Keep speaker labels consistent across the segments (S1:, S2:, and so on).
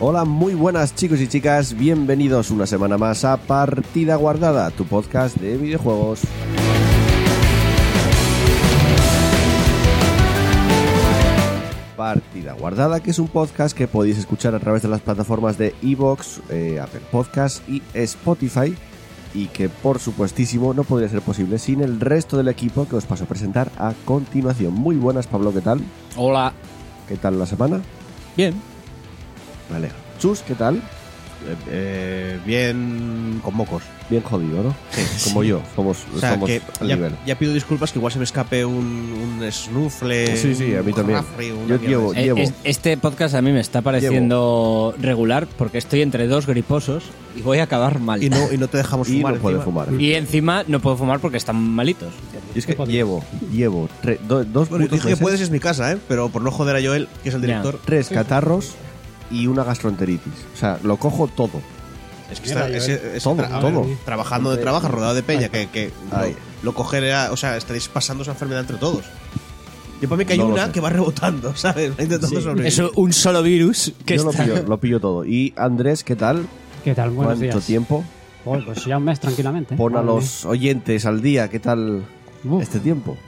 S1: Hola, muy buenas chicos y chicas, bienvenidos una semana más a Partida Guardada, tu podcast de videojuegos. Partida Guardada, que es un podcast que podéis escuchar a través de las plataformas de Evox, eh, Apple Podcast y Spotify, y que por supuestísimo no podría ser posible sin el resto del equipo que os paso a presentar a continuación. Muy buenas, Pablo, ¿qué tal?
S2: Hola. Eh,
S1: ¿Qué tal la semana?
S2: Bien.
S1: Vale. Chus, ¿qué tal?
S3: Eh, eh,
S1: Mm,
S3: bien con mocos.
S1: Bien jodido, ¿no? Como yo, somos,
S3: O sea,
S1: somos
S3: que
S1: al
S3: ya,
S1: nivel.
S3: ya pido disculpas que igual se me escape un, un snufle.
S1: Sí, sí, a mí
S3: un
S1: también.
S3: Jafre, una
S1: Yo
S3: mierda
S1: llevo-
S3: así.
S2: Eh, es- Este podcast a mí me está pareciendo regular porque estoy entre dos griposos y voy a acabar mal.
S3: Y no, y no te dejamos
S1: Y
S3: fumar.
S1: no puede
S3: encima.
S1: fumar.
S2: Y encima no puedo fumar porque están malitos.
S1: Y es que llevo, llevo tre- do- dos
S3: Bueno, yo
S1: putos
S3: dije que
S1: meses,
S3: puedes es mi casa, ¿eh? Pero por no joder a Joel, que es el
S2: Ya.
S3: director.
S1: tres catarros y una gastroenteritis. O sea, lo cojo todo.
S3: Es que está.
S4: Mierda,
S3: es-
S4: Joel.
S3: es-
S1: Todo,
S3: tra-
S1: todo.
S3: Trabajando de trabaja, rodeado de peña, que, que
S1: Ay.
S3: lo, lo coger era- O sea, estaréis pasando esa enfermedad entre todos. Yo para mí que hay
S1: No lo
S3: una
S1: sé.
S3: que va rebotando, ¿sabes? Va intentando sobrevivir.
S2: Es un solo virus que
S1: Yo lo
S2: está...
S1: pillo, lo pillo todo. Y Andrés, ¿qué tal?
S4: ¿Qué tal? Buenos
S1: ¿Cuánto
S4: días.
S1: tiempo?
S4: Joder, pues ya un mes tranquilamente.
S1: Pon a
S4: Madre
S1: los oyentes al día, ¿qué tal
S4: mía. Uf,
S1: este tiempo?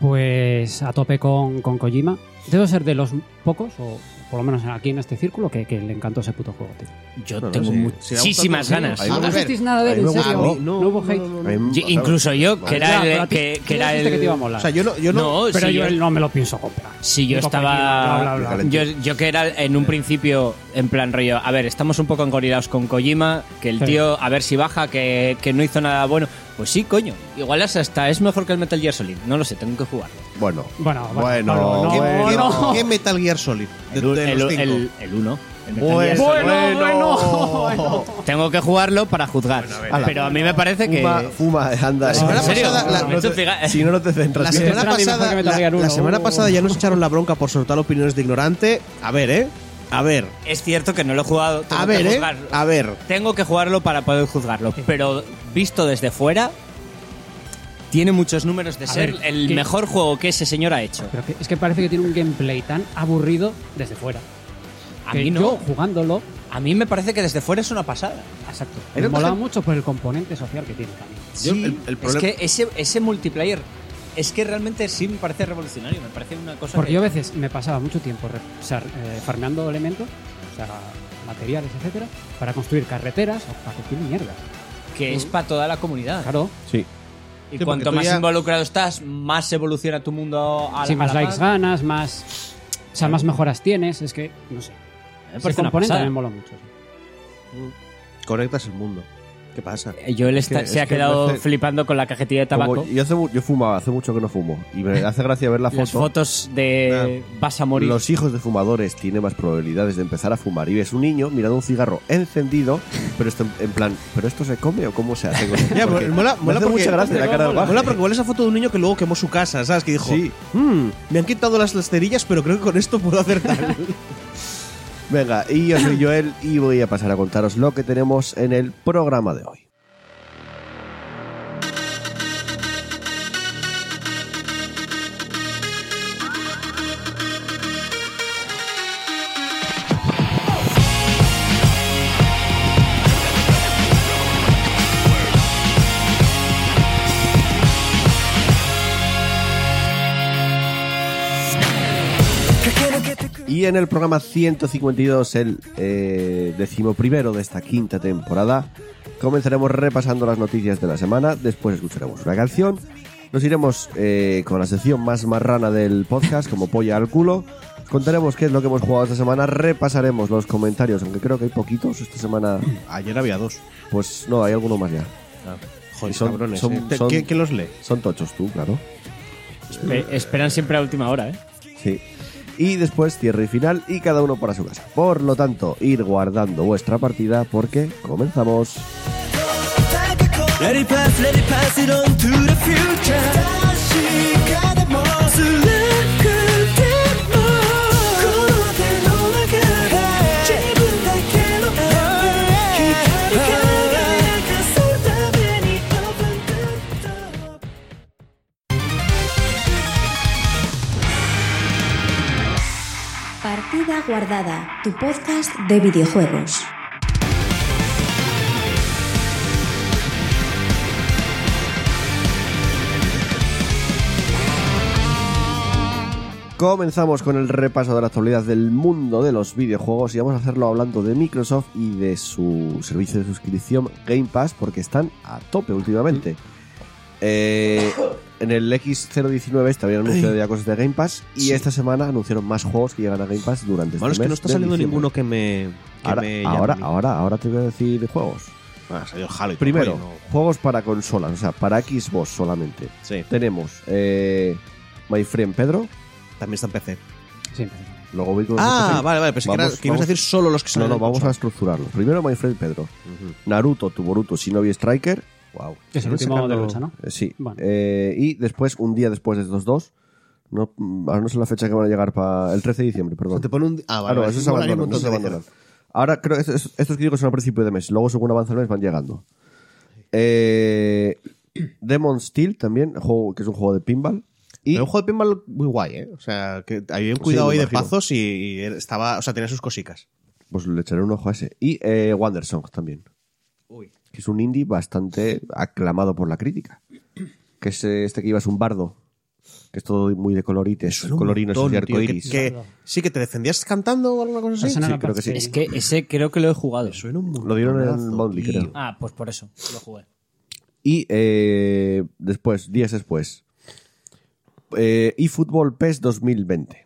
S4: Pues a tope con, con Kojima. Debo ser de los pocos, o por lo menos aquí en este círculo, que, que le encantó ese puto juego, tío.
S2: Yo
S1: Bueno,
S2: tengo
S1: sí.
S2: muchísimas
S3: Sí,
S2: ganas.
S3: ahí
S1: A
S3: va.
S1: ver.
S4: Ah, No hicisteis nada de él,
S1: A mí
S4: en
S1: me
S4: serio.
S1: gustó.
S4: Ah, No hubo
S1: A
S4: hate.
S1: mí me-
S2: Yo- Incluso yo, que
S4: Ya,
S2: era
S4: pero a
S2: el...
S4: ti-
S2: Que, que
S4: tú
S2: era
S4: dijiste
S2: el-
S4: que te iba a molar.
S3: O sea, yo no. Yo no
S2: No,
S4: pero
S2: si
S4: yo
S2: yo,
S4: no me lo pienso comprar.
S2: si yo
S4: Digo,
S2: estaba...
S4: bla, bla, bla.
S2: Yo, yo que era en un principio en plan rollo, a ver, estamos un poco engorilados con Kojima, que el
S4: Sí.
S2: tío, a ver si baja, que, que no hizo nada bueno. Pues sí, coño, igual es hasta es mejor que el Metal Gear Solid, no lo sé, tengo que jugarlo.
S1: Bueno,
S4: Bueno, bueno,
S1: Bueno,
S4: Pablo, no,
S3: ¿Qué, qué-
S4: no.
S3: qué Metal Gear Solid? De,
S2: El 1,
S3: de
S2: el,
S3: los
S2: el,
S3: cinco.
S2: el uno, el Metal Gear
S1: Bueno,
S2: Solid.
S4: bueno,
S1: bueno.
S2: Tengo que jugarlo para juzgar,
S1: Ala.
S2: pero a mí me parece que...
S1: Fuma, fuma, anda.
S3: semana
S2: ¿En serio?
S3: pasada la-
S2: Me he
S3: no
S2: hecho
S3: te-
S2: figa-
S1: Si no, no te centras.
S3: La
S1: bien.
S3: semana,
S4: Metal Gear mejor que
S3: pasada,
S4: Metal
S3: la,
S4: Gear uno.
S3: la semana pasada ya nos echaron la bronca por soltar opiniones de ignorante. A ver, ¿eh? A ver.
S2: Es cierto que no lo he jugado, tengo
S3: A
S2: que
S3: ver, ¿eh?
S2: juzgarlo.
S3: A ver.
S2: Tengo que jugarlo para poder juzgarlo, pero visto desde fuera, tiene muchos números de
S4: A
S2: ser
S4: ver,
S2: el
S4: ¿qué?
S2: mejor juego que ese señor ha hecho.
S4: Pero que- es que parece que tiene un gameplay tan aburrido desde fuera.
S2: A
S4: que
S2: mí no.
S4: yo jugándolo,
S2: A mí me parece que desde fuera es una pasada.
S4: exacto.
S3: Era
S4: Me
S3: otra
S4: molaba
S3: gente-
S4: mucho por el componente social que tiene también.
S3: Yo- el- el
S2: es
S3: problema-
S2: que ese, ese multiplayer es que realmente sí me parece revolucionario, me parece una cosa
S4: Porque
S2: que-
S4: yo a veces me pasaba mucho tiempo re- o sea, eh, farmeando elementos, o sea, materiales, etcétera, para construir carreteras o para construir mierdas.
S2: que es para toda la comunidad.
S4: Claro,
S1: Sí.
S2: Y
S3: Sí,
S2: cuanto
S3: porque tú
S2: más
S3: ya-
S2: involucrado estás, más evoluciona tu mundo a la
S4: si más
S2: a la
S4: likes
S2: par.
S4: ganas, más. O sea, más mejoras tienes, es que, no sé.
S2: Me
S4: Ese
S2: parece una
S4: componente
S2: pasada.
S4: me mola mucho. sí.
S3: Conectas el mundo. ¿Qué pasa?
S2: Joel
S1: está- es se
S2: se
S1: ha
S2: ha
S1: que quedado
S2: quedado
S1: parece-
S2: flipando con la cajetilla de tabaco.
S1: Como yo, hace mu- yo fumaba, hace mucho que no fumo. Y me hace gracia ver la
S2: Las
S1: foto.
S2: fotos de vas a morir.
S1: Los hijos de fumadores tienen más probabilidades de empezar a fumar. Y ves un niño mirando un cigarro encendido, pero esto en- en plan, ¿pero esto se come o cómo se hace?
S3: Ya,
S1: Porque
S3: pero mola,
S1: me
S3: mola
S1: hace
S3: porque,
S1: mucha gracia la cara del
S3: Mola
S1: guaje.
S3: porque igual esa foto de un niño que luego quemó su casa, ¿sabes? Que dijo,
S1: Sí.
S3: "Mm, me han quitado las, las cerillas, pero creo que con esto puedo hacer tal.
S1: Venga, y yo soy Joel y voy a pasar a contaros lo que tenemos en el programa de hoy. Y en el programa 152, el eh, decimoprimero de esta quinta temporada, comenzaremos repasando las noticias de la semana, después escucharemos una canción, nos iremos eh, con la sección más marrana del podcast, como polla al culo, contaremos qué es lo que hemos jugado esta semana, repasaremos los comentarios, aunque creo que hay poquitos, esta semana
S3: Ayer había dos.
S1: pues no, hay alguno más ya.
S3: Joder,
S1: son-
S3: cabrones,
S1: son-
S3: eh. Te-
S1: son-
S3: ¿Quién, quién los lee?
S1: Son tochos tú, claro.
S5: Eh, esperan siempre a última hora, ¿eh?
S1: Sí. Y después cierre y final y cada uno para su casa. Por lo tanto, ir guardando vuestra partida porque comenzamos.
S6: Let it pass, let it pass it on to the future. 確かでもずれくてもこの手の中で自分だけの光輝かすために Open the door
S7: Partida Guardada, tu podcast de videojuegos.
S1: Comenzamos con el repaso de la actualidad del mundo de los videojuegos y vamos a hacerlo hablando de Microsoft y de su servicio de suscripción Game Pass porque están a tope
S3: Mm.
S1: últimamente. Eh, en el X019 este había anunciado ya cosas de Game Pass y esta semana anunciaron más juegos que llegan a Game Pass durante este
S3: Malo es que
S1: mes
S3: no está
S1: de
S3: saliendo
S1: diciembre.
S3: ninguno que me. Que
S1: ahora,
S3: me llame
S1: ahora,
S3: a mí.
S1: ahora, ahora te voy a decir juegos.
S3: Ah, salió el Halo y todo,
S1: Primero,
S3: coño, no.
S1: juegos para consolas, o sea, para Xbox solamente.
S3: Sí,
S1: Tenemos eh, My Friend Pedro,
S3: también está en PC.
S4: Sí,
S1: luego voy con los otros
S3: Ah,
S1: seis.
S3: vale, vale. Pensé que,
S1: Vamos,
S3: era- que ibas a
S1: vamos.
S3: decir solo los que
S1: No,
S3: salen.
S1: no,
S3: en
S1: vamos a
S3: consola.
S1: estructurarlo. Primero My Friend Pedro, Naruto, tu Boruto, Shinobi Striker. Wow.
S4: Que es el último de lucha, ¿no?
S1: sí.
S4: Vale.
S1: Eh, y después, un día después de estos dos, no, mm, ahora no sé la fecha que van a llegar para el 13 de diciembre, perdón.
S3: Te pone un. Ah, vale.
S1: Ah, no,
S3: vale,
S1: esos se
S3: molaría un
S1: abandonan, esos
S3: montón
S1: se
S3: que
S1: abandonan.
S3: dijera.
S1: Ahora creo estos, estos que digo son al principio de mes, luego según avanza el mes van llegando. Eh, Demon Steel también, el juego, que es un juego de pinball. Y
S3: Pero un juego de pinball muy guay, ¿eh? O sea, que había un cuidado
S1: me
S3: ahí de
S1: imagino.
S3: pazos y, y estaba. O sea, tenía sus cosicas.
S1: pues le echaré un ojo a ese. Y eh, Wandersong también. Que es un indie bastante aclamado por la crítica. Que es eh, este que ibas un bardo. Que es todo muy de colorites, colorinos y
S3: Montón, tío, que-
S1: arcoiris.
S3: que- sí, que te defendías cantando o alguna cosa así.
S4: Esa no
S1: sí,
S4: la
S1: creo que sí.
S4: parte-
S5: Es que ese creo que lo he jugado.
S3: Suena un
S1: Lo dieron en
S3: montonazo,
S1: Monthly,
S3: tío.
S1: creo.
S5: Ah, pues por eso lo jugué.
S1: Y eh, después, días después, eh, eFootball PES 2020.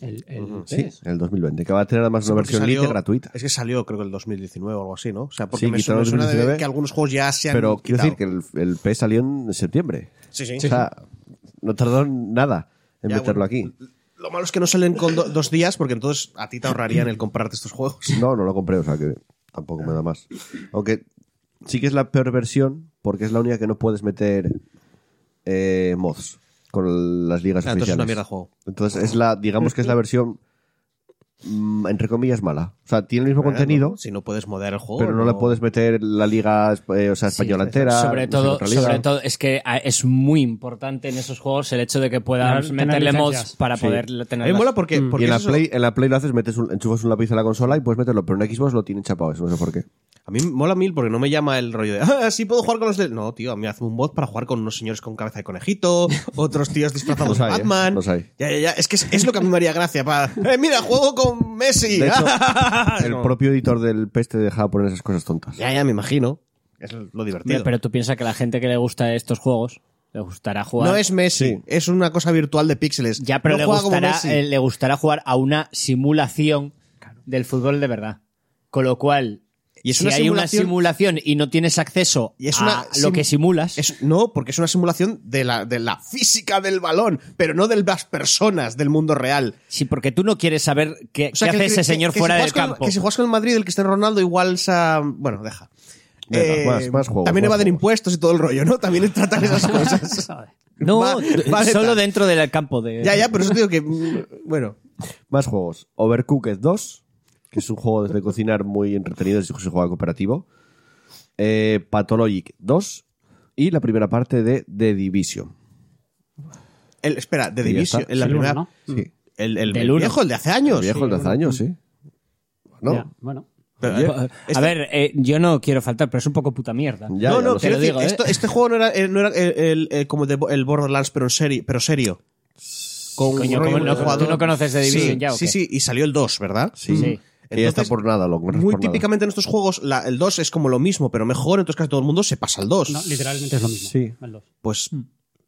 S4: El, el
S1: Sí,
S4: PES.
S1: el 2020, que va a tener además una
S3: Porque
S1: versión
S3: salió- este
S1: lite gratuita.
S3: Es que salió creo que el 2019 o algo así, ¿no? O sea, porque
S1: Sí,
S3: me, su-
S1: quitaron
S3: me
S1: el
S3: suena de
S1: 2019,
S3: que algunos juegos ya se han
S1: Pero quiero
S3: quitado.
S1: decir que el, el PES salió en septiembre.
S3: Sí, sí.
S1: O sea, no tardó nada en
S3: Ya,
S1: meterlo
S3: bueno.
S1: aquí.
S3: Lo malo es que no salen con do- dos días porque entonces a ti te ahorrarían el comprarte estos juegos.
S1: No, no lo compré, o sea que tampoco me da más. Aunque sí que es la peor versión porque es la única que no puedes meter eh, mods con el- las ligas
S3: Ah,
S1: oficiales.
S3: entonces es una mierda de juego.
S1: Entonces es la, digamos que es la versión mm, entre comillas mala. O sea, tiene el mismo
S3: Bueno,
S1: contenido,
S3: Si no puedes modear el juego.
S1: pero no le puedes meter la liga eh, o sea, española entera.
S5: pues, sobre
S1: no sé,
S5: todo,
S1: otra liga.
S5: sobre todo es que ah, es muy importante en esos juegos el hecho de que puedas
S4: Tener
S5: meterle mods
S4: licencias.
S5: para
S1: Sí.
S5: poder
S3: A
S5: tener.
S3: mí me mola porque.
S1: Y
S3: porque
S1: en la,
S3: eso-
S1: Play, en la Play lo haces, metes un, enchufas un lápiz a la consola y puedes meterlo, pero en Xbox lo tiene chapado, eso no sé por qué.
S3: A mí mola mil porque no me llama el rollo de. Ah, sí puedo jugar con los de. No, tío, a mí hazme un bot para jugar con unos señores con cabeza de conejito, otros tíos
S1: Los
S3: disfrazados de
S1: hay, ¿eh?
S3: Batman.
S1: Los hay.
S3: Ya, ya, ya. Es que es, es lo que a mí me haría gracia. Para... "Eh, mira, juego con Messi.
S1: De hecho, el
S3: Ah, No.
S1: propio editor del PES te dejaba poner esas cosas tontas.
S3: Ya, ya, me imagino. Es lo
S5: Mira,
S3: divertido.
S5: pero tú piensas que la gente que le gusta estos juegos le gustará jugar.
S3: No es Messi,
S1: Sí.
S3: es una cosa virtual de píxeles.
S5: Ya, pero
S3: No
S5: le,
S3: juega como
S5: gustará,
S3: Messi.
S5: eh, le gustará jugar a una simulación del fútbol de verdad. Con lo cual,
S3: Y es
S5: si
S3: una
S5: hay una
S3: simulación-
S5: simulación y no tienes acceso
S3: Y es una
S5: a lo
S3: sim-
S5: que simulas,
S3: Es- no, porque es una simulación de la, de la física del balón, pero no de las personas del mundo real.
S5: sí, porque tú no quieres saber qué,
S3: O sea,
S5: qué
S3: que
S5: hace
S3: el-
S5: ese
S3: que-
S5: señor
S3: que si
S5: fuera del
S3: juegas con-
S5: campo.
S3: Que si juegas con el Madrid, el Cristiano Ronaldo, igual sa- Bueno, deja. Eh,
S1: Venga, más- más juegos,
S3: también
S1: más
S3: evaden
S1: juegos.
S3: impuestos y todo el rollo, ¿no? También tratan esas cosas.
S5: No,
S3: Va- va de
S5: solo
S3: tal.
S5: dentro del campo de.
S3: Ya, ya, pero eso digo que. mm, Bueno.
S1: Más juegos. Overcooked 2, que es un juego de cocinar muy entretenido, es un juego cooperativo. Eh, Pathologic 2 y la primera parte de The Division.
S3: El, espera, de
S1: Y ya
S3: Division.
S1: está.
S3: En la
S4: Sí,
S3: primera.
S4: bueno, ¿no?
S1: Sí.
S3: El, el-
S5: Del
S3: el
S5: uno.
S3: viejo, el de hace años.
S1: El viejo el de hace años, sí. No,
S4: Ya, bueno.
S3: Pero,
S5: Eh,
S3: eh,
S5: A
S3: este-
S5: ver, eh, yo no quiero faltar, pero es un poco puta mierda.
S1: Ya,
S3: no, no,
S1: lo sé.
S5: Te lo
S3: quiero decir,
S5: digo, ¿eh?
S3: esto- este juego no era, eh, no era el, el- el- como de- el Borderlands, pero, en serio, pero serio. Con
S5: Coño,
S3: rollo
S5: ¿cómo no-
S3: multijugador.
S5: tú no conoces The Division
S3: sí,
S5: ya, ¿o
S3: Sí,
S5: qué?
S3: sí, y salió el 2, ¿verdad?
S1: Sí.
S5: Sí.
S1: Y ya está
S3: Entonces,
S1: por nada, lo no es
S3: Muy
S1: por nada.
S3: típicamente en estos juegos la- el 2 es como lo mismo, pero mejor, entonces casi todo el mundo se pasa al 2.
S4: No, literalmente es lo mismo.
S1: Sí.
S4: El dos.
S3: Pues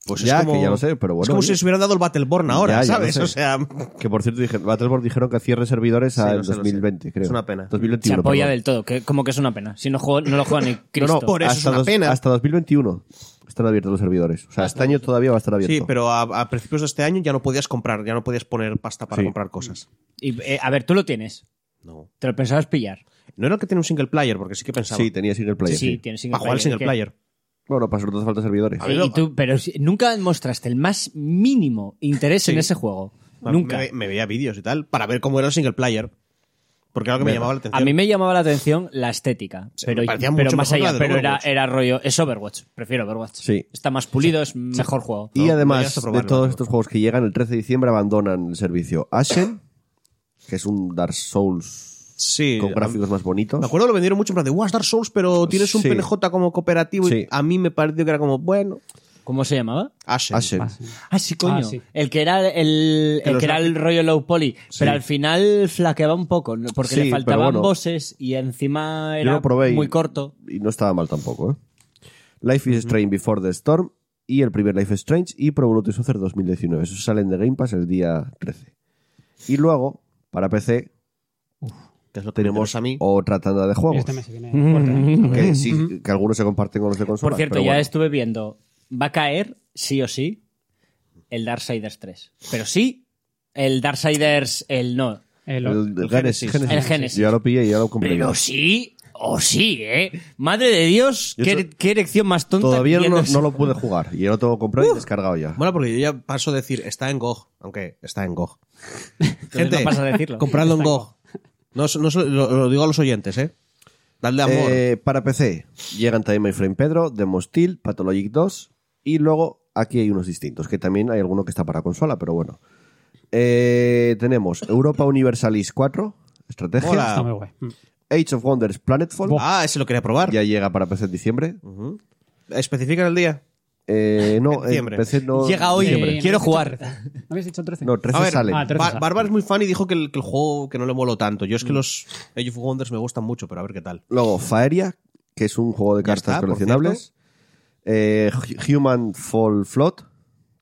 S3: Pues
S1: Hmm. Ya,
S3: es como,
S1: que ya lo sé, pero bueno.
S3: Es como si
S1: Oye.
S3: se hubieran dado el Battleborn
S1: Ya,
S3: ahora,
S1: ya lo
S3: ¿sabes?
S1: sé.
S3: O sea,
S1: Que por cierto, dije, Battleborn dijeron que cierre servidores
S3: Sí,
S1: al
S3: lo sé, lo
S1: 2020,
S3: sé.
S1: creo.
S3: Es una pena.
S1: 2021.
S2: Se apoya
S1: perdón.
S2: del todo, que como que es una pena. Si no, juega- no lo juega ni Cristo.
S3: no, por e- eso es
S1: hasta
S3: una
S1: dos-
S3: pena.
S1: Hasta 2021 están abiertos los servidores. O sea, este año todavía va a estar abierto.
S3: sí, pero a, a principios de este año ya no podías comprar, ya no podías poner pasta para
S1: Sí.
S3: comprar cosas.
S2: Y, eh, a ver, tú lo tienes.
S3: No.
S2: Te lo pensabas pillar.
S3: No era que tenía un single player, porque sí que pensaba.
S1: Sí, tenía single player.
S2: sí,
S1: Sí,
S2: tienes
S3: para jugar al single
S2: que-
S3: player.
S1: Bueno, para eso no hace falta servidores.
S3: A ver,
S2: Y tú- pero si- nunca mostraste el más mínimo interés en ese juego. Nunca.
S3: Me, me veía vídeos y tal, para ver cómo era el single player. Porque era lo que me
S1: Verdad.
S3: llamaba la atención.
S2: A mí me llamaba la atención la estética,
S3: Sí,
S2: pero,
S3: me parecía
S2: pero
S3: mucho
S2: más
S3: mejor la
S2: allá,
S3: del
S2: pero era,
S3: Overwatch.
S2: era rollo, es Overwatch, prefiero Overwatch.
S1: Sí.
S2: Está más pulido, es mejor juego.
S1: Y
S3: No, no
S1: además
S3: llegas a
S1: de
S3: probarlo,
S1: todos
S3: no.
S1: estos juegos que llegan el 13 de diciembre abandonan el servicio Ashen, que es un Dark Souls
S3: Sí.
S1: con gráficos más bonitos.
S3: Me acuerdo que lo vendieron mucho en plan de, "Guau, es Dark Souls, pero tienes un
S1: Sí.
S3: PNJ como cooperativo.
S1: Sí.
S3: Y a mí me pareció que era como, bueno,
S2: ¿Cómo se llamaba?
S3: Ashen.
S1: Ashen.
S4: Ah, sí.
S2: Ah, sí, coño.
S4: Ah, sí.
S2: El que era el,
S3: Que
S2: el
S3: los
S2: que era el rollo low poly, pero al final flaqueaba un poco, ¿no? porque
S1: Sí,
S2: le
S1: pero
S2: faltaban
S1: bueno.
S2: bosses y encima
S1: Yo
S2: era
S1: lo probé y-
S2: muy corto.
S1: Y no estaba mal tampoco, ¿eh? Life is Strange Before the Storm y el primer Life is Strange y Pro Evolution Soccer 2019. Esos salen de Game Pass el día 13. Y luego, para PC,
S3: Que es lo que me
S1: tenemos
S3: interesa a mí.
S1: otra tanda de juegos.
S4: Este mes viene
S1: Mm.
S4: fuerte.
S1: Que, sí, que algunos se comparten con los de consola.
S2: Por cierto, ya estuve viendo, va a caer sí o sí el Darksiders 3. Pero sí, el Darksiders el no.
S4: El-
S1: El, el Genesis.
S2: El Genesis.
S1: Yo Ya lo pillé y ya lo compré.
S2: Pero sí o sí, ¿eh? Madre de Dios,
S1: Yo
S2: qué,
S1: to-
S2: qué erección más tonta.
S1: Todavía no, lo-
S2: tienes.
S1: no lo pude jugar. Y ya lo tengo comprado y descargado ya.
S3: Bueno, porque yo ya paso a decir, está en GOG, aunque está en GOG.
S2: no pasa de decirlo.
S3: compradlo en GOG. No, os- no os- lo, lo digo a los oyentes, ¿eh? Dadle amor.
S1: Eh, para PC llegan también My Friend Pedro, Demon Steel, Pathologic 2 y luego aquí hay unos distintos, que también hay alguno que está para consola, pero bueno. Eh, tenemos Europa Universalis 4, Estrategia,
S3: Mola.
S4: Está muy guay. Mm.
S1: Age of Wonders Planetfall,
S3: ah, ese lo quería probar.
S1: ya llega para PC en diciembre.
S3: Especifican el día.
S1: Eh, no,
S3: En diciembre.
S1: eh, PC no
S2: Llega hoy,
S4: Eh,
S1: diciembre.
S4: ¿no
S2: quiero
S4: habías
S2: jugar.
S4: dicho 13? ¿No habías dicho 13?
S1: No, 13
S3: A ver,
S1: sale.
S4: ah, tres.
S3: Ba- Bárbara es muy fan y dijo que el, que el juego que no le moló tanto. Yo es que los Age of Wonders me gustan mucho, pero a ver qué tal.
S1: Luego Faeria, que es un juego de
S3: Ya
S1: cartas
S3: está, por
S1: coleccionables. Eh, Hu- Human Fall Float.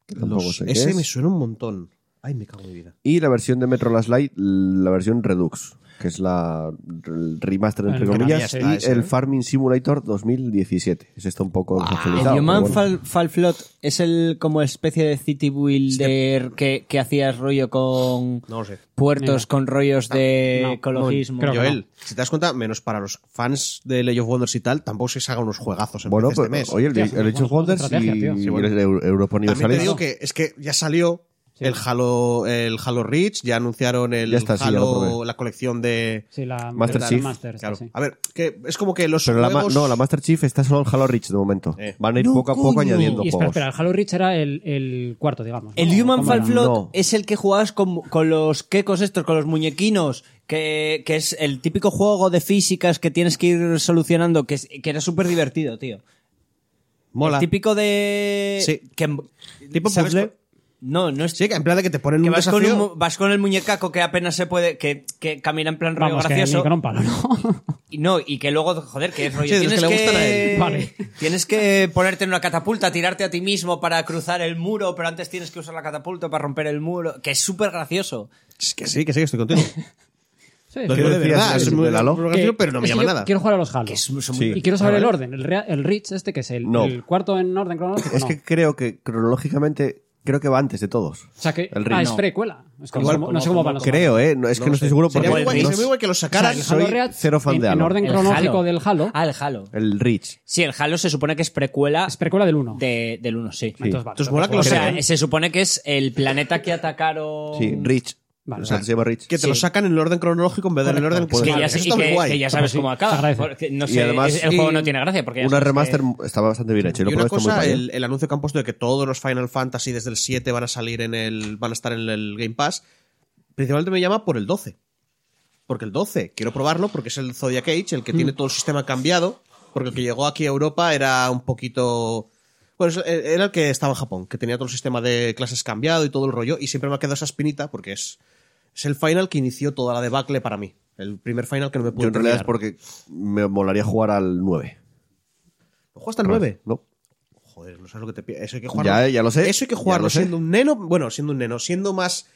S1: que tampoco
S3: Los-
S1: sé qué
S3: ese
S1: es.
S3: me suena un montón. Ay, me cago en mi vida.
S1: Y la versión de Metro Last Light, la versión Redux, que es la el remaster entre
S4: El
S1: comillas,
S4: remaster, ah, ¿eh?
S1: y
S3: ese,
S1: el
S3: ¿no?
S1: Farming Simulator 2017. Ese está un poco
S3: Ah,
S1: desactualizado,
S2: el Human
S1: pero bueno.
S2: Fall, Fall Flot es el como especie de City Builder que, que hacías rollo con
S3: No lo sé.
S2: puertos,
S4: Mira.
S2: con rollos
S1: Ah,
S2: de
S4: No,
S2: ecologismo.
S4: creo que no.
S3: Joel, si te das cuenta, menos para los fans de Age of Wonders y tal, tampoco es que se hagan unos juegazos en
S1: Bueno,
S3: PC este
S1: pero,
S3: mes.
S1: oye, el,
S4: Tío,
S1: el
S4: hacen
S1: Age of
S4: buenos juegos de
S1: Wonders y,
S4: estrategia, tío.
S1: y
S3: Sí, bueno.
S1: el Eu- Europa
S3: También te
S1: Universalis.
S3: digo que es que ya salió
S4: Sí.
S3: el Halo el Halo Reach, ya anunciaron el
S1: Ya está, sí, ya lo
S3: Halo,
S1: probé.
S3: la colección de
S4: Sí, la
S1: Master
S4: la
S1: Chief.
S4: Master,
S3: Claro.
S4: sí.
S3: A ver, que es como que los
S1: Pero la, ma-
S3: juegos
S1: no, la Master Chief está solo en Halo Reach de momento.
S3: Eh.
S1: Van a ir
S2: No,
S1: poco a poco
S2: coño.
S1: añadiendo
S4: Y espera,
S1: juegos.
S4: espera, el Halo Reach era el, el cuarto, digamos. ¿no?
S2: El Human
S4: ¿Cómo
S2: Fall
S4: era?
S2: Float
S1: No.
S2: es el que jugabas con, con los quecos estos, con los muñequinos, que, que es el típico juego de físicas que tienes que ir solucionando, que, es- que era súper divertido, tío.
S3: mola.
S2: El típico de...
S3: Sí.
S2: que-
S3: Tipo
S2: ¿sabes?
S3: puzzle.
S2: No, no es...
S3: Sí, que en plan de que te ponen
S2: que
S3: un
S2: vas con,
S3: desafío.
S2: un mu- vas con el muñecaco que apenas se puede... que, que camina en plan rollo
S4: Vamos, que ni
S2: gracioso.
S4: con un palo, ¿no?
S2: Y no, y que luego, joder, que es rollo.
S3: Sí, de
S2: tienes,
S3: los que le
S2: que,
S3: gustan a él.
S4: Vale.
S2: tienes que ponerte en una catapulta, tirarte a ti mismo para cruzar el muro, pero antes tienes que usar la catapulta para romper el muro. Que es súper gracioso.
S3: Es que sí, que sí, que estoy contigo.
S4: Sí,
S3: Lo
S4: sí.
S3: digo de
S1: decías
S3: verdad,
S1: del-
S3: es muy
S1: del Halo?
S4: Que-
S3: gracioso, pero no me
S4: es que
S3: llama
S4: yo
S3: nada.
S4: Quiero jugar a los Halo.
S2: Que son- son
S1: Sí.
S2: muy-
S4: Y quiero
S1: A
S4: saber
S1: ver.
S4: el orden. El, rea- el Reach, este que es el,
S1: No.
S4: el cuarto en orden cronológico.
S1: Es
S4: no.
S1: que creo que cronológicamente creo que va antes de todos.
S4: o sea que.
S1: el
S4: ah,
S1: Reach.
S4: es precuela. Es que
S3: Igual,
S4: no sé cómo- no sé cómo van los.
S1: Creo, ¿eh? No, es que no, estoy seguro porque
S3: Sería muy
S2: el
S3: guay,
S2: Reach-
S1: no-
S3: sería muy guay que lo
S4: O sea,
S3: sacaran.
S4: el Halo
S1: soy
S4: Reach,
S1: cero fan
S4: en,
S1: de
S4: en
S1: Halo.
S4: orden
S2: El
S4: cronológico
S2: Halo.
S4: del Halo,
S2: Ah, el Halo.
S1: el Reach.
S2: Sí, el Halo se supone que es precuela
S4: es precuela del 1.
S2: de- del 1, sí.
S4: Entonces, vale, pues,
S3: Entonces, mola que
S2: O
S3: lo
S2: sea,
S3: sacan.
S2: se supone que es el planeta que atacaron.
S1: Sí, Reach.
S4: Vale,
S1: o sea,
S4: vale.
S1: se llama Reach.
S3: Que te lo sacan en el orden cronológico en vez del orden
S2: Que ya,
S3: Vale,
S2: sé-
S3: eso
S2: y
S3: está muy
S2: que-
S3: guay.
S2: que ya sabes
S4: Sí,
S2: cómo
S4: se
S2: acaba.
S4: agradece.
S2: porque no
S1: Y
S2: sé,
S1: además-
S2: es- el
S3: y-
S2: juego no tiene gracia. Porque ya
S1: Una
S2: sabes
S1: remaster estaba bastante bien hecha. y lo
S3: y una
S1: probé, está muy
S3: cosa,
S1: guay, ¿eh?
S3: el, el anuncio que han puesto de que todos los Final Fantasy desde el 7 van a salir en el. van a estar en el Game Pass. Principalmente me llama por el 12. Porque el 12, quiero probarlo, porque es el Zodiac Age,
S1: Mm.
S3: el que tiene todo el sistema cambiado. Porque el que llegó aquí a Europa era un poquito. Bueno, es- eh, era el que estaba en Japón, que tenía todo el sistema de clases cambiado y todo el rollo. Y siempre me ha quedado esa espinita porque es. Es el final que inició toda la debacle para mí. El primer final que no me pude
S1: Yo en realidad es
S3: terminar.
S1: porque me molaría jugar al 9.
S3: ¿Juego hasta el 9?
S1: No.
S3: Joder, no sabes lo que te pierdes. Eso hay que jugarlo.
S1: Ya, ya lo sé.
S3: Eso hay que
S1: Ya
S3: jugarlo
S1: lo sé.
S3: siendo un neno. Bueno, siendo un neno, siendo más,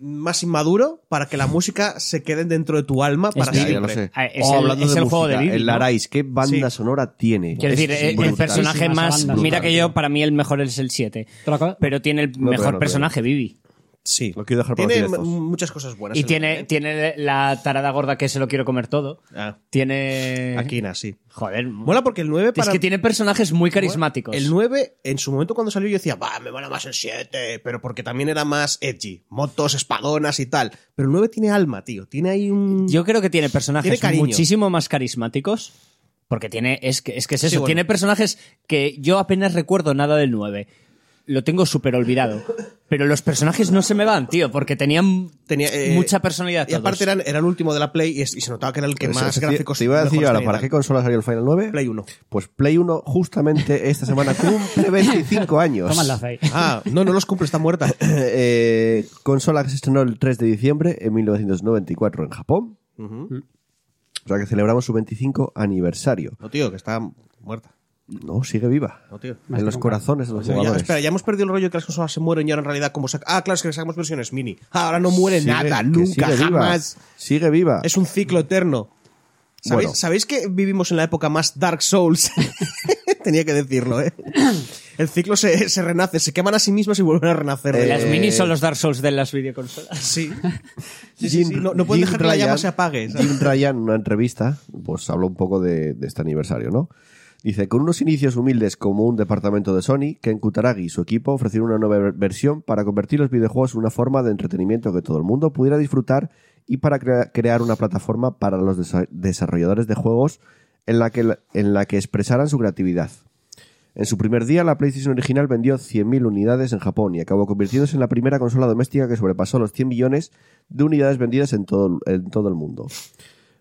S3: más inmaduro para que la música se quede dentro de tu alma para
S1: Ya,
S3: siempre.
S1: ya lo sé.
S2: Ah, es
S1: Oh,
S2: el-
S1: hablando
S2: es
S1: de
S2: el juego de
S1: música,
S2: Bibi,
S1: El
S2: ¿no?
S1: Arais, ¿qué banda sonora tiene?
S2: Quiero
S1: Es
S2: decir, eh, el- el,
S1: brutal.
S2: personaje más.
S4: bandas,
S2: mira que
S4: brutal.
S2: yo, para mí, el mejor es el 7.
S4: ¿Te lo acabas?
S2: Pero tiene el
S1: no,
S2: mejor
S1: no,
S2: personaje, Vivi.
S3: Sí.
S1: Lo quiero dejar para
S3: Tiene
S1: los directos.
S3: m- muchas cosas buenas.
S2: Y
S3: en
S2: tiene,
S3: el-
S2: tiene la tarada gorda que se lo quiero comer todo.
S3: Ah,
S2: Tiene.
S3: Aquina, sí.
S2: Joder.
S3: Mola porque el 9 para.
S2: Es que tiene personajes muy carismáticos.
S3: El 9, en su momento cuando salió, yo decía, va, me mola más el 7, pero porque también era más edgy. Motos, espadonas y tal. Pero el 9 tiene alma, tío. Tiene ahí un.
S2: Yo creo que tiene
S3: Tiene
S2: personajes
S3: cariño.
S2: muchísimo más carismáticos. Porque tiene. Es que es, que es eso.
S3: bueno.
S2: Tiene personajes que yo apenas recuerdo nada del 9. Lo tengo súper olvidado. Pero los personajes no se me van, tío, porque tenían
S3: Tenía, eh,
S2: mucha personalidad.
S3: Y aparte
S2: todos.
S3: eran, era el último de la Play y, es- y se notaba que era el que
S1: Pues,
S3: más
S1: sí,
S3: gráficos.
S1: Te iba a decir
S3: mejores
S1: yo ahora,
S3: tenía y
S1: ¿para qué
S3: tal.
S1: consola salió el Final 9?
S3: Play 1.
S1: Pues Play 1 justamente esta semana cumple 25 años.
S4: Toma el lazo ahí.
S3: Ah, no, no los cumple, está muerta.
S1: Eh, consola que se estrenó el 3 de diciembre en 1994 en Japón. O sea que celebramos su 25 aniversario.
S3: No, tío, que está muerta.
S1: No, sigue viva.
S3: No, tío.
S4: Más
S1: en
S4: que
S1: los
S4: nunca.
S1: corazones de los
S3: Ya-
S1: jugadores.
S3: espera, ya hemos perdido el rollo que las consolas se mueren y ahora en realidad como sac- Ah, claro, es que sacamos versiones mini. Ah, Ahora no muere
S1: Sigue-
S3: nada,
S1: que
S3: nunca,
S1: sigue viva.
S3: jamás.
S1: Sigue viva.
S3: Es un ciclo eterno. ¿Sabéis,
S1: Bueno.
S3: ¿Sabéis que vivimos en la época más Dark Souls? Tenía que decirlo, ¿eh? El ciclo se, se renace, se queman a sí mismos y vuelven a renacer.
S2: Las
S1: Eh,
S2: minis son los Dark Souls de las videoconsolas.
S3: Sí. Sí, sí, sí. No, no puedes
S1: Jim
S3: dejar que la llama
S1: Ryan-
S3: se apague. ¿sabes?
S1: Jim Ryan, en una entrevista, pues habló un poco de, de este aniversario, ¿no? Dice, con unos inicios humildes como un departamento de Sony, Ken Kutaragi y su equipo ofrecieron una nueva ver- versión para convertir los videojuegos en una forma de entretenimiento que todo el mundo pudiera disfrutar y para crea- crear una plataforma para los desa- desarrolladores de juegos en la, que, la- en la que expresaran su creatividad. En su primer día, la PlayStation original vendió 100.000 unidades en Japón y acabó convirtiéndose en la primera consola doméstica que sobrepasó los 100 millones de unidades vendidas en todo, en todo el mundo.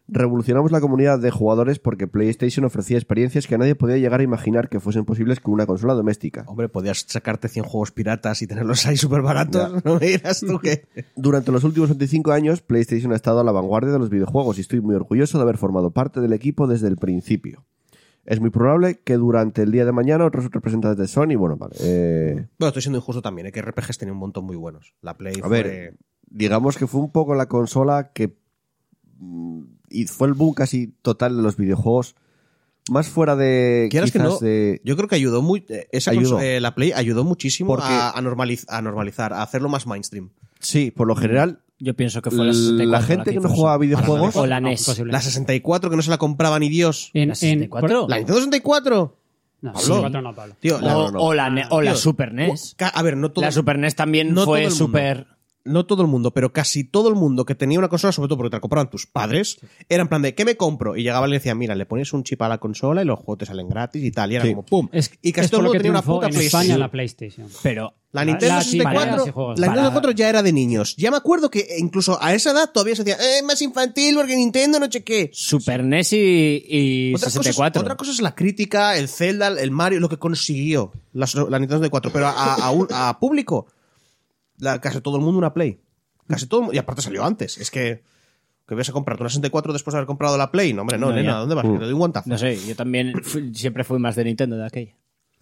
S1: Revolucionamos la comunidad de jugadores porque PlayStation ofrecía experiencias que nadie podía llegar a imaginar que fuesen posibles con una consola doméstica.
S3: Hombre, podías sacarte 100 juegos piratas y tenerlos ahí súper baratos. No me dirás tú que...
S1: Durante los últimos 25 años, PlayStation ha estado a la vanguardia de los videojuegos y estoy muy orgulloso de haber formado parte del equipo desde el principio. Es muy probable que durante el día de mañana otros representantes de Sony, bueno, vale, eh,
S3: Bueno, estoy siendo injusto también, ¿eh? que RPGs tenía un montón muy buenos. La Play
S1: A
S3: fue-
S1: ver, digamos que fue un poco la consola que. mm, Y fue el boom casi total de los videojuegos. Más fuera de.
S3: Quieras que
S1: quizás
S3: no,
S1: de-
S3: yo creo que ayudó muy... eh, Esa
S1: Ayudó.
S3: consola- eh, la Play ayudó muchísimo
S1: Porque-
S3: a, a normaliz- a normalizar, a hacerlo más mainstream.
S1: Sí, por lo
S3: Mm,
S1: general.
S2: Yo pienso que fue
S1: La, gente que no jugaba a videojuegos.
S2: O la E
S4: No,
S2: NES.
S4: imposible.
S3: La 64, que no se la compraba ni Dios.
S4: En,
S2: ¿La 64?
S4: por-
S3: ¿La Nintendo 64?
S4: No,
S3: Pablo.
S4: 64 no, Pablo.
S3: Tío, la- E
S2: O, o la, ne- o la
S3: Tío,
S2: Super NES.
S3: ca- A ver, no todo...
S2: La Super NES también
S3: no todo
S2: fue
S3: el mundo.
S2: super.
S3: No todo el mundo, pero casi todo el mundo que tenía una consola, sobre todo porque te la compraban tus padres, era en plan de, ¿qué me compro? Y llegaban y le decían, mira, le pones un chip a la consola y los juegos te salen gratis y tal. Y era
S1: Sí.
S3: como, ¡pum!
S4: Es,
S3: y casi
S4: es
S3: todo el
S4: por lo
S3: mundo
S4: que
S3: tenía una
S4: triunfó
S3: puta
S4: en
S3: PlayStation.
S4: España la PlayStation.
S2: Pero.
S3: La Nintendo
S4: la-
S3: 64,
S2: E
S4: sí,
S3: la
S4: juegos.
S3: Nintendo
S4: Para-
S3: 64 ya era de niños. Ya me acuerdo que eh, incluso a esa edad todavía se decía, eh, más infantil porque Nintendo no sé qué.
S2: Super NES y, y
S3: Otra cosa es-
S2: 64.
S3: otra cosa es la crítica, el Zelda, el Mario, lo que consiguió la, la Nintendo 64. Pero a, a un- a público, la- casi todo el mundo una Play. Casi todo el mu- Y aparte salió antes. Es que. Que vas a comprarte una 64 después de haber comprado la Play. No, hombre, no,
S2: No,
S3: nena,
S2: ya.
S3: ¿dónde vas? Que Te doy un guantazo.
S2: No sé, yo también fui- siempre fui más de Nintendo de aquella.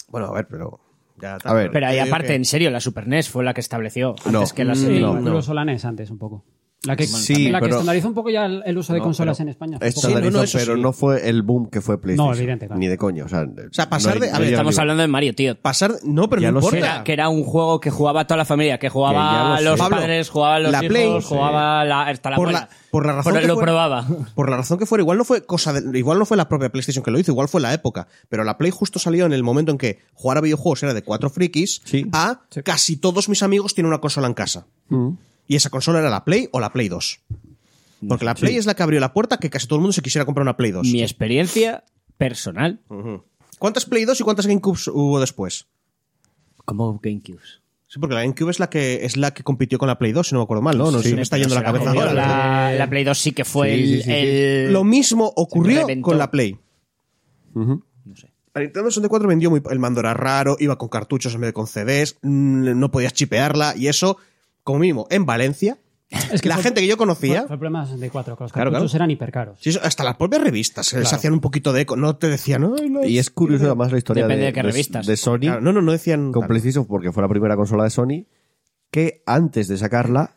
S3: Bueno, a ver, pero. Ya,
S1: A ver.
S2: Pero ahí
S3: yo digo
S2: aparte,
S3: que-
S2: en serio, la Super NES fue la que estableció.
S1: No.
S2: Antes que la
S1: Mm,
S4: Sí,
S2: Super
S1: no.
S4: incluso la NES antes un poco. La que,
S1: Sí,
S4: también la que
S1: pero-
S4: estandarizó un poco ya el, el uso de
S1: No,
S4: consolas
S1: pero-
S4: en España. Un poco.
S3: Sí,
S1: estandarizó,
S3: no, no, eso
S1: pero
S3: sí.
S1: no fue el boom que fue PlayStation.
S4: No, evidente, claro.
S1: Ni de coño. O sea,
S3: sea, pasar de- a ver,
S2: Estamos
S3: Digo.
S2: hablando de Mario, tío.
S3: Pasar. No, pero
S1: Ya
S3: no
S1: lo sé.
S2: Que
S3: importa.
S2: era, que era un juego que jugaba toda la familia, que jugaba
S1: Que ya lo
S2: los
S1: sé.
S2: padres, jugaba los
S3: La
S2: hijos,
S3: Play,
S2: jugaba la, hasta la
S3: por
S2: abuela.
S3: la, por la razón
S2: Pero
S3: que
S2: lo
S3: fuera-
S2: probaba.
S3: Por la razón que fuera, igual no fue cosa de- igual no fue la propia PlayStation que lo hizo, igual fue la época. Pero la Play justo salió en el momento en que jugar a videojuegos era de cuatro frikis
S1: Sí.
S3: a casi todos mis amigos tienen una consola en casa. Y esa consola era la Play o la Play 2. Porque la Play es la que abrió la puerta que casi todo el mundo se quisiera comprar una Play 2.
S2: Mi experiencia personal
S3: Ujú. ¿Cuántas Play 2 y cuántas GameCubes hubo después?
S2: como GameCubes.
S3: Sí, porque la GameCube es la que es la que compitió con la Play 2, si no me acuerdo mal, ¿no? No
S1: Sí.
S3: sé, me está yendo la
S2: Pero
S3: cabeza
S2: se
S3: ahora.
S2: comió La, la Play 2 sí que fue
S1: Sí,
S2: el,
S1: sí, sí, sí.
S2: el-
S3: Lo mismo ocurrió
S2: reventó.
S3: con la Play.
S2: sé.
S3: La Nintendo 64 vendió muy. El mando era raro, iba con cartuchos en vez de con CDs, mm, no podías chipearla, y eso, como mínimo, en Valencia,
S4: Es que
S3: la
S4: fue-
S3: gente que yo
S4: Fue,
S3: conocía,
S4: fue el problema de 64, que los
S3: Claro,
S4: cartuchos
S3: claro.
S4: eran hipercaros.
S3: sí, eso, hasta las propias revistas eh, se les
S4: Claro.
S3: hacían un poquito de eco. No te decían, "Ay, no,
S1: Y es curioso además la historia
S2: Depende
S1: de,
S2: de qué revistas.
S1: de Sony
S3: Claro, no, no, no decían.
S1: con
S3: tal.
S1: PlayStation porque fue la primera consola de Sony que antes de sacarla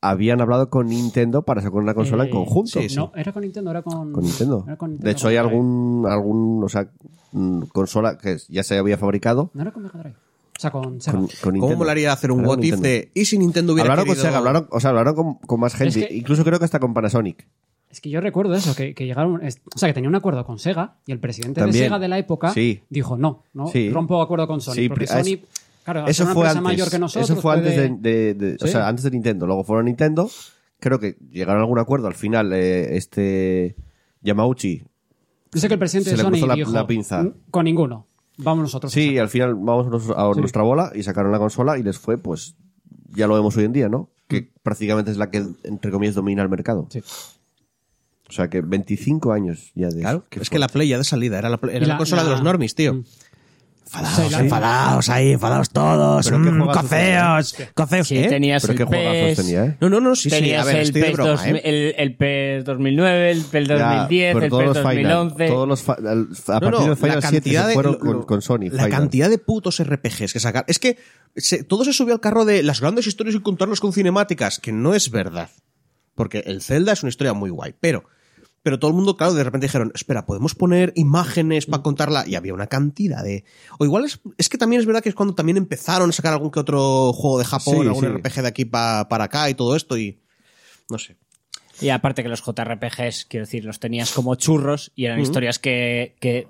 S1: habían hablado con Nintendo para sacar una consola en
S4: Eh,
S1: conjunto.
S3: sí, sí.
S4: No, era con Nintendo, era con,
S1: Con Nintendo.
S4: era Ah, con
S1: De hecho, hay
S4: Mega Drive.
S1: algún, algún, o sea, mm, consola que ya se había fabricado
S4: No era con Mega Drive. O sea, con Sega.
S1: con, con Nintendo.
S3: ¿Cómo molaría hacer un
S1: Hablaron
S3: what
S1: con
S3: if
S1: Nintendo.
S3: de. ¿Y si Nintendo hubiera
S1: Hablaron con
S3: querido-
S1: Sega, hablaron, o sea, hablaron con, con más gente.
S4: Es que-
S1: Incluso creo que hasta con Panasonic.
S4: Es que yo recuerdo eso, que, que llegaron. es- O sea, que tenía un acuerdo con Sega y el presidente
S1: También.
S4: de Sega de la época
S1: Sí.
S4: dijo: no, no
S1: Sí.
S4: rompo acuerdo con Sony.
S1: Sí, pri-
S4: porque Sony, claro, al ser
S1: Eso
S4: Ah, una
S1: fue,
S4: empresa
S1: antes,
S4: mayor que nosotros.
S1: eso fue antes
S4: puede-
S1: de, de- de- o
S4: Sí.
S1: sea, antes de Nintendo. Luego fueron Nintendo. Creo que llegaron a algún acuerdo. Al final, eh, este Yamauchi.
S4: Yo sé que el presidente
S1: Se
S4: de
S1: le
S4: Sony
S1: cruzó la-
S4: dijo:
S1: la pinza.
S4: "N- Con ninguno. Vamos nosotros.
S1: Sí, al final vamos a, nos- a nuestra bola y sacaron la consola y les fue, pues, ya lo vemos hoy en día, ¿no?
S3: Mm.
S1: Que prácticamente es la que, entre comillas, domina el mercado.
S4: Sí.
S1: O sea que 25 años ya de
S3: Claro,
S1: eso. Qué
S3: es que la Play ya de salida era la, Play- era
S4: Y
S3: la
S4: la-
S3: consola de
S4: la-
S3: los normies, tío.
S4: Mm.
S3: Enfadaos,
S4: Sí, la-
S3: enfadaos ahí, enfadaos todos.
S1: Pero qué
S3: mm,
S1: juegazos
S3: coceos, coceos.
S2: Sí,
S3: ¿eh?
S2: tenías
S1: Pero qué
S2: el
S1: juegazos
S2: PES,
S1: tenía, ¿eh?
S3: No, no, no, sí, sí, a
S2: tenías
S3: ver,
S2: el, E
S3: estoy de
S2: PES
S3: broma,
S2: 2000,
S3: ¿eh?
S2: el, el E PES 2009, el E PES 2010,
S1: pero
S2: el E
S1: todos
S2: PES
S1: los Final,
S2: 2011.
S1: todos los fa- al- a
S3: No,
S1: partir
S3: no,
S1: del Final 7
S3: la cantidad
S1: se
S3: de,
S1: fueron
S3: lo-
S1: con, con Sony.
S3: La
S1: Final.
S3: cantidad de putos RPGs que sacar. Es que se- todo se subió al carro de las grandes historias y contarlas con cinemáticas, que no es verdad. Porque el Zelda es una historia muy guay, pero. Pero todo el mundo, claro, de repente dijeron, espera, podemos poner imágenes para contarla. Y había una cantidad de. O igual es, es que también es verdad que es cuando también empezaron a sacar algún que otro juego de Japón,
S1: Sí,
S3: algún
S1: sí.
S3: RPG de aquí pa- para acá y todo esto. Y. No sé.
S2: Y aparte que los JRPGs, quiero decir, los tenías como churros y eran historias que, que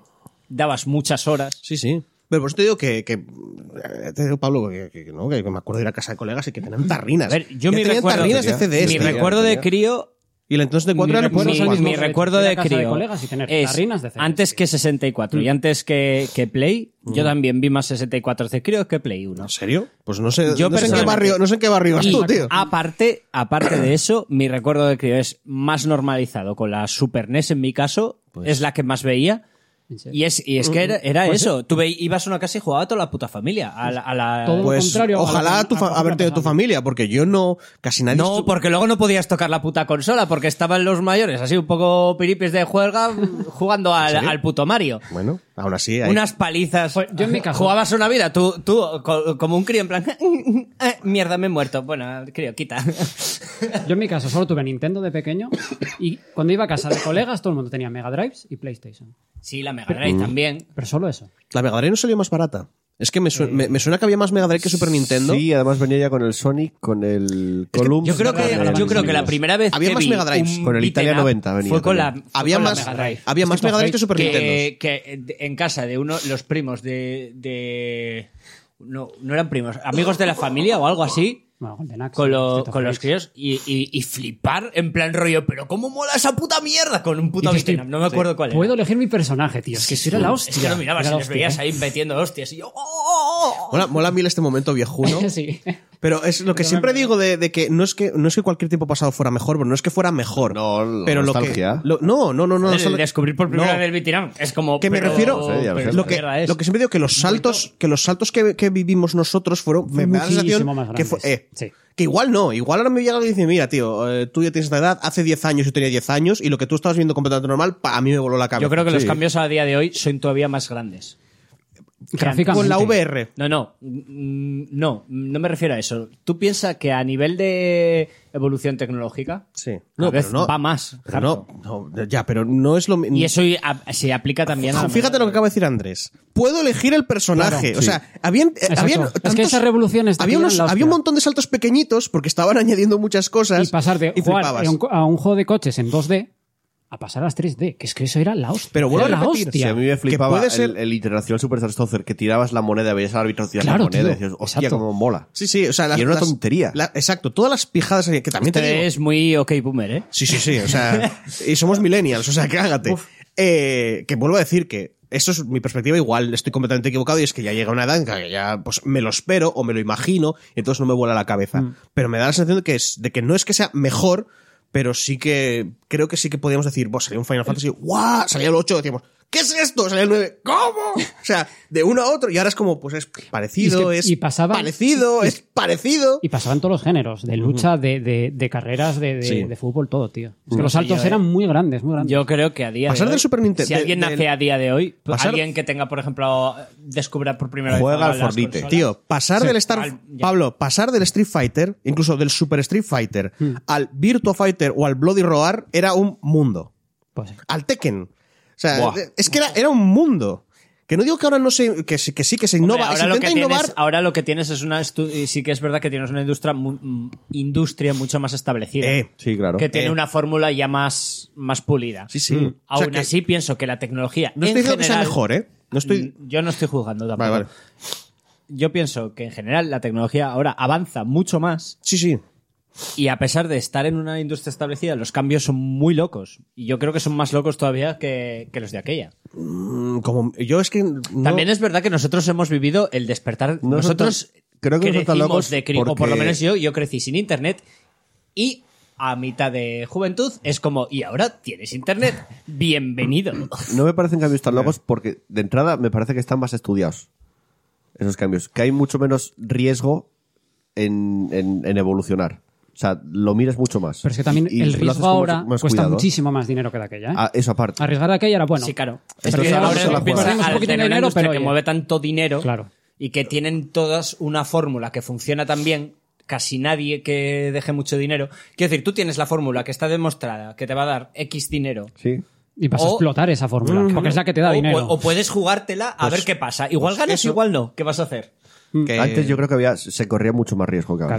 S2: dabas muchas horas.
S3: Sí, sí. Pero por eso te digo que, que, eh, te digo, Pablo, que, que- que no, que me acuerdo de ir a casa de colegas y que tenían tarrinas.
S2: A ver, yo
S3: Ya
S2: mi
S3: tenían
S2: recuerdo,
S3: tarrinas de CDs.
S2: mi
S3: tío.
S2: recuerdo de crío
S3: Y la entonces de cuatro
S4: Mi
S3: era
S4: recuerdo
S3: pues,
S4: son
S2: mi,
S4: mis
S3: cuando-
S2: mi
S4: mismos.
S2: recuerdo
S4: Ir a
S2: de
S4: casa de
S2: crío
S4: colegas y tener
S2: es
S4: tarrinas de CDs.
S2: antes que 64 y antes que, que Play yo también vi más 64 de crío que Play 1
S3: ¿En serio? Pues no sé,
S2: Yo
S3: no sé en qué
S2: personalmente-
S3: barrio, no sé en qué barrio vas
S2: Y
S3: tú, tío.
S2: aparte aparte de eso mi recuerdo de crío es más normalizado con la Super NES en mi caso es la que más veía
S4: ¿En serio?
S2: y es, y es
S4: Mm,
S2: que era, era
S4: pues
S2: eso tú ve- ibas a una casa y jugaba a toda la puta familia a la, a la-
S4: Todo lo
S3: Pues
S4: contrario a-
S3: ojalá
S4: a-
S3: tu fa-
S4: a- a-
S3: a verte de tu familia, porque yo no, casi nadie.
S2: No,
S3: estu-
S2: porque luego no podías tocar la puta consola, porque estaban los mayores, así un poco piripes de juerga, jugando al,
S3: serio?
S2: al puto Mario.
S3: Bueno, aún así. hay-
S2: Unas palizas.
S4: Pues, yo en mi caso-
S2: Jugabas una vida, tú, tú co- como un crío, en plan, "Eh, mierda, me he muerto. Bueno, crío, quita.
S4: Yo en mi caso solo tuve Nintendo de pequeño y cuando iba a casa de colegas todo el mundo tenía Mega Drives y PlayStation.
S2: Sí, la Mega
S4: Mm.
S2: Drive también.
S4: Pero solo eso.
S3: La Mega Drive no salió más barata. Es que me, su-
S2: Eh,
S3: me- me suena que había más Mega Drive que Super Nintendo.
S1: Sí, además venía ya con el Sonic, con el Columns.
S2: Yo creo que,
S1: con
S2: yo
S1: el-
S2: creo que la primera vez
S3: Había
S2: que
S3: más
S2: vi
S3: Mega Drives.
S2: un
S1: Con el
S2: beat
S1: Italia
S2: em up
S1: 90 venía
S2: fue con la,
S1: también.
S2: fue
S3: Había
S2: con la
S3: más,
S2: Mega Drive. Este
S3: había
S4: Es
S3: más
S4: que
S3: Mega Drive que
S4: Play-
S3: Super Nintendo.
S2: que, que de- en casa de uno los primos de, de no, no eran primos amigos de la familia o algo así
S4: Bueno, Golden Axe.
S2: con, lo-
S4: Street of
S2: con los
S4: Rage.
S2: críos y, y- y flipar en plan rollo pero cómo mola esa puta mierda con un puto
S4: Dices,
S2: beat'em
S4: tío,
S2: up. no me acuerdo cuál era
S4: Puedo elegir mi personaje, tío. Es que si era la hostia.
S2: es que lo mirabas
S4: Era
S2: y
S4: la
S2: les
S4: hostia,
S2: veías
S4: ¿eh?
S2: ahí metiendo hostias y yo ¡oh, oh, oh, oh!
S3: Mola, mola mil este momento viejuno.
S4: sí.
S3: Pero es lo que siempre digo de, de que no es que no es que cualquier tiempo pasado fuera mejor, pero no es que fuera mejor.
S1: No, la
S3: pero lo que
S1: nostalgia.
S3: lo- no, no, no, no.
S2: El
S3: solo-
S2: descubrir por primera
S3: no.
S2: vez el beat'em up. es como
S3: que me
S2: pero-
S3: refiero
S1: Sí, ya lo
S2: pero
S1: sé.
S2: esta
S3: lo que,
S2: mierda es.
S3: lo que siempre digo que los saltos que los saltos que, que vivimos nosotros fueron me da la
S4: muchísimo
S3: sensación
S4: más grandes.
S3: que fue- eh,
S4: Sí.
S3: que igual no igual ahora me llega y dice mira tío eh, tú ya tienes esta edad hace 10 años yo tenía 10 años y lo que tú estabas viendo completamente normal pa, a mí me voló la cabeza
S2: yo creo que los
S3: Sí.
S2: cambios a día de hoy son todavía más grandes
S4: Gráficamente.
S3: con la VR
S2: No, no, mm, no, no me refiero a eso. ¿Tú piensas que a nivel de evolución tecnológica
S3: sí
S2: no,
S3: no, pero no
S2: va más?
S3: pero no, no, ya pero no es lo mi-
S2: Y eso y a- se aplica también a... la
S3: Ah, fíjate lo que acaba de decir Andrés puedo elegir el personaje o sea habían, eh,
S4: Exacto.
S3: habían
S4: Es que esas revoluciones de
S3: había,
S4: aquí eran
S3: unos-
S4: la hostia.
S3: había un montón de saltos pequeñitos porque estaban añadiendo muchas cosas
S4: Y pasar de jugar
S3: flipabas.
S4: a un, co- a un juego de coches en 2D a pasar a las 3D. Que es que eso era la hostia.
S3: Pero vuelvo
S4: Era
S3: a
S4: la
S3: repetir,
S1: Si
S4: hostia.
S1: a mí me
S3: Que
S1: flipaba
S3: puede ser-
S1: el, el Internacional Superstar Soccer, que tirabas la moneda, veías al árbitro tirar la
S4: Claro,
S1: moneda
S4: tío.
S1: y decías, hostia,
S4: Exacto.
S1: cómo mola.
S3: Sí, sí, o sea, las,
S1: Y era una
S3: las-
S1: tontería.
S3: la- exacto, todas las pijadas que también te
S2: Este
S3: digo.
S2: es muy ok boomer, ¿eh?
S3: Sí, sí, sí, o sea, y somos millennials, o sea, cágate. Eh, que vuelvo a decir que eso es mi perspectiva, igual estoy completamente equivocado y es que ya llega una edad en que ya pues me lo espero o me lo imagino, y entonces no me vuela la cabeza.
S4: Mm.
S3: Pero me da la sensación de que, es, de que no es que sea mejor, pero sí que creo que sí que podíamos decir, "Buah, salía un Final Fantasy, ¡guau! Salía el 8, decíamos, ¿Qué es esto? Sale el 9. ¿Cómo? O sea, de uno a otro. Y ahora es como, pues es parecido,
S4: Y
S3: es,
S4: es que- y pasaba-
S3: parecido,
S4: y-
S3: es parecido.
S4: Y pasaban todos los géneros, de lucha, de, de- de carreras, de, de-
S1: Sí.
S4: de fútbol, todo, tío. Es que los
S2: Sí,
S4: saltos
S2: yo, eh.
S4: eran muy grandes, muy grandes.
S2: Yo creo que a día
S3: Pasar
S2: de hoy,
S3: del Super Nintendo-
S2: Si
S3: de-
S2: alguien
S3: del-
S2: nace a día de hoy, pues,
S3: Pasar-
S2: alguien que tenga, por ejemplo, descubra por primera vez.
S1: Juega
S2: ahora
S1: al
S2: las
S1: Fortnite,
S2: consolas,
S3: Tío, pasar
S2: Sí.
S3: del Star
S2: Al- ya.
S3: Pablo, pasar del Street Fighter, incluso del Super Street Fighter,
S1: Hmm.
S3: al Virtua Fighter o al Bloody Roar era un mundo.
S4: Pues sí.
S3: Al Tekken. O sea,
S1: Buah.
S3: es que era, era un mundo. Que no digo que ahora no se. que, sí- que sí, que se
S2: Hombre,
S3: innova. se
S2: ahora, lo que
S3: intenta innovar.
S2: tienes, ahora lo que tienes es una. estu- y Sí que es verdad que tienes una industria, mu- mm, industria mucho más establecida.
S3: Eh,
S1: Sí, claro.
S2: Que tiene
S3: Eh.
S2: una fórmula ya más, más pulida.
S3: Sí, sí.
S2: Mm.
S3: O sea
S2: Aún
S3: que-
S2: así, pienso que la tecnología.
S3: no
S2: en
S3: estoy diciendo que sea
S2: general-
S3: mejor, ¿eh? No estoy.
S2: Mm, Yo no estoy juzgando tampoco.
S3: Vale, vale.
S2: Yo pienso que en general la tecnología ahora avanza mucho más
S3: Sí, sí.
S2: y a pesar de estar en una industria establecida, los cambios son muy locos. Y yo creo que son más locos todavía que, que los de aquella.
S3: Mm, Como, yo es que. no-
S2: También es verdad que nosotros hemos vivido el despertar.
S1: No son
S2: nosotros
S1: tan- creo que no son tan
S2: crecimos
S1: locos
S2: de cri- o por
S1: porque-
S2: lo menos yo, yo crecí sin internet y a mitad de juventud es como, y ahora tienes internet, bienvenido.
S1: No me parecen cambios tan locos porque, de entrada, me parece que están más estudiados esos cambios. Que hay mucho menos riesgo en, en- en evolucionar. O sea, lo miras mucho más.
S4: Pero es que también
S1: Y- y
S4: el
S1: lo haces
S4: riesgo
S1: con
S4: ahora
S1: mucho más
S4: cuesta
S1: cuidado.
S4: muchísimo más dinero que de aquella, ¿eh?
S1: Ah, eso aparte.
S4: Arriesgar de aquella era bueno.
S2: Sí, claro.
S4: Es que
S1: Entonces,
S4: ahora
S1: ahora se la
S4: perdemos
S1: juegan.
S4: un
S2: al
S4: poquito de
S2: tener una
S4: dinero,
S2: industria
S4: pero
S2: que
S4: oye,
S2: mueve tanto dinero
S4: Claro.
S2: y que tienen todas una fórmula que funciona tan bien, casi nadie que deje mucho dinero. Quiero decir, tú tienes la fórmula que está demostrada, que te va a dar X dinero.
S1: Sí.
S4: y vas a
S2: o-
S4: explotar esa fórmula, porque es la que te da
S2: o,
S4: dinero.
S2: o puedes jugártela a ver qué pasa. Igual ganas,
S3: Pues eso.
S2: igual no. ¿Qué vas a hacer?
S3: que-
S1: Eh, Antes yo creo que había, se corría mucho más riesgo que ahora.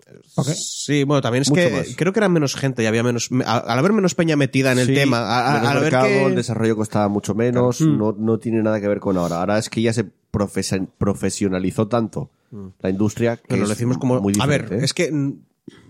S4: Claro. Ok.
S3: Sí, bueno, también es
S1: Mucho
S3: que
S1: más.
S3: creo que era menos gente y había menos. a- Al haber menos peña metida en el
S1: Sí,
S3: tema, a- a-
S1: menos
S3: al haber
S1: mercado,
S3: que-
S1: el desarrollo costaba mucho menos, no, no tiene nada que ver con ahora. Ahora es que ya se profesa- profesionalizó tanto la industria que
S3: que nos
S1: es
S3: Mm. lo decimos como.
S1: muy
S3: a
S1: diferente. ¿eh?
S3: ver, es que. mm,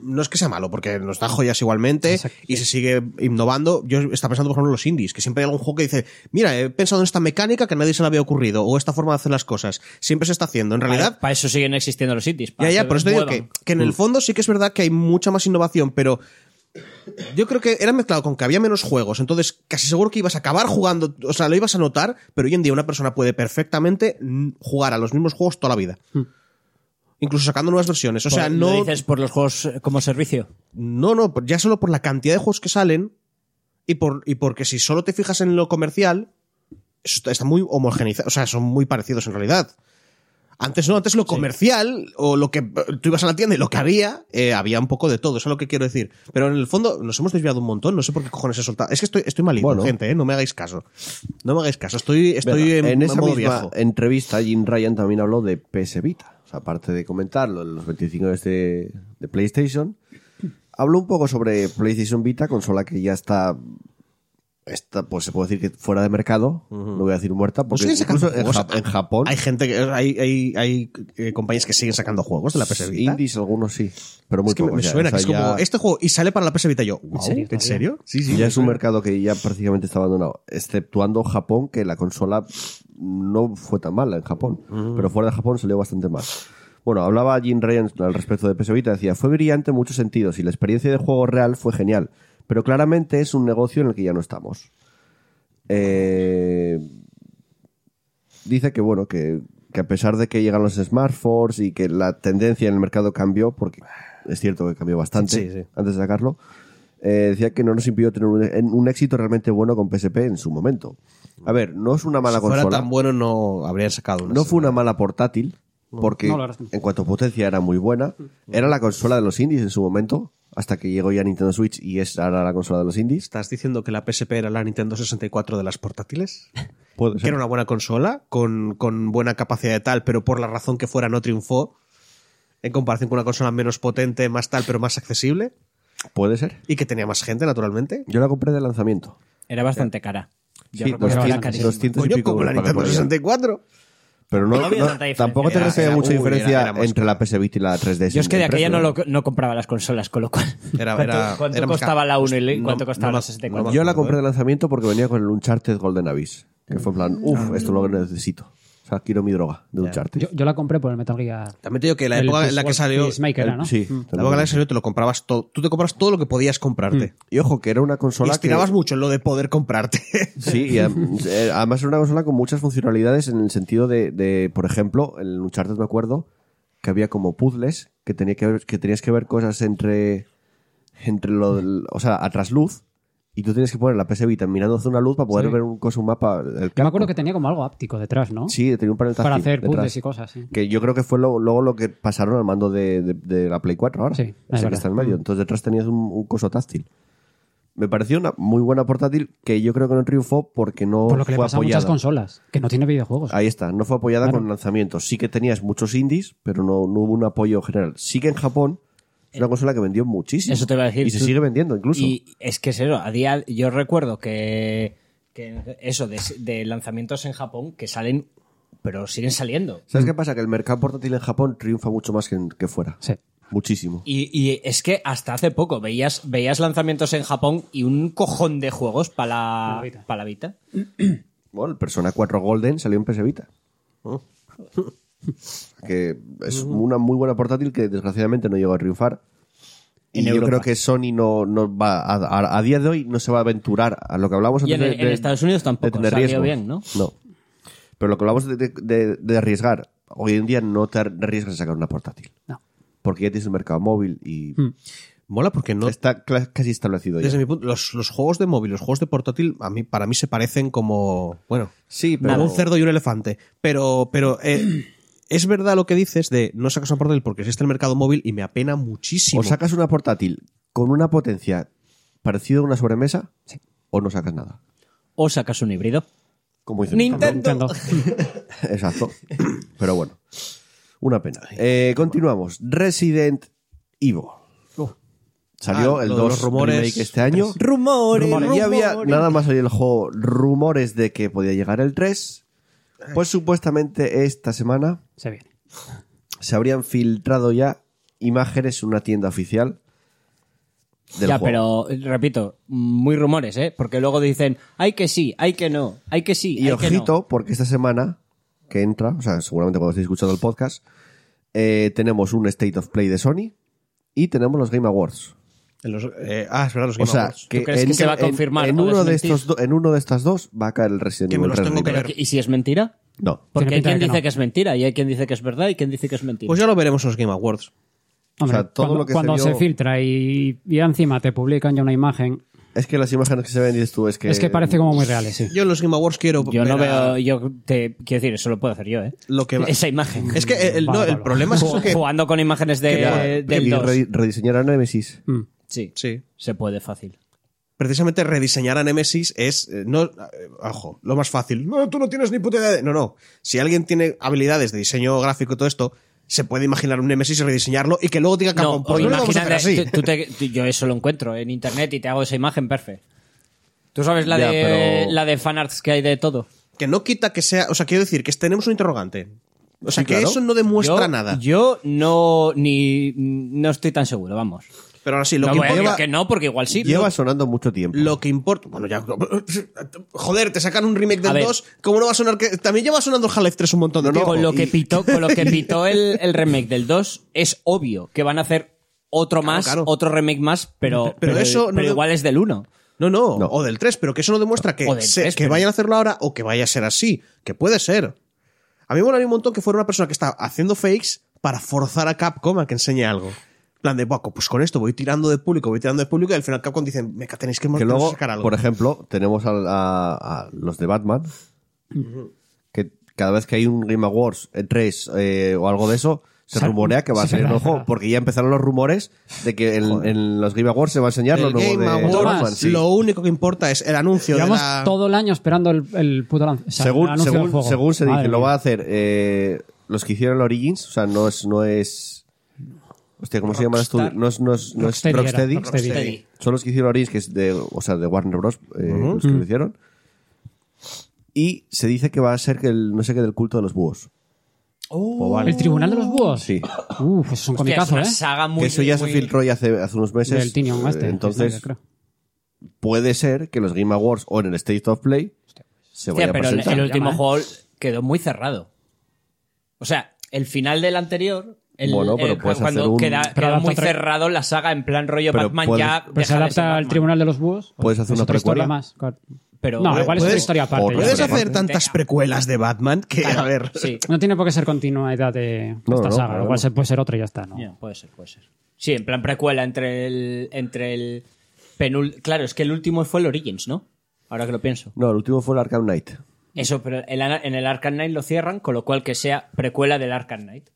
S3: No es que sea malo, porque nos da joyas igualmente y se sigue innovando. Yo estaba pensando, por ejemplo, en los indies, que siempre hay algún juego que dice, mira, he pensado en esta mecánica que a nadie se le había ocurrido, o esta forma de hacer las cosas. Siempre se está haciendo. En realidad,
S2: Para, para eso siguen existiendo los indies. para
S3: Ya, ya,
S2: que
S3: por eso te digo que,
S2: muevan.
S3: que en el fondo sí que es verdad que hay mucha más innovación, pero yo creo que era mezclado con que había menos juegos, entonces casi seguro que ibas a acabar jugando, o sea, lo ibas a notar, pero hoy en día una persona puede perfectamente mm, jugar a los mismos juegos toda la vida. Incluso sacando nuevas versiones. O sea,
S2: Por- ¿Lo
S3: no.
S2: dices por los juegos eh, como servicio?
S3: No, no, ya solo por la cantidad de juegos que salen y, por, y porque si solo te fijas en lo comercial, está está muy homogeneizado, o sea, son muy parecidos en realidad. Antes no, antes lo comercial o lo que tú ibas a la tienda y lo que había, eh, había un poco de todo, eso es lo que quiero decir. Pero en el fondo nos hemos desviado un montón, no sé por qué cojones he soltado. Es que estoy, estoy malito,
S1: Bueno.
S3: gente, eh, no me hagáis caso. No me hagáis caso, estoy, estoy
S1: Venga, en
S3: en,
S1: esa
S3: modo
S1: misma eh,
S3: viejo.
S1: entrevista, Jim Ryan también habló de PS Vita. O sea, aparte de comentarlo en los 25 años de, este, de PlayStation, habló un poco sobre PlayStation Vita, consola que ya está, está pues se puede decir que fuera de mercado. No voy a decir muerta,
S3: No
S1: porque
S3: siguen sacando
S1: incluso en,
S3: juegos.
S1: Jap- en Japón,
S3: Hay gente que. Hay, hay, hay, eh, compañías que siguen sacando juegos de la PS Vita.
S1: indies algunos sí, pero muy
S3: es que me-
S1: pocos
S3: me
S1: ya.
S3: suena
S1: O sea,
S3: que es
S1: ya-
S3: como este juego y sale para la PS Vita y yo. "Guau,
S4: serio?
S3: ¿En
S4: Todavía.
S3: serio? Sí,
S1: ya es un mercado que ya prácticamente está abandonado, exceptuando Japón, que la consola no fue tan mala en Japón,
S3: Mm.
S1: pero fuera de Japón salió bastante mal. Bueno, hablaba Jim Ryan al respecto de PS Vita, decía, fue brillante en muchos sentidos y la experiencia de juego real fue genial, pero claramente es un negocio en el que ya no estamos. Eh, dice que bueno, que, que a pesar de que llegan los smartphones y que la tendencia en el mercado cambió, porque es cierto que cambió bastante
S3: Sí, sí.
S1: antes de sacarlo, eh, decía que no nos impidió tener un, en- un éxito realmente bueno con PSP en su momento. A ver, no es una mala
S3: Si fuera
S1: consola.
S3: tan bueno, no habrían sacado una
S1: No fue
S3: segunda.
S1: una mala portátil, porque
S4: No, la verdad es que no. Mm.
S1: en cuanto a potencia era muy buena. Era la consola de los indies en su momento, hasta que llegó ya Nintendo Switch y es ahora la consola de los indies.
S3: ¿Estás diciendo que la PSP era la Nintendo 64 de las portátiles?
S1: Puede
S3: que era una buena consola, con, con buena capacidad de tal, pero por la razón que fuera no triunfó. En comparación con una consola menos potente, más tal, pero más accesible.
S1: Puede ser.
S3: Y que tenía más gente, naturalmente.
S1: Yo la compré de lanzamiento.
S2: Era bastante cara. Yo
S1: Sí,
S2: recuerdo que era
S1: 200,
S2: carísima.
S1: 200 y
S3: Coño,
S1: pico
S3: como la
S1: euros pagué
S3: Nintendo
S1: por ¿eh? ella.
S3: 64.
S1: Pero no,
S2: No había
S1: no-
S2: tanta diferencia.
S1: tampoco te crees que haya
S3: Era- era-
S1: mucha
S3: uy,
S1: diferencia
S3: era- era más
S1: entre la PS Vita y la 3DS.
S2: Yo es que de
S1: en el
S2: aquella no,
S1: precio.
S2: lo, no compraba las consolas, con lo cual.
S3: Era-
S2: ¿Cuánto,
S3: era-
S2: cuánto
S3: era más
S2: costaba
S3: caro.
S2: la 1 y le-
S3: No-
S2: cuánto costaba
S3: no
S2: la
S3: me-
S2: 64?
S3: no me- Mm. Ah.
S1: Yo la compré de lanzamiento porque venía con el Uncharted Golden Abyss, que fue en plan, uff, esto es lo que necesito. O sea, quiero mi droga de ducharte.
S4: Yo, yo la compré por el Metal Gear.
S3: También te digo que la
S4: el
S3: época en la que
S4: Peace
S3: salió.
S4: Peacemaker era,
S1: El-
S4: ¿no?
S1: Sí.
S3: La época en la que salió te lo comprabas todo. Tú te compras todo lo que podías comprarte.
S1: Y ojo, que era una
S3: Y
S1: consola que...
S3: estirabas mucho en lo de poder comprarte.
S1: Sí, y am- eh, además era una consola con muchas funcionalidades en el sentido de, de, por ejemplo, en Uncharted me acuerdo que había como puzzles que, tenía que, ver- que tenías que ver cosas entre, entre lo del- o sea, a trasluz y tú tenías que poner la PS Vita mirando hacia una luz para poder
S4: Sí.
S1: ver un, cosa, un mapa. El
S4: Yo
S1: campo.
S4: me acuerdo que tenía como algo áptico detrás, ¿no?
S1: Sí, tenía un panel
S4: Para
S1: táctil
S4: hacer
S1: detrás.
S4: puzzles y cosas, sí.
S1: Que yo creo que fue lo- luego lo que pasaron al mando de, de- de la Play 4 ahora.
S4: Sí,
S1: Ese
S4: es
S1: que
S4: verdad. Mm.
S1: está en medio. Entonces detrás tenías un, un coso táctil. Me pareció una muy buena portátil que yo creo que no triunfó porque no
S4: Por lo que le
S1: fue
S4: pasa a
S1: apoyada.
S4: muchas consolas, que no tiene videojuegos.
S1: Ahí está, no fue apoyada
S4: Claro.
S1: con lanzamientos. Sí que tenías muchos indies, pero no, no hubo un apoyo general. Sí que en Japón es
S4: Eh,
S1: una consola que vendió muchísimo.
S2: Eso te iba a decir.
S1: Y se
S2: Tú-
S1: sigue vendiendo incluso.
S2: Y es que es eso, a día, yo recuerdo que, que eso, de, de lanzamientos en Japón que salen, pero siguen saliendo.
S4: mm.
S1: ¿Sabes qué pasa? Que el mercado portátil en Japón triunfa mucho más que, en- que fuera.
S4: Sí.
S1: Muchísimo.
S2: Y, y es que hasta hace poco veías, veías lanzamientos en Japón y un cojón de juegos para
S4: La
S2: la,
S4: Vita.
S2: pa' la Vita.
S1: Bueno, el Persona 4 Golden salió en PS Vita.
S2: Oh.
S1: que es una muy buena portátil que desgraciadamente no llegó a triunfar. Y
S2: En
S1: yo
S2: Europa.
S1: creo que Sony no, no va a, a- a día de hoy no se va a aventurar a lo que hablamos
S2: Y
S1: antes
S2: en,
S1: de,
S2: en
S1: de-
S2: Estados Unidos
S1: de
S2: tampoco
S1: tener
S2: salió
S1: riesgo.
S2: bien, ¿no?
S1: No. Pero lo que hablamos de, de- de- de arriesgar, hoy en día no te arriesgas a sacar una portátil.
S4: No.
S1: Porque ya tienes el mercado móvil y
S2: Hmm.
S3: Mola porque no.
S1: está cla- casi establecido ya.
S3: Desde mi punto, los, los juegos de móvil, los juegos de portátil, a mí, para mí se parecen como. Bueno,
S1: Sí, pero-
S3: como un cerdo y un elefante. Pero, pero eh, es verdad lo que dices de no sacas una portátil porque existe el mercado móvil y me apena muchísimo.
S1: O sacas una portátil con una potencia parecida a una sobremesa o no sacas nada.
S2: O sacas un híbrido.
S1: Como dice
S2: Nintendo.
S1: Exacto. Pero bueno. Una pena. Eh, continuamos. Resident Evil. Salió
S3: Uh. Ah,
S1: el
S3: lo de los
S1: 2
S3: rumores.
S1: remake este año.
S2: Rumores,
S1: Y había nada más hoy el juego rumores de que podía llegar el 3. Pues supuestamente esta semana
S4: Se viene.
S1: se habrían filtrado ya imágenes en una tienda oficial del
S2: ya,
S1: juego.
S2: pero repito, muy rumores, ¿eh? Porque luego dicen, hay que sí, hay que no, hay que sí,
S1: Y
S2: hay que
S1: ojito,
S2: no.
S1: porque esta semana que entra, o sea, seguramente cuando estéis escuchando el podcast, eh, tenemos un State of Play de Sony y tenemos los Game Awards.
S3: En los- eh, ah, es verdad, los
S1: O
S3: Game
S1: sea,
S3: Awards.
S1: que
S2: crees que se va a confirmar
S1: en
S2: o
S1: uno de
S2: desmentir?
S1: estos do- en uno de estas dos va a caer el Resident
S3: Que me
S1: Evil
S3: los
S1: 3
S3: tengo que
S1: Remake.
S3: ver.
S2: ¿Y si es mentira?
S1: No.
S2: Porque hay
S4: pinta
S2: quien
S4: de que
S2: dice
S4: no.
S2: que es mentira y hay quien dice que es verdad y quien dice que es mentira.
S3: Pues ya lo veremos en los Game Awards.
S4: Hombre,
S1: sea, todo
S4: cuando,
S1: lo que se
S4: cuando se,
S1: vio-
S4: filtra y, y encima te publican ya una imagen,
S1: Es que las imágenes que se ven dices tú es que
S4: es que parece como muy reales, sí.
S3: Yo en los Game Awards quiero.
S2: yo no
S3: ver a-
S2: veo, yo te quiero decir, eso lo puedo hacer yo, ¿eh?
S3: Lo que va-
S2: Esa imagen.
S3: Es que el, no,
S4: Vale,
S3: el
S4: vale.
S3: problema es eso
S2: Ju-
S3: que.
S2: Jugando con imágenes de,
S1: Ya,
S2: Eh,
S4: eh,
S2: del
S1: y
S2: 2.
S1: re- rediseñar a Nemesis.
S4: Mm.
S2: Sí,
S3: Sí.
S2: se puede fácil.
S3: precisamente rediseñar a Nemesis es eh, no eh, ojo, lo más fácil. No, tú no tienes ni puta idea de- No, no. Si alguien tiene habilidades de diseño gráfico y todo esto, se puede imaginar un Nemesis y rediseñarlo y que luego diga
S2: No,
S3: Capcom,
S2: o
S3: pues no lo vamos a
S2: imagínate,
S3: hacer así.
S2: tú- tú te- tú- yo eso lo encuentro en internet y te hago esa imagen perfecta. ¿Tú sabes la
S1: Ya,
S2: de
S1: pero-
S2: la de fanarts que hay de todo?
S3: Que no quita que sea, o sea, quiero decir que tenemos un interrogante. O sea,
S1: Sí,
S3: que
S1: claro.
S3: eso no demuestra
S2: yo,
S3: nada.
S2: Yo no ni no estoy tan seguro, vamos.
S3: Pero ahora sí, lo
S2: no
S3: que
S2: voy a decir
S3: importa
S2: que no porque igual sí.
S1: Lleva
S2: no.
S1: sonando mucho tiempo.
S3: Lo que importa. Bueno, ya. Joder, te sacan un remake
S2: A
S3: del
S2: ver.
S3: 2. ¿Cómo no va a sonar que.? También lleva sonando el Half-Life 3 un montón de
S1: No, no,
S3: tiempo.
S2: con lo que
S1: y-
S2: pitó, con lo que pitó el, el remake del 2, es obvio que van a hacer otro más,
S3: claro.
S2: otro remake más, pero,
S3: Pero eso no
S2: pero
S3: lo-
S2: igual es del 1.
S3: No, no,
S1: No.
S3: o del 3, pero que eso no demuestra que,
S2: O del
S3: se-
S2: 3,
S3: que
S2: pero-
S3: vayan a hacerlo ahora o que vaya a ser así, que puede ser. A mí me molaría un montón que fuera una persona que está haciendo fakes para forzar a Capcom a que enseñe algo. En plan de, "Buah, pues con esto voy tirando de público, voy tirando de público y al final Capcom dicen, meca, tenéis que,
S1: que luego,
S3: sacar algo.
S1: por ejemplo, tenemos al- a, a los de Batman, que cada vez que hay un Game Awards 3 o algo de eso, se
S4: Sal-
S1: rumorea que va a
S4: sí,
S1: salir
S4: verdad,
S1: un juego,
S4: verdad.
S1: porque ya empezaron los rumores de que en, en los Game Awards se va a enseñar
S3: El
S1: lo nuevo
S3: Game
S1: de
S3: Awards,
S1: Batman. sí.
S3: lo único que importa es el anuncio
S4: Llevamos
S3: de la...
S4: todo el año esperando el, el puto lan- o sea, el
S1: Según,
S4: anuncio del
S1: según,
S4: juego.
S1: según se
S4: Madre
S1: dice, lo
S4: mía.
S1: va a hacer eh, los que hicieron el Origins, o sea, no es... No es hostia, ¿cómo se llama el estudio?
S2: Rockstar.
S1: No es, no es, no es
S4: Rocksteady era,
S1: Rocksteady.
S4: Rocksteady.
S3: Rocksteady.
S1: Son los que hicieron Origins, que es de, o sea, de Warner Bros. eh, Los que lo hicieron. Y se dice que va a ser que el, no sé qué del culto de los búhos.
S3: Oh,
S1: Pues vale.
S4: ¿El Tribunal de los Búhos?
S1: Sí.
S4: Uf, eso es
S2: Hostia,
S4: un
S2: es
S4: comicazo,
S2: una
S4: ¿eh?
S2: saga muy
S1: que eso ya se
S2: muy-
S1: filtró ya hace, hace unos meses.
S4: Del Tinion
S1: eh,
S4: este.
S1: Entonces,
S4: Snyder, creo.
S1: puede ser que en los Game Awards o en el State of Play se
S2: Hostia,
S1: vaya a
S4: pues.
S2: pero el-
S1: presentar.
S2: el último
S4: Llama, ¿eh?
S2: juego quedó muy cerrado. O sea, el final del anterior. el-
S1: Bueno, pero
S2: el-
S1: puedes
S2: cuando
S1: hacer un-
S2: queda,
S4: Pero
S2: queda muy
S4: adapta otra-
S2: cerrado la saga en plan rollo
S1: Pero
S2: Batman
S1: puedes-
S2: ya.
S4: Pues se
S2: deja de ser
S4: adapta al
S2: Batman.
S4: Tribunal de los Búhos.
S1: Puedes hacer
S4: Es
S1: una
S4: otra historia
S1: precuela.
S4: más. claro.
S2: Pero,
S4: No, igual es
S3: puedes-
S4: una historia aparte.
S1: Joder,
S3: Puedes
S1: Pero-
S3: hacer tantas precuelas de Batman que, a ver.
S2: Sí.
S4: No tiene por qué ser continuidad de
S1: No,
S4: esta
S1: no,
S4: saga.
S1: claro.
S4: Igual se puede ser otra y ya está, ¿no?
S2: Ya, puede ser, puede ser. Sí, en plan precuela entre el. Entre el penul- Claro, es que el último fue el Origins, ¿no? Ahora que lo pienso.
S1: No, el último fue el Arkham Knight.
S2: Eso, pero el ana- en el Arkham Knight lo cierran, con lo cual que sea precuela del Arkham Knight.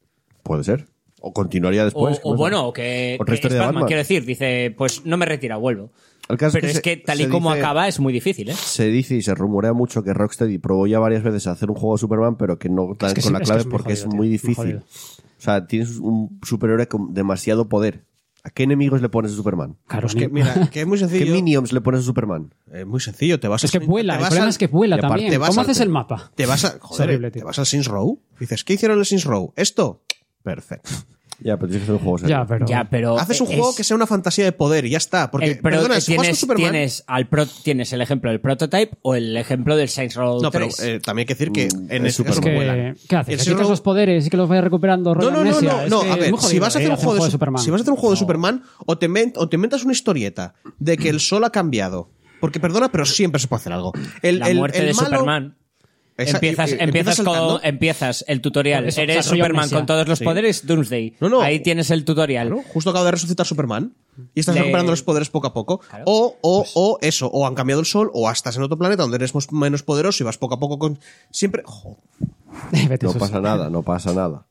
S1: Puede ser. O continuaría
S2: O,
S1: después.
S2: o
S1: ¿cómo se llama?
S2: bueno, o que,
S1: Otra
S2: que
S1: historia
S2: es
S1: de
S2: Batman,
S1: Batman.
S2: quiero decir, dice, pues no me retira, vuelvo.
S1: El caso es
S2: pero
S1: que
S2: es
S1: se-
S2: que tal y
S1: se
S2: como
S1: dice-
S2: acaba es muy difícil, ¿eh?
S1: Se dice y se rumorea mucho que Rocksteady probó ya varias veces a hacer un juego de Superman, pero que no dan
S4: que
S1: con
S4: sí,
S1: la
S4: es que
S1: clave
S4: es muy
S1: porque es
S4: jodido,
S1: muy
S4: tío, muy
S1: difícil.
S4: jodido.
S1: o sea, tienes un superhéroe con demasiado poder. ¿A qué enemigos le pones a Superman?
S4: Claro,
S3: Es
S4: ni-
S3: que, mira, que es muy
S1: ¿Qué
S3: sencillo.
S1: minions le pones a Superman?
S3: Eh, muy sencillo, te vas a-
S4: es que vuela.
S3: te
S4: El
S3: vas
S4: problema
S3: al-
S4: es que vuela
S1: y aparte
S4: también.
S3: vas
S4: ¿Cómo
S3: al-
S4: haces el mapa?
S3: Te vas a. Joder,
S4: horrible, tío.
S3: te vas al Saints Row. Dices, ¿qué hicieron en el Saints Row? Esto. Perfecto.
S1: Ya, pero tienes que hacer un juego serio.
S4: Ya, pero.
S2: Ya, pero.
S3: Haces un
S2: es-
S3: juego que sea una fantasía de poder y ya está. Porque,
S2: el pro-
S3: perdona, si juegas con
S2: tienes,
S3: Superman.
S2: tienes al pro- tienes el ejemplo del prototype o el ejemplo del Saints Row
S3: No, pero
S2: 3.
S3: eh, también hay que decir que
S2: Mm,
S3: en
S1: es
S3: este
S1: Superman.
S3: caso
S4: es
S3: no
S4: que,
S3: vuela.
S4: ¿Qué
S3: El
S4: haces? ¿Le
S3: Saints
S4: quitas
S3: Row-
S4: los poderes y que los vayas recuperando?
S3: No,
S4: rollo
S3: no, no,
S4: amnesia?
S3: no,
S4: Es
S3: no,
S4: que
S3: a
S4: es
S3: ver,
S4: muy
S3: si
S4: jodido,
S3: vas a hacer
S4: eh,
S3: un juego de,
S4: Superman.
S3: si vas a hacer un juego de Superman o te, inven- o te inventas una historieta de que el sol ha cambiado, porque perdona, pero siempre se puede hacer algo. El,
S2: la
S3: el-
S2: muerte
S3: el
S2: de
S3: malo-
S2: Superman.
S3: Esa-
S2: empiezas,
S3: y- y-
S2: empiezas, con, em,
S3: saltando.
S2: empiezas el tutorial.
S4: Por eso,
S2: Eres
S4: o sea, rollo
S2: Superman
S4: amnesia.
S2: con todos los
S3: Sí.
S2: poderes, Doomsday.
S3: No, no.
S2: Ahí tienes el tutorial.
S3: Claro, justo acaba de resucitar Superman y estás
S2: Le-
S3: recuperando los poderes poco a poco.
S2: Claro.
S3: O, o, o eso, o han cambiado el sol, o estás en otro planeta donde eres mos- menos poderoso y vas poco a poco con. Siempre. jo,
S4: Vete,
S1: No
S4: eso es-
S1: pasa nada, no pasa nada.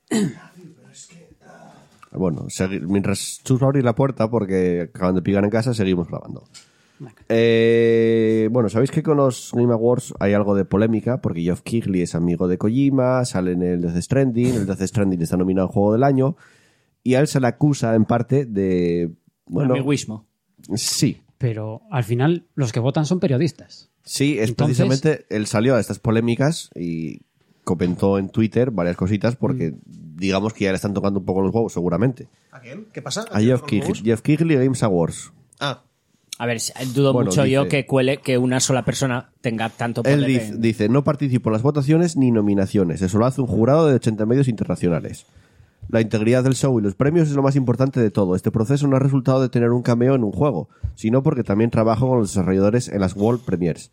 S1: Bueno, segui- mientras Chus va a abrir la puerta porque acaban de picar en casa, seguimos grabando. Eh, bueno, sabéis que con los Game Awards hay algo de polémica porque Geoff Keighley es amigo de Kojima, sale en el Death Stranding, el Death Stranding está nominado al juego del año y a él se le acusa en parte de. Bueno,
S2: Amiguismo.
S1: sí.
S4: Pero al final, los que votan son periodistas.
S1: Sí, es
S4: Entonces-
S1: precisamente él salió a estas polémicas y comentó en Twitter varias cositas porque digamos que ya le están tocando un poco los huevos, seguramente.
S3: ¿A quién? ¿Qué pasa?
S1: A Jeff
S3: ¿Con los
S1: Keighley,
S3: juegos?
S1: Jeff Keighley Games Awards.
S3: Ah,
S2: A ver, dudo
S1: Bueno,
S2: mucho yo
S1: dice-
S2: que cuele que una sola persona tenga tanto poder.
S1: Él dice,
S2: en-
S1: dice, no participo en las votaciones ni nominaciones, eso lo hace un jurado de 80 medios internacionales. La integridad del show y los premios es lo más importante de todo. Este proceso no es resultado de tener un cameo en un juego, sino porque también trabajo con los desarrolladores en las World Premiers.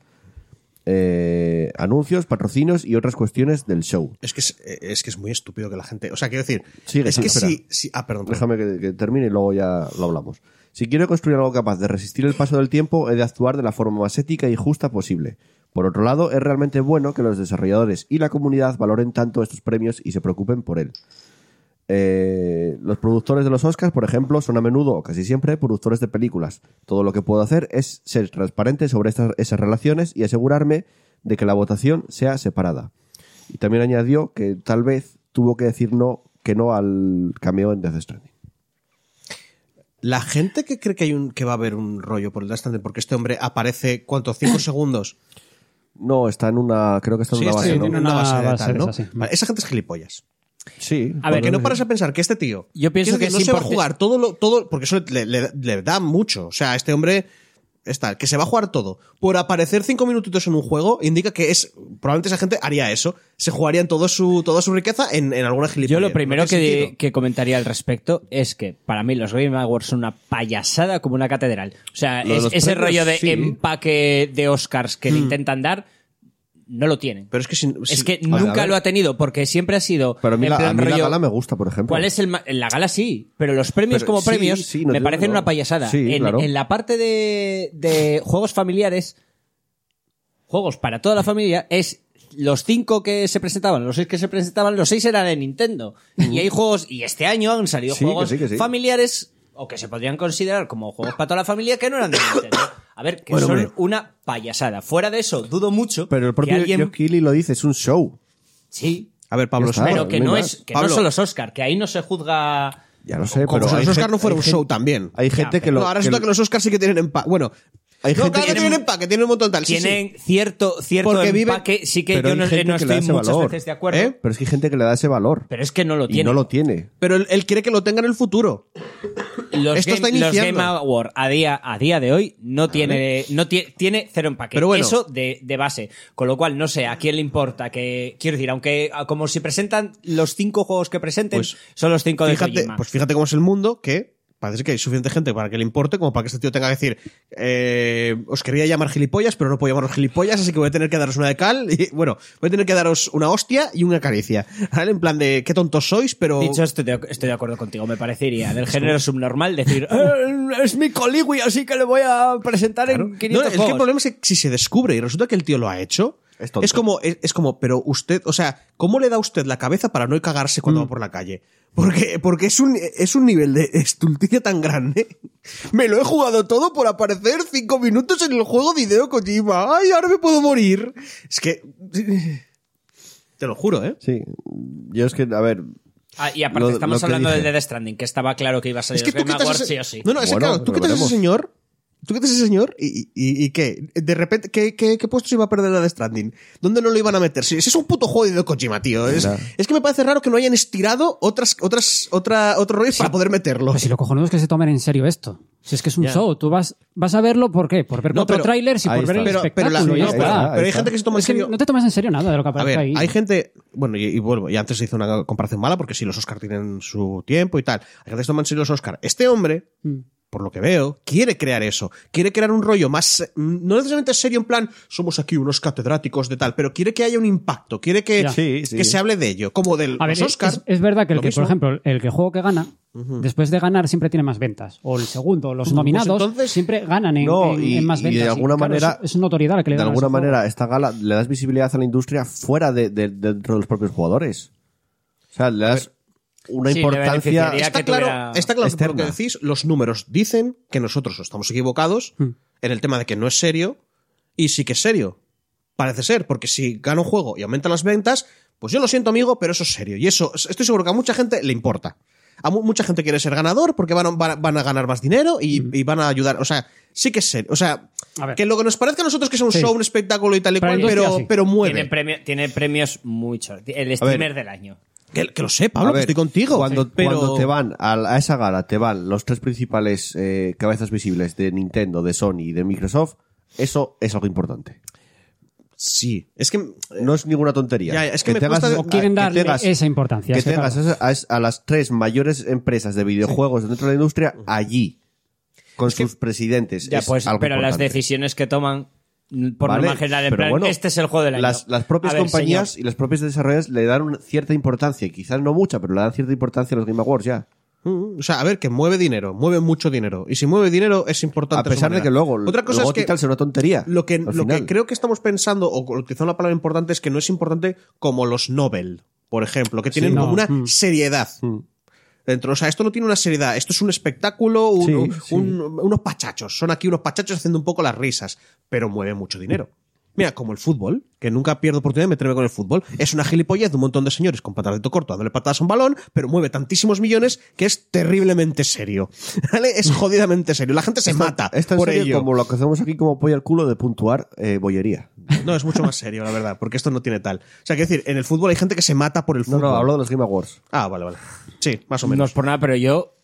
S1: Eh, anuncios, patrocinios y otras cuestiones del show.
S3: es que es, eh, es que es muy estúpido que la gente. O sea, quiero decir.
S1: Sigue,
S3: es
S1: sigue,
S3: que
S1: espera.
S3: sí. sí- ah, perdón. perdón.
S1: Déjame que, que termine y luego ya lo hablamos. Si quiero construir algo capaz de resistir el paso del tiempo, he de actuar de la forma más ética y justa posible. Por otro lado, es realmente bueno que los desarrolladores y la comunidad valoren tanto estos premios y se preocupen por él. Eh, los productores de los Oscars, por ejemplo, son a menudo, o casi siempre, productores de películas. Todo lo que puedo hacer es ser transparente sobre estas, esas relaciones y asegurarme de que la votación sea separada. Y también añadió que tal vez tuvo que decir no, que no al cameo en Death Stranding.
S3: La gente que cree que hay un que va a haber un rollo por el Death Stranding, porque este hombre aparece ¿cuánto? cinco segundos.
S1: No, está en una. Creo que está en
S3: Sí,
S1: una
S3: este-
S1: base,
S4: en
S1: ¿no?
S4: una
S3: de
S4: base
S3: tal,
S4: de
S3: ¿no?
S4: esas, sí.
S3: Vale, esa gente es gilipollas.
S1: Sí.
S2: A ver,
S3: Porque
S1: bueno,
S3: no paras a pensar que este tío.
S2: Yo pienso
S3: quiero
S2: que
S3: decir, no
S2: es
S3: se va a
S2: importante-
S3: jugar todo lo. Todo, porque eso le, le- le da mucho. O sea, este hombre. Está, que se va a jugar todo. Por aparecer cinco minutitos en un juego, indica que es. Probablemente esa gente haría eso. Se jugarían todo su, toda su riqueza en, en alguna gilipollas.
S2: Yo lo
S3: No
S2: primero
S3: tiene
S2: que,
S3: sentido.
S2: que comentaría al respecto es que para mí los Game Awards son una payasada como una catedral. O sea,
S1: Lo de
S2: es-
S1: los
S2: ese
S1: premios,
S2: rollo de
S1: sí. Mm.
S2: empaque de Oscars que le intentan dar, no lo tienen.
S3: Pero es que si-
S2: es
S3: si-
S2: que
S1: a
S2: nunca
S1: ver.
S2: lo ha tenido porque siempre ha sido.
S1: Pero a mí,
S2: en
S1: la, a
S2: plan
S1: mí la
S2: rollo,
S1: gala me gusta, por ejemplo.
S2: ¿Cuál es el ma- en la gala sí, pero los premios
S1: Pero
S2: como
S1: sí,
S2: premios
S1: sí, no
S2: me
S1: te-
S2: parecen
S1: no.
S2: una payasada.
S1: Sí,
S2: en,
S1: claro.
S2: en la parte de, de juegos familiares, juegos para toda la familia, es los cinco que se presentaban, los seis que se presentaban, los seis eran de Nintendo. Y hay juegos, y este año han salido
S1: Sí, que
S2: juegos
S1: sí, que sí.
S2: familiares o que se podrían considerar como juegos para toda la familia que no eran de Nintendo. A ver, que
S1: Bueno,
S2: son
S1: hombre.
S2: una payasada. Fuera de eso, dudo mucho
S1: Pero el propio
S2: que alguien...
S1: Jeff Keighley lo dice, es un show.
S2: Sí,
S3: A ver, Pablo,
S1: Ya está.
S3: espera.
S2: pero
S1: Claro,
S2: que
S1: no
S2: no
S1: hay
S2: es
S1: más.
S2: que
S3: Pablo.
S2: no son los Oscar, que ahí no se juzga
S1: Ya lo sé,
S3: Como
S1: pero.
S3: si
S1: hay
S3: los Oscar
S1: gen-
S3: no fuera
S1: hay
S3: un
S1: gen-
S3: show también.
S1: Hay gente
S2: Ya,
S1: que lo.
S3: No, ahora
S1: que
S3: resulta que
S1: lo-
S3: los Oscars sí que tienen empa- Bueno,
S1: Hay
S3: no,
S1: gente
S3: claro que tienen empaque, tienen un montón de tal. sí, sí.
S2: Tienen cierto, cierto
S3: Porque viven-
S2: empaque, sí que
S1: pero
S2: yo
S1: hay
S2: no,
S1: gente
S2: no
S1: que le
S2: estoy
S1: hace
S2: muchas
S1: valor.
S2: veces de acuerdo.
S3: ¿Eh?
S1: Pero es que hay gente que le da ese valor.
S2: Pero es que no lo
S1: Y
S2: tiene.
S1: no lo tiene.
S3: Pero él, él quiere que lo tenga en el futuro.
S2: Los,
S3: Esto
S2: game, los
S3: está iniciando.
S2: Game Award a día, a día de hoy no tiene, no tie- tiene cero empaque.
S3: Pero bueno.
S2: Eso de, de base. Con lo cual, no sé, a quién le importa que. Quiero decir, aunque a- como si presentan los cinco juegos que presenten,
S3: Pues,
S2: son los cinco de
S3: Fíjate,
S2: Kojima.
S3: pues fíjate cómo es el mundo que parece que hay suficiente gente para que le importe como para que este tío tenga que decir eh, os quería llamar gilipollas pero no puedo llamaros gilipollas así que voy a tener que daros una de cal y bueno voy a tener que daros una hostia y una caricia ¿vale? en plan de qué tontos sois pero
S2: Dicho esto, estoy de- estoy de acuerdo contigo, me parecería. Del género subnormal decir, "Eh, es mi coligui, así que le voy a presentar en 500
S3: No, es que el
S2: juegos".
S3: problema es que si se descubre y resulta que el tío lo ha hecho,
S1: Es tonto.
S3: como, es, es como, pero usted, o sea, ¿cómo le da a usted la cabeza para no cagarse cuando
S2: Mm.
S3: va por la calle? Porque, porque es un, es un nivel de estulticia tan grande. Me lo he jugado todo por aparecer cinco minutos en el juego de Hideo Kojima. Ay, ahora me puedo morir. Es que, te lo juro, ¿eh?
S1: Sí. Yo es que, a ver.
S2: Ah, y aparte,
S1: Lo- lo
S2: estamos
S1: que
S2: hablando
S1: dije.
S2: del Death Stranding, que estaba claro que iba a salir
S3: Es que
S2: el
S3: tú
S2: Game
S3: quitas
S2: Award
S3: ese-
S2: sí o sí.
S3: No, no, es que
S1: Bueno,
S3: claro, tú
S1: lo
S3: quitas a ese
S1: veremos.
S3: señor. Tú quitas a ese señor y, y, y- y qué. De repente, ¿qué, qué, qué puesto se iba a perder a Death Stranding? ¿Dónde no lo iban a meter? Si ese es un puto juego de Hideo Kojima, tío. Es,
S1: Verdad.
S3: es que me parece raro que no hayan estirado otras, otras, otra, otro rollo para poder meterlo.
S4: Pues si lo cojonudo es que se tomen en serio esto. Si es que es un show, tú vas, vas a verlo, ¿por qué? Por ver
S3: No,
S4: cuatro
S3: pero-
S4: trailers y
S1: ahí
S4: por ver el
S1: está.
S3: pero, pero, la-
S4: espectáculo.
S3: no,
S4: ya
S3: pero-
S4: está.
S3: pero hay
S1: está.
S3: gente que se toma en
S4: Es que
S3: serio.
S4: no te tomas en serio nada de lo que
S3: A
S4: aparece
S3: ver,
S4: ahí.
S3: hay gente. Bueno, y, y vuelvo, y antes se hizo una comparación mala porque sí, los Oscar tienen su tiempo y tal. Hay gente que se toma en serio los Oscar. Este hombre,
S4: Mm.
S3: por lo que veo, quiere crear eso. Quiere crear un rollo más. eh, No necesariamente serio, en plan, somos aquí unos catedráticos de tal, pero quiere que haya un impacto. Quiere que,
S4: Ya.
S1: Sí, sí.
S3: que se hable de ello, como del
S4: A ver,
S3: los
S4: es-
S3: Oscar.
S4: es, es verdad que, el
S3: lo
S4: que
S3: mismo.
S4: por ejemplo, el que juego que gana, después de ganar siempre tiene más ventas. O el segundo, o los
S3: Pues
S4: nominados,
S3: entonces-
S4: siempre ganan en,
S1: No,
S4: en-
S1: y-
S4: en más
S1: y
S4: ventas.
S1: de alguna
S4: claro,
S1: manera-
S4: Es, es una autoridad la que le
S1: De
S4: dan a
S1: alguna
S4: ese juego.
S1: manera, esta gala le das visibilidad a la industria fuera de, de- dentro de los propios jugadores. O sea, le das una
S2: Sí, le
S1: importancia.
S2: beneficiaría.
S3: está
S2: que
S3: claro,
S2: tuviera
S3: está claro que por lo
S1: externa.
S3: que decís, los números dicen que nosotros estamos equivocados
S4: Hmm.
S3: en el tema de que no es serio y sí que es serio. Parece ser, porque si gana un juego y aumentan las ventas, pues yo lo siento, amigo, pero eso es serio. Y eso, estoy seguro que a mucha gente le importa. A mu- mucha gente quiere ser ganador porque van a, van a- van a ganar más dinero y, y van a ayudar. O sea, sí que es serio. O sea,
S4: Hmm. A ver.
S3: que lo que nos parezca a nosotros que es un
S4: Sí.
S3: show, un espectáculo y tal y
S4: Para la
S3: cual,
S4: industria,
S3: pero,
S4: sí.
S3: pero
S2: Tiene,
S3: mueve.
S2: premio- tiene premios muy chor- El streamer del año.
S3: Que, que lo sé,
S1: A
S3: Pablo, que
S1: ver,
S3: estoy contigo.
S1: Cuando,
S3: pero-
S1: cuando te van a, la- a esa gala, te van los tres principales eh, cabezas visibles de Nintendo, de Sony y de Microsoft, eso es algo importante.
S3: Sí. Es que
S1: No es ninguna tontería.
S3: Ya, ya, es que me
S1: tengas-
S3: cuesta-
S1: a-
S4: O quieren
S1: que
S4: darle
S1: tengas-
S4: esa importancia.
S1: Que
S4: es que,
S1: tengas
S4: claro,
S1: a, esas- a las tres mayores empresas de videojuegos dentro de la industria allí, con sus presidentes.
S2: Ya,
S1: Es
S2: pues,
S1: algo
S2: pero las
S1: importante.
S2: decisiones que toman, mm, por
S1: ¿Vale?
S2: norma general, en
S1: Pero
S2: plan,
S1: bueno,
S2: este es el juego del año.
S1: Las, las propias
S2: A ver,
S1: compañías
S2: señor,
S1: y las propias desarrolladoras le dan una cierta importancia, quizás no mucha, pero le dan cierta importancia a los Game Awards ya.
S3: Mm, O sea, a ver, que mueve dinero, mueve mucho dinero. Y si mueve dinero es importante.
S1: A pesar
S3: su manera.
S1: de que luego
S3: Otra cosa
S1: luego
S3: es que,
S1: tal sea una tontería.
S3: lo, que,
S1: al
S3: lo que
S1: final.
S3: creo que estamos pensando, o utilizando la palabra importante, es que no es importante como los Nobel, por ejemplo, que tienen
S4: no.
S3: como una
S4: Mm.
S3: seriedad. Dentro, o sea, esto no tiene una seriedad, esto es un espectáculo, un-
S1: Sí,
S3: un-
S1: sí.
S3: un- unos pachachos, son aquí unos pachachos haciendo un poco las risas, pero mueve mucho dinero. Mira, como el fútbol, que nunca pierdo oportunidad de meterme con el fútbol, es una gilipollez de un montón de señores con patadito corto dándole patadas a un balón, pero mueve tantísimos millones que es terriblemente serio. ¿Vale? Es jodidamente serio. La gente se mata
S1: Es tan
S3: por
S1: serio
S3: ello.
S1: como lo que hacemos aquí como pollo al culo de puntuar eh, bollería.
S3: No, es mucho más serio, la verdad, porque esto no tiene tal. O sea, quiero decir, en el fútbol hay gente que se mata por el
S1: No,
S3: fútbol.
S1: no, hablo de los Game Awards.
S3: Ah, vale, vale. Sí, más o
S2: No
S3: menos.
S2: es por nada, pero yo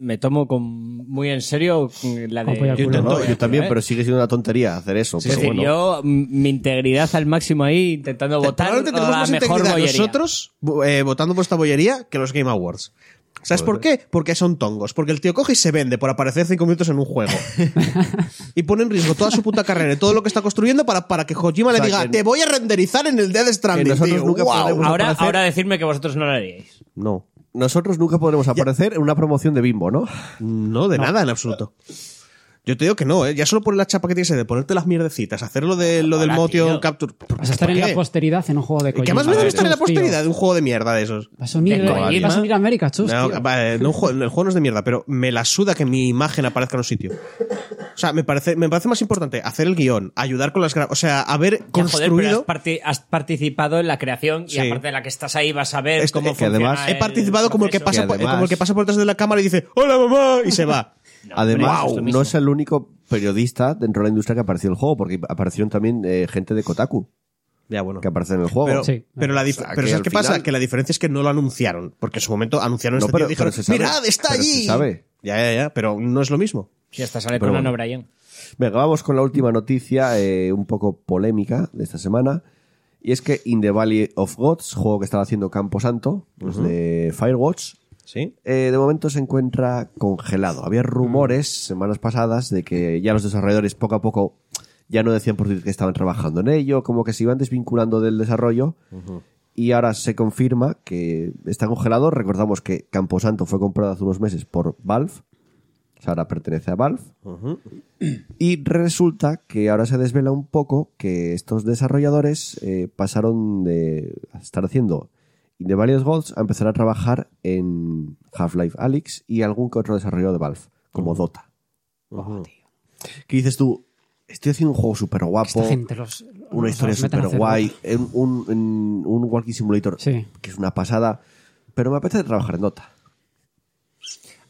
S2: me tomo con, muy en serio mm, la
S4: Con pollo
S2: de...
S4: al Yo culo.
S1: No,
S4: intento,
S1: no, yo también,
S2: ¿eh?
S1: pero sigue siendo una tontería hacer eso.
S2: Sí, es
S1: pero
S2: decir,
S1: bueno.
S2: yo, mm, mi integridad al máximo ahí, intentando votar
S3: Probablemente tenemos
S2: la
S3: más
S2: mejor
S3: integridad
S2: bollería.
S3: nosotros vo- eh, votando por esta bollería que los Game Awards. ¿Sabes por qué? Porque son tongos. Porque el tío coge y se vende por aparecer cinco minutos en un juego. y pone en riesgo toda su puta carrera y todo lo que está construyendo para, para que Kojima le
S1: sea,
S3: diga
S1: que-
S3: te voy a renderizar en el Dead
S1: que
S3: Stranding,
S1: nosotros
S3: tío.
S1: nunca
S3: ¡Guau!
S1: podremos-
S2: Ahora,
S1: Aparecer-
S2: ahora decirme que vosotros no lo haríais.
S1: No. Nosotros nunca podremos aparecer en una promoción de Bimbo, ¿no?
S3: No, de nada, en absoluto. Yo te digo que no, ¿eh? Ya solo por la chapa que tienes de ponerte las mierdecitas, hacer lo, de, lo del
S2: Hola,
S3: Motion
S2: tío.
S3: Capture...
S4: Vas a estar en
S3: ¿Por
S4: la
S3: qué?
S4: posteridad en un juego de
S3: Que
S4: Kojima.
S3: además me
S4: Chus,
S3: debe estar en la
S4: tío.
S3: posteridad de un juego de mierda de esos.
S4: Vas a unir,
S2: De Kojima.
S4: vas a unir a América, chus,
S3: No,
S4: tío.
S3: va, eh, no, un juego- el juego no es de mierda, pero me la suda que mi imagen aparezca en un sitio. O sea, me parece, me parece más importante hacer el guión, ayudar con las gra- O sea, haber
S2: Ya, joder, pero
S3: construido.
S2: has, parti- has participado en la creación y
S3: Sí.
S2: aparte de la que estás ahí vas a ver
S3: Esto-
S2: cómo
S3: este, eh, que
S2: funciona
S1: además-
S2: el
S3: he participado como el, que
S2: proceso.
S3: pasa
S1: Y
S3: por,
S1: además-
S3: como el que pasa por detrás de la cámara y dice ¡Hola mamá! y se va.
S1: Además, no es el único periodistas dentro de la industria que apareció en el juego, porque aparecieron también eh, gente de Kotaku
S3: Ya, bueno.
S1: que aparece en el juego.
S3: Pero,
S4: Sí.
S3: pero, la dif-
S1: O sea, que
S3: pero ¿sabes
S1: al
S3: qué pasa?
S1: final-
S3: Que la diferencia es que no lo anunciaron. Porque en su momento anunciaron
S1: No,
S3: este
S1: pero-
S3: tío y dijeron,
S1: pero se sabe.
S3: mirad, está
S1: Pero se
S3: allí.
S1: sabe.
S3: Ya, ya, ya, pero no es lo mismo.
S2: Si hasta sale
S1: Pero
S2: Conan
S1: bueno.
S2: O'Brien.
S1: Venga, vamos con la última noticia, eh, un poco polémica de esta semana. Y es que In the Valley of Gods, juego que estaba haciendo Camposanto, los de Firewatch,
S3: ¿Sí?
S1: eh, de momento se encuentra congelado. Había rumores semanas pasadas de que ya los desarrolladores poco a poco ya no decían por Twitter que estaban trabajando en ello, como que se iban desvinculando del desarrollo. Y ahora se confirma que está congelado. Recordamos que Camposanto fue comprado hace unos meses por Valve. O sea, ahora pertenece a Valve. Y resulta que ahora se desvela un poco que estos desarrolladores eh, pasaron de estar haciendo In the Valley of Gods a empezar a trabajar en Half-Life Alyx y algún que otro desarrollo de Valve, como Dota. ¿Qué dices tú? Estoy haciendo un juego súper guapo,
S4: Esta gente los.
S1: una
S4: los
S1: historia
S4: meten a
S1: súper
S4: hacer-
S1: guay, en un, en un walking simulator
S4: Sí.
S1: que es una pasada, pero me apetece trabajar en Dota.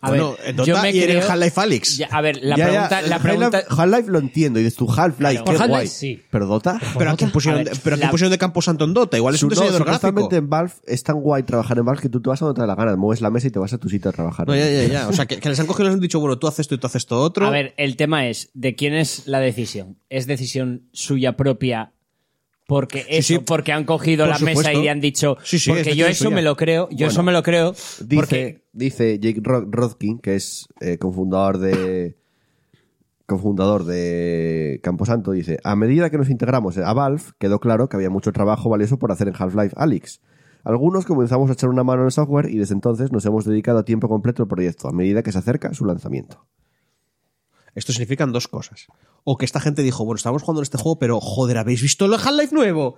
S2: A
S3: Bueno,
S2: ver,
S3: en
S2: yo
S3: Dota
S2: me
S3: y en el
S2: creo-
S3: Half-Life Alyx.
S2: Ya, a ver,
S1: Ya,
S2: la
S1: ya,
S2: pregunta... La
S1: Half-Life-
S2: pregunta
S1: Half-Life lo entiendo, y dices tú Half-Life,
S2: Claro.
S1: qué
S2: Por
S4: Half-Life,
S1: guay.
S4: sí.
S1: Pero Dota...
S3: Pero ¿a quién pusieron,
S2: A ver,
S3: pero ¿a quién
S2: la-
S3: pusieron de camposanto en Dota? Igual es un
S1: Su- no,
S3: diseñador gráfico.
S1: supuestamente en Valve es tan guay trabajar en Valve que tú te vas a donde te da la gana, mueves la mesa y te vas a tu sitio a trabajar.
S3: No, ya, ya, ya. O sea, que, que les han cogido y les han dicho, bueno, tú haces esto y tú haces esto otro.
S2: A ver, el tema es, ¿de quién es la decisión? ¿Es decisión suya propia? Porque eso,
S3: sí.
S2: porque han cogido
S3: Por
S2: la mesa
S3: supuesto.
S2: y le han dicho,
S3: Sí, sí, es
S2: porque yo
S3: decisión
S2: eso
S3: suya.
S2: me lo creo, yo eso me lo creo,
S1: Dice,
S2: porque
S1: dice Jake Ro- Rodkin, que es eh, cofundador de cofundador de Camposanto, dice, a medida que nos integramos a Valve, quedó claro que había mucho trabajo valioso por hacer en Half-Life Alyx. Algunos comenzamos a echar una mano en el software y desde entonces nos hemos dedicado a tiempo completo al proyecto, a medida que se acerca su lanzamiento.
S3: Esto significan dos cosas. O que esta gente dijo, bueno, estamos jugando en este juego, pero joder, ¿habéis visto el Half-Life nuevo?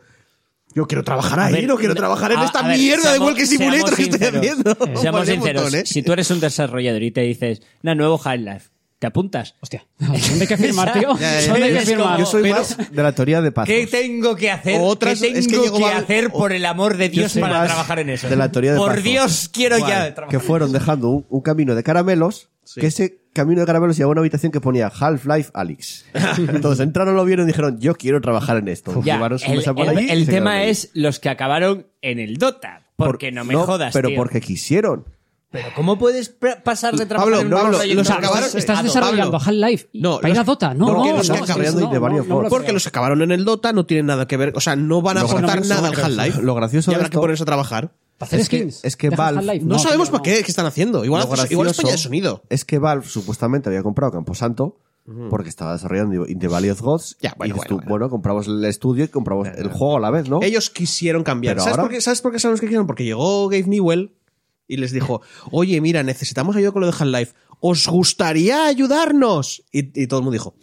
S3: Yo quiero trabajar ahí,
S2: ver,
S3: no quiero
S2: no-
S3: trabajar en
S2: a-
S3: esta
S2: a ver,
S3: mierda de
S2: seamos-
S3: Walking Simulator
S2: seamos
S3: que estoy
S2: sinceros.
S3: haciendo.
S2: seamos
S3: Vale un
S2: sinceros,
S3: montón, ¿eh?
S2: si tú eres un desarrollador y te dices, una nuevo Half-Life, ¿te apuntas?
S4: Hostia. ¿Dónde hay que firmar, tío?
S3: Ya, ya,
S4: ¿Dónde hay
S2: ya.
S4: que
S2: Es
S4: firmar?
S2: como-
S1: Yo soy
S2: Pero-
S1: más de la teoría de paz.
S2: ¿Qué tengo que hacer?
S3: Otras-
S2: ¿Qué tengo
S3: es que llegó
S2: que
S3: Val-
S2: hacer
S3: o-
S2: por el amor de Dios
S1: soy
S2: para
S1: más
S2: trabajar en eso?
S1: de la teoría de
S2: por
S1: Paco.
S2: Dios, quiero ya trabajar.
S1: que fueron dejando un, un camino de caramelos, que ese camino de caramelos llevaba a una habitación que ponía Half-Life Alyx. Entonces entraron, lo vieron y dijeron, yo quiero trabajar en esto.
S2: Ya,
S1: Llevaron su
S2: el,
S1: mesa por
S2: el-
S1: allí y
S2: el
S1: se quedaron
S2: tema
S1: ahí.
S2: es los que acabaron en el Dota.
S1: Por-
S2: Porque no me jodas,
S1: Pero
S2: tío.
S1: porque quisieron.
S2: Pero ¿cómo puedes pra- pasar de trabajar
S3: Pablo,
S2: en un
S3: Pablo,
S2: proyecto
S3: los
S2: a otro?
S3: acabaron-
S4: Estás
S3: Pablo,
S4: desarrollando Half-Life. y-
S3: No,
S4: para ir
S3: los-
S4: a Dota, no,
S3: no,
S4: no,
S3: que
S4: no,
S3: los que
S4: no,
S3: acabaron
S4: no,
S1: de varios
S4: no, no,
S1: juegos.
S4: no,
S3: Porque
S4: no,
S3: los acabaron en el Dota, no tienen nada que ver, o sea, no van a
S1: Lo
S3: aportar
S1: gracioso-
S3: nada al Half-Life.
S1: Lo gracioso
S3: Y habrá
S1: de
S3: que
S1: esto-
S3: ponerse a trabajar.
S4: Para hacer
S1: Es que-
S4: skins.
S1: es que
S4: Deja
S1: Valve-
S4: Half-Life,
S3: No, sabemos
S4: tío,
S3: para qué, qué están haciendo. Igual,
S1: Lo
S3: haces- igual es
S1: gracioso
S3: pañal de sonido.
S1: Es que Valve supuestamente había comprado Camposanto porque estaba desarrollando In The Valley of Gods.
S3: Ya, bueno,
S1: y dices
S3: bueno,
S1: tú,
S3: bueno.
S1: bueno, compramos el estudio y compramos el juego a la vez, ¿no?
S3: Ellos quisieron cambiar.
S1: Pero
S3: ¿Sabes,
S1: ahora-
S3: por qué, ¿Sabes por qué sabemos que quisieron? Porque llegó Gabe Newell y les dijo, oye, mira, necesitamos ayuda con lo de Half-Life. ¿Os gustaría ayudarnos? Y, y todo el mundo dijo,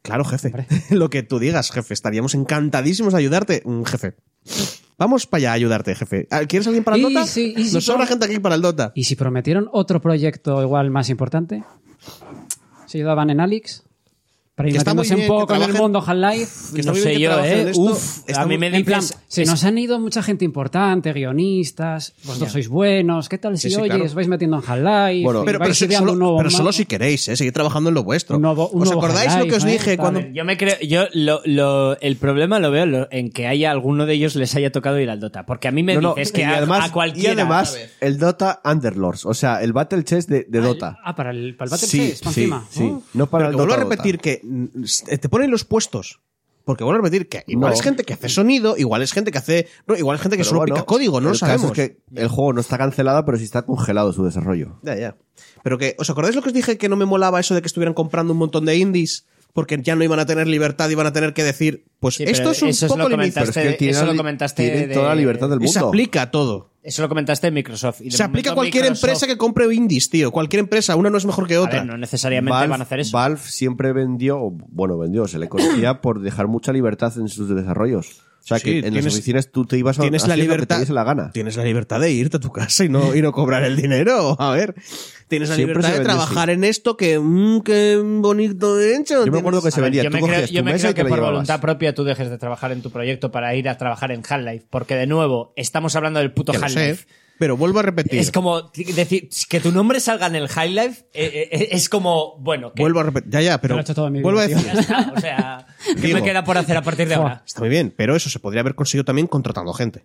S3: claro, jefe. lo que tú digas, jefe. Estaríamos encantadísimos de ayudarte, Mm, jefe. Vamos para allá a ayudarte, jefe. Ah, ¿Quieres alguien para el
S4: Y
S3: Dota?
S4: si- y si
S3: Nos sobra
S4: pro-
S3: gente aquí para el Dota.
S4: ¿Y si prometieron otro proyecto igual más importante? ¿Se ayudaban en Alix? Para
S3: Que está muy
S4: invirtiéndose un
S3: bien, que
S4: poco en el
S3: trabajen-
S4: mundo Half-Life.
S3: que está
S2: no
S3: muy bien
S2: sé
S3: que
S2: yo,
S3: trabajen en
S2: ¿eh?
S3: esto.
S2: Uf,
S3: Está
S2: a mí
S3: muy-
S2: me
S4: En plan,
S2: dices...
S4: se nos han ido mucha gente importante, guionistas, vosotros sois buenos, ¿qué tal si
S3: Sí, sí,
S4: oyes?
S3: claro.
S4: Vais metiendo en Half-Life,
S1: Bueno,
S3: Pero,
S4: vais
S3: pero, si-
S4: ideando
S3: solo,
S4: un nuevo
S3: pero solo
S4: mapa.
S3: si queréis, ¿eh? seguid trabajando en lo vuestro.
S4: Un nuevo- un
S3: ¿Os
S4: nuevo
S3: acordáis lo que os
S4: Half-Life,
S3: dije
S4: ¿eh?
S3: cuando,
S4: Vale.
S2: Yo me creo, yo lo, lo- el problema lo veo lo- en que haya alguno de ellos les haya tocado ir al Dota. Porque a mí me
S1: No, no,
S2: dices
S1: y
S2: que a,
S1: además,
S2: a cualquiera.
S1: y además el Dota Underlords, o sea, el Battle Chess de, de Dota.
S4: Ah, para el, para el Battle
S1: sí,
S4: 6, para
S1: sí,
S4: encima.
S1: sí.
S4: Oh.
S1: No para
S3: Pero
S1: el
S3: que vuelvo a
S1: Dota,
S3: repetir
S1: Dota.
S3: que mm, s- te ponen los puestos. Porque vuelvo a repetir que igual
S1: No.
S3: es gente que hace sonido, igual es gente que hace. no, igual es gente que
S1: Pero
S3: solo
S1: bueno,
S3: pica código, no
S1: el
S3: lo sabemos.
S1: Caso es que el juego no está cancelado, pero sí está congelado su desarrollo.
S3: Ya, ya. Pero que, ¿os acordáis lo que os dije que no me molaba eso de que estuvieran comprando un montón de indies? Porque ya no iban a tener libertad, iban a tener que decir, pues
S2: Sí,
S3: esto
S2: pero
S3: es un
S2: eso es
S3: poco
S2: lo
S3: límite.
S2: comentaste.
S1: Pero es que tiene
S2: eso
S1: la
S2: lo
S1: li-
S2: comentaste
S1: tiene
S2: de-
S1: toda la libertad del
S3: Y se
S1: mundo.
S3: aplica a todo.
S2: Eso lo comentaste en Microsoft. y de
S3: Se aplica
S2: momento
S3: a cualquier
S2: Microsoft-
S3: empresa que compre indies, tío. Cualquier empresa, una no es mejor que
S2: A
S3: otra.
S2: ver, no necesariamente van a hacer eso.
S1: Valve siempre vendió, o, bueno, vendió, se le conocía por dejar mucha libertad en sus desarrollos. O sea,
S3: Sí,
S1: que en
S3: tienes-
S1: las oficinas tú te ibas a
S3: tienes la
S1: hacer lo que
S3: libertad
S1: te diese la gana.
S3: tienes la libertad de irte a tu casa y no, y no cobrar el dinero a ver tienes la
S1: Siempre
S3: libertad
S1: se
S3: de
S1: vende,
S3: trabajar en esto que mm, qué bonito he hecho
S1: Yo me acuerdo que
S2: A
S1: se
S2: ver,
S1: vendía,
S2: yo
S1: tú
S2: me creo,
S1: cogías
S2: yo
S1: tu
S2: me
S1: mesa
S2: creo
S1: y te
S2: que
S1: la
S2: por
S1: llevabas.
S2: voluntad propia tú dejes de trabajar en tu proyecto para ir a trabajar en Half-Life. Porque, de nuevo, estamos hablando del puto
S3: Que lo sé,
S2: Half-Life.
S3: Pero vuelvo a repetir.
S2: Es como t- decir que tu nombre salga en el highlife eh, es como bueno. Que,
S3: Vuelvo a repetir. Ya, ya, pero.
S4: lo he hecho todo en mi vida,
S3: vuelvo a
S4: tío.
S3: decir.
S2: ya está, o sea, ¿qué
S3: Digo.
S2: me queda por hacer a partir de ahora?
S3: Está muy bien, pero eso se podría haber conseguido también contratando gente.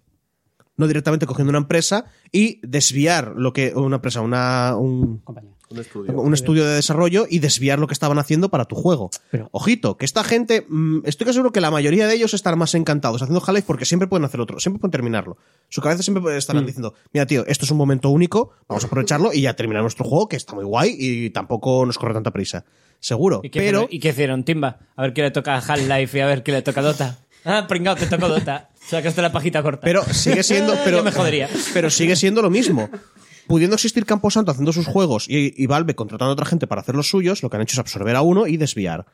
S3: No directamente cogiendo una empresa y desviar lo que. Una empresa, una, un,
S4: compañía.
S1: Un estudio.
S3: un estudio de desarrollo y desviar lo que estaban haciendo para tu juego.
S4: Pero-
S3: Ojito, que esta gente, mm, estoy casi seguro que la mayoría de ellos están más encantados haciendo Half-Life porque siempre pueden hacer otro, siempre pueden terminarlo. Su cabeza siempre estarán diciendo, mira tío, esto es un momento único, vamos a aprovecharlo y ya terminar nuestro juego que está muy guay y tampoco nos corre tanta prisa. Seguro,
S2: ¿Y qué,
S3: pero...
S2: hicieron- ¿Y qué hicieron, Timba? A ver qué le toca a Half-Life y a ver qué le toca a Dota. Ah, pringao, te tocó Dota. Sacaste la pajita corta.
S3: Pero sigue siendo. Pero,
S2: Yo me jodería.
S3: Pero sigue siendo lo mismo. Pudiendo existir Camposanto haciendo sus juegos y, y Valve contratando a otra gente para hacer los suyos, lo que han hecho es absorber a uno y desviar.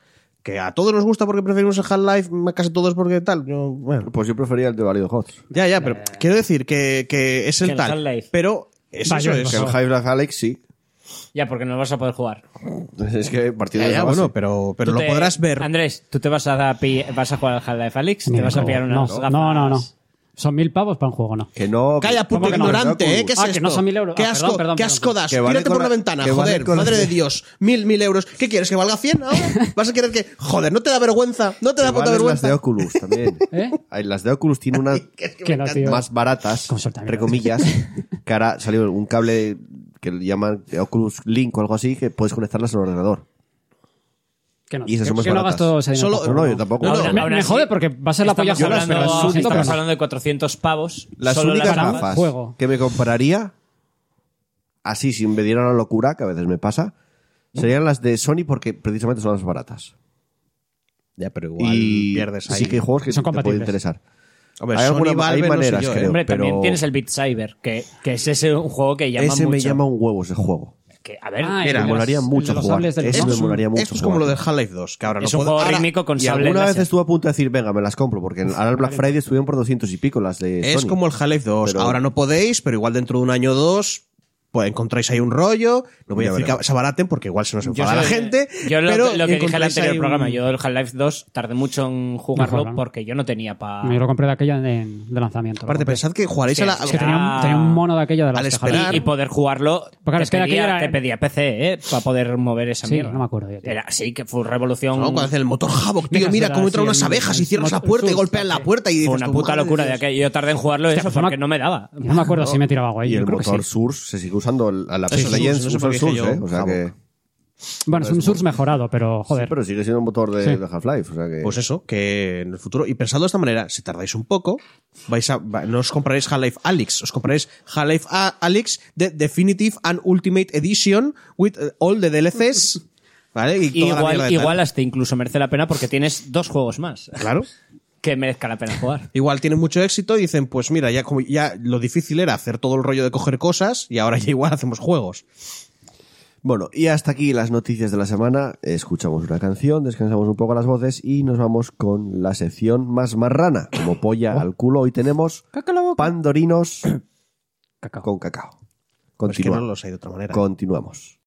S3: Que a todos nos gusta porque preferimos el Half-Life, casi todos porque tal. Yo, bueno.
S1: Pues yo prefería el de Válido Hots.
S3: Ya, ya, pero quiero decir que, que es el
S2: Que el
S3: tal.
S2: Half-Life.
S3: Pero es
S4: Vaya,
S3: eso,
S4: el
S3: es.
S1: Que el Half-Life Alex sí.
S2: Ya, porque no vas a poder jugar.
S1: Es que partiendo
S3: Ya,
S1: de
S3: ya,
S1: esa base.
S3: bueno, pero,
S2: Tú
S3: pero lo
S2: te-
S3: podrás ver.
S2: Andrés, tú te vas a, dar pi- vas a jugar al Half-Life Alyx, te
S4: Mira,
S2: vas a
S4: no,
S2: pillar unas
S4: no,
S2: gafas.
S4: no, no, no. Son mil pavos para un juego, no.
S1: Que no.
S3: Calla, puto
S4: ¿Cómo que no?
S3: ignorante, ¿eh? ¿Qué es
S4: Ah, que
S3: esto?
S4: no son 1000 euros.
S3: Qué
S4: Ah,
S3: asco,
S4: perdón, perdón,
S3: qué
S4: perdón.
S3: asco das.
S1: Que vale
S3: Tírate
S1: con
S3: por la
S1: la-
S3: ventana,
S1: que vale
S3: joder.
S1: con la-
S3: madre de Dios. Mil, mil euros. ¿Qué quieres? ¿Que valga 100 ahora? ¿Vas a querer que...? Joder, ¿no te da vergüenza? ¿No te da puta
S1: Igual es las de
S3: vergüenza?
S1: Oculus también.
S4: ¿Eh?
S1: Ay, Las de Oculus tienen una
S4: Que no, tío.
S1: más baratas,
S4: Como suelta,
S1: entre
S4: mira.
S1: comillas, que ahora salió un cable que le llaman Oculus Link o algo así, que puedes conectarlas al ordenador.
S4: Que no,
S1: Y esas son
S4: que-
S1: más
S4: que no
S1: baratas.
S4: gasto ese dinero
S3: Solo-
S4: para
S1: No, no,
S4: juego,
S1: yo tampoco.
S3: No, no,
S4: Me-
S2: Ahora-
S4: me,
S2: ahora sí,
S4: jode porque va a ser la polla
S2: estamos
S4: sola,
S2: hablando,
S4: pero
S1: las
S4: siento,
S2: estamos
S4: pero no.
S2: hablando de 400 pavos.
S1: Las
S2: solo
S1: únicas
S4: para un
S1: gafas
S4: juego.
S1: que me compraría, así, si me diera la locura, que a veces me pasa, serían las de Sony porque precisamente son las baratas.
S3: Ya, pero
S1: y sí que hay juegos que
S4: Son
S1: te pueden
S4: compatibles.
S1: interesar.
S3: Hombre,
S1: hay
S3: Sony,
S1: alguna- hay
S3: Valve, no sé
S1: maneras,
S3: yo, ¿eh?
S1: creo.
S2: Hombre, también
S1: pero-
S2: tienes el Beat Saber, que, que es ese un juego que llama
S1: Ese
S2: mucho.
S1: me llama un huevo ese juego.
S2: Que, a ver,
S4: Ah,
S2: mira,
S1: me
S4: las-
S1: molaría
S4: el de
S1: mucho
S4: los
S1: jugar.
S4: sables del
S1: Eso
S4: norte.
S1: me molaría mucho
S3: Esto es
S1: jugar.
S3: como lo del Half-Life 2, que ahora
S2: es
S3: no
S2: un
S3: puedo-
S2: juego
S3: ahora-
S2: rítmico con
S1: Y
S2: sable
S1: alguna vez
S2: láser.
S1: estuve a punto de decir, venga, me las compro, porque ahora el Black Friday estuvieron por 200 y pico las de
S3: Es
S1: Sony.
S3: como el Half-Life 2.
S1: Pero-
S3: Ahora no podéis, pero igual dentro de un año o dos... Pues encontráis ahí un rollo, no voy a
S1: Ya
S3: decir que
S1: veremos.
S3: se abaraten porque igual se nos
S2: Yo
S3: enfada la
S2: sé-
S3: gente.
S2: Yo lo,
S3: pero
S2: lo que dije en el
S3: encontráis ahí
S2: anterior
S3: un-
S2: programa, yo el Half-Life 2 tardé mucho en jugarlo
S4: jugarlo.
S2: porque yo no tenía para...
S4: Yo lo compré de aquella de, de lanzamiento. lo
S3: Aparte,
S4: compré.
S3: pensad que jugaréis a la.
S4: Es que tenía un, tenía un mono de aquello de las
S3: Al
S4: tejas.
S3: esperar.
S2: Y, y poder jugarlo.
S4: Pues claro,
S2: te,
S4: es que de
S2: pedía,
S4: aquella era-
S2: te pedía PC, ¿eh? Para poder mover esa
S4: Sí,
S2: mierda.
S4: no me acuerdo ya, tío.
S2: Era, sí, que fue revolución.
S3: ¿no? Cuando hacen el motor Havoc, tío,
S4: Venga,
S3: mira
S4: será
S3: cómo entran
S4: así
S3: unas
S4: el-
S3: abejas y cierras la
S4: motor-
S3: puerta y
S4: sí,
S3: golpean la puerta y dices.
S2: fue una
S3: tú,
S2: puta
S3: madre
S2: locura
S3: de
S2: de
S3: Dios. pues
S2: aquello. Yo tardé en jugarlo
S4: Hostia,
S2: eso
S4: fue una-
S2: porque no me daba.
S4: No me acuerdo si me tiraba algo ahí.
S1: Y
S4: yo
S1: el
S4: creo que
S1: motor
S4: sí.
S1: Source se sigue usando el- a la
S3: Eso es
S1: Apex Legends,
S3: Source, no sé
S1: usa
S3: por
S1: el
S3: qué
S1: Source,
S3: dije yo,
S1: ¿eh? O sea
S3: Havoc.
S1: que...
S4: Bueno, es un Source mejorado, pero
S1: Sí,
S4: joder.
S1: pero sigue siendo un motor de,
S4: Sí.
S1: de Half-Life, o sea que...
S3: Pues eso, que en el futuro. Y pensando de esta manera, si tardáis un poco, vais a, va- no os compraréis Half-Life Alyx, os compraréis Half-Life A- Alyx de Definitive and Ultimate Edition with eh, all the DLCs. ¿Vale? Y toda la mierda ¿eh?
S2: Igual,
S3: de tal.
S2: igual hasta incluso merece la pena porque tienes dos juegos más
S3: Claro.
S2: que merezca la pena jugar.
S3: Igual tienen mucho éxito y dicen, pues mira, ya como ya lo difícil era hacer todo el rollo de coger cosas y ahora ya igual hacemos juegos.
S1: Bueno, y hasta aquí las noticias de la semana. Escuchamos una canción, descansamos un poco las voces y nos vamos con la sección más marrana. Como polla al culo, hoy tenemos pandorinos
S4: Cacao.
S1: con cacao.
S3: Pues que no
S1: Continua-
S3: los hay de otra manera.
S1: Continuamos.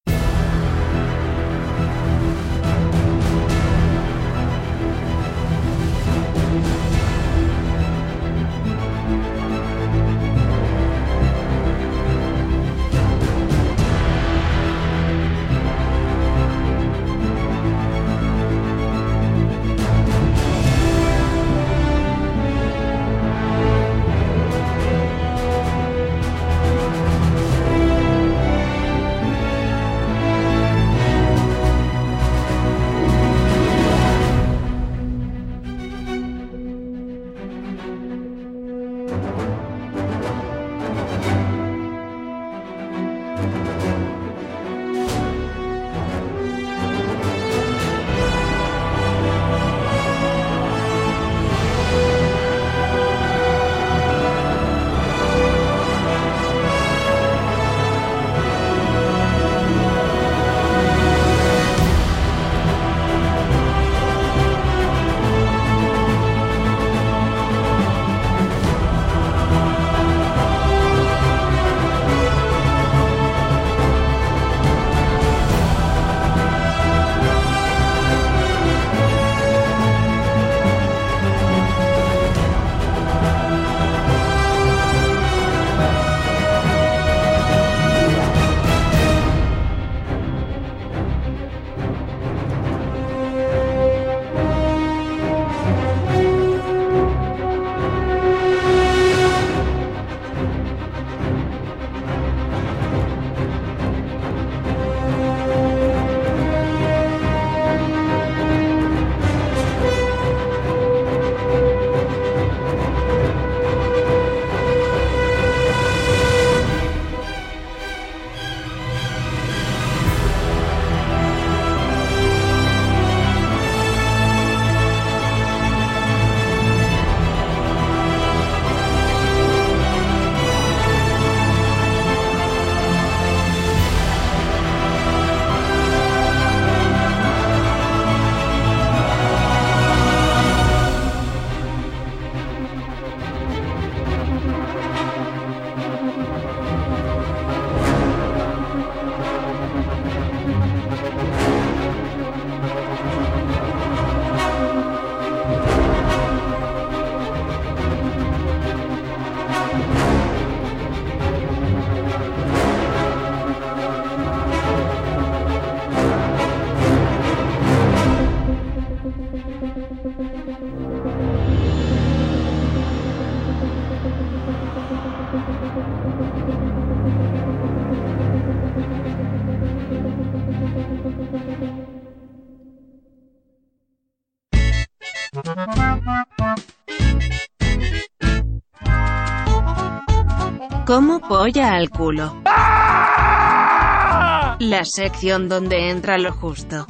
S8: Como polla al culo. La sección donde entra lo justo.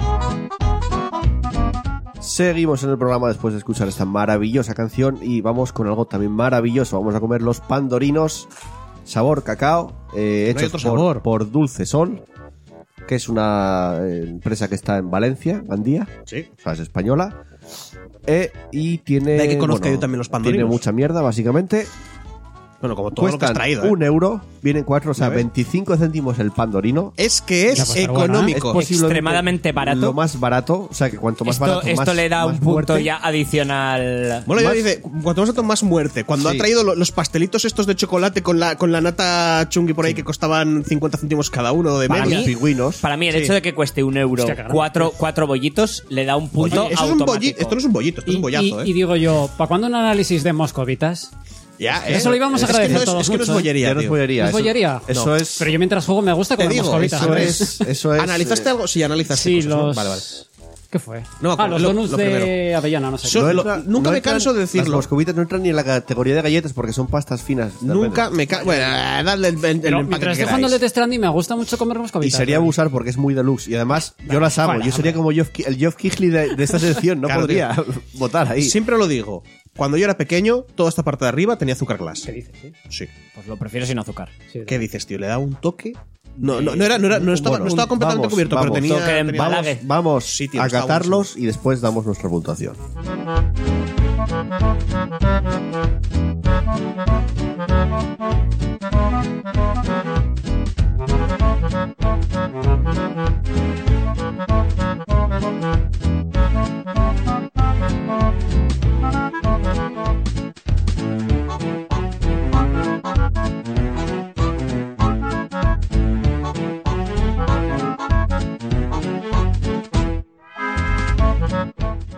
S1: Seguimos en el programa después de escuchar esta maravillosa canción y vamos con algo también maravilloso. Vamos a comer los pandorinos sabor cacao eh,
S3: No hay
S1: hechos
S3: otro
S1: por,
S3: sabor.
S1: por Dulce Sol, que es una eh, empresa que está en Valencia, Gandía,
S3: Sí.
S1: o sea, es española. eh, y tiene.
S3: De ahí que conozca yo también los pandorinos.
S1: Tiene mucha mierda, básicamente.
S3: Bueno, como todo lo que has
S1: Cuestan
S3: traído. ¿eh?
S1: un euro, vienen cuatro, o sea,
S3: ¿Ya ves?
S1: 25 céntimos el pandorino.
S3: Es que
S4: Ya,
S3: es
S4: pues, pero bueno,
S3: económico.
S1: ¿eh? Es posiblemente
S2: Extremadamente barato.
S1: Lo más barato, o sea, que cuanto más
S2: esto
S1: barato.
S2: esto
S1: más-
S2: le da
S1: más
S2: un punto
S1: fuerte.
S2: ya adicional.
S3: Bueno, ya
S1: Más-
S3: dice, cuanto más alto, más muerte. Cuando
S1: Sí.
S3: ha traído lo- los pastelitos estos de chocolate con la, con la nata chungui por ahí que costaban 50 céntimos cada uno de
S1: Para
S3: media.
S1: los pingüinos.
S2: Para mí, el
S3: Sí.
S2: hecho de que cueste un euro
S4: Hostia, qué grande.
S2: cuatro, cuatro bollitos le da un
S3: Oye,
S2: punto
S3: eso es un
S2: automático.
S3: bolli- esto no es un bollito, esto es
S4: Y,
S3: un bollazo,
S4: y- y
S3: ¿eh?
S4: digo yo, ¿para cuándo un análisis de moscovitas?
S3: Ya, ¿eh?
S4: eso lo íbamos a
S3: Es que no
S4: agradecer
S3: es-
S4: todos
S3: Es que no es
S4: mucho, ¿eh?
S3: bollería,
S1: Ya no es
S3: tío.
S1: bollería.
S4: ¿No es
S1: eso-
S4: bollería?
S1: Eso
S3: No.
S1: es.
S4: Pero yo mientras juego me gusta
S3: Te
S4: con las
S3: digo,
S4: moscovitas.
S1: eso
S4: ¿sabes?
S1: es, eso es.
S3: ¿Analizaste
S1: eh,
S3: algo? Sí, analizaste.
S4: Sí,
S3: cosas, ¿no?
S4: los...
S3: Vale, vale.
S4: ¿Qué fue?
S3: No me acuerdo,
S4: ah, los
S3: lo-
S4: donuts
S3: lo
S4: de
S3: primero.
S4: avellana, no sé.
S3: Son-
S4: qué.
S1: no
S3: lo-
S1: entra-
S3: nunca me canso de decirlo.
S1: Las moscovitas no entran ni en la categoría de galletas porque son pastas finas. de
S3: Nunca
S1: almendras.
S3: me cae. Bueno, eh, dadle el, el, el
S4: Pero
S3: empaque
S4: mientras
S3: que
S4: estoy jugando
S3: queráis.
S4: Death Stranding me gusta mucho comer
S1: Y
S4: moscovitas. ¿eh?
S1: sería abusar porque es muy deluxe. Y además, yo las amo.
S4: Vale,
S1: Yo sería como Geoff Ki- el Geoff Kigley de, de esta sección. No
S3: Claro,
S1: podría votar ahí.
S3: Siempre lo digo. Cuando yo era pequeño, toda esta parte de arriba tenía azúcar glass.
S4: ¿Qué dices? Sí.
S3: Sí.
S2: Pues lo prefiero sin azúcar.
S4: Sí,
S3: ¿Qué dices, tío? ¿Le da un toque? Eh, No, no, no, era, no, era- no estaba,
S1: Bueno,
S3: no estaba completamente
S1: vamos,
S3: cubierto,
S1: vamos.
S3: pero tenía.
S2: Toque de
S3: tenía-
S2: embalaje.
S1: Vamos, vamos
S3: Sí, tío,
S1: a
S3: está
S1: catarlos y después damos nuestra puntuación.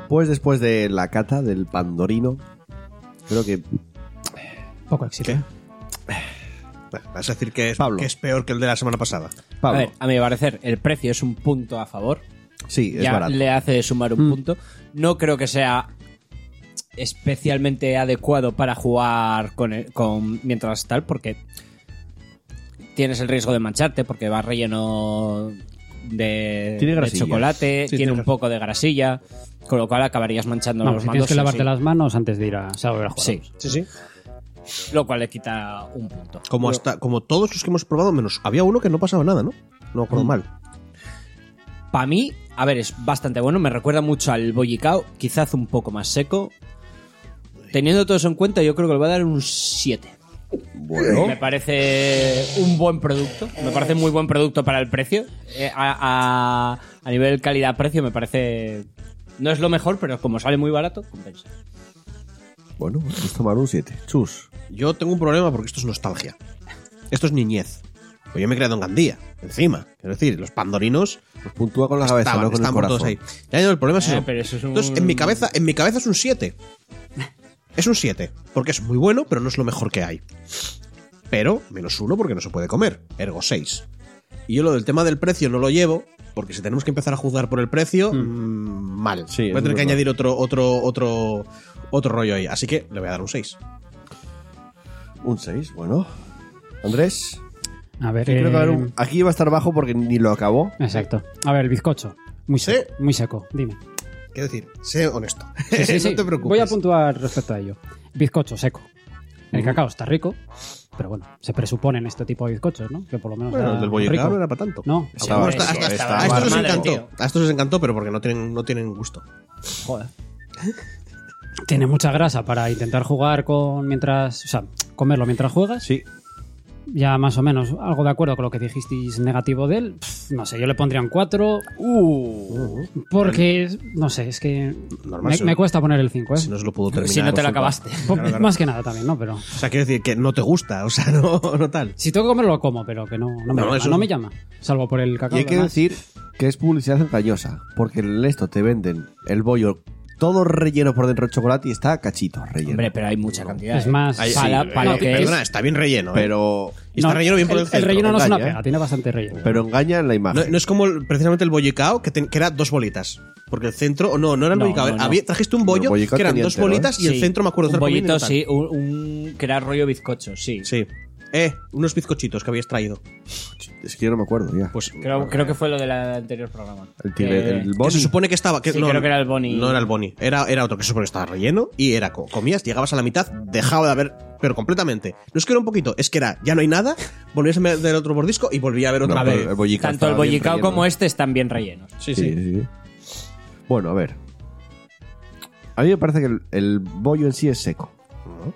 S1: Pues después de la cata del pandorino, creo que
S4: Poco éxito.
S3: Bueno, Vas a decir que es,
S1: Pablo.
S3: que es peor que el de la semana pasada.
S2: A
S1: Pablo,
S2: ver, a mi parecer, el precio es un punto a favor.
S1: sí, es
S2: ya
S1: barato.
S2: le hace sumar un punto. No creo que sea especialmente adecuado para jugar con, el- con mientras tal, porque tienes el riesgo de mancharte, porque va relleno de,
S1: Tiene
S2: de
S1: grasilla.
S2: chocolate,
S3: Sí,
S2: tiene
S3: tiene
S2: un
S3: gra-
S2: poco de grasilla, con lo cual acabarías manchando
S4: Vamos,
S2: los
S4: si
S2: mandos.
S4: tienes que
S2: sí o
S4: lavarte
S2: sí.
S4: las manos antes de ir a, salir a jugar.
S2: Sí,
S3: Sí, sí.
S2: lo cual le quita un punto.
S3: Como, hasta, como todos los que hemos probado, menos. Había uno que no pasaba nada, ¿no? No me acuerdo mal.
S2: Para mí, a ver, es bastante bueno. Me recuerda mucho al Boyicao, quizás un poco más seco. Teniendo todo eso en cuenta, yo creo que le voy a dar un 7. Me parece un buen producto. Me parece muy buen producto para el precio. Eh, a, a- a nivel calidad-precio, me parece. No es lo mejor, pero como sale muy barato, compensa.
S1: Bueno, pues tomar un 7. Chus.
S3: Yo tengo un problema porque esto es nostalgia. Esto es niñez. Pues yo me he creado en Gandía, encima. Quiero decir, los pandorinos
S1: Pues puntúa con la cabeza,
S3: estaban,
S1: no con el
S3: estaban
S1: corazón.
S3: todos ahí. Ya, no, el problema es
S2: Eh,
S3: eso.
S2: pero eso es un-
S3: Entonces, en mi cabeza, en mi cabeza es un 7. Es un 7, porque es muy bueno, pero no es lo mejor que hay. Pero menos uno porque no se puede comer, ergo 6. Y yo lo del tema del precio no lo llevo, porque si tenemos que empezar a juzgar por el precio, mm, mal.
S1: Sí,
S3: voy a
S1: es
S3: tener que
S1: verdad.
S3: añadir otro, otro, otro, otro rollo ahí. Así que le voy a dar un 6.
S1: Un 6, bueno. Andrés.
S4: A ver,
S1: yo creo que va a
S4: eh,
S1: haber un- Aquí va a estar bajo porque ni lo acabó.
S4: exacto. A ver, el bizcocho. Muy
S3: Sí.
S4: seco, muy seco. Dime.
S3: Quiero decir, sé honesto.
S4: Sí, sí, sí.
S3: no te preocupes.
S4: Voy a puntuar respecto a ello. Bizcocho seco. El cacao está rico, pero bueno, se presuponen este tipo de bizcochos, ¿no? Que por lo menos
S3: Bueno,
S4: da
S3: el del
S4: rico.
S3: bollicao no era para tanto.
S4: No,
S3: Sí,
S1: Estaba-
S3: bueno, está-
S1: estaba-
S3: hasta-
S1: estaba
S3: a estos les
S2: madre,
S3: encantó.
S2: tío.
S3: A estos les encantó, pero porque no tienen, no tienen gusto.
S4: tiene mucha grasa para intentar jugar con mientras, o sea, comerlo mientras juegas.
S1: Sí.
S4: Ya más o menos algo de acuerdo con lo que dijisteis negativo de él. Pff, no sé, yo le pondría un 4 porque no sé, es que
S3: Uh. Normal,
S4: me,
S3: sí.
S4: me cuesta poner el 5, ¿eh?
S3: Si no se lo pudo terminar.
S2: si no te lo
S3: vosotros.
S2: acabaste.
S4: Po- Más que nada también, ¿no? Pero
S3: O sea, quiero decir que no te gusta, o sea, no, no tal.
S4: si tengo que comerlo lo como, pero que no, no me
S3: No,
S4: llama,
S3: eso-
S4: no me llama, salvo por el
S1: Y
S4: cacao.
S1: hay que
S4: además.
S1: decir que es publicidad engañosa. Porque en el esto te venden el bollo todo relleno por dentro de chocolate y está cachito relleno.
S2: Hombre, pero hay mucha cantidad.
S4: Es
S2: ¿eh?
S4: más,
S3: Ahí sí,
S2: para-
S3: eh,
S2: para lo que
S3: perdona,
S2: es-
S3: está bien relleno. ¿eh?
S1: pero,
S3: Y está
S4: no,
S3: relleno bien por
S4: el,
S3: el, centro,
S4: relleno no es una
S1: engaña,
S4: pega,
S1: ¿eh?
S4: tiene bastante relleno.
S1: pero engaña en la
S3: No,
S1: imagen.
S3: no es como el- precisamente el bollicao, que, ten- que era dos bolitas. Porque el centro, no, no era el
S2: No,
S3: bollicao.
S2: no,
S3: era-
S2: no.
S3: había- trajiste un bollo
S1: El bollicao
S3: que eran
S1: tenía
S3: dos
S1: entero, ¿eh?
S3: bolitas y el
S2: Sí,
S3: centro me acuerdo
S2: Un
S3: de hacer
S2: bollito,
S3: comiendo y
S2: sí. Un, un- que era rollo bizcocho, sí.
S3: tal. Sí. Eh, unos bizcochitos que habías traído.
S1: Es que yo no me acuerdo ya.
S3: Pues
S2: Creo, creo que fue lo del anterior programa.
S1: el, tibet-
S2: Eh,
S1: el
S3: Que
S1: boni.
S3: se supone que estaba. Que,
S2: Sí, creo que era el Boni.
S3: No era el Boni. Era, era otro que se supone que estaba relleno y era. co- Comías, llegabas a la mitad, dejaba de haber. Pero completamente. No es que era un poquito, es que era. Ya no hay nada, volvías a meter otro mordisco y volvía a haber
S1: No,
S3: otro.
S1: pero el bollicao
S2: Tanto
S1: estaba
S2: el
S1: bien
S2: bollicao
S1: relleno.
S2: como este están bien rellenos.
S3: Sí,
S1: Sí,
S3: sí.
S1: sí, sí. Bueno, a ver. A mí me parece que el, el bollo en sí es seco.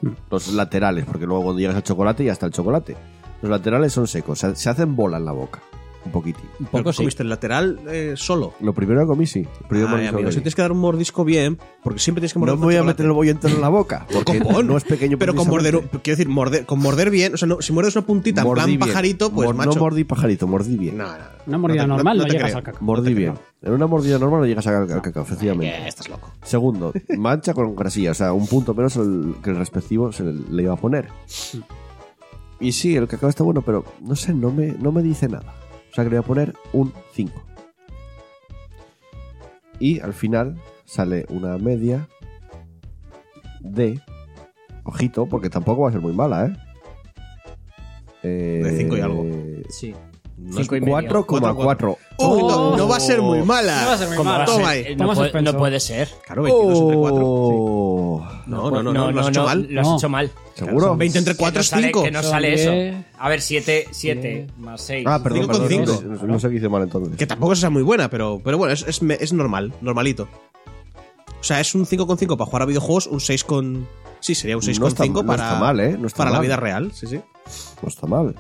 S3: Mm.
S1: ¿no? Los laterales, porque luego cuando llegas al chocolate ya está el chocolate. Los laterales son secos, se, se hacen bola en la boca. Un poquitín.
S2: Un poco
S3: Pero
S2: sí.
S3: comiste el lateral eh, solo.
S1: Lo primero que comí, sí. Lo primero que
S3: Ay,
S1: comí
S3: amigo,
S1: solo
S3: si
S1: que
S3: tienes que dar un mordisco bien, porque siempre tienes que
S1: vi. no me
S3: morder con
S1: voy a
S3: chocolate.
S1: meter el bollo entero en la boca, porque
S3: Con-
S1: no es pequeño
S3: Pero con morder,
S1: precisamente.
S3: un- quiero decir, morder, con morder bien, o sea, no, si muerdes una puntita en
S1: Mordí
S3: plan
S1: bien.
S3: pajarito, pues
S1: Mor-
S3: macho.
S1: No mordí pajarito, mordí bien.
S3: No, no, no.
S4: Una mordida
S3: te-
S4: normal no,
S3: te
S4: llegas
S3: creo.
S4: al cacao.
S1: Mordí
S3: No te
S1: bien. En una mordida normal no llegas al, al cacao, efectivamente.
S3: Eh, estás loco.
S1: Segundo, mancha con grasilla, o sea, un punto menos el- que el respectivo se le iba a poner.
S3: Mm.
S1: Y sí, el cacao está bueno, pero no sé, no me, no me dice nada. O sea, que le voy a poner un 5. Y al final sale una media de. Ojito, porque tampoco va a ser muy mala, ¿eh? Eh,
S3: De cinco y algo.
S2: Sí.
S3: No
S2: Cinco
S3: es-
S2: y medio.
S1: 4,4.
S3: Ojito, no va a ser muy mala.
S4: No va a ser muy
S3: Como-
S4: mala.
S3: Toma
S4: Sí.
S3: ahí.
S2: No,
S4: Toma
S2: puede,
S4: suspenso.
S2: no puede ser.
S3: Claro, 22 entre 4.
S1: Oh.
S3: No, no, no, no, lo has hecho mal.
S2: Lo has
S4: No.
S2: hecho mal.
S1: ¿Seguro?
S3: 20 entre
S2: Que
S3: 4
S2: no
S3: es
S2: sale-
S3: 5.
S2: Que no sale
S4: Diez.
S2: eso. A ver, 7 siete, más 6.
S1: Ah, perdón,
S3: Cinco con
S1: perdón,
S3: cinco.
S1: No, sé- no sé qué hice mal entonces.
S3: Que tampoco sea muy buena, pero, pero bueno, es, es, es normal, normalito. O sea, es un 5,5 para jugar a videojuegos, un 6 con... Sí, sería un
S1: No
S3: 6,5
S1: está- no
S3: para,
S1: está mal, ¿eh? No está
S3: para la
S1: mal.
S3: vida real, sí, sí.
S1: No está mal.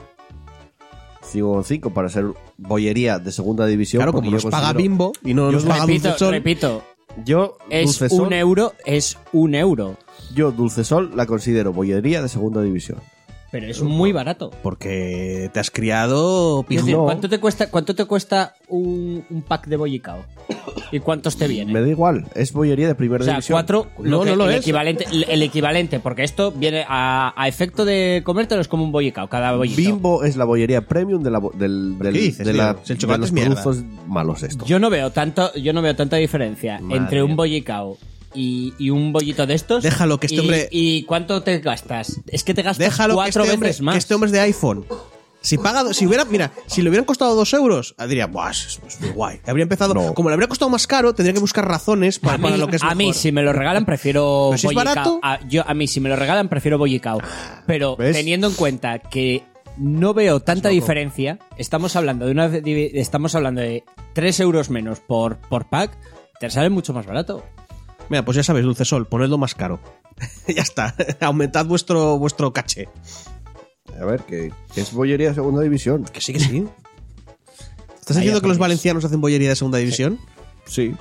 S1: 5,5 para ser bollería de segunda división.
S3: claro,
S1: porque
S3: como
S1: yo
S3: nos paga
S1: considero-
S3: Bimbo y no nos paga
S2: repito,
S3: Dulcesol,
S2: repito.
S1: Yo,
S2: Es
S1: Dulce Sol,
S2: un euro, es un euro.
S1: yo Dulce Sol la considero bollería de segunda división.
S2: Pero es muy barato.
S3: porque te has criado
S2: Quiero
S3: pijo.
S2: decir,
S1: No.
S2: ¿cuánto te cuesta, cuánto te cuesta un, un pack de bollicao? ¿Y cuántos te vienen?
S1: Me da igual, es bollería de primera
S2: o sea,
S1: división.
S2: cuatro, lo
S3: No,
S2: que-
S3: no lo
S2: el
S3: es.
S2: equivalente, el, el equivalente, porque esto viene a, a efecto de comértelo es como un bollicao, cada bollicao.
S1: Bimbo es la bollería premium de la, bo- del, del-
S3: qué dices,
S1: de,
S3: tío?
S1: la,
S3: Si el
S1: de
S3: chocolate
S1: los
S3: es mierda.
S1: productos malos estos.
S2: Yo no veo tanto, yo no veo tanta diferencia
S3: Madre
S2: entre un
S3: mía.
S2: bollicao y, y un bollito de estos.
S3: Déjalo, que este
S2: y-
S3: hombre-
S2: ¿Y cuánto te gastas? Es que te gastas
S3: Déjalo que este,
S2: cuatro
S3: hombre,
S2: veces más.
S3: que este hombre es de iPhone. Si paga, si hubiera, mira, si le hubieran costado dos euros, diría, buah, es, es muy guay. Habría empezado,
S1: No.
S3: como le habría costado más caro, tendría que buscar razones para,
S2: a mí,
S3: para lo que es
S2: a mí,
S3: mejor.
S2: si me lo regalan, prefiero
S3: Pero si es
S2: bollicao.
S3: barato. Ah,
S2: A, yo, a mí, si me lo regalan, prefiero bollicao. Pero
S1: ¿Ves?
S2: teniendo en cuenta que no veo tanta diferencia, estamos hablando de una de- estamos hablando de 3 euros menos por, por pack, te sale mucho más barato.
S3: Mira, pues ya sabéis, Dulce Sol, ponedlo más caro. ya está, aumentad vuestro, vuestro caché.
S1: A ver, que que es bollería de segunda división.
S3: Que sí, que sí. ¿Estás diciendo que los valencianos hacen bollería de segunda división?
S1: Sí.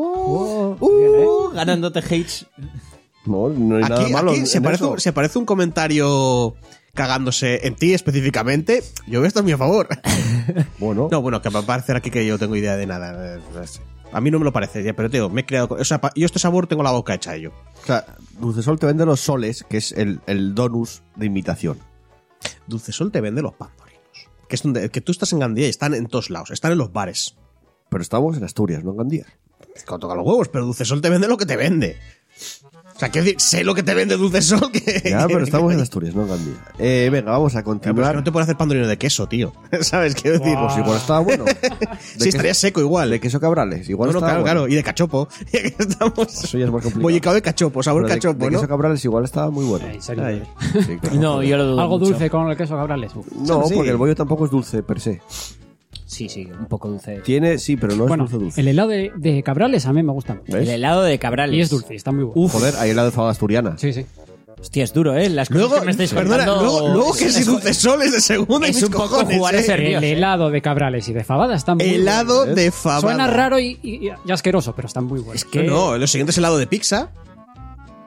S3: ¿eh?
S2: Uh, ganándote hates.
S1: No, no hay nada
S3: Aquí-
S1: malo.
S3: aquí
S1: en-
S3: se,
S1: en
S3: parece
S1: eso.
S3: un, se parece un comentario cagándose en ti específicamente. Yo voy a estar muy a favor.
S1: Bueno,
S3: No, bueno, que va a parecer aquí que yo tengo idea de nada. eh, no sé. A mí no me lo parece, ya, pero te digo, me he creado. con- O sea, pa- yo este sabor tengo la boca hecha de ello.
S1: o sea, Dulce Sol te vende los soles, que es el, el donus de imitación.
S3: Dulce Sol te vende los pandorinos. Que, es donde, que tú estás en Gandía y están en todos lados, están en los bares.
S1: Pero estamos en Asturias, no en Gandía.
S3: Cuando toca los huevos, pero Dulce Sol te vende lo que te vende. O sea, quiero decir, sé lo que te vende Dulce Sol. Que,
S1: Ya, pero estamos en Asturias, no en Gandía. Eh, venga, vamos a
S3: Ya, pero es que no
S1: continuar.
S3: te puede hacer pandorino de queso, tío. ¿Sabes? Quiero decir,
S1: Pues igual estaba bueno. De
S3: sí, estaría
S1: queso-
S3: seco igual.
S1: De queso cabrales, igual
S3: No, no,
S1: estaba
S3: claro,
S1: bueno.
S3: claro. Y de cachopo. Ya que estamos.
S1: Eso ya es más complicado.
S3: Bollicao de cachopo, sabor
S1: Pero de-
S3: cachopo,
S1: de
S3: ¿no?
S1: queso cabrales igual estaba muy bueno.
S4: Ay, serio.
S3: Ay.
S1: Sí, claro.
S2: No, yo lo dudo.
S4: Algo
S2: mucho.
S4: dulce con el queso cabrales. uh. Uf.
S1: No,
S3: Sí.
S1: porque el bollo tampoco es dulce per se.
S2: Sí, sí, un poco dulce.
S1: Tiene, sí, pero no es
S4: Bueno,
S1: dulce dulce.
S4: el helado de, de cabrales a mí me gusta mucho.
S2: El
S1: ¿Ves?
S2: helado de cabrales. Uh.
S4: Y es dulce, está muy bueno.
S2: Uf,
S1: Joder, ahí la de fada asturiana.
S4: Sí, sí.
S2: hostia, es duro, ¿eh? Las cosas
S3: Luego,
S2: que me estáis
S3: perdona,
S2: contando-
S3: luego, luego que si
S2: es,
S3: Dulce Sol es de segunda y
S2: es
S3: mis
S2: un poco
S3: cojones,
S2: jugar
S3: ¿eh?
S2: ese río.
S4: El helado de cabrales y de fabada está muy
S3: Helado de fabada.
S4: bueno. Suena raro y, y- y asqueroso, pero está muy bueno.
S2: es que
S3: No, no, lo siguiente es helado de pizza.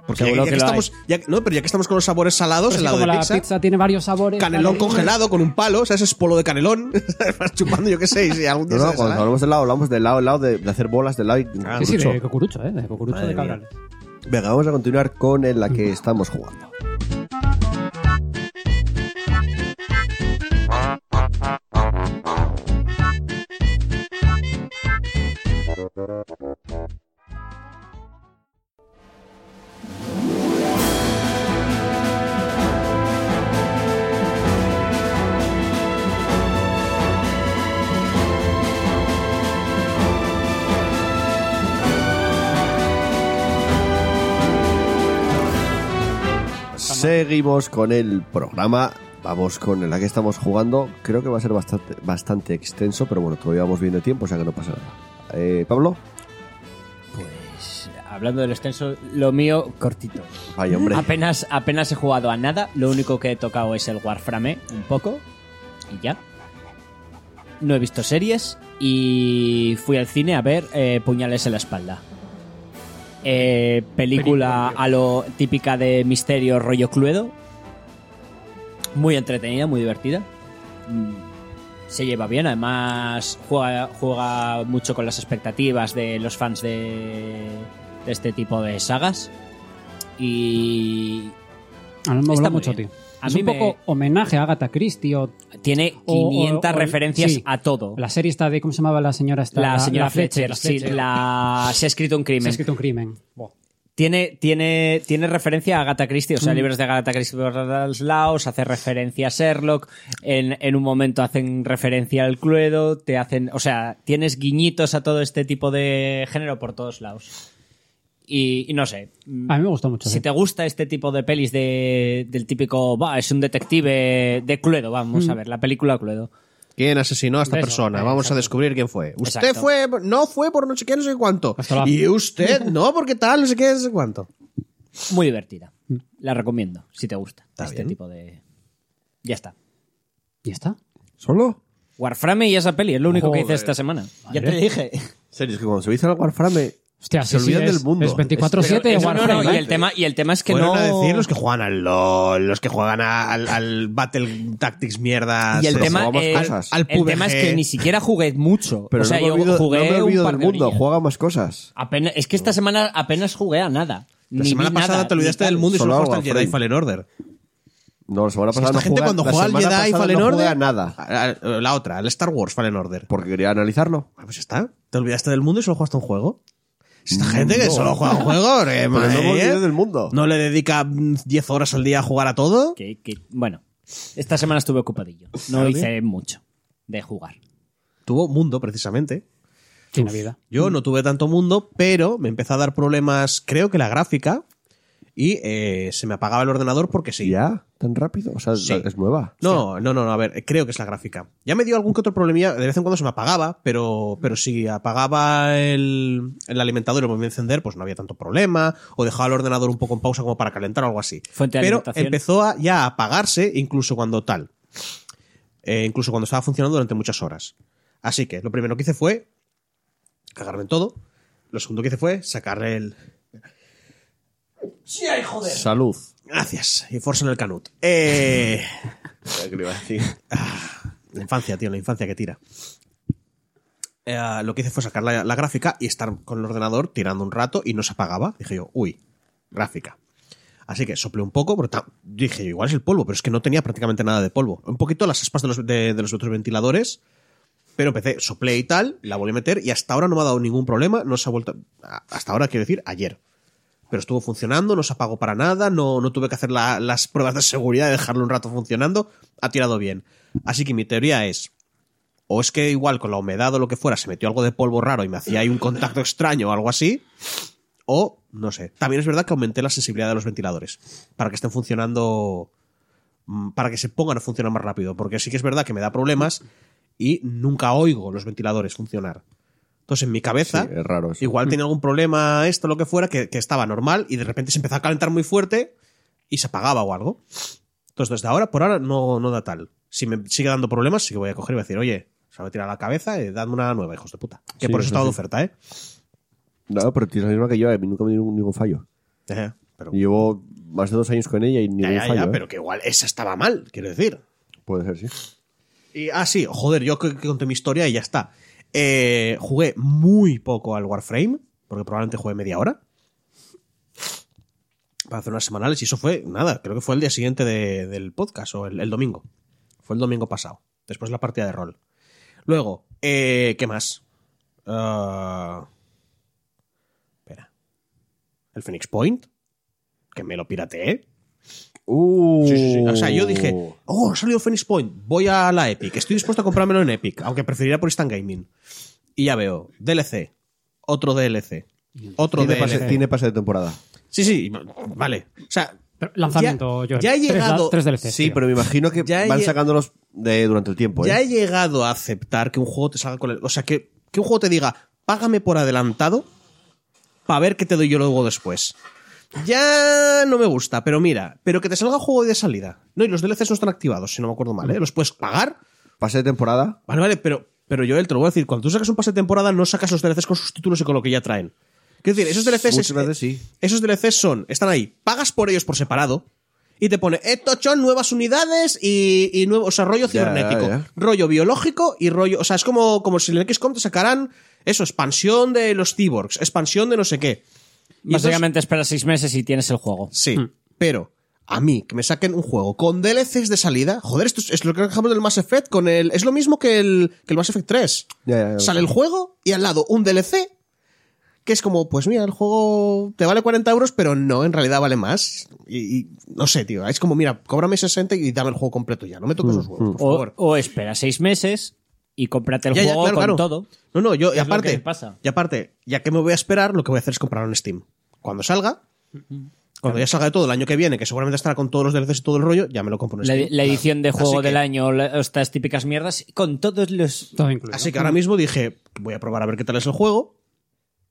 S3: Porque ya,
S2: Seguro que
S3: ya que
S2: lo
S3: estamos, ya- no, pero ya que estamos con los sabores salados,
S4: Pero
S3: el
S4: sí,
S3: lado
S4: como
S3: de
S4: la
S3: pizza,
S4: pizza, tiene varios sabores.
S3: canelón
S4: varios-
S3: congelado con un palo, o sea, ese es polo de canelón, vas chupando, yo qué sé, y si algún
S1: No,
S3: día
S1: no,
S3: se
S1: cuando
S3: deshará.
S1: hablamos del lado, hablamos del lado, del lado, de, de hacer bolas del lado y
S4: Sí, sí,
S1: Incluso.
S4: de cocurucho, ¿eh? De cocurucho
S1: Madre
S4: de
S1: mía.
S4: cabrales.
S1: Venga, vamos a continuar con en la que estamos jugando. Seguimos con el programa. Vamos con en la que estamos jugando. Creo que va a ser bastante, bastante extenso, pero bueno, todavía vamos bien de tiempo, o sea que no pasa nada. Eh, Pablo,
S2: Pues, hablando del extenso, lo mío cortito.
S1: ay hombre.
S2: Apenas, apenas he jugado a nada. Lo único que he tocado es el Warframe, un poco. Y ya. No he visto series. Y fui al cine a ver eh, Puñales en la espalda. Eh, película a lo típica de misterio rollo Cluedo. Muy entretenida, muy divertida. Mm, Se lleva bien, además juega, juega mucho con las expectativas de los fans de, de este tipo de sagas. Y
S4: A mí
S2: Está
S4: me mola
S2: muy
S4: mucho,
S2: bien.
S4: tío.
S2: A
S4: es
S2: mí
S4: un
S2: me-
S4: poco homenaje a Agatha Christie o
S2: tiene
S4: O-
S2: 500
S4: o- o-
S2: referencias
S4: sí.
S2: a todo.
S4: la serie esta de... ¿Cómo se llamaba la señora esta?
S2: La señora Fletcher,
S4: la
S2: sí, la- se ha escrito un
S4: Se ha
S2: crimen.
S4: escrito un crimen. Buah.
S2: Tiene, tiene, tiene referencia a Agatha Christie,
S4: Mm.
S2: o sea, libros de Agatha Christie por todos lados, hace referencia a Sherlock, en, en un momento hacen referencia al Cluedo, te hacen, o sea, tienes guiñitos a todo este tipo de género por todos lados. Y, y no sé,
S4: A mí me gustó mucho. ¿eh?
S2: si
S4: sí.
S2: te gusta este tipo de pelis de, del típico, va, es un detective de Cluedo, vamos
S4: Mm.
S2: a ver, la película Cluedo.
S3: ¿Quién asesinó a esta
S4: Eso,
S3: persona?
S4: eh,
S3: Vamos
S4: exacto.
S3: a descubrir quién fue. Usted
S2: Exacto.
S3: fue, no fue por no sé qué, no sé cuánto.
S4: Hasta la-
S3: Y usted no, porque tal, no sé qué, no sé cuánto.
S2: Muy divertida. La recomiendo, si te gusta. este tipo de. Ya está.
S4: ¿Y está?
S1: ¿Solo?
S2: Warframe y esa peli, es lo único que hice
S3: Joder.
S2: esta semana.
S4: Vale.
S2: Ya te dije.
S1: Serio, es que cuando se hizo el Warframe,
S4: Hostia,
S1: Se
S4: sí,
S1: olvidan
S4: sí, es-
S1: del mundo.
S4: Es 24-7
S2: Eso, no,
S4: Warframe.
S2: no, y,
S4: ¿eh?
S2: el tema, y el tema es que
S3: Fueron
S2: no.
S3: a decir los que juegan al LOL, los que juegan a- al, al Battle Tactics mierda.
S2: y el
S3: sí,
S2: tema,
S1: jugamos
S2: eh,
S1: cosas.
S3: Al
S2: el tema es
S3: PUBG.
S2: que ni siquiera jugué mucho.
S1: pero
S2: o sea,
S1: no me
S2: yo
S1: olvido,
S2: jugué
S1: no me olvido
S2: un par
S1: del
S2: de
S1: mundo,
S2: orillas.
S1: juega más cosas.
S2: Apenas- es que esta semana apenas jugué a nada.
S3: La
S2: Ni
S3: semana
S2: vi
S3: pasada
S2: nada,
S3: te olvidaste
S2: ni
S3: del
S2: tal.
S3: mundo y solo
S1: Solo
S3: jugaste al
S1: Warframe.
S3: Jedi Fallen Order.
S1: No, la semana
S3: Si
S1: pasada
S3: esta
S1: no
S3: gente
S1: juega,
S3: cuando
S1: la
S3: juega al
S1: semana
S3: Jedi
S1: pasada
S3: Fallen
S1: no
S3: Order.
S1: juega nada,
S3: a- a- La otra, al Star Wars Fallen Order.
S1: porque quería analizarlo.
S3: Ah, Pues ya está. Te olvidaste del mundo y solo jugaste a un juego. Esta gente que solo juega a un juego, eh,
S1: Mm, no me
S3: madre,
S1: olvidé
S3: ¿eh?
S1: del mundo.
S3: No le dedica mm, 10 horas al día a jugar a todo.
S2: Que- que- bueno, esta semana estuve ocupadillo. No hice mucho de jugar.
S3: Tuvo mundo, precisamente.
S4: Sí, Navidad.
S3: Yo no tuve tanto mundo, pero me empezó a dar problemas, creo que la gráfica, y eh, se me apagaba el ordenador porque sí.
S1: ¿Ya? ¿Tan rápido? O sea,
S3: Sí.
S1: es nueva.
S3: No, no, no, no, a ver, creo que es la gráfica. Ya me dio algún que otro problemilla, de vez en cuando se me apagaba, pero, pero si apagaba el, el alimentador y lo volvía a encender, pues no había tanto problema, o dejaba el ordenador un poco en pausa como para calentar o algo así.
S2: Fuente de
S3: pero
S2: alimentación.
S3: empezó a- ya a apagarse incluso cuando tal. Eh, incluso cuando estaba funcionando durante muchas horas. Así que lo primero que hice fue cagarme en todo. Lo segundo que hice fue sacarle el,
S1: Salud.
S3: Gracias. Y Force en el Canut. Eh... Ah, la infancia, tío, la infancia que tira. Eh, lo que hice fue sacar la, la gráfica y estar con el ordenador tirando un rato y no se apagaba. Dije yo, uy, gráfica. Así que soplé un poco, pero ta- dije yo, igual es el polvo, pero es que no tenía prácticamente nada de polvo. Un poquito las aspas de los, de- de los otros ventiladores, pero empecé, soplé y tal, la volví a meter y hasta ahora no me ha dado ningún problema, no se ha vuelto... a- Hasta ahora, quiero decir, ayer pero estuvo funcionando, no se apagó para nada, no, no tuve que hacer la- las pruebas de seguridad de dejarlo un rato funcionando, ha tirado bien. Así que mi teoría es, o es que igual con la humedad o lo que fuera se metió algo de polvo raro y me hacía ahí un contacto extraño o algo así, o no sé. También es verdad que aumenté la sensibilidad de los ventiladores para que estén funcionando, mm, para que se pongan a funcionar más rápido, porque sí que es verdad que me da problemas y nunca oigo los ventiladores funcionar. Entonces en mi cabeza...
S1: Sí, es raro eso.
S3: Igual tenía algún problema, esto, lo que fuera, que, que estaba normal y de repente se empezó a calentar muy fuerte y se apagaba o algo. Entonces, desde ahora, por ahora, no, no da tal. Si me sigue dando problemas, sí que voy a coger y voy a decir, oye, se va a tirar la cabeza y dadme una nueva, hijos de puta. Que
S1: Sí,
S3: por eso
S1: sí,
S3: estaba de
S1: sí.
S3: oferta, ¿eh?
S1: No, pero tienes la misma que yo, a mí nunca me dio ningún fallo.
S3: Ajá. Pero,
S1: Llevo más de dos años con ella y
S3: ya,
S1: ningún
S3: ya, ya,
S1: fallo. ¿eh?
S3: pero que igual esa estaba mal, quiero decir.
S1: Puede ser, sí.
S3: Y, ah, sí, joder, yo que, que conté mi historia y ya está. Eh, jugué muy poco al Warframe, porque probablemente jugué media hora. Para hacer unas semanales, y eso fue, nada, creo que fue el día siguiente de- del podcast, o el, el domingo. Fue el domingo pasado, después de la partida de rol. Luego, eh, ¿qué más? Ah, espera. El Phoenix Point, que me lo pirateé. Sí, sí, sí. O sea, yo dije,
S1: Uh.
S3: oh, ha salido Phoenix Point, voy a la Epic, estoy dispuesto a comprármelo en Epic, aunque preferiría por Instant Gaming. Y ya veo, DLC, otro DLC, otro
S1: Tiene
S3: DLC.
S1: pase, tiene pase de temporada.
S3: Sí, sí, vale. O sea,
S4: Pero lanzamiento,
S3: ya,
S4: yo.
S3: ya he llegado,
S4: Tres, DLCs.
S1: Sí,
S4: tío.
S1: pero me imagino que
S3: Ya
S1: van
S3: lle-
S1: sacándolos de, durante el tiempo. ¿eh?
S3: ya he llegado a aceptar que un juego te salga con el... O sea, que, que un juego te diga, págame por adelantado para ver qué te doy yo luego después. Ya no me gusta, pero mira, pero que te salga juego de salida. No, y los DLCs no están activados, si no me acuerdo mal, ¿eh? Los puedes pagar
S1: Pase de temporada.
S3: Vale, vale, pero, pero Joel, te lo voy a decir. Cuando tú sacas un pase de temporada, no sacas los DLCs con sus títulos y con lo que ya traen. Quiero decir, esos DLCs,
S1: Muchas veces sí.
S3: eh, esos DLCs son, están ahí, pagas por ellos por separado y te pone, esto son nuevas unidades y, y nuevo, o sea, rollo cibernético,
S1: ya.
S3: rollo biológico y rollo, o sea, es como, como si en el XCOM te sacaran eso, expansión de los cyborgs, expansión de no sé qué. Y entonces-
S2: Básicamente esperas seis meses y tienes el juego.
S3: Sí, Hmm. pero a mí, que me saquen un juego con DLCs de salida, joder, esto es, es lo que dejamos del Mass Effect con el. Es lo mismo que el, que el Mass Effect 3.
S1: Ya, ya, ya.
S3: Sale el juego y al lado un DLC. Que es como, pues mira, el juego te vale 40 euros, pero no, en realidad vale más. Y, y no sé, tío. Es como, mira, cóbrame 60 y dame el juego completo ya. No me toques los huevos, por
S2: O,
S3: favor.
S2: o espera seis meses y cómprate el
S3: Ya, ya,
S2: juego
S3: claro,
S2: con
S3: claro.
S2: todo.
S3: No, no, yo, y
S2: Es lo que
S3: aparte,
S2: pasa.
S3: y aparte, ya que me voy a esperar, lo que voy a hacer es comprarlo en Steam. Cuando salga,
S2: Mm,
S3: cuando ya salga de todo el año que viene, que seguramente estará con todos los DLCs y todo el rollo, ya me lo compro en
S2: La,
S3: Steam.
S2: la edición de
S3: Pues Así
S2: juego
S3: que-
S2: del año, la- estas típicas mierdas, con todos los.
S4: Todo incluido.
S3: Así que ahora mismo dije, voy a probar a ver qué tal es el juego,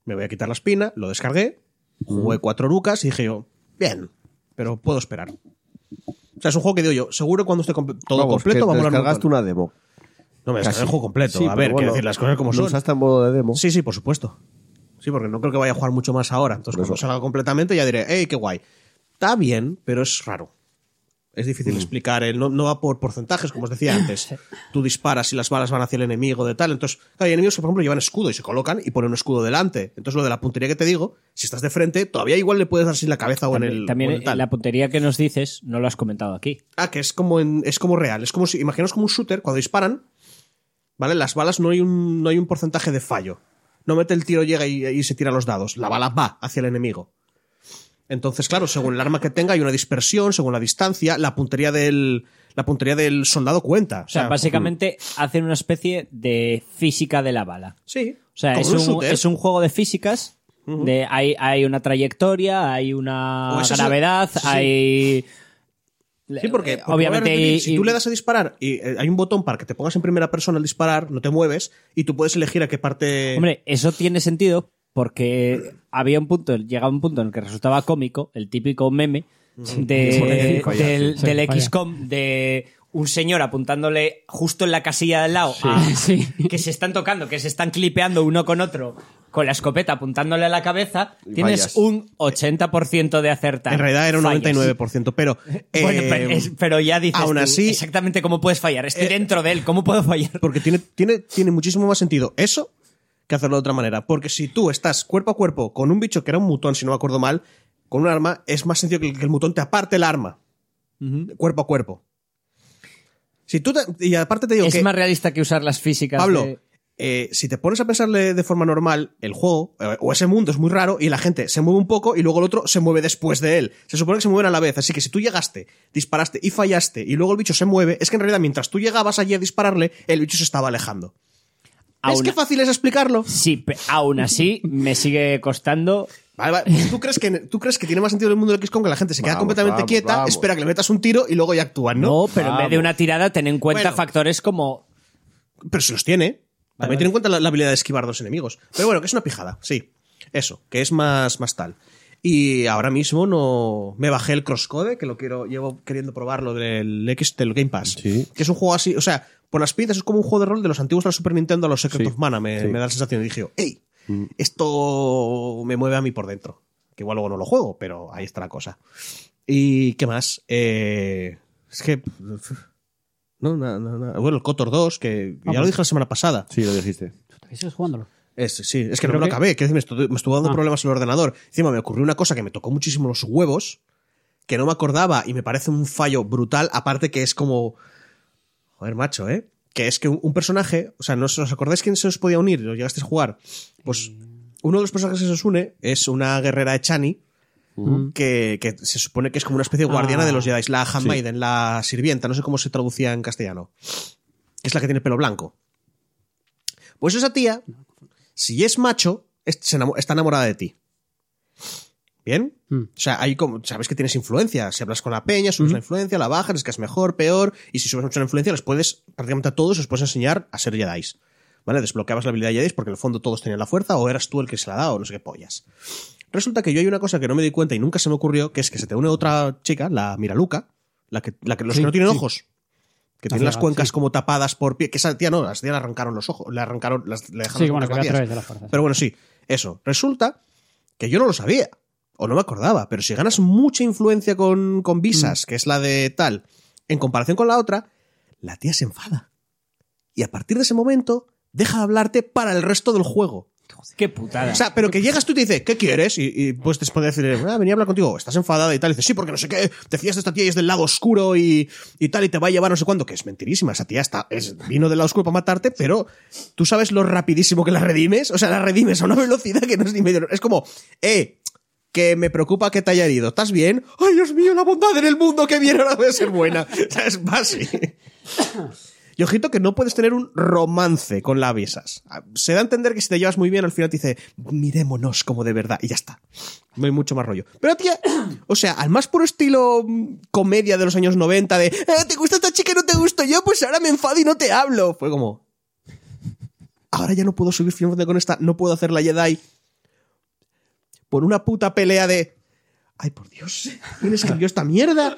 S3: me voy a quitar la espina, lo descargué, jugué cuatro lucas y dije yo, bien, pero puedo esperar. O sea, es un juego que digo yo, seguro cuando esté comple- todo
S1: Vamos,
S3: completo
S1: que
S3: va a
S1: te
S3: molar un
S1: descargaste
S3: montón.
S1: una demo.
S3: No, me descargué
S1: Casi.
S3: el juego completo,
S1: Sí,
S3: a
S1: pero
S3: ver,
S1: bueno,
S3: quiero decir las cosas como
S1: lo
S3: son.
S1: usaste en modo de demo.
S3: Sí, sí, por supuesto. Sí, porque no creo que vaya a jugar mucho más ahora. Entonces,
S1: Por
S3: cuando
S1: eso.
S3: salga completamente, ya diré, hey, qué guay. Está bien, pero es raro. Es
S2: Mm.
S3: difícil explicar. eh, No, no va por porcentajes, como os decía antes. Tú disparas y las balas van hacia el enemigo de tal. Entonces, claro, hay enemigos que, por ejemplo, llevan escudo y se colocan y ponen un escudo delante. Entonces, lo de la puntería que te digo, si estás de frente, todavía igual le puedes dar sin la cabeza o en
S2: También,
S3: el.
S2: también
S3: o en el tal.
S2: la puntería que nos dices no lo has comentado aquí.
S3: Ah, que es como, en- es como real. Es como si, imaginaos como un shooter, cuando disparan, ¿vale? Las balas no hay un, no hay un porcentaje de fallo. No mete el tiro, llega y, y se tira los dados. La bala va hacia el enemigo. Entonces, claro, según el arma que tenga, hay una dispersión, según la distancia, la puntería del, la puntería del soldado cuenta. Mm.
S2: O sea, básicamente hacen una especie de física de la bala.
S3: Sí.
S2: O sea,
S3: como
S2: es
S3: en
S2: un,
S3: shooter.
S2: es un juego de físicas. de, hay, hay una trayectoria, hay
S3: O
S2: una
S3: Oh, es eso-
S2: gravedad,
S3: sí.
S2: hay. eh,
S3: Sí, porque, porque
S2: obviamente.
S3: voy a repetir,
S2: y-
S3: si tú le das a disparar y eh, hay un botón para que te pongas en primera persona al disparar, no te mueves y tú puedes elegir a qué parte.
S2: Hombre, eso tiene sentido porque había un punto, llegaba un punto en el que resultaba cómico, el típico meme
S3: Mm.
S2: de,
S4: Sí,
S2: del,
S4: sí,
S2: del
S4: vaya.
S2: XCOM de un señor apuntándole justo en la casilla del lado a-
S4: sí.
S2: que se están tocando, que se están clipeando uno con otro con la escopeta apuntándole a la cabeza,
S1: Y
S2: tienes
S1: fallas.
S2: un 80% de acertar.
S3: en realidad era un
S2: Fallas.
S3: 99%, pero.
S2: Bueno,
S3: eh,
S2: pero, es- pero ya dices
S3: aún
S2: tú,
S3: así-
S2: exactamente cómo puedes fallar. Estoy
S3: Eh,
S2: dentro de él, ¿cómo puedo fallar?
S3: Porque tiene, tiene, tiene muchísimo más sentido eso que hacerlo de otra manera. Porque si tú estás cuerpo a cuerpo con un bicho que era un mutón, si no me acuerdo mal, con un arma, es más sencillo que el, que el mutón te aparte el arma. Cuerpo a cuerpo. Si tú te- y aparte te digo
S2: Es
S3: que,
S2: más realista que usar las físicas.
S3: Pablo,
S2: de-
S3: eh, si te pones a pensarle de forma normal, el juego eh, o ese mundo es muy raro y la gente se mueve un poco y luego el otro se mueve después de él. Se supone que se mueven a la vez. Así que si tú llegaste, disparaste y fallaste y luego el bicho se mueve, es que en realidad mientras tú llegabas allí a dispararle, el bicho se estaba alejando. ¿Es
S2: Aún-
S3: que fácil es explicarlo?
S2: Sí, pe- aún así me sigue costando.
S3: Vale, vale. Pues ¿Tú, crees que, ¿Tú crees que tiene más sentido en el mundo del XCOM que la gente se queda
S1: Vamos,
S3: completamente
S1: vamos,
S3: quieta,
S1: vamos.
S3: espera que le metas un tiro y luego ya actúan,
S2: No,
S3: no?
S2: pero en vez de una tirada, ten en cuenta
S3: Bueno.
S2: factores como.
S3: Pero si los tiene. También tiene en cuenta la, la habilidad de esquivar dos enemigos. Pero bueno, que es una pijada, sí. Eso, que es más, más tal. Y ahora mismo no me bajé el crosscode, que lo quiero, llevo queriendo probarlo del X del Game Pass.
S1: Sí.
S3: Que es un juego así, o sea, por las pinzas es como un juego de rol de los antiguos de la Super Nintendo a los Secret of Mana, me, me da la sensación. Y dije, hey, esto me mueve a mí por dentro. Que igual luego no lo juego, pero ahí está la cosa. ¿Y qué más? Eh, es que. No, nada, nada, nada. Bueno, el Cotor 2, que ya lo dije la semana pasada.
S1: Sí, lo dijiste.
S4: ¿Estás jugándolo?
S3: Es, sí, es que no
S4: Creo
S3: me lo
S4: que-
S3: acabé. que me, estu- me estuvo, dando
S4: Ah.
S3: problemas el ordenador. Encima me ocurrió una cosa que me tocó muchísimo los huevos, que no me acordaba y me parece un fallo brutal. Aparte que es como. Joder, macho, ¿eh? Que es que un un personaje. O sea, ¿no os os acordáis quién se os podía unir? ¿Lo llegasteis a jugar? Pues
S4: Mm.
S3: uno de los personajes que se os une es una guerrera de Chani. Que, que se supone que es como una especie de guardiana
S4: Mm. Ah.
S3: de los Jedi, la handmaiden, la sirvienta, no sé cómo se traducía en castellano, que es la que tiene el pelo blanco. Pues esa tía, si es macho, es- se enamo- está enamorada de ti. ¿Bien?
S4: Mm.
S3: O sea, hay como, sabes que tienes influencia. Si hablas con la peña,
S4: Hmm.
S3: subes la influencia, la bajas, es que es mejor, peor. Y si subes mucho la influencia, les puedes, prácticamente a todos, les puedes enseñar a ser Jedi. ¿Vale? Desbloqueabas la habilidad Jedi porque en el fondo todos tenían la fuerza o eras tú el que se la da o no sé qué pollas. Resulta que yo hay una cosa que no me di cuenta y nunca se me ocurrió, que es que se te une otra chica, la Miraluca, la que, la que los que no tienen ojos. Que tiene las
S4: ciega,
S3: cuencas
S4: sí.
S3: como tapadas por pie. Que esa tía no, las tía le arrancaron los ojos, le arrancaron, las, le dejaron
S4: Sí,
S3: las cuencas
S4: bueno, que va a
S3: vacías.
S4: través de las fuerzas.
S3: Pero bueno, sí, eso. Resulta que yo no lo sabía. O no me acordaba. Pero si ganas mucha influencia con, con visas, que es la de tal, en comparación con la otra, la tía se enfada. Y a partir de ese momento, deja de hablarte para el resto del juego.
S2: Qué putada.
S3: O sea, pero que llegas tú y te dice, ¿qué quieres? Y, y, pues te puede decir, ah, venía a hablar contigo, estás enfadada y tal. Y dices, sí, porque no sé qué, te fías de esta tía y es del lado oscuro y, y tal, y te va a llevar no sé cuándo, que es mentirísima. Esa tía está, es, vino del lado oscuro para matarte, pero tú sabes lo rapidísimo que la redimes. O sea, la redimes a una velocidad que no es ni medio. Es como, eh, que me preocupa que te haya herido. ¿Estás bien? ¡Ay, Dios mío, la bondad en el mundo! ¡Qué bien! Ahora voy a ser buena. O sea, es más. sí. Y ojito que no puedes tener un romance con la visas. Se da a entender que si te llevas muy bien, al final te dice, mirémonos como de verdad. Y ya está. No hay mucho más rollo. Pero tía, o sea, al más puro estilo mm, comedia de los años 90 de, "Ah, ¿te gusta esta chica y no te gusto yo? Pues ahora me enfado y no te hablo. Fue como, ahora ya no puedo subir firmemente con esta, no puedo hacer la Jedi. Por una puta pelea de. Ay, por Dios, ¿quién escribió esta mierda?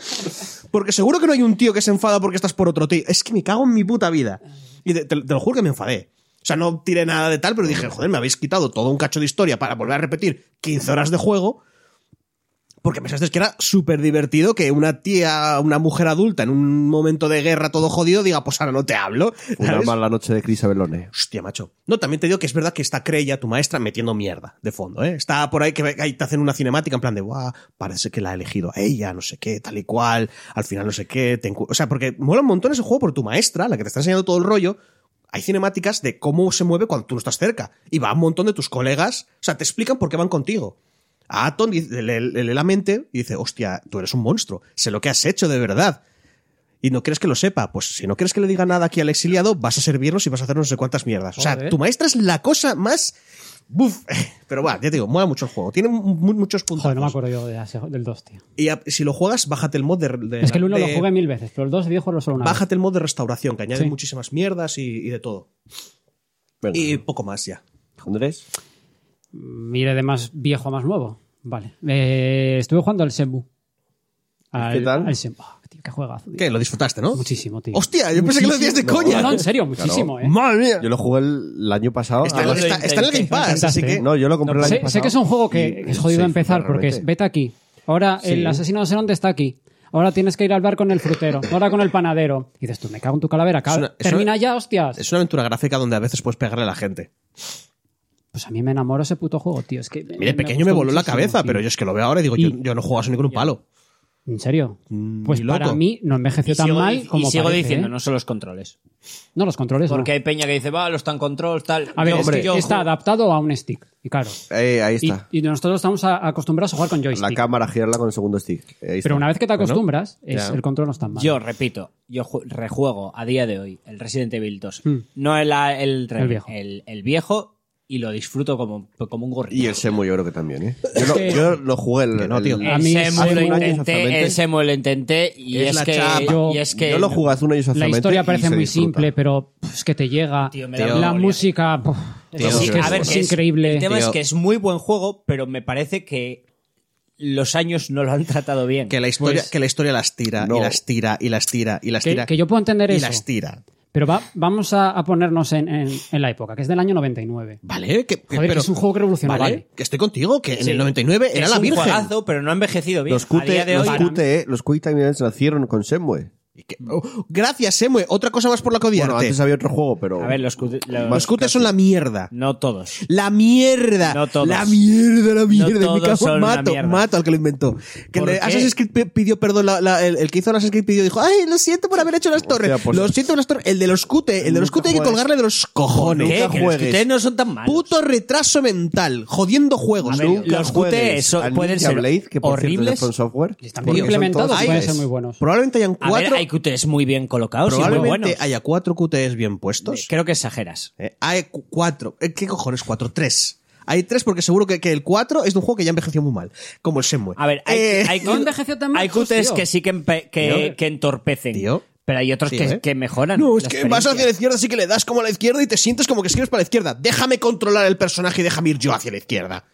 S3: Porque seguro que no hay un tío que se enfada porque estás por otro tío. Es que me cago en mi puta vida. Y te, te- te lo juro que me enfadé. O sea, no tiré nada de tal, pero dije, joder, me habéis quitado todo un cacho de historia para volver a repetir 15 horas de juego. Porque pensaste que era súper divertido que una tía, una mujer adulta en un momento de guerra todo jodido diga, pues ahora no te hablo.
S1: Una
S3: ¿sabes?
S1: mala noche de Cris Abelone.
S3: Hostia, macho. No, también te digo que es verdad que está Creya, tu maestra, metiendo mierda de fondo, ¿eh? Está por ahí que ve- ahí te hacen una cinemática en plan de, guau, parece que la ha elegido a ella, no sé qué, tal y cual, al final no sé qué. te encu- o sea, porque mola un montón ese juego por tu maestra, la que te está enseñando todo el rollo. Hay cinemáticas de cómo se mueve cuando tú no estás cerca. Y va un montón de tus colegas, o sea, te explican por qué van contigo. A Aton dice- le, le- le lee la mente y dice, hostia, tú eres un monstruo, sé lo que has hecho de verdad y no quieres que lo sepa, pues si no quieres que le diga nada aquí al exiliado, vas a servirnos y vas a hacer no sé cuántas mierdas. O sea,
S4: Joder.
S3: tu maestra es la cosa más... Buf. Pero va, ya te digo, mola mucho el juego. Tiene mu- muchos puntos.
S4: Joder, no me acuerdo yo de ese- del 2, tío.
S3: Y a- si lo juegas, bájate el mod de... de-
S4: Es que el 1 lo
S3: de-
S4: jugué mil veces, pero el 2 debería jugarlo solo una
S3: Bájate el mod de restauración, que añade
S4: Sí.
S3: muchísimas mierdas y, y de todo.
S1: Venga.
S3: Y poco más ya.
S1: Andrés.
S4: vez. Mire de más viejo a más nuevo. Vale. Eh, estuve jugando al Shenmue. Al,
S1: ¿Qué tal?
S4: al Shenmue. Ah, tío, qué juegazo, tío.
S3: ¿Qué? Lo disfrutaste, ¿no?
S4: Muchísimo, tío.
S3: Hostia, yo pensé que lo hacías de coña.
S4: No, no, en serio, muchísimo, eh.
S3: Madre mía.
S1: Yo lo jugué el, el año pasado.
S3: Está,
S1: Ah,
S3: está- está en el Game Pass, así que...
S4: ¿eh?
S1: no, yo lo compré el año
S4: sé, sé
S1: pasado.
S4: que es un juego
S1: y-
S4: que, que es
S1: se
S4: jodido
S1: disfruta
S4: empezar porque es
S1: realmente.
S4: vete aquí. Ahora el asesino donde está aquí. Ahora tienes que ir al bar con el frutero. Ahora con el panadero. Y dices tú, me cago en tu calavera. cabrón.
S3: Es una- es
S4: Termina
S3: una-
S4: ya, hostias.
S3: Es una aventura gráfica donde a veces puedes pegarle a la gente.
S4: Pues a mí me enamoró ese puto juego, tío. Es que
S3: Mire, pequeño me
S4: gustó
S3: voló la
S4: muchísimo,
S3: cabeza,
S4: tío.
S3: pero yo es que lo veo ahora y digo, yo,
S4: Y-
S3: yo no juego a Sonic con un palo.
S4: ¿En serio?
S3: Mm,
S4: Pues
S3: ni
S4: para
S3: loco.
S4: mí no envejeció
S2: Y
S4: tan
S2: sigo,
S4: mal
S2: dic-
S4: como
S2: y sigo
S4: parece,
S2: diciendo,
S4: ¿eh?
S2: no son los controles.
S4: No, los controles no.
S2: Porque hay peña que dice, va, los tan control, tal.
S4: A ver,
S2: Yo-
S4: es que
S2: yo-
S4: está adaptado a un stick. Y claro.
S1: Eh, ahí
S4: Y,
S3: Ah.
S1: está.
S4: y nosotros estamos a- acostumbrados a jugar con
S1: la
S4: joystick.
S1: cámara, girarla con el segundo stick. Ahí está.
S4: Pero una vez que te acostumbras, es-
S3: ya.
S4: el control no está mal.
S2: Yo repito, yo ju- rejuego a día de hoy el Resident Evil 2.
S4: Hmm.
S2: No el, el,
S4: El viejo.
S2: el- el viejo, y lo disfruto como, como un gorrito.
S1: Y el Semu yo creo que también, ¿eh. Yo lo,
S4: que-
S1: yo lo jugué el,
S3: Que no, tío.
S1: el-
S4: A
S2: El
S4: mí
S2: Semu
S4: hace
S2: lo
S4: un año
S2: intenté,
S1: exactamente.
S2: el Semu lo intenté y
S3: Es
S2: es,
S3: la
S2: que,
S3: chapa.
S2: y es que
S1: Yo lo jugué hace un año
S4: La
S1: exactamente
S4: historia
S1: y
S4: parece
S1: se
S4: muy
S1: disfruta.
S4: simple, pero pff, es que te llega.
S2: Tío, me da
S4: la
S2: memoria.
S4: música. puf,
S2: Sí,
S1: Vamos,
S4: es,
S1: que
S4: que
S2: a ver,
S4: es
S2: que es-
S4: increíble.
S2: el tema
S3: Tío.
S2: es que es muy buen juego, pero me parece que los años no lo han tratado bien.
S3: Que la historia,
S4: Pues-
S3: que la historia las tira,
S1: No.
S3: y las tira, y las tira, y las
S4: Que-
S3: tira.
S4: que yo puedo entender
S3: y
S4: eso.
S3: las tira.
S4: Pero va- vamos a, a ponernos en, en- en la época, que es del año 99.
S3: Vale, que, que-
S4: Joder,
S3: pero-
S4: que es un juego que revolucionó.
S3: Vale, que estoy contigo, que en el 99 era
S2: es
S3: la
S2: un
S3: Virgen.
S2: juegazo, pero no ha envejecido bien.
S1: Los
S2: A
S1: QTE,
S2: día de
S1: los
S2: hoy,
S1: QTE, los Quick Time Events nacieron con Semue.
S3: Y que- oh, gracias, Semue. Otra cosa más por la que odiarte.
S1: Bueno, antes había otro juego, pero.
S2: A ver, los, QTE los-
S3: los cutes son la mierda.
S2: No todos.
S3: La mierda.
S2: No todos.
S3: La mierda, la mierda.
S2: todos
S3: Me cago en
S2: son una
S3: mato,
S2: mierda.
S3: mato al que lo inventó. Que el
S2: ¿Por
S3: de
S2: qué?
S3: Assassin's Creed pi- pidió perdón, la- la- el, el que hizo Assassin's Creed pidió, dijo, ay, lo siento por haber hecho las torres.
S1: pues-
S3: lo siento por las torres. El de los cute, el de los
S1: Nunca
S3: cute hay que
S1: juegues.
S3: colgarle de los cojones.
S2: ¿Qué? Que los
S1: juegues.
S2: QTE no son tan malos.
S3: Puto retraso mental, jodiendo juegos.
S1: Nunca
S2: los
S1: juegues
S2: QTE son-
S1: al
S2: pueden
S1: Ninja
S2: ser
S1: Blade, que por cierto es de
S2: horribles.
S1: From Software,
S4: Están
S1: porque
S4: bien
S1: son
S4: implementados
S1: todos
S4: y
S3: Ay,
S4: pueden ser
S1: iguales.
S4: muy buenos.
S3: Probablemente hayan
S2: A
S3: cuatro.
S2: ver, hay QTEs muy bien colocados y muy buenos. Eh,
S3: probablemente haya cuatro QTEs bien puestos.
S2: Creo que exageras.
S3: Eh, hay cu- cuatro. Eh, ¿Qué cojones? Cuatro, tres. Hay tres porque seguro que, que el cuatro es de un juego que ya envejeció muy mal. Como el Shenmue.
S2: A ver, hay,
S3: Eh,
S2: hay,
S4: no envejeció tan mal,
S2: hay QTEs
S4: tío.
S2: que sí que, empe- que,
S3: Tío.
S2: que entorpecen.
S3: Tío.
S2: Pero hay otros
S3: Sí,
S2: que,
S3: ¿eh?
S2: que mejoran.
S3: No, es
S2: la
S3: que vas
S2: experiencia.
S3: hacia la izquierda, así que le das como a la izquierda y te sientes como que escribes para la izquierda. Déjame controlar el personaje y déjame ir yo hacia la izquierda.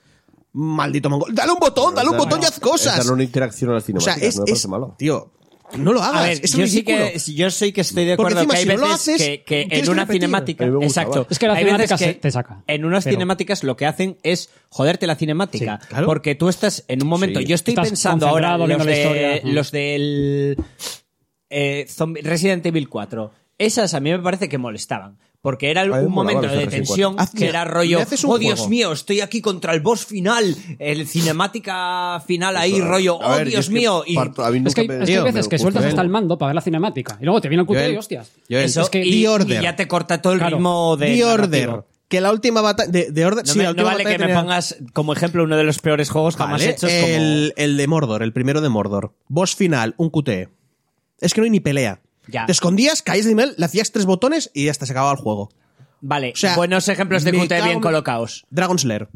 S3: Maldito mongol. Dale un botón, dale un botón y haz
S1: Es
S3: cosas.
S1: darle una interacción a las
S3: O sea,
S1: cinemáticas,
S3: es,
S1: no me parece
S3: es-
S1: malo.
S3: Tío, no lo hagas.
S2: A ver,
S3: es
S2: yo sí,
S3: ridículo.
S2: que, yo soy que estoy de
S3: Porque
S2: acuerdo
S3: encima,
S2: que hay
S3: si no lo
S2: veces
S3: haces,
S2: que, que
S3: tienes
S2: en
S3: que
S2: una
S3: repetir.
S2: cinemática.
S1: A mí me gusta,
S2: exacto.
S1: va.
S4: Es que la
S2: hay veces
S4: cinemática
S2: que
S4: se- te saca,
S2: En unas
S4: pero-
S2: cinemáticas lo que hacen es joderte la cinemática.
S3: Sí, claro.
S2: Porque tú estás en un momento.
S1: Sí.
S2: Yo estoy
S4: Estás
S2: pensando ahora
S4: concentrado
S2: los,
S4: viendo la
S2: de,
S4: historia.
S2: los del eh, zombie- Resident Evil 4. Esas a mí me parece que molestaban. Porque era
S1: mí me
S2: un momento
S1: molaba
S2: de
S1: los de Resident
S2: tensión
S3: Haz-
S2: que era rollo.
S3: le haces un
S2: Oh, Dios
S3: juego".
S2: mío, estoy aquí contra el boss final. El cinemática final ahí,
S1: Eso,
S2: rollo.
S1: a
S2: Oh,
S1: ver, yo
S2: Dios
S1: es que
S2: mío. Y
S1: parto- a mí
S4: Es que, hay-
S1: nunca me-
S4: es que hay
S1: Tío,
S4: veces
S1: me
S4: que sueltas
S1: gusta.
S4: hasta el mando para ver la cinemática y luego te viene el cuté
S3: Joel.
S4: y hostias.
S3: Joel.
S4: Es
S2: Eso,
S4: que-
S2: y,
S3: The Order.
S2: y ya te corta todo el
S4: Claro.
S2: ritmo de.
S3: The Order.
S2: narrativo.
S3: Que la última batalla. De, de Order.
S2: No,
S3: sí,
S2: me-
S3: la
S2: no
S3: última
S2: vale que
S3: batalla
S2: me
S3: tenía-
S2: pongas como ejemplo uno de los peores juegos jamás
S3: Vale,
S2: hechos.
S3: el, el de Mordor, el primero de Mordor. Boss final, un QTE. Es que no hay ni pelea.
S2: Ya.
S3: Te escondías, caías de nivel, le hacías tres botones y ya está, se acababa el juego.
S2: Como, vale,
S3: O sea,
S2: buenos ejemplos de
S3: me
S2: QT
S3: cago
S2: bien
S3: en-
S2: colocados.
S3: Dragon Slayer.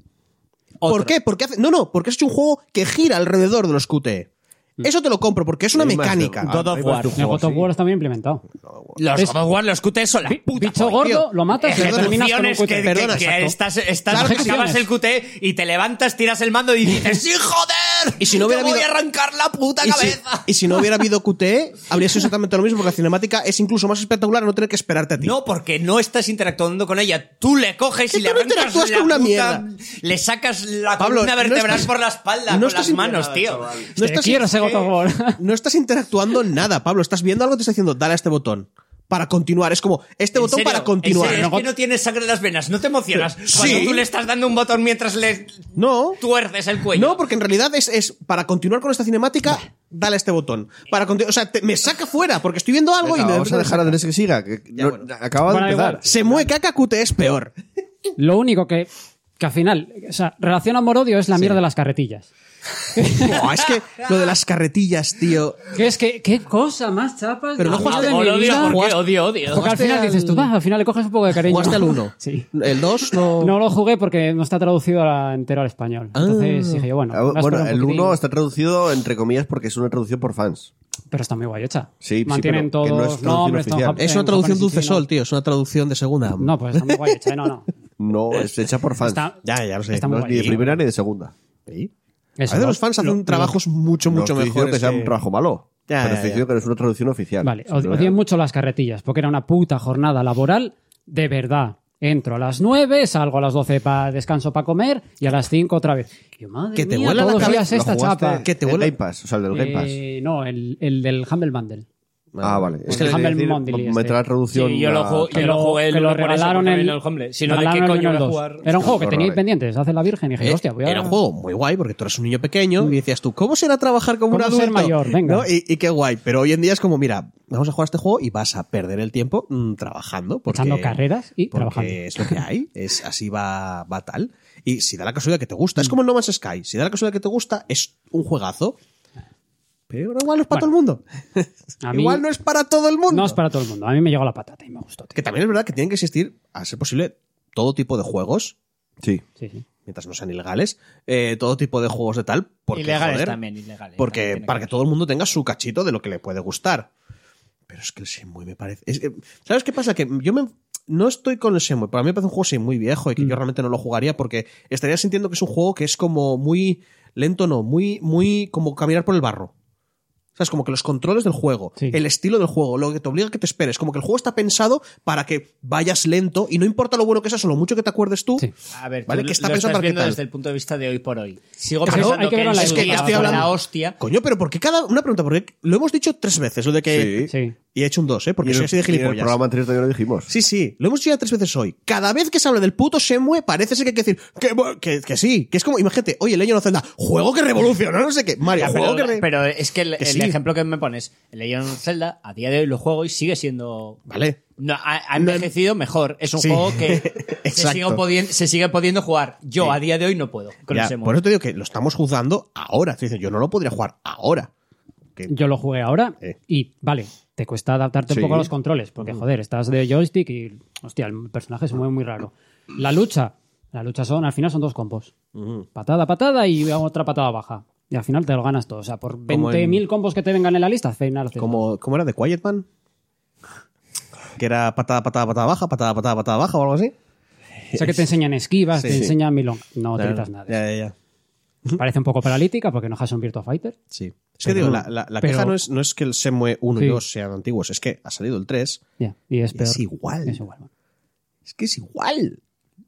S2: Otro.
S3: ¿Por qué? Porque hace- no, no, porque has hecho un juego que gira alrededor de los QTE. Eso te lo compro porque Mm. es una
S1: Hay más de-
S3: mecánica.
S1: hay
S2: God of
S1: más
S2: War.
S1: de un
S4: El
S1: juego,
S4: God of
S1: sí.
S4: War está bien implementado.
S2: Los
S4: Es-
S2: God of War, los QT son la
S4: Bi-
S2: puta.
S4: bicho
S2: joder,
S4: gordo,
S2: tío.
S4: lo matas y lo terminas con un
S2: Ejecuciones que,
S4: cuté.
S2: que-
S3: Perdona,
S2: que
S3: exacto.
S2: estás, estás
S4: Claro,
S2: acabas
S4: ejecuciones.
S2: el QT y te levantas, tiras el mando y dices ¡Sí, joder!
S3: Y si no
S2: te
S3: hubiera
S2: voy
S3: habido-
S2: a arrancar la puta
S3: Y si,
S2: cabeza!
S3: y si no hubiera habido QTE, habría sido exactamente lo mismo porque la cinemática es incluso más espectacular no tener que esperarte a ti.
S2: No, porque no estás interactuando con ella. Tú le coges
S3: Que
S2: y le
S3: tú no
S2: arrancas
S3: interactúas
S2: la
S3: con una
S2: puta-
S3: mierda.
S2: Le sacas la
S3: Pablo,
S2: columna
S3: no
S2: vertebral
S3: estás-
S2: por la espalda
S3: no
S2: con
S3: estás
S2: las manos, tío.
S3: implementado, No
S4: Te quiero ese God of War.
S3: No estás interactuando en nada, Pablo. Estás viendo algo y te está diciendo, dale a este botón para continuar. Es como, este
S2: ¿En
S3: botón
S2: serio?
S3: para continuar.
S2: ¿En serio? Es que no tienes sangre en las venas, no te emocionas.
S3: Sí.
S2: Cuando tú le estás dando un botón mientras le
S3: No.
S2: tuerces el cuello.
S3: No, porque en realidad es, es para continuar con esta cinemática, dale a este botón. Para continu- o sea, te- me saca fuera porque estoy viendo algo
S1: Venga,
S3: y me
S1: vamos a dejar a Andrés que siga. Que no-
S3: bueno.
S1: Acaba de
S4: Bueno,
S1: empezar.
S4: igual.
S3: Se mueve caca QTE es peor.
S4: Lo único que, que al final, o sea, relación amor-odio es la mierda de las carretillas.
S3: Buah, es que lo de las carretillas, tío.
S4: Que es que, qué cosa más chapas.
S3: Pero no
S4: Dios mío
S3: jugaste
S4: de
S3: al odio,
S4: mi vida.
S3: jugaste-
S2: Ah, odio, odio.
S4: Porque al
S3: jugaste
S4: final
S3: al-
S4: dices tú, va, al final le coges un poco de cariño.
S3: Jugaste al 1.
S4: Sí.
S3: El 2 no.
S4: No lo jugué porque no está traducido a- entero al español. Entonces dije yo, bueno,
S1: Ah,
S4: voy a
S1: Bueno,
S4: esperar un
S1: el
S4: poquitín.
S1: 1 está traducido entre comillas porque es una traducción por fans.
S4: Pero está muy guay hecha.
S1: Sí, sí,
S4: Mantienen
S1: pero
S4: todos
S1: que no es
S4: los
S1: traducción
S4: nombres. todo en
S1: oficial.
S4: jap-
S3: Es
S4: en
S3: una traducción
S4: japonés y
S3: dulce
S4: chino.
S3: sol, tío. Es una traducción de segunda.
S4: No, pues está muy guay hecha. No, no.
S1: No, es hecha por fans.
S4: Está-
S3: Ya, ya lo sé.
S4: Está
S1: no
S4: muy
S1: es ni de
S4: guay.
S1: primera ni de segunda.
S4: Eso,
S3: A veces
S4: lo-
S3: los fans hacen
S4: lo-
S3: trabajos mucho,
S1: No
S3: mucho
S1: estoy diciendo
S3: mejores.
S1: que sea
S3: que-
S1: un trabajo malo.
S3: Ya,
S1: pero
S3: ya,
S1: estoy
S3: ya.
S1: diciendo que no es una traducción oficial.
S4: Vale,
S1: Sí,
S4: odié
S1: no,
S4: mucho las carretillas, porque era una puta jornada laboral de verdad. Entro a las 9, salgo a las 12 para descanso para comer y a las 5 otra vez. Y yo, madre
S3: Que te
S4: mía,
S3: vuela la
S4: todos los
S3: cabeza,
S4: días
S1: ¿Lo
S4: esta
S1: jugaste
S4: chapa.
S3: Que te
S1: el
S3: vuelve-
S1: Game Pass, o sea, el del Game Pass.
S4: Eh, no, el, el del Humble Bundle.
S1: ah, vale.
S4: pues el Humble Monthly este.
S1: meterá la traducción.
S2: Sí, yo lo
S1: a-
S2: juego-
S4: Que
S2: yo lo jugué el
S4: que
S2: uno
S4: lo
S2: por eso,
S4: regalaron
S2: porque
S4: en
S2: vino el Humble. Si no, ¿de
S4: regalaron
S2: qué
S4: el
S2: coño voy
S4: uno
S2: a
S4: al dos.
S2: jugar?
S4: Era un juego que
S1: Horror,
S4: teníais
S1: eh.
S4: pendientes, hace la Virgen. Y dije,
S3: Eh,
S4: hostia, voy a. Mm.
S3: Era un juego muy guay porque tú eras un niño pequeño y decías tú, ¿cómo será trabajar como un
S4: ¿Cómo ser
S3: adulto?
S4: mayor? Venga.
S3: ¿No? Y, y qué guay. Pero hoy en día es como, mira, vamos a jugar a este juego y vas a perder el tiempo mm, trabajando. Porque,
S4: Echando carreras y
S3: porque
S4: trabajando.
S3: es lo que hay. Es, así va, va tal. Y si da la casualidad que te gusta, es como el No Man's Sky. Si da la casualidad que te gusta, es un juegazo. Pero igual no es para todo el
S4: Bueno, a
S3: mundo.
S4: mí-
S3: Igual no es para todo el mundo.
S4: No es para todo el mundo. A mí me llegó la patata y me gustó. tío.
S3: Que también es verdad que tienen que existir, a ser posible, todo tipo de juegos
S1: Sí.
S4: Sí, sí.
S3: mientras no sean ilegales, eh, todo tipo de juegos de tal. Porque,
S2: Ilegales
S3: joder,
S2: también, ilegales.
S3: Porque
S2: También tiene
S3: para
S2: que
S3: que todo el mundo tenga su cachito de lo que le puede gustar. Pero es que el Shenmue me parece. es que- ¿Sabes qué pasa? Que yo me- no estoy con el Shenmue. Para mí me parece un juego sí, muy viejo y
S4: Mm.
S3: que yo realmente no lo jugaría porque estaría sintiendo que es un juego que es como muy lento, no, muy, muy como caminar por el barro. ¿Sabes? Como que los controles del juego,
S4: Sí.
S3: el estilo del juego, lo que te obliga a que te esperes, como que el juego está pensado para que vayas lento y no importa lo bueno que seas o lo mucho que te acuerdes tú,
S4: Sí.
S2: A ver,
S3: ¿vale?
S2: tú
S3: Que está
S2: lo
S3: pensado
S2: estás
S3: para que
S2: viendo
S3: tal.
S2: desde el punto de vista de hoy por hoy. Sigo
S4: Claro,
S2: pensando
S4: hay que
S2: que,
S4: verlo
S2: en
S4: en la
S2: su
S4: época.
S2: día
S4: Es que
S2: fue
S4: estoy
S2: la
S3: hablando-
S2: hostia.
S3: Coño, pero ¿por qué cada. Una pregunta, porque lo hemos dicho tres veces, lo de
S1: Sí.
S3: que.
S4: Sí.
S3: Y he hecho un dos, ¿eh?
S1: Y
S3: Porque
S1: en
S3: soy
S1: el-
S3: así de
S1: y en el
S3: gilipollas.
S1: programa anterior también lo dijimos.
S3: Sí, sí, lo hemos dicho ya tres veces hoy. Cada vez que se habla del puto Semue, parece ser que hay que decir que, bu- que, que sí, que es como, imagínate, oye, Legend of Zelda, juego que revoluciona, no sé qué. Mario,
S2: Ya,
S3: juego
S2: pero,
S3: que. re-
S2: pero es que el,
S3: que
S2: el
S3: sí.
S2: ejemplo que me pones, el Legend of Zelda, a día de hoy lo juego y sigue siendo.
S3: Vale.
S2: No, ha, ha envejecido mejor. Es un
S3: Sí.
S2: juego que se,
S3: Exacto.
S2: sigue podien- se sigue pudiendo jugar. Yo
S3: Sí.
S2: a día de hoy no puedo con
S3: Ya,
S2: ese modo.
S3: por eso te digo que lo estamos juzgando ahora. Te dicen, yo no lo podría jugar ahora. Que-
S4: Yo lo jugué ahora
S3: Eh.
S4: y, vale, te cuesta adaptarte
S1: Sí.
S4: un poco a los controles, porque, joder, estás de joystick y, hostia, el personaje se mueve muy raro. La lucha, la lucha son, al final son dos combos. Patada, patada y otra patada baja. Y al final te lo ganas todo. O sea, por
S3: en-
S4: 20.000 combos que te vengan en la lista, al final haces-
S3: como, ¿Cómo era? ¿De Quiet Man? Que era patada, patada, patada baja, patada, patada, patada baja o algo así.
S4: O sea, que te enseñan esquivas,
S3: Sí,
S4: te
S3: sí.
S4: enseñan milón. No te
S2: Pues
S4: quitas nada.
S3: Ya, ya, ya.
S4: Parece un poco paralítica porque no has un Virtua Fighter.
S3: Sí. Es que
S4: Pero-
S3: digo, la, la, la
S4: pero-
S3: queja no es, no es que el Semue 1 y
S4: Sí.
S3: 2 sean antiguos, es que ha salido el 3.
S4: Ya, y es
S3: Y
S4: peor.
S3: es igual.
S4: Es igual.
S3: Es que es igual.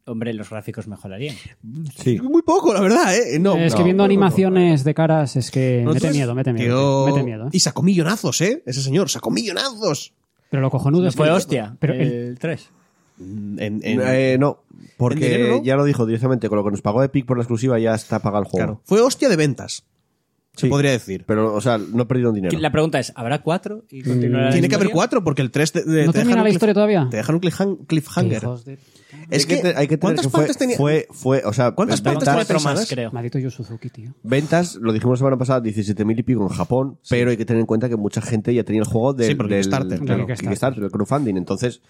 S2: Hombre, los gráficos mejorarían.
S1: Sí.
S3: Muy poco, la verdad, ¿eh? No,
S4: es
S3: no.
S4: que viendo animaciones de caras es que
S3: Nosotros-
S4: mete miedo, mete miedo.
S3: Tío,
S4: Mete miedo, ¿eh?
S3: Y sacó millonazos, ¿eh? Ese señor, sacó millonazos.
S4: Pero lo cojonudo
S2: No
S4: es
S2: fue
S4: que-
S2: hostia. eh,
S4: Pero el-
S2: el 3.
S3: En, en-
S1: Eh, no, porque
S3: ¿En dinero, no?
S1: ya lo dijo directamente, con lo que nos pagó Epic por la exclusiva ya está pagado el juego.
S3: claro. Fue hostia de ventas, se
S1: Sí.
S3: podría decir.
S1: Pero, o sea, no perdieron dinero.
S2: La pregunta es, ¿habrá cuatro?
S4: Mm,
S2: Y continuará la
S3: Tiene que
S2: historia?
S3: haber cuatro, porque el 3 te, te-
S4: ¿No
S3: te
S4: termina
S3: dejan
S4: la
S3: un
S4: historia
S3: cliff-
S4: todavía?
S3: Te dejan un cliffhan- cliffhanger.
S4: Hijos de-
S3: Es
S1: Hay que, te- hay que tener
S3: ¿cuántas
S1: que fue,
S3: partes tenía?
S1: Fue, fue, o sea,
S3: ¿Cuántas partes
S1: ventas,
S3: tenía
S2: Cuatro más,
S3: pensadas?
S2: creo.
S4: Maldito Yu Suzuki, tío.
S1: ventas, lo dijimos la semana pasada, 17.000 y pico en Japón, pero hay que tener en cuenta que mucha gente ya tenía el juego del,
S3: Sí, por
S1: del-
S3: Kickstarter,
S1: del
S4: claro.
S1: Kickstarter, del crowdfunding. Entonces,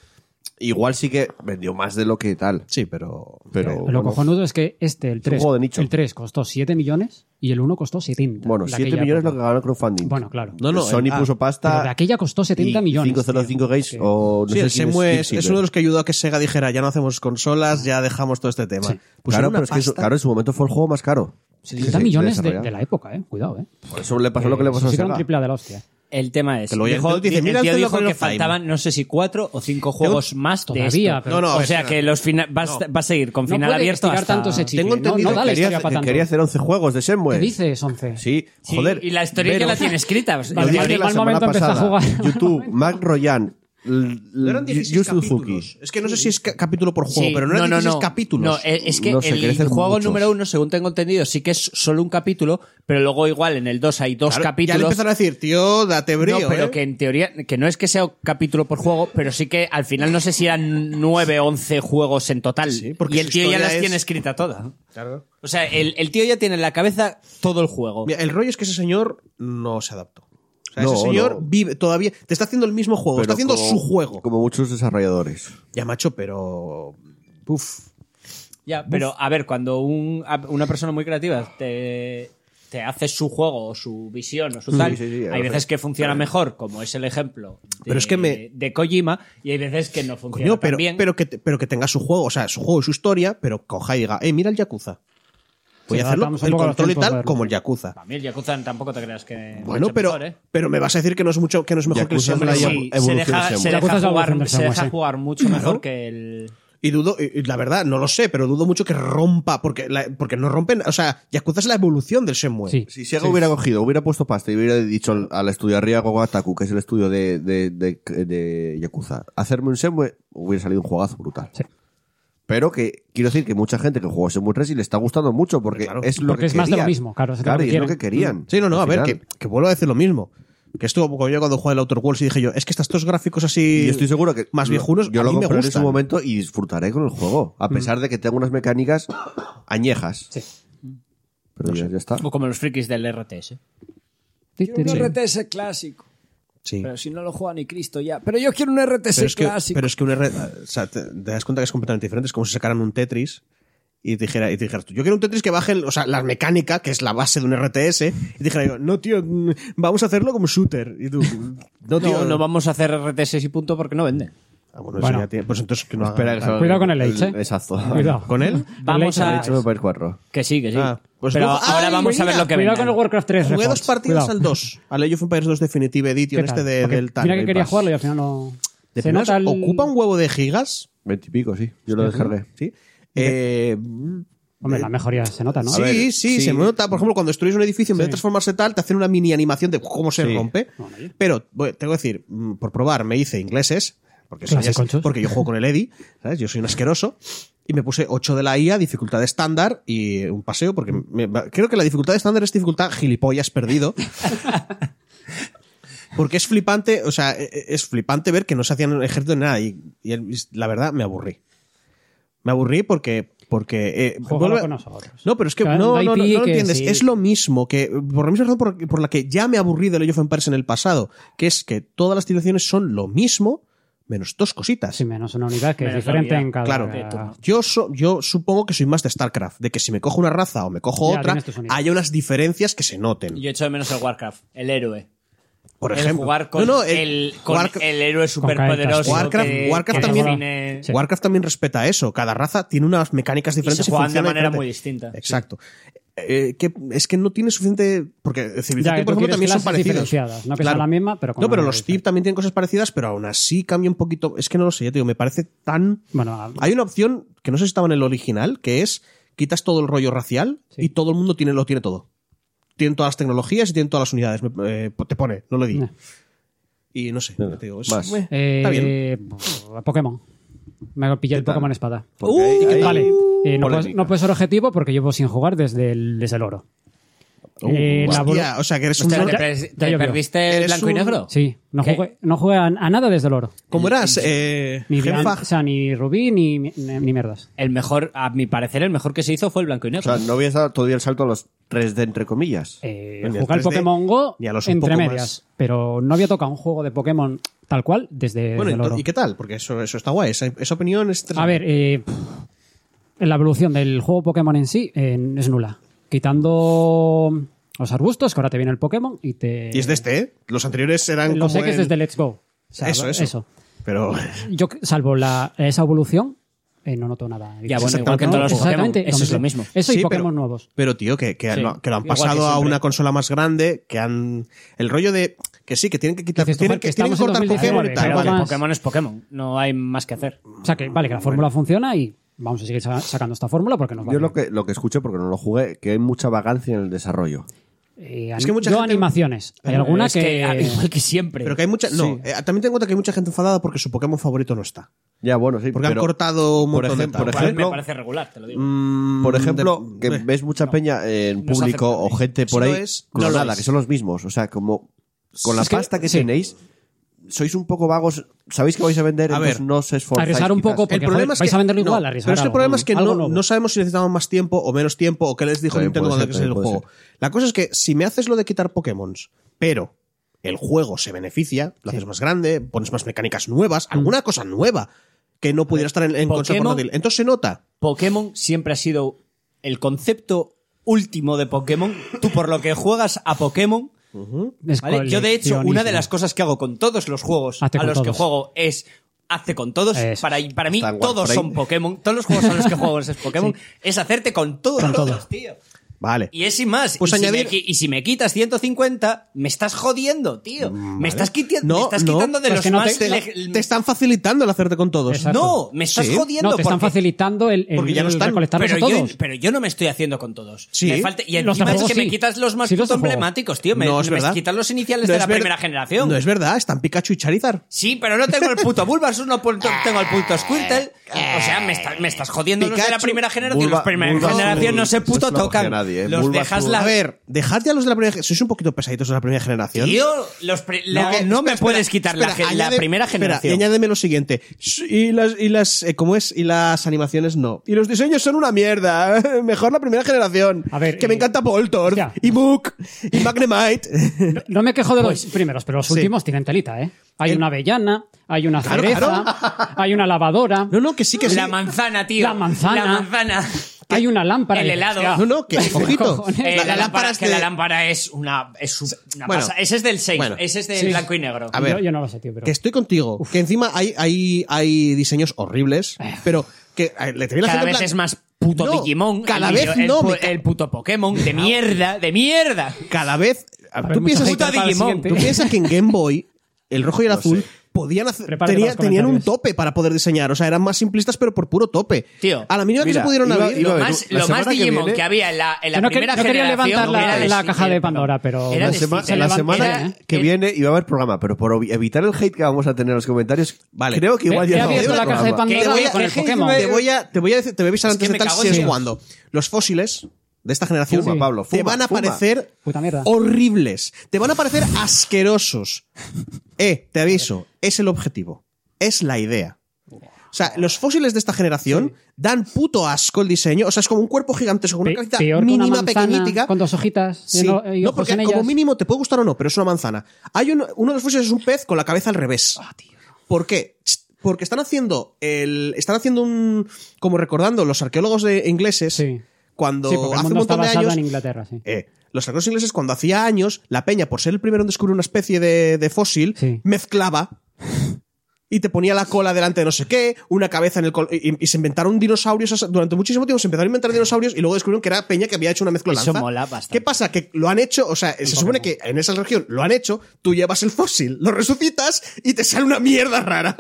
S1: igual sí que vendió más de lo que tal.
S3: Sí, pero...
S1: Pero,
S4: Lo
S1: bueno,
S4: cojonudo es que este, el 3,
S1: juego de nicho.
S4: el 3 costó 7 millones y el 1 costó 70.
S1: bueno,
S4: de
S1: 7
S4: aquella
S1: millones es lo que
S4: época.
S1: ganó el crowdfunding.
S4: Bueno, claro.
S3: No, no,
S1: Sony
S3: el- ah,
S1: puso
S4: Pero de
S1: pasta.
S4: aquella costó 70
S1: y
S4: millones.
S1: 505
S4: tío.
S1: Games
S4: Que-
S1: o no
S3: sí,
S1: sé
S3: el
S1: quién
S3: Semue
S1: Steve
S3: es, es
S1: Silver.
S3: uno de los que ayudó a que Sega dijera, ya no hacemos consolas, ya dejamos todo este tema. Pues
S1: claro, pero es que eso- claro, en su momento fue el juego más caro.
S4: 70 millones de,
S1: desarrollar.
S4: de la época, eh. Cuidado, eh.
S1: Por eso le pasó lo que le pasó
S4: Eso
S1: a
S4: sí que era
S1: Sega.
S4: un triple A de la hostia.
S2: El tema es,
S3: Que luego
S2: dijo-
S3: el tío dice,
S2: el
S3: "Mira,
S2: tío
S3: esto es lo
S2: dijo
S3: que
S2: que
S3: no falla".
S2: faltaban, no sé si cuatro o cinco juegos más de
S4: Todavía,
S2: esto.
S4: pero-
S3: No, no, a
S2: o
S3: ver,
S2: sea
S3: espera.
S2: que los fina- va, a sta- va a seguir con final
S4: puede
S2: abierto
S4: estirar
S2: hasta...
S4: tanto ese chicle.
S3: Tengo
S4: no-
S3: entendido
S4: no, da la
S1: quería,
S4: historia para
S1: hacer-
S4: tanto.
S1: quería hacer 11 juegos de Shenmue.
S4: dices 11?
S1: Sí,
S2: Sí,
S1: joder.
S2: y la historia
S1: pero-
S2: ya la tiene escrita. o sea,
S1: Lo
S4: Vale,
S2: que
S1: dije
S4: vale,
S1: la
S4: mal
S1: semana
S4: momento empezó a
S1: pasada.
S4: jugar.
S1: YouTube, Mac Royan, l- l- Yu Suzuki.
S3: Es que no sé si es ca- capítulo por juego,
S2: Sí,
S3: pero no eran 16 capítulos.
S2: No, eh, es que
S1: No sé,
S2: el,
S1: crecen
S2: juego
S1: muchos.
S2: número uno, según tengo entendido, sí que es solo un capítulo, pero luego igual en el dos hay dos
S3: Claro, Ya
S2: capítulos.
S3: le empezaron a decir, tío, date brío,
S2: no, pero
S3: ¿eh?
S2: que en teoría, que no es que sea un capítulo por juego, pero sí que al final no sé si eran nueve o once juegos en total.
S3: Sí, porque
S2: y
S3: su
S2: el tío ya
S3: historia
S2: las
S3: es-
S2: tiene escrita toda.
S3: Claro.
S2: O sea, el, el tío ya tiene en la cabeza todo el juego.
S3: Mira, el rollo es que ese señor no se adaptó. O sea,
S1: No,
S3: ese señor
S1: no.
S3: vive todavía. Te está haciendo el mismo juego, está haciendo
S1: como-
S3: su juego.
S1: Como muchos desarrolladores.
S3: Ya, macho, pero. Uf.
S2: Ya, pero a ver, cuando un- a- una persona muy creativa te, te hace su juego o su visión o su tal,
S1: sí, sí, ya lo
S2: hay veces
S1: sé.
S2: que funciona mejor, como es el ejemplo de,
S3: Pero es que me-
S2: de Kojima, y hay veces que no funciona
S3: Coño,
S2: tan
S3: pero,
S2: bien.
S3: pero, que, te- pero que tenga su juego, o sea, su juego y su historia, pero coja y diga, eh, mira el Yakuza. Voy
S4: Sí,
S3: a hacerlo
S4: adaptamos un
S3: el
S4: poco los
S3: control y
S4: tiempos,
S3: tal,
S4: verlo.
S3: como el Yakuza.
S2: A mí el Yakuza tampoco te creas que...
S3: Bueno,
S2: mucho
S3: pero,
S2: mejor, ¿eh?
S3: pero me vas a decir que no es mucho, que no es mejor
S1: Yakuza
S3: que el
S1: es la
S3: Samurai
S2: Sí,
S1: evolución
S2: se
S1: de
S2: deja,
S1: Samus.
S2: se deja
S4: Yakuza es la evolución
S2: jugar,
S4: de
S2: se deja
S4: Samus, ¿eh?
S2: jugar mucho mejor que el...
S3: Y dudo, y, y la verdad, no lo sé, pero dudo mucho que rompa, porque, la- porque no rompen, o sea, Yakuza es la evolución del Shenmue.
S4: Sí.
S1: Si Sega hubiera cogido, hubiera puesto pasta y hubiera dicho al, al estudio Arriba Ataku, que es el estudio de, de, de, de Yakuza, hacerme un Semue, hubiera salido un juegazo brutal.
S4: Sí.
S1: Pero que quiero decir que mucha gente que jugó Semue 3 y le está gustando mucho porque
S3: Claro.
S1: es lo
S4: Porque
S1: que
S4: es más de lo
S1: querían.
S4: mismo, claro, es lo que
S1: y es lo
S4: quieren.
S1: que querían.
S3: Sí, no, no,
S1: al
S3: a ver,
S1: final.
S3: que, que vuelvo a decir lo mismo. Que esto, como yo cuando jugué el Outer Worlds y dije yo, es que estos dos gráficos así.
S1: Y estoy seguro que
S3: Más
S1: lo-
S3: viejunos,
S1: yo
S3: a
S1: lo
S3: mí me
S1: compraré en su
S3: gustan.
S1: momento y disfrutaré con el juego, a pesar de que tengo unas mecánicas añejas.
S4: Mm. Sí.
S1: Pero ya, ya está.
S2: O como los frikis del RTS.
S4: Ti, ti,
S9: Quiero
S4: ti.
S9: un RTS clásico.
S3: Sí.
S9: Pero si no lo juega ni Cristo ya. Pero yo quiero un RTS
S3: Pero es, que,
S9: clásico.
S3: pero es que un R. O sea, te, te das cuenta que es completamente diferente. Es como si sacaran un Tetris y te dijera, y te dijeras tú, yo quiero un Tetris que baje, el- o sea, la mecánica, que es la base de un RTS, y dijera yo, no, tío, mm, vamos a hacerlo como shooter. Y tú, no,
S2: No,
S3: tío,
S2: no vamos a hacer RTS y punto porque no venden.
S3: Ah, bueno, eso
S4: Bueno.
S3: ya tiene- Pues entonces que no haga-
S1: Espera, que salga
S4: Cuidado con el Elche.
S1: Exacto.
S4: Cuidado.
S3: ¿Con él?
S2: Vamos
S4: Leche,
S2: a...
S1: Elche me parece cuatro.
S2: Que sí, que sí.
S3: Ah, pues
S2: Pero
S3: luego-
S2: ahora
S3: ¡Ay,
S2: vamos a ver
S3: mira!
S2: lo que
S4: Cuidado
S2: venga.
S4: con el Warcraft 3.
S3: Jugué
S4: Reforged.
S3: dos partidas
S4: Cuidado.
S3: al 2, al Age of Empires 2 Definitive Edition
S4: ¿Qué tal?
S3: este de,
S4: Porque
S3: del tal.
S4: Mira que quería
S3: Pass.
S4: jugarlo y al final no.
S3: De
S4: Se
S3: primeras,
S4: nota el...
S3: Ocupa un huevo de gigas,
S1: Veintipico, sí. Yo lo descargué.
S3: ¿sí? Eh,
S4: Hombre, la mejoría se nota, ¿no?
S3: sí,
S1: ver,
S3: sí,
S1: sí.
S3: se nota. Por ejemplo, cuando destruyes un edificio, en vez de transformarse tal, te hacen una mini animación de cómo se
S1: Sí.
S3: rompe. Pero, bueno, tengo que decir, mm, por probar, me hice ingleses, porque, soy-
S4: Clasiconchos.
S3: porque yo juego con el Eddy, ¿sabes? Yo soy un asqueroso. Y me puse 8 de la IA, dificultad estándar y un paseo, porque me- me- creo que la dificultad estándar es dificultad gilipollas perdido. Porque es flipante, o sea, e- e- es flipante ver que no se hacían ejército ni nada. Y, y el- y la verdad, me aburrí. Me aburrí porque. porque eh,
S4: Juégalo
S3: vuelve-
S4: con nosotros.
S3: No, pero es que
S4: Claro,
S3: no,
S4: un
S3: no, no,
S4: IP
S3: no lo
S4: que
S3: entiendes.
S4: sí.
S3: Es lo mismo que. Por la misma razón por, por la que ya me aburrí del Age of Empires en el pasado, que es que todas las civilizaciones son lo mismo, menos dos cositas.
S4: Sí, menos una unidad que es
S2: Menos la
S4: diferente
S2: unidad,
S4: en cada.
S3: Claro,
S4: cada-
S3: yo, so- yo supongo que soy más de StarCraft, de que si me cojo una raza o me cojo
S4: Ya, este
S3: otra,
S4: tienes tus unidades.
S3: hay unas diferencias que se noten.
S2: Yo echo de menos el Warcraft, el héroe.
S3: por
S2: El
S3: ejemplo,
S2: jugar con,
S3: No, no,
S2: el, con
S3: Warcraft-
S2: el héroe superpoderoso.
S3: Warcraft-
S2: que-
S3: Warcraft
S2: que
S3: también-
S2: define-
S4: Sí.
S3: Warcraft también respeta eso. Cada raza tiene unas mecánicas diferentes.
S2: se juegan de
S3: funciona
S2: manera
S3: diferente.
S2: muy distinta.
S3: Exacto. Eh, que, es que no tiene suficiente. Porque
S4: Ya,
S3: civilización,
S4: que
S3: por
S4: tú
S3: ejemplo,
S4: quieres
S3: también son
S4: clases
S3: parecidos.
S4: diferenciadas, no que
S3: Claro.
S4: sea la misma, pero con
S3: No, pero
S4: una
S3: los
S4: diferencia.
S3: TIP también tienen cosas parecidas, pero aún así cambia un poquito. Es que no lo sé, ya te digo, me parece tan.
S4: Bueno, ah, a-
S3: Hay una opción que no sé si estaba en el original, que es quitas todo el rollo racial
S4: Sí.
S3: y todo el mundo tiene, lo tiene todo. Tienen todas las tecnologías y tienen todas las unidades. Me- eh, te pone, no lo di.
S4: No.
S3: Y no sé,
S1: No,
S3: ya te digo, es-
S1: más.
S3: Meh,
S4: eh,
S3: está bien.
S4: pf, Pokémon. Me pillé el
S1: tal?
S4: Pokémon Espada.
S1: Porque ahí- ahí-
S4: Vale, eh, no, puedes,
S1: polémica.
S4: no puedes ser objetivo porque llevo sin jugar desde el, desde el oro. Eh, la
S3: Oh, Hostia,
S4: vol-
S3: o sea, que eres
S2: O
S3: un.
S2: sea,
S4: No,
S2: ¿te,
S4: ya-
S2: pre-
S4: ya
S2: te
S4: llovió.
S2: perdiste el
S3: Eres
S2: blanco y
S3: un-
S2: negro?
S4: Sí, no
S2: ¿Qué?
S4: jugué, no jugué a, a nada desde el oro.
S3: ¿Cómo eras? Eh,
S4: Ni, blan-
S3: jefa.
S4: o sea, ni rubí ni, ni, ni mierdas.
S2: El mejor, a mi parecer, el mejor que se hizo fue el blanco y
S1: O
S2: negro.
S1: sea, no habías dado todavía el salto a los 3D, entre comillas.
S4: Eh,
S3: Ni al
S4: jugué al
S3: 3D,
S4: Pokémon Go
S3: ni a los un
S4: entre
S3: poco
S4: medias,
S3: más.
S4: pero no había tocado un juego de Pokémon tal cual desde,
S3: Bueno,
S4: desde el oro.
S3: ento- ¿y qué tal? Porque eso, eso está guay. Esa, esa opinión es.
S4: A ver, eh, pff, la evolución del juego Pokémon en sí eh, es nula. Quitando los arbustos, que ahora te viene el Pokémon y te...
S3: Y es de este, ¿eh? Los anteriores eran.
S4: Los
S3: como
S4: X
S3: en-
S4: desde Let's Go. O sea,
S3: Eso, eso.
S4: eso.
S3: Pero.
S4: Yo, cre- salvo la, esa evolución, eh, no noto nada.
S2: Ya, bueno, igual
S3: exactamente
S2: que en todos los
S3: lo mismo.
S2: Pokémon.
S4: Exactamente,
S2: Eso es lo
S4: mismo.
S2: mismo.
S4: Eso y
S3: Sí,
S4: Pokémon
S3: pero-
S4: nuevos.
S3: Pero, tío, que, que
S2: Sí,
S3: lo, que lo han
S2: igual que
S3: pasado a
S2: siempre.
S3: una consola más grande, que han. El rollo de. Que sí, que tienen que quitar.
S4: Dices tú,
S3: Tienen
S4: joder,
S3: que,
S4: que
S3: tienen que
S4: estamos
S3: cortar
S4: en
S3: Pokémon y
S4: 2019,
S3: tal.
S2: Pero
S4: algo
S3: vale.
S2: que
S4: más.
S2: Pokémon es Pokémon, no hay más que hacer.
S4: O sea que, vale, que la fórmula funciona y vamos a seguir sa- sacando esta fórmula porque nos va
S1: Yo lo
S4: bien.
S1: que, lo que escucho, porque no lo jugué, que hay mucha vagancia en el desarrollo.
S4: Eh,
S3: Es
S4: ani-
S3: que mucha
S4: yo
S3: gente-
S4: animaciones. Hay alguna
S2: Es que, ah, igual que siempre.
S3: Pero que hay mucha. No, eh, también ten en cuenta que hay mucha gente enfadada porque su Pokémon favorito no está.
S1: Ya, bueno, sí.
S3: Porque
S1: pero-
S3: han cortado un
S1: por
S3: montón de
S1: ejem-
S3: tal.
S1: por
S2: Igual
S1: ejemplo-
S2: me parece regular, te lo digo.
S3: Mm,
S1: Por ejemplo,
S3: de-
S1: que
S3: eh,
S1: ves mucha peña en
S2: No se
S1: público
S2: acepta.
S1: o gente por
S3: Si no
S1: ahí
S3: es, no lo
S1: clonada,
S3: es.
S1: que son los mismos. O sea, como con la
S4: Es que-
S1: pasta que
S4: sí.
S1: tenéis, sois un poco vagos, sabéis que vais a vender,
S3: A
S1: entonces
S3: ver,
S1: no os esforzáis.
S4: arriesgar un
S1: quizás.
S4: poco,
S3: El
S4: Porque,
S3: problema
S4: joder,
S3: es
S4: vais
S3: que,
S4: a venderlo
S3: no,
S4: igual, arriesgar
S3: Pero es que el
S4: algo,
S3: problema es que
S4: algo
S3: no,
S4: nuevo.
S3: no sabemos si necesitaban más tiempo o menos tiempo o qué les dijo
S1: También
S3: Nintendo
S1: puede
S3: cuando
S1: ser,
S3: que salió el
S1: también
S3: juego.
S1: puede
S3: La cosa es que si me haces lo de quitar Pokémon, pero el juego se beneficia, lo haces más grande, pones más mecánicas nuevas, alguna cosa nueva que no pudiera estar en, en consola
S2: Mm. Pokémon-
S3: portátil. Entonces se nota.
S2: Pokémon siempre ha sido el concepto último de Pokémon. Tú por lo que juegas a Pokémon,
S4: Es
S2: ¿vale? Yo de hecho, una de las cosas que hago con todos los juegos a
S4: Hazte con
S2: los que
S4: todos.
S2: juego es hazte con todos.
S4: Eso.
S2: Para, para mí
S1: Está en
S2: todos
S1: Warframe.
S2: son Pokémon. Todos los juegos a los que juego es Pokémon. Es hacerte con todos,
S4: Con
S2: todos,
S4: todos.
S2: tío.
S3: Vale.
S2: Y es sin más.
S3: Pues
S2: y,
S3: añadir-
S2: si me, qui- y si me quitas 150, me estás jodiendo, tío. Me estás, quiti- me
S3: No,
S2: estás
S3: no.
S2: quitando de
S4: Es
S2: los
S4: que no
S2: más...
S4: te-
S2: leg-
S3: Te están facilitando el hacerte con todos.
S4: Exacto.
S2: No, me estás
S3: Sí.
S2: jodiendo.
S4: No, te están
S2: porque-
S4: facilitando el, el,
S3: Porque ya no
S4: el
S3: están,
S4: recolectarlos
S2: pero
S4: a todos.
S2: Yo, pero yo no me estoy haciendo con todos.
S3: Sí.
S2: Me falta- y
S4: Los
S2: encima es
S4: tampoco
S2: que me
S4: sí.
S2: quitas los más
S4: Sí, los
S2: puto
S4: tampoco.
S2: emblemáticos, tío. Me,
S3: No, es
S2: me
S3: verdad.
S2: quitas los iniciales
S3: No
S2: de
S3: es
S2: la
S3: ver-
S2: primera generación.
S3: No es verdad, están Pikachu y Charizard.
S2: Sí, pero no tengo el puto Bulbasaur, no pu- tengo el puto Squirtle. O sea, me, está- me estás jodiendo los de la
S3: Eh, Pikachu,
S2: primera generación.
S1: Bulba-
S2: los primera
S1: Bulbasaur,
S2: generación no se
S1: eso
S2: puto
S1: no lo coge
S2: tocan.
S1: nadie, ¿eh?
S2: Los
S1: Bulbasaur.
S2: dejas la...
S3: A ver, dejad ya los de la primera generación. Sois un poquito pesaditos de la primera generación.
S2: Tío, los pre- la- no,
S3: que-
S2: me
S3: espera,
S2: puedes
S3: espera,
S2: quitar la
S3: espera,
S2: gen- la,
S3: añade-
S2: primera
S3: espera,
S2: generación.
S3: y añádeme lo siguiente. Y las, y las eh, ¿cómo es? Y las animaciones no. Y los diseños son una mierda. Mejor la primera generación.
S4: A ver,
S3: que me
S4: eh,
S3: encanta Poltor
S4: ya.
S3: y Mook y Magnemite.
S4: No me quejo de los primeros, pero los últimos tienen telita, ¿eh? Hay una avellana, hay una
S3: Claro,
S4: cereza, hay una lavadora.
S3: no, no, que sí que sí.
S2: La manzana, tío.
S4: La manzana.
S2: La manzana.
S4: Hay una lámpara. Ah,
S2: El
S4: de
S2: helado.
S4: electricidad.
S3: No, no, que,
S4: ¿Qué
S3: ojito,
S4: cojones?
S2: la,
S3: Eh, la- la
S2: lámpara,
S3: lámpara
S2: es
S3: es
S2: que
S3: de-
S2: la lámpara es una, es un- una
S3: Bueno.
S2: pasada. Ese es del 6,
S3: Bueno.
S2: ese es del
S4: Sí.
S2: blanco y negro.
S3: A ver.
S4: Yo, yo no lo sé, tío, pero.
S3: Que estoy contigo. Que encima hay, hay, hay diseños horribles, pero que eh, le tenía la
S2: cada
S3: gente
S2: vez
S3: en plan-
S2: es más puto
S3: No,
S2: Digimon.
S3: Cada
S2: el video-
S3: vez
S2: el
S3: no.
S2: pu-
S3: me
S2: El,
S3: ca-
S2: puto Pokémon de mierda, de mierda.
S3: cada vez.
S4: ver,
S3: Tú
S4: mucha
S3: piensas,
S4: gente
S3: Puta
S4: para el
S3: Digimon,
S4: siguiente.
S3: tú piensas que en Game Boy, el rojo y el azul, podían hacer-
S4: Prepárate
S3: tenía-
S4: para los
S3: tenían un
S4: comentarios.
S3: tope para poder diseñar. O sea, eran más simplistas, pero por puro tope.
S2: Tío.
S3: A la mínima que
S1: Mira,
S3: se pudieron
S1: iba-
S3: abrir.
S1: iba a
S2: Lo
S1: ver,
S2: más,
S1: la
S2: lo más
S1: semana que
S2: Digimon que,
S1: viene-
S2: había en la, en la
S4: Yo no que-
S2: primera
S4: yo quería
S2: generación
S4: levantar la-
S2: era
S4: la
S2: Sticker,
S4: caja de
S2: perdón.
S4: Pandora, pero-
S2: Era
S4: La
S2: de
S1: sema-
S2: Sticker.
S4: la
S2: Era-
S4: semana
S2: era-
S1: que
S2: era-
S1: viene y va a haber programa, pero por ob- evitar el hate que vamos a tener en los comentarios,
S3: Vale.
S1: creo que igual
S4: Ve-
S1: ya
S4: ve
S1: no va a
S4: abierto
S1: haber
S4: la caja de
S1: programa.
S4: Pandora
S3: Te voy a-
S4: con el
S3: Eje,
S4: Pokémon.
S3: Te voy a, te voy a, decir- te voy a avisar
S2: Es que
S3: antes de
S2: me
S3: tal
S2: cago
S3: si
S2: en
S3: es
S2: Dios.
S3: cuando. Los fósiles de esta generación
S1: Fuma, Pablo,
S3: te
S1: fuma,
S3: van a
S1: fuma.
S3: parecer
S4: Puta mierda.
S3: horribles. Te van a parecer asquerosos. Eh, te aviso, es el objetivo. Es la idea. O sea, los fósiles de esta generación dan puto asco el diseño. O sea, es como un cuerpo gigantesco, con una
S4: Pe-
S3: cabeza
S4: peor que una
S3: mínima,
S4: manzana
S3: pequeñítica.
S4: Con dos hojitas.
S3: Sí.
S4: No, y
S3: No,
S4: ojos
S3: porque
S4: en
S3: como
S4: ellas.
S3: mínimo te puede gustar o no, pero es una manzana. Hay uno, uno de los fósiles es un pez con la cabeza al revés.
S4: Ah,
S3: ¿Por qué? Ch- Porque están haciendo el. Están haciendo un. como recordando los arqueólogos de ingleses
S4: Sí.
S3: cuando
S4: Sí, porque el
S3: hace un
S4: mundo está
S3: montón de
S4: basado
S3: años.
S4: en Inglaterra, sí.
S3: Eh, los arqueólogos ingleses, cuando hacía años, la peña, por ser el primero en descubrir una especie de, de fósil,
S4: Sí.
S3: mezclaba y te ponía la cola delante de no sé qué, una cabeza en el col y, y se inventaron dinosaurios. o sea, Durante muchísimo tiempo se empezaron a inventar dinosaurios y luego descubrieron que era peña que había hecho una mezcla
S2: Eso
S3: lanza.
S2: mola bastante.
S3: ¿Qué pasa? Que lo han hecho, o sea, se supone que en esa región lo han hecho, tú llevas el fósil, lo resucitas y te sale una mierda rara.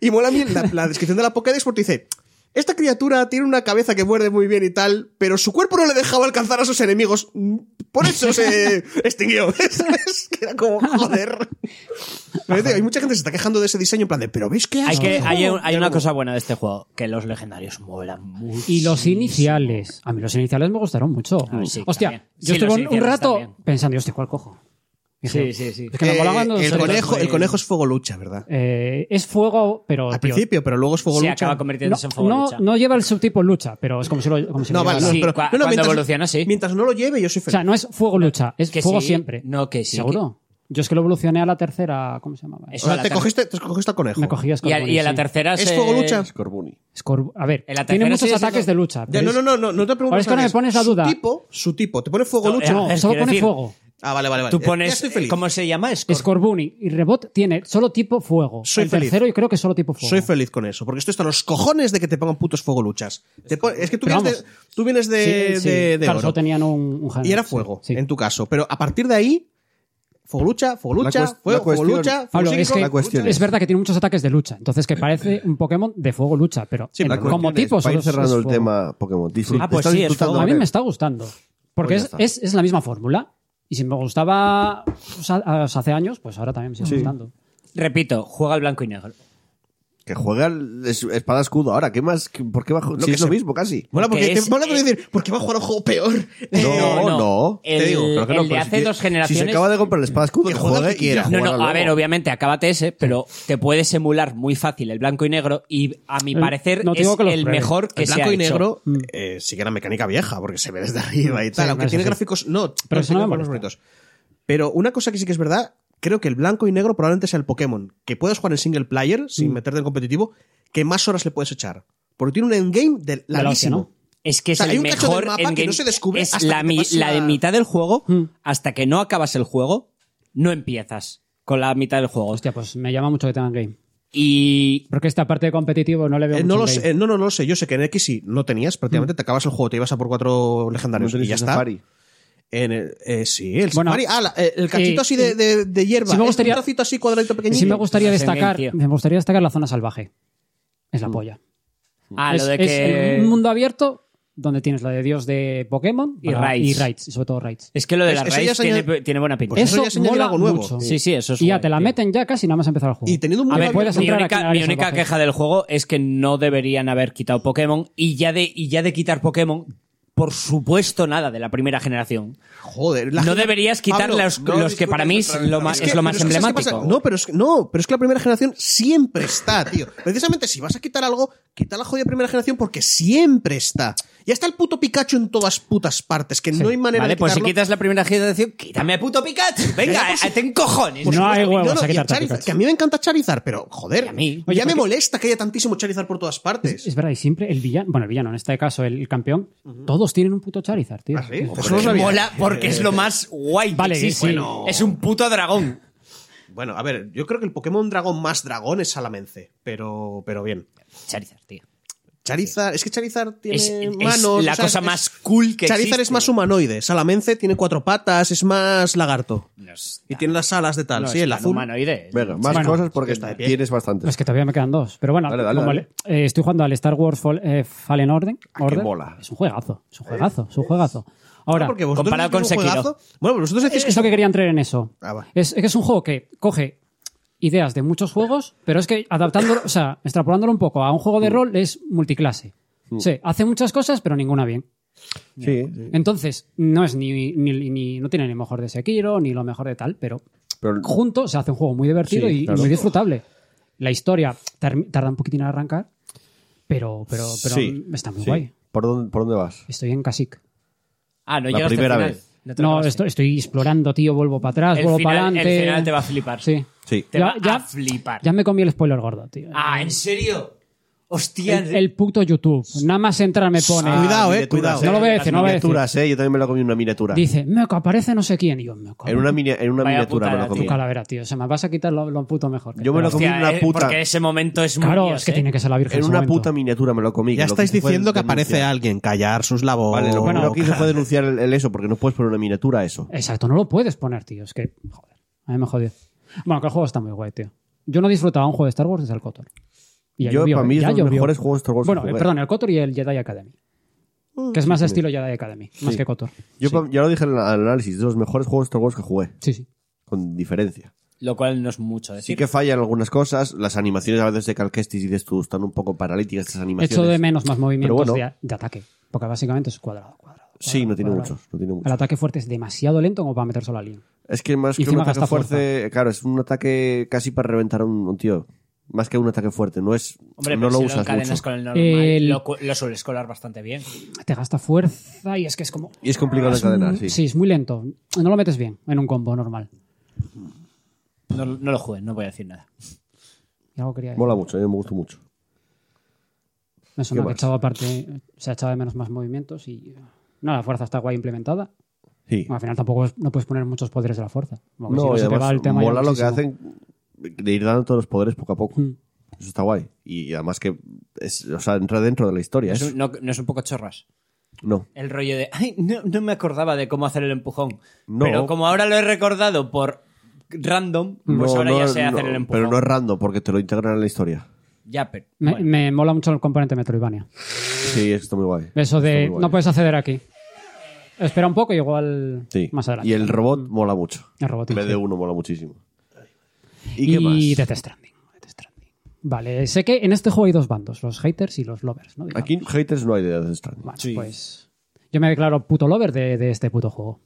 S3: y mola bien la, la descripción de la Pokédex porque dice. Esta criatura tiene una cabeza que muerde muy bien y tal, pero su cuerpo no le dejaba alcanzar a sus enemigos. Mm, Por eso se extinguió. es que era como, joder. Pero, tío, hay mucha gente que se está quejando de ese diseño en plan de, pero ¿veis qué
S2: Hay,
S3: asco?
S2: que, hay, un-
S3: Joder,
S2: hay una
S3: como-
S2: cosa buena de este juego, que los legendarios molan mucho.
S4: Y los iniciales. A mí los iniciales me gustaron mucho.
S2: Ah, sí,
S4: hostia,
S2: también.
S4: yo
S2: Sí, los
S4: estuve un- un
S2: iniciales
S4: rato
S2: también.
S4: pensando, hostia, ¿cuál cojo?
S2: Sí, sí, sí.
S4: Es que me
S3: Eh,
S4: molaban los
S3: el,
S4: otros,
S3: conejo, el
S4: pues.
S3: conejo es fuego lucha, ¿verdad?
S4: Eh, es fuego, pero.
S3: Al
S4: Oh, tío,
S3: principio, pero luego es fuego
S2: Se
S3: lucha.
S2: acaba convirtiéndose
S4: no,
S2: en fuego
S4: no-
S2: lucha.
S4: no lleva el subtipo lucha, pero es como si lo. Como si
S3: No,
S4: lo
S3: vale, no,
S4: llevara.
S2: Sí,
S3: pero,
S2: cua-
S3: no, no,
S2: cuando evoluciona, sí.
S3: Mientras no lo lleve, yo soy
S4: O
S3: feliz.
S4: sea, no es fuego lucha, es
S2: Que
S4: fuego
S2: sí.
S4: siempre.
S2: No, que sí,
S4: Seguro. Yo es que lo evolucioné a la tercera. ¿Cómo se llamaba?
S2: Eso
S3: O sea,
S2: a la
S3: te,
S2: ter-
S3: cogiste, te cogiste al conejo.
S4: Me cogías
S2: Y, a- y a la tercera
S3: ¿Es
S2: se-
S3: fuego lucha?
S1: Scorbunny.
S4: A ver,
S2: En la tercera
S4: tiene muchos
S2: sí, sí,
S4: ataques
S2: sí.
S4: de lucha.
S3: Ya,
S4: pero
S3: no,
S4: es-
S3: no, no, no, no te pregunto.
S4: Ahora es que no me pones la duda.
S3: Su tipo, su tipo, te pone fuego
S2: No,
S3: lucha.
S2: eh,
S4: No,
S2: Es
S4: solo
S2: quiero
S4: pone
S2: decir,
S4: fuego.
S3: Ah, vale, vale, vale.
S2: Tú
S3: Ya
S2: pones...
S3: estoy feliz.
S2: ¿Cómo se llama? Escor-
S4: Scorbunny y Rebot tiene solo tipo fuego.
S3: Soy
S4: el
S3: feliz.
S4: tercero yo creo que es solo tipo fuego.
S3: Soy feliz con eso, porque esto está a los cojones de que te pongan putos fuego luchas. Te pon- es que tú
S4: Pero
S3: vienes de, tú vienes
S4: Sí,
S3: de,
S4: sí.
S3: de- de
S4: Claro,
S3: oro.
S4: solo tenían un, un género,
S3: Y era
S4: sí,
S3: fuego,
S4: sí.
S3: en tu caso. Pero a partir de ahí, fuego lucha, fuego
S1: La
S3: lucha,
S1: cuest- la
S3: fuego, fuego
S1: cuestión-
S3: lucha, fuego
S4: Pablo, es
S3: cinco,
S4: que
S1: la cuestión
S4: es
S1: es-
S4: verdad que tiene muchos ataques de lucha, entonces que parece un Pokémon de fuego lucha, pero
S3: Sí,
S4: en-
S3: la
S1: cuestión
S4: como
S1: es,
S4: tipo
S1: para
S4: solo
S1: ir
S4: es-
S1: cerrando
S4: es
S1: el
S4: fuego.
S1: tema Pokémon. Disfrut-
S2: Ah, pues
S1: estás
S2: sí, es
S1: disfrutando,
S4: A mí
S1: ¿vale?
S4: me está gustando, porque
S1: Pues
S4: es,
S1: ya
S4: es, es la misma fórmula y si me gustaba pues, a- a- hace años, pues ahora también me sigue gustando.
S2: Repito, juega al blanco y negro.
S1: Que juega el- es- espada escudo ahora. ¿Qué más? ¿Qué- ¿Por qué bajo?
S3: Lo
S1: si
S3: que
S1: es lo
S3: se-
S1: mismo casi.
S3: Mola porque,
S2: Porque
S3: te-
S2: es-
S3: mola porque
S2: eh,
S3: decir, ¿por qué va a jugar a un juego peor?
S1: No, no.
S2: El,
S3: Te digo,
S1: Pero que no, pero
S2: el de
S1: si
S2: hace
S1: quiere-
S2: dos generaciones...
S1: Si se acaba de comprar el espada escudo,
S3: Que
S1: que
S3: juegue al
S1: juegue
S3: que
S1: y
S3: quiera.
S1: ya
S2: No,
S1: jugará
S2: no, a
S1: luego.
S2: ver, obviamente, acábate ese, pero te puedes emular muy fácil el blanco y negro y a mi
S4: El-
S2: parecer
S4: no te
S2: es
S4: digo que los
S2: el
S4: pruebe.
S2: mejor que
S3: el
S2: se
S3: blanco
S2: ha
S3: y
S2: hecho.
S3: negro eh, sí que era mecánica vieja, porque se ve desde arriba y tal.
S4: Mm. Sí,
S3: aunque
S4: eso
S3: tiene
S4: sí.
S3: gráficos. No,
S4: Pero eso no me
S3: tiene
S4: molesta.
S3: bonitos. Pero una cosa que sí que es verdad, creo que el blanco y negro probablemente sea el Pokémon, que puedes jugar en single player, sin
S4: Mm.
S3: meterte en competitivo, que más horas le puedes echar. Porque tiene un endgame de
S4: hostia,
S3: larguísimo.
S4: ¿no?
S2: Es que es
S3: O sea, hay
S2: el
S3: un cacho
S2: mejor
S3: del mapa que
S2: endgame.
S3: no se descubre
S2: es
S3: hasta
S2: la,
S3: que te
S2: mi-
S3: pasa-
S2: la de mitad del juego,
S4: Mm.
S2: hasta que no acabas el juego, no empiezas con la mitad del juego.
S4: Hostia, pues me llama mucho que tengan game,
S2: Y
S4: porque esta parte de competitivo no le veo
S3: Eh,
S4: mucho Mm.
S3: no, lo
S4: game.
S3: sé, eh, no, no, no lo sé. Yo sé que en X sí no tenías, prácticamente te acabas el juego, te ibas a por cuatro
S1: No
S3: legendarios
S1: tenéis
S3: y ya
S1: el
S3: está.
S1: Safari.
S3: En el- eh, sí, el
S4: Bueno,
S3: Safari. Ah, la- eh, el cachito
S4: eh,
S3: así de, de, de hierba.
S4: sí me gustaría-
S3: Es un trocito así cuadradito pequeñito.
S4: Sí me gustaría
S2: Pues es el
S4: destacar,
S2: game, tío.
S4: me gustaría destacar la zona salvaje. Es la polla.
S2: a
S4: es,
S2: ah, lo de
S4: es
S2: que.
S4: el mundo abierto donde tienes la de Dios de Pokémon
S2: Y
S4: para-
S2: Raids.
S4: y Raids, y sobre todo Raids.
S2: Es que lo de
S3: Es-
S2: la
S3: eso
S2: raíz
S3: ya se
S2: tiene,
S3: añade-
S2: tiene buena pinta.
S3: Pues eso ya es añadir algo nuevo.
S2: Sí, sí, eso es
S4: Y ya
S2: guay,
S4: te la
S2: tío.
S4: meten ya casi nada más empezar el juego.
S3: Y teniendo un
S4: A
S3: mundo
S4: ver,
S3: abierto-
S4: puedes
S2: mi
S4: entrar a
S2: única,
S4: canales
S2: mi única
S4: salvajes.
S2: queja del juego es que no deberían haber quitado Pokémon y ya de, y ya de quitar Pokémon por supuesto, nada de la primera generación.
S3: Joder,
S2: No
S3: gente-
S2: deberías quitar los- los que para mí es
S3: disfrutas
S2: lo
S3: otra
S2: más-
S3: vez.
S2: es lo más
S3: pero que ¿sabes qué
S2: emblemático.
S3: pasa? no, pero es que, no, pero es que la primera generación siempre está, tío. Precisamente si vas a quitar algo, quita la jodida primera generación porque siempre está. Ya está el puto Pikachu en todas putas partes, que no hay manera
S2: Vale,
S3: de
S2: pues si
S3: quitarlo.
S2: quitas la primera generación, quítame a puto Pikachu. Venga, eh,
S3: Pues sí.
S2: ten cojones.
S4: No hay
S3: No,
S4: huevos
S3: no, y
S4: a
S3: a Charizard,
S4: quitar tácticas.
S3: que a mí me encanta Charizard, pero joder,
S2: a mí.
S4: Oye,
S3: ya me
S4: porque-
S3: molesta que haya tantísimo Charizard por todas partes.
S4: Es verdad, y siempre el villano, bueno, el villano, en este caso el, el campeón, todos tienen un puto Charizard, tío.
S3: ¿Ah, sí?
S4: Ojo.
S3: Pues no lo sabía.
S2: Mola porque es lo más guay.
S4: Vale,
S2: que existe.
S4: sí.
S2: Es un puto dragón.
S3: Bueno, a ver, yo creo que el Pokémon dragón más dragón es Salamence, pero, pero bien.
S2: Charizard, tío.
S3: Charizard, es que Charizard tiene
S2: Es, es
S3: manos.
S2: la
S3: o sea,
S2: cosa
S3: es-
S2: más cool que
S3: Charizard es
S2: existe.
S3: más humanoide. Salamence tiene cuatro patas, es más lagarto.
S2: No es-
S3: Y tiene las alas de tal.
S2: no
S3: sí,
S2: es
S3: el
S2: tan
S3: azul.
S2: humanoide.
S1: Venga, más
S4: Bueno,
S1: cosas porque
S3: está de pie.
S1: tienes bastantes.
S4: Es que todavía me quedan dos. Pero bueno,
S1: Dale, dale,
S4: como
S1: dale.
S4: le- eh, estoy jugando al Star Wars Fall- eh, Fallen Order.
S1: qué
S4: Order.
S1: mola.
S4: Es un juegazo, es un juegazo, es un juegazo. Ahora,
S3: Porque vosotros
S2: comparado
S3: decís que es un
S2: con Sekiro.
S3: juegazo. Bueno, pero
S2: Eh,
S3: vosotros decís
S4: es
S3: que es
S2: ah,
S4: eso que quería entrar en eso.
S3: Ah, va.
S4: es, es que es un juego que coge ideas de muchos juegos, pero es que adaptándolo, o sea, extrapolándolo un poco a un juego de rol es multiclase. Sí, hace muchas cosas, pero ninguna bien.
S1: Sí, sí.
S4: Entonces, no es ni, ni- ni- no tiene ni lo mejor de Sekiro, ni lo mejor de tal, pero
S1: Pero
S4: juntos se hace un juego muy divertido
S1: Sí,
S4: y, y
S1: claro.
S4: muy disfrutable. La historia tar- tarda un poquitín en arrancar, pero, pero, pero
S1: Sí,
S4: está muy
S1: sí.
S4: guay.
S1: ¿Por dónde, ¿Por dónde vas?
S4: Estoy en Casic.
S2: Ah, no
S1: La
S2: llegaste al
S1: primera
S2: final.
S1: vez.
S2: No, te lo
S4: No,
S2: acabaste.
S4: esto- estoy explorando, tío, vuelvo para atrás,
S2: El
S4: vuelvo
S2: final-
S4: para adelante.
S2: el final te va a flipar.
S4: Sí.
S1: Sí.
S2: Te
S4: Ya-
S2: va
S4: ya-
S2: a flipar.
S4: Ya me comí el spoiler gordo, tío.
S2: Ah, ¿en serio? Hostia.
S4: el, el puto YouTube. Nada más entrar me pone.
S3: Cuidado, eh,
S1: miniaturas,
S3: cuidado.
S4: No lo voy a
S1: Ah, Las
S4: decir, no lo voy a decir.
S1: miniaturas, eh. Yo también me lo comí en una miniatura.
S4: Dice, Meco, aparece no sé quién. Y yo, Meco.
S1: En una, mini- en una
S2: Vaya
S1: miniatura me
S2: putada,
S1: lo comí.
S4: Tu calavera, tío. Se me vas a quitar lo, lo puto mejor. que
S1: Yo me lo
S4: esperaba.
S1: comí en una
S2: eh,
S1: puta.
S2: Porque ese momento es muy
S4: Claro,
S2: Dios,
S4: es que
S2: eh.
S4: tiene que ser la Virgen.
S1: En
S4: ese
S1: una
S4: momento.
S1: puta miniatura me lo comí.
S3: Ya
S1: que lo
S3: estáis
S1: que hice fue
S3: diciendo que
S1: denunciar.
S3: aparece alguien, callar sus labores.
S1: Vale, lo
S4: Bueno,
S1: primero que hice fue denunciar el, el eso, porque no puedes poner una miniatura a eso.
S4: Exacto, no lo puedes poner, tío. Es que, joder, a mí me jodió. Bueno, que el juego está muy guay, tío. Yo no disfrutaba un juego de Star Wars desde el KOTOR. Y ya
S1: Yo,
S4: llovió, ¿eh?
S1: para mí, es
S4: ya
S1: de los
S4: llovió.
S1: mejores juegos de Star Wars que
S4: Bueno, eh,
S1: jugué.
S4: perdón, el KOTOR y el Jedi Academy. Que es más estilo Jedi Academy, más que KOTOR.
S1: Yo
S4: sí.
S1: pa- ya lo dije en el análisis, de los mejores juegos de Star Wars que jugué,
S4: sí, sí.
S1: con diferencia.
S2: Lo cual no es mucho eh.
S1: Sí
S2: decir.
S1: que fallan algunas cosas, las animaciones a veces de Calquestis y de Stu están un poco paralíticas estas animaciones.
S4: Hecho de menos más movimientos
S1: bueno.
S4: de, de ataque. Porque básicamente es cuadrado, cuadrado.
S1: Sí, no tiene
S4: cuadrado.
S1: muchos, no tiene
S4: El
S1: muchos.
S4: ataque fuerte es demasiado lento como para meter solo a alguien.
S1: Es que más
S4: Y
S1: que un
S4: encima
S1: ataque
S4: gasta
S1: fuerte, claro, es un ataque casi para reventar a un, un tío. Más que un ataque fuerte, no es
S2: Hombre,
S1: no
S2: pero
S1: lo
S2: si
S1: usas
S2: encadenas
S1: mucho.
S2: con el normal,
S4: El-
S2: lo, cu- lo sueles colar bastante bien.
S4: Te gasta fuerza y es que es como.
S1: Y es complicado de
S4: Es muy-
S1: encadenar, sí.
S4: Sí, es muy lento. No lo metes bien en un combo normal.
S2: No, no lo jueguen, no voy a decir nada.
S4: Y algo quería decir.
S1: Mola mucho, a mí me gustó mucho.
S4: Me suena
S1: ¿Qué
S4: que
S1: más?
S4: echaba aparte, se ha echado de menos más movimientos y. No, la fuerza está guay implementada.
S1: Sí.
S4: Bueno, al final tampoco es- no puedes poner muchos poderes de la fuerza. Porque Ah, pues si
S1: No, y
S4: se te
S1: además
S4: va el tema ya
S1: mola lo que
S4: muchísimo.
S1: hacen de ir dando todos los poderes poco a poco.
S4: Mm.
S1: Eso está guay. Y y además que es, o sea, entra dentro de la historia.
S2: Es
S1: eso.
S2: un- no, no es un poco chorras.
S1: No.
S2: El rollo de, ay, no, no me acordaba de cómo hacer el empujón.
S1: No.
S2: Pero como ahora lo he recordado por random, pues
S1: No,
S2: ahora
S1: no,
S2: ya sé
S1: no,
S2: hacer el empujón.
S1: Pero no es random porque te lo integran en la historia.
S2: Ya, pero.
S4: Me,
S2: bueno.
S4: me mola mucho el componente Metroidvania.
S1: Sí, esto muy guay.
S4: Eso
S1: Está muy
S4: de
S1: guay.
S4: no puedes acceder aquí. Espera un poco y igual
S1: Sí.
S4: más adelante. Mm.
S1: Y el robot mola mucho.
S4: El robotín, sí.
S1: BD1 mola muchísimo. ¿Y, qué
S4: Y
S1: más?
S4: Death Stranding. Death Stranding. Vale, sé que en este juego hay dos bandos, los haters y los lovers, ¿no? Digamos.
S1: Aquí haters no hay de Death Stranding.
S4: Bueno, pues yo me declaro puto lover de, de este puto juego.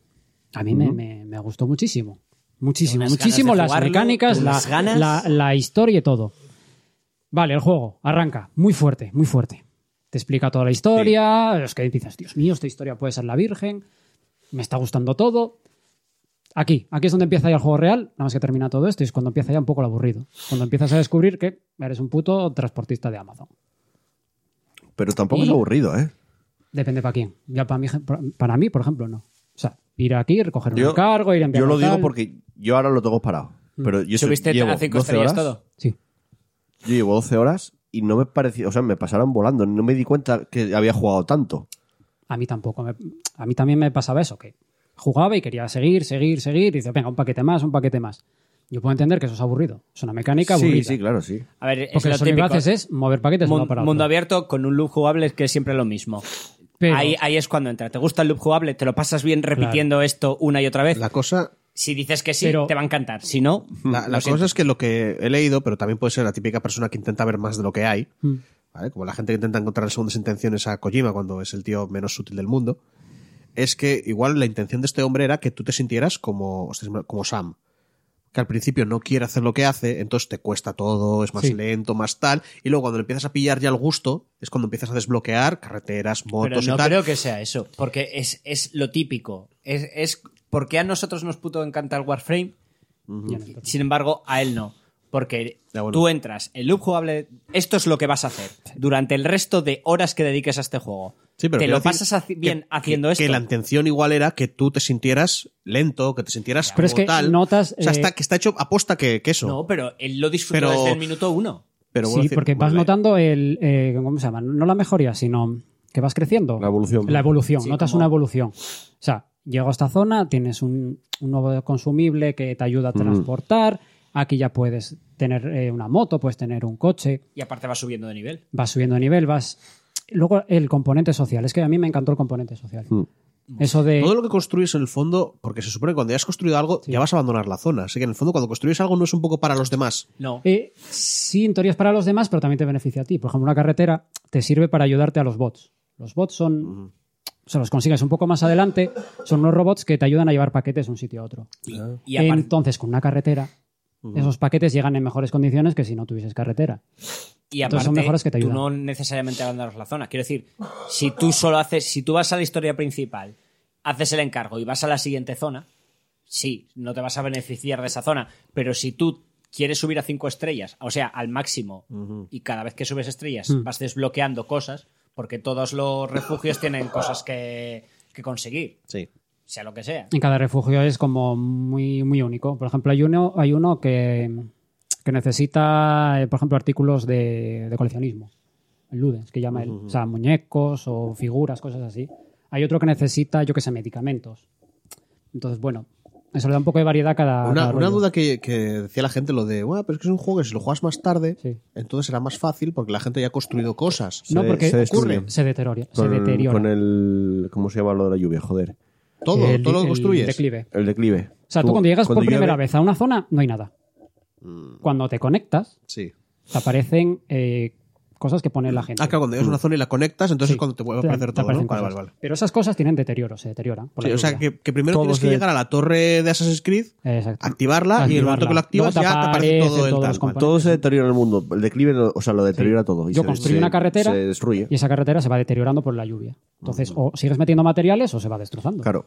S4: A mí me- me, me gustó muchísimo. Muchísimo,
S2: Unas ganas
S4: muchísimo
S2: de
S4: las
S2: jugarlo,
S4: mecánicas, la,
S2: unas ganas.
S4: la- la historia y todo. Vale, el juego arranca muy fuerte, muy fuerte. Te explica toda la historia, los que dices, Dios mío, esta historia puede ser la Virgen, me está gustando todo. Aquí, aquí es donde empieza ya el juego real, nada más que termina todo esto y es cuando empieza ya un poco lo aburrido. Cuando empiezas a descubrir que eres un puto transportista de Amazon.
S1: Pero tampoco es
S4: Y-
S1: aburrido, ¿eh?
S4: Depende para quién. Ya para mí, para mí, por ejemplo, no. O sea, ir aquí, recoger
S1: Yo-
S4: un cargo, ir a enviar
S1: Yo lo
S4: tal. Mm.
S1: digo porque yo ahora lo tengo parado. Pero yo soy-
S2: ¿Subiste
S1: llevo
S2: a cinco
S1: 12
S2: estrellas
S1: horas.
S2: todo?
S4: Sí.
S1: Yo llevo 12 horas y no me pareció, o sea, me pasaron volando, no me di cuenta que había jugado tanto.
S4: A mí tampoco. me- a mí también me pasaba eso, que jugaba y quería seguir, seguir, seguir. Y dice, venga, un paquete más, un paquete más. Yo puedo entender que eso es aburrido. Es una mecánica
S1: Sí,
S4: aburrida.
S1: sí, claro, sí.
S2: A ver, es
S4: Porque
S2: lo
S4: eso lo que
S2: típico.
S4: haces es mover paquetes de un
S2: Mun-
S4: lado para otro.
S2: mundo abierto con un loop jugable que es siempre lo mismo.
S4: Pero-
S2: Ahí, ahí es cuando entra. ¿Te gusta el loop jugable? ¿Te lo pasas bien repitiendo esto una y otra vez?
S3: La cosa,
S2: Si dices que sí,
S4: Pero-
S2: te va a encantar. Si no,
S3: la, la
S2: lo siento.
S3: cosa es que lo que he leído, pero también puede ser la típica persona que intenta ver más de lo que hay. ¿vale? como la gente que intenta encontrar segundas intenciones a Kojima cuando es el tío menos sutil del mundo, es que igual la intención de este hombre era que tú te sintieras como, hostia, como Sam. Que al principio no quiere hacer lo que hace, entonces te cuesta todo, es más
S4: Sí.
S3: lento, más tal. Y luego cuando le empiezas a pillar ya el gusto, es cuando empiezas a desbloquear carreteras,
S2: Pero
S3: motos
S2: no
S3: y tal.
S2: creo que sea eso, porque es, es lo típico. Es, es porque a nosotros nos puto encanta el Warframe,
S4: Ya no,
S2: sin embargo, a él no. Porque
S3: Ya, bueno.
S2: tú entras, el loop jugable, esto es lo que vas a hacer durante el resto de horas que dediques a este juego.
S3: Sí,
S2: Te
S3: pero quiero
S2: lo
S3: decir
S2: pasas haci-
S3: que-
S2: bien haciendo
S3: que,
S2: esto.
S3: Que la intención igual era que tú te sintieras lento, que te sintieras
S4: Pero es
S3: como
S4: que
S3: tal.
S4: notas,
S3: o sea,
S4: eh,
S3: está, que está hecho aposta que, que eso.
S2: No, pero él lo disfrutó
S3: Pero-
S2: desde el minuto uno.
S3: pero
S4: sí, porque vas notando el. eh, ¿Cómo se llama? No la mejoría, sino que vas creciendo.
S1: La evolución.
S4: La evolución,
S2: Sí,
S4: notas
S2: como-
S4: una evolución. O sea, llego a esta zona, tienes un, un nuevo consumible que te ayuda a
S1: Mm.
S4: transportar. Aquí ya puedes tener eh, una moto, puedes tener un coche,
S2: Y aparte va subiendo de nivel.
S4: vas subiendo de nivel, vas. Luego el componente social. Es que a mí me encantó el componente social.
S1: Mm.
S4: Eso de.
S3: Todo lo que construyes en el fondo, porque se supone que cuando ya has construido algo, ya vas a abandonar la zona. Así que en el fondo, cuando construyes algo, no es un poco para los demás.
S2: No.
S4: Eh, sí, en teoría es para los demás, pero también te beneficia a ti. Por ejemplo, una carretera te sirve para ayudarte a los bots. Los bots son. O sea, los consigues un poco más adelante. Son unos robots que te ayudan a llevar paquetes de un sitio a otro.
S3: Ah.
S2: Y aparte-
S4: Entonces, con una carretera, esos paquetes llegan en mejores condiciones que si no tuvieses carretera.
S2: Y aparte,
S4: Entonces son mejoras que te
S2: tú
S4: ayudan.
S2: no necesariamente abandonas la zona. Quiero decir, si tú solo haces, si tú vas a la historia principal, haces el encargo y vas a la siguiente zona, sí, no te vas a beneficiar de esa zona. Pero si tú quieres subir a cinco estrellas, o sea, al máximo, y cada vez que subes estrellas
S4: Mm.
S2: vas desbloqueando cosas, porque todos los refugios tienen cosas que, que conseguir,
S3: Sí.
S2: sea lo que sea.
S4: En cada refugio es como muy, muy único. Por ejemplo, hay uno, hay uno que, que necesita, eh, por ejemplo, artículos de, de coleccionismo. El Ludens, que llama él. O sea, muñecos o figuras, cosas así. Hay otro que necesita, yo que sé, medicamentos. Entonces, bueno, eso le da un poco de variedad a
S3: Una,
S4: cada. cada
S3: una
S4: Ah, rollo.
S3: duda que, que decía la gente, lo de, "Buah, pero es que es un juego que si lo juegas más tarde,
S4: Sí.
S3: entonces será más fácil porque la gente ya ha construido cosas.
S4: No,
S1: Se-
S4: porque
S1: se destruye.
S4: ocurre, se deteriora.
S1: Con,
S4: se deteriora.
S1: con el. ¿Cómo se llama lo de la lluvia? Joder.
S3: Todo,
S4: El-
S3: todo lo que
S4: el
S3: construyes.
S4: declive.
S1: El declive.
S4: O sea, tú, cuando llegas por primera
S1: llueve-
S4: vez a una zona, no hay nada.
S1: Mm.
S4: Cuando te conectas,
S3: Sí.
S4: te aparecen eh, cosas que pone la gente.
S3: Ah, claro, cuando llegas a una zona y la conectas, entonces
S4: Mm. Sí.
S3: es cuando te vuelve
S4: Te-
S3: a aparecer
S4: te
S3: todo. ¿no?
S4: aparecen
S3: Vale,
S4: cosas.
S3: vale, vale.
S4: Pero esas cosas tienen deterioro, se deterioran. por
S3: Sí,
S4: la
S3: o sea,
S4: lluvia.
S3: que, que primero
S1: Todo
S3: tienes que
S1: se-
S3: llegar a la torre de Assassin's Creed,
S4: Eh, Exacto.
S3: activarla, y en el momento que lo
S4: Activarla.
S3: activas
S4: Luego te
S3: ya te aparece
S4: aparecen
S3: todo el
S4: todos
S3: tal.
S4: los
S3: Vale.
S1: Todo se deteriora en el mundo. El declive, lo- o sea, lo deteriora todo. y
S4: Yo
S1: se-
S4: construí
S1: se-
S4: una carretera
S1: Se destruye.
S4: Y esa carretera se va deteriorando por la lluvia. Entonces,
S3: Mm.
S4: o sigues metiendo materiales o se va destrozando.
S1: Claro.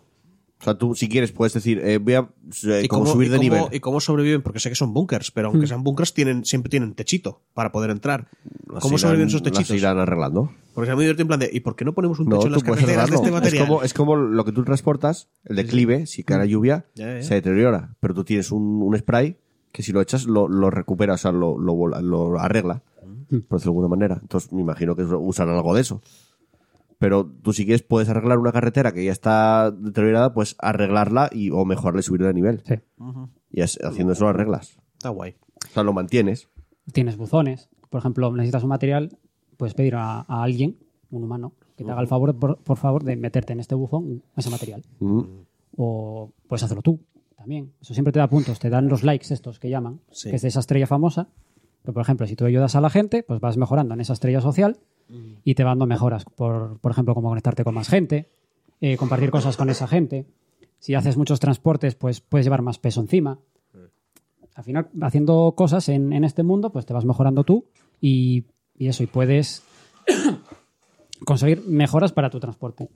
S1: O sea, tú, si quieres, puedes decir, eh, voy a eh,
S3: y
S1: como subir de
S3: y cómo-
S1: nivel.
S3: y cómo sobreviven, porque sé que son bunkers, pero
S4: Hmm.
S3: aunque sean bunkers, tienen, siempre tienen techito para poder entrar.
S1: Las
S3: ¿Cómo
S1: irán-
S3: sobreviven sus
S1: Las
S3: techitos?
S1: irán arreglando.
S3: Porque se me divertido en plan de, ¿y por qué no ponemos un
S1: No,
S3: techo en
S1: tú
S3: las
S1: puedes
S3: carreteras de
S1: arreglarlo.
S3: este
S1: es,
S3: material? Mm.
S1: como, es como lo que tú transportas, el declive, si cae la lluvia,
S3: Ya, ya.
S1: se deteriora. Pero tú tienes un, un spray que si lo echas, lo, lo recupera, o sea, lo, lo vol- lo arregla,
S3: Mm.
S1: por decirlo de alguna manera. Entonces me imagino que usan algo de eso. Pero tú si quieres puedes arreglar una carretera que ya está deteriorada, pues arreglarla y, o mejorarla y subirla de nivel.
S4: Sí.
S1: Y es- haciendo eso lo arreglas.
S3: Está guay.
S1: O sea, lo mantienes.
S4: Tienes buzones. Por ejemplo, necesitas un material, puedes pedir a, a alguien, un humano, que te haga el favor, por, por favor, de meterte en este buzón ese material.
S1: Mm.
S4: O puedes hacerlo tú también. Eso siempre te da puntos. Te dan los likes estos que llaman,
S3: Sí.
S4: que es de esa estrella famosa. Pero, por ejemplo, si tú ayudas a la gente, pues vas mejorando en esa estrella social y te van dando mejoras. Por, por ejemplo, como conectarte con más gente, eh, compartir cosas con esa gente. Si haces muchos transportes, pues puedes llevar más peso encima. Al final, haciendo cosas en, en este mundo, pues te vas mejorando tú y, y eso, y puedes conseguir mejoras para tu transporte.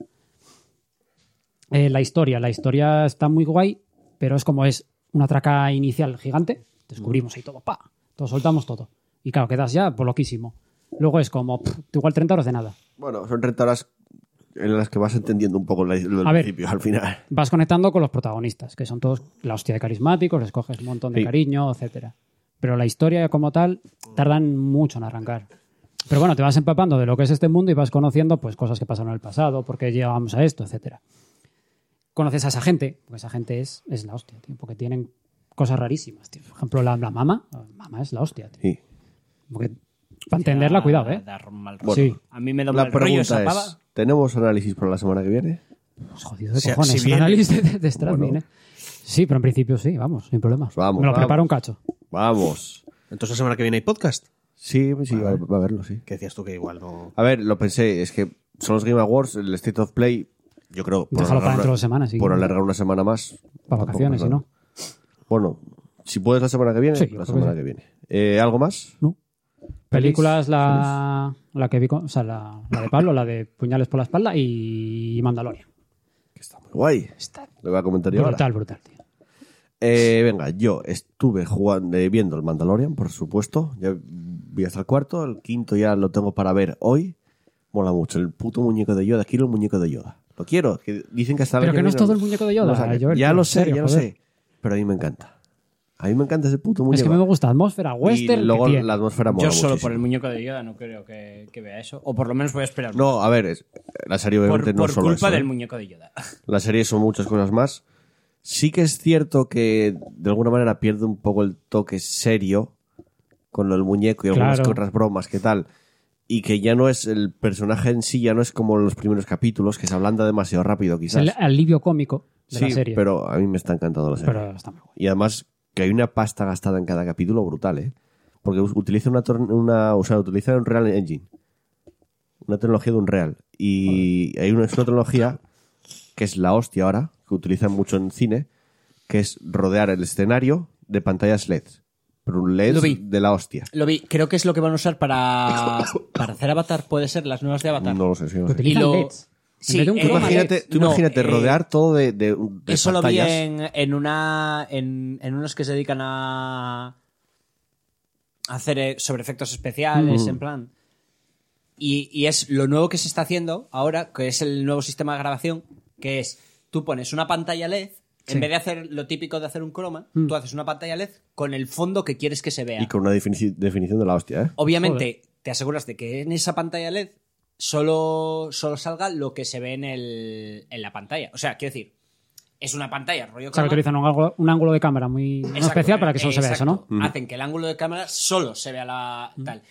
S4: Eh, la historia. La historia está muy guay, pero es como es una traca inicial gigante. Descubrimos ahí todo, pa. Todo soltamos todo. Y claro, quedas ya por loquísimo. Luego es como, pff, igual 30 horas de nada.
S1: Bueno, son 30 horas en las que vas entendiendo un poco la- lo del
S4: A ver.
S1: principio al final.
S4: Vas conectando con los protagonistas, que son todos la hostia de carismáticos, les coges un montón de
S1: Sí.
S4: cariño, etcétera. Pero la historia como tal tardan mucho en arrancar. Pero bueno, te vas empapando de lo que es este mundo y vas conociendo pues cosas que pasaron en el pasado, por qué llegamos a esto, etcétera. Conoces a esa gente, porque esa gente es, es la hostia, tío, porque tienen cosas rarísimas, tío. Por ejemplo, la, la mama, la mama es la hostia, tío.
S1: Sí.
S4: Porque para entenderla, cuidado,
S2: Da-
S4: ¿eh?
S2: da mal rollo.
S1: Bueno,
S4: Sí.
S2: A mí me da
S1: La
S2: mal rollo esa
S1: pregunta es,
S2: pava.
S1: ¿tenemos análisis para la semana que viene?
S4: Pues jodido de
S3: Si-
S4: cojones,
S3: si
S4: un
S3: viene-
S4: análisis de, de Stradlin, ¿eh? Sí, pero en principio sí, vamos, sin problemas.
S1: Vamos,
S4: Me lo
S1: vamos.
S4: preparo un cacho.
S1: Vamos.
S3: Entonces la semana que viene hay podcast.
S1: Sí, sí, va, va a verlo, sí.
S3: Que decías tú que igual no.
S1: A ver, lo pensé, es que son los Game Awards, el State of Play, yo creo. Por
S4: Déjalo para
S1: alargar
S4: dentro de
S1: una-
S4: dos semanas, sí.
S1: Por alargar una semana más.
S4: Para
S1: tampoco
S4: vacaciones,
S1: pasa
S4: si no.
S1: nada. Bueno, si puedes la semana que viene,
S4: Sí, yo
S1: la
S4: creo que
S1: semana
S4: sí.
S1: que viene. Eh, ¿Algo más?
S4: No. Películas, la, la que vi, con- o sea, la, la de Pablo, la de Puñales por la Espalda y Mandalorian.
S1: Guay. Lo voy a comentar yo ahora.
S4: Brutal, brutal, tío.
S1: Eh, venga, yo estuve jugando, eh, viendo el Mandalorian, por supuesto. Ya vi hasta el cuarto, el quinto ya lo tengo para ver hoy. Mola mucho. El puto muñeco de Yoda, quiero el muñeco de Yoda. Lo quiero. Que dicen que hasta el
S4: Pero
S1: año
S4: que no es
S1: viene
S4: todo el muñeco de Yoda,
S1: lo sacan.
S4: Joel,
S1: ya
S4: tío,
S1: lo
S4: en
S1: sé,
S4: serio,
S1: ya lo
S4: joder.
S1: sé. Pero a mí me encanta. A mí me encanta ese puto muñeco.
S4: Es que a mí me gusta la atmósfera western.
S1: y luego
S4: que tiene.
S1: la atmósfera mola
S2: Yo solo
S1: muchísimo.
S2: por el muñeco de Yoda no creo que, que vea eso. O por lo menos voy a esperar.
S1: No, a ver, es- la serie
S2: por
S1: obviamente no
S2: por
S1: es solo
S2: culpa
S1: eso,
S2: del
S1: ¿eh?
S2: muñeco de Yoda.
S1: La serie son muchas cosas más. Sí que es cierto que de alguna manera pierde un poco el toque serio con lo del muñeco y algunas
S4: Claro.
S1: otras bromas que tal. Y que ya no es el personaje en sí, ya no es como en los primeros capítulos, que se ablanda demasiado rápido
S4: Es
S1: quizás.
S4: el alivio cómico de
S1: sí,
S4: la serie.
S1: pero a mí me está encantando la serie.
S4: Pero está muy guay.
S1: Y además que hay una pasta gastada en cada capítulo brutal, ¿eh? Porque us- utiliza una, tor- una o sea, utiliza un Real Engine. Una tecnología de un Real. Y hay una, es una tecnología que es la hostia ahora, que utilizan mucho en cine, que es rodear el escenario de pantallas LED. Pero un LED
S2: Lo vi.
S1: de la hostia.
S2: Lo vi, creo que es lo que van a usar para, para hacer Avatar, puede ser, las nuevas de Avatar.
S1: No lo sé, sí, no
S4: Que
S1: sé.
S4: utilizan
S2: lo-
S4: LEDs.
S2: Sí,
S4: en vez de un
S2: eh,
S1: Tú
S4: croma
S1: imagínate,
S2: LED.
S1: tú
S2: No,
S1: imagínate
S2: eh,
S1: rodear todo de, de, de
S2: Eso lo vi
S1: pantallas.
S2: en, en una. En, en unos que se dedican a. a hacer eh, sobre efectos especiales, en plan. Y, y es lo nuevo que se está haciendo ahora, que es el nuevo sistema de grabación, que es tú pones una pantalla LED, en vez de hacer lo típico de hacer un croma, tú haces una pantalla LED con el fondo que quieres que se vea.
S1: Mm. Y con una definici- definición de la hostia, ¿eh?
S2: Obviamente, te aseguras de que en esa pantalla LED solo, solo salga lo que se ve en, el, en la pantalla. O sea, quiero decir, es una pantalla, rollo
S4: O sea,
S2: croma.
S4: que utilizan un ángulo, un ángulo de cámara muy muy
S2: Exacto,
S4: especial para que solo se vea eso,
S2: exacto.
S4: ¿no?
S2: Hacen que el ángulo de cámara solo se vea la tal.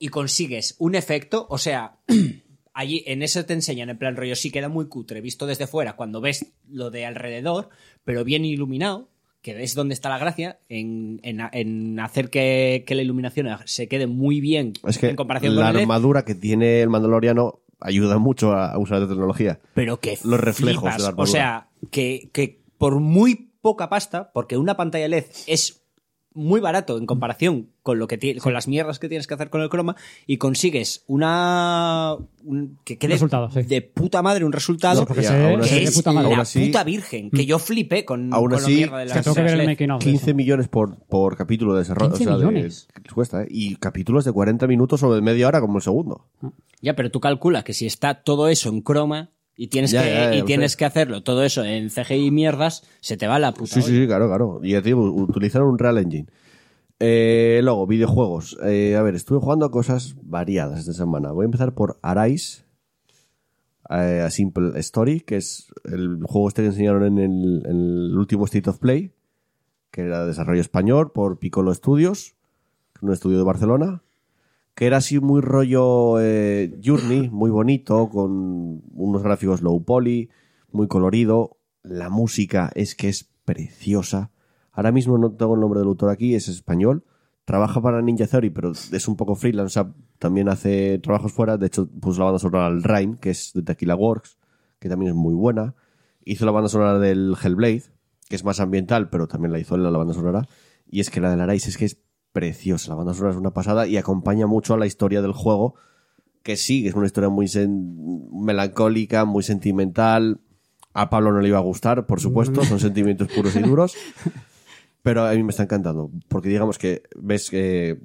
S2: Y consigues un efecto, o sea, allí en eso te enseñan, en plan rollo, sí queda muy cutre visto desde fuera cuando ves lo de alrededor, pero bien iluminado, que es donde está la gracia, en, en- en hacer que, que la iluminación se quede muy bien
S1: Es que
S2: en comparación
S1: la
S2: con el LED,
S1: armadura que tiene el mandaloriano ayuda mucho a a usar la tecnología.
S2: pero que
S1: los reflejos
S2: flipas.
S1: de la armadura.
S2: o sea que, que por muy poca pasta porque una pantalla LED es muy barato en comparación con lo que ti- con las mierdas que tienes que hacer con el croma y consigues una un- que quede
S4: Resultado, sí.
S2: de puta madre un resultado
S4: No, porque
S1: Y
S4: se-
S1: aún
S4: se
S1: así-
S4: ve
S2: que es
S4: de puta madre.
S2: la
S1: aún así-
S2: puta virgen que yo flipé con,
S1: Aún
S2: con
S1: así,
S2: la mierda de
S4: Es
S2: las
S4: que tengo que ver el
S2: LED.
S4: making of de
S1: 15
S4: eso.
S1: millones por, por capítulo de desarrollo.
S4: 15
S1: o sea, de-
S4: millones.
S1: cuesta, ¿eh? Y capítulos de 40 minutos o de media hora como el segundo.
S2: ya pero tú calculas que si está todo eso en croma y tienes
S1: Ya,
S2: que
S1: ya, ya,
S2: y
S1: lo
S2: tienes
S1: sé.
S2: que hacerlo todo eso en CGI y mierdas se te va la puta
S1: Sí,
S2: olla.
S1: sí, sí, claro, claro. Y ya te digo, utilizaron un Real Engine. Eh, luego, videojuegos. Eh, a ver, estuve jugando a cosas variadas esta semana. Voy a empezar por Arise, eh, a Simple Story, que es el juego este que enseñaron en el, en el último State of Play, que era de desarrollo español por Piccolo Studios, un estudio de Barcelona, que era así muy rollo eh, Journey, muy bonito, con unos gráficos low poly, muy colorido. La música es que es preciosa. Ahora mismo no tengo el nombre del autor aquí, es español. Trabaja para Ninja Theory, pero es un poco freelance. o sea, también hace trabajos fuera. De hecho, puso la banda sonora al Rhyme, que es de Tequila Works, que también es muy buena. Hizo la banda sonora del Hellblade, que es más ambiental, pero también la hizo él, la banda sonora. Y es que la de Arise es que es preciosa. La banda sonora es una pasada y acompaña mucho a la historia del juego, que sí, que es una historia muy sen- melancólica, muy sentimental. A Pablo no le iba a gustar, por supuesto, son sentimientos puros y duros. Pero a mí me está encantando, porque digamos que ves que,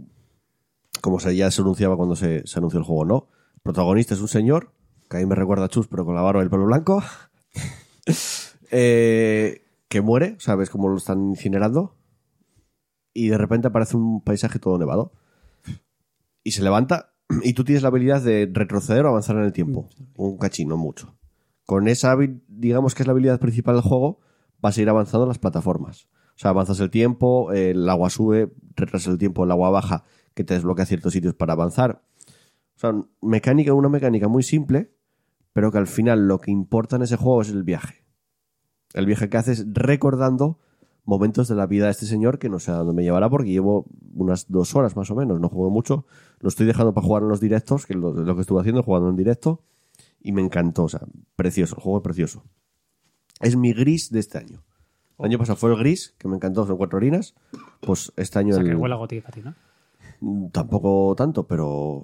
S1: como se, ya se anunciaba cuando se, se anunció el juego, ¿no? El protagonista es un señor, que a mí me recuerda a Chus, pero con la barba y el pelo blanco, eh, que muere, ¿sabes cómo lo están incinerando? Y de repente aparece un paisaje todo nevado. Y se levanta, y tú tienes la habilidad de retroceder o avanzar en el tiempo. Un cachín, no mucho. Con esa, habi- digamos que es la habilidad principal del juego, vas a ir avanzando en las plataformas. O sea, avanzas el tiempo, eh, el agua sube, retrasas el tiempo, el agua baja, que te desbloquea ciertos sitios para avanzar. O sea, mecánica, una mecánica muy simple, pero que al final lo que importa en ese juego es el viaje. El viaje que haces recordando momentos de la vida de este señor que no sé a dónde me llevará porque llevo unas dos horas más o menos, no juego mucho. Lo estoy dejando para jugar en los directos, que es lo, lo que estuve haciendo, jugando en directo, y me encantó, o sea, precioso, el juego es precioso. Es mi gris de este año. El
S4: Oh.
S1: año pasado fue el gris, que me encantó, son cuatro orinas. Pues este año
S4: O sea,
S1: el-
S4: que huele a gotica, tío, ¿no?
S1: Mm, Tampoco tanto, pero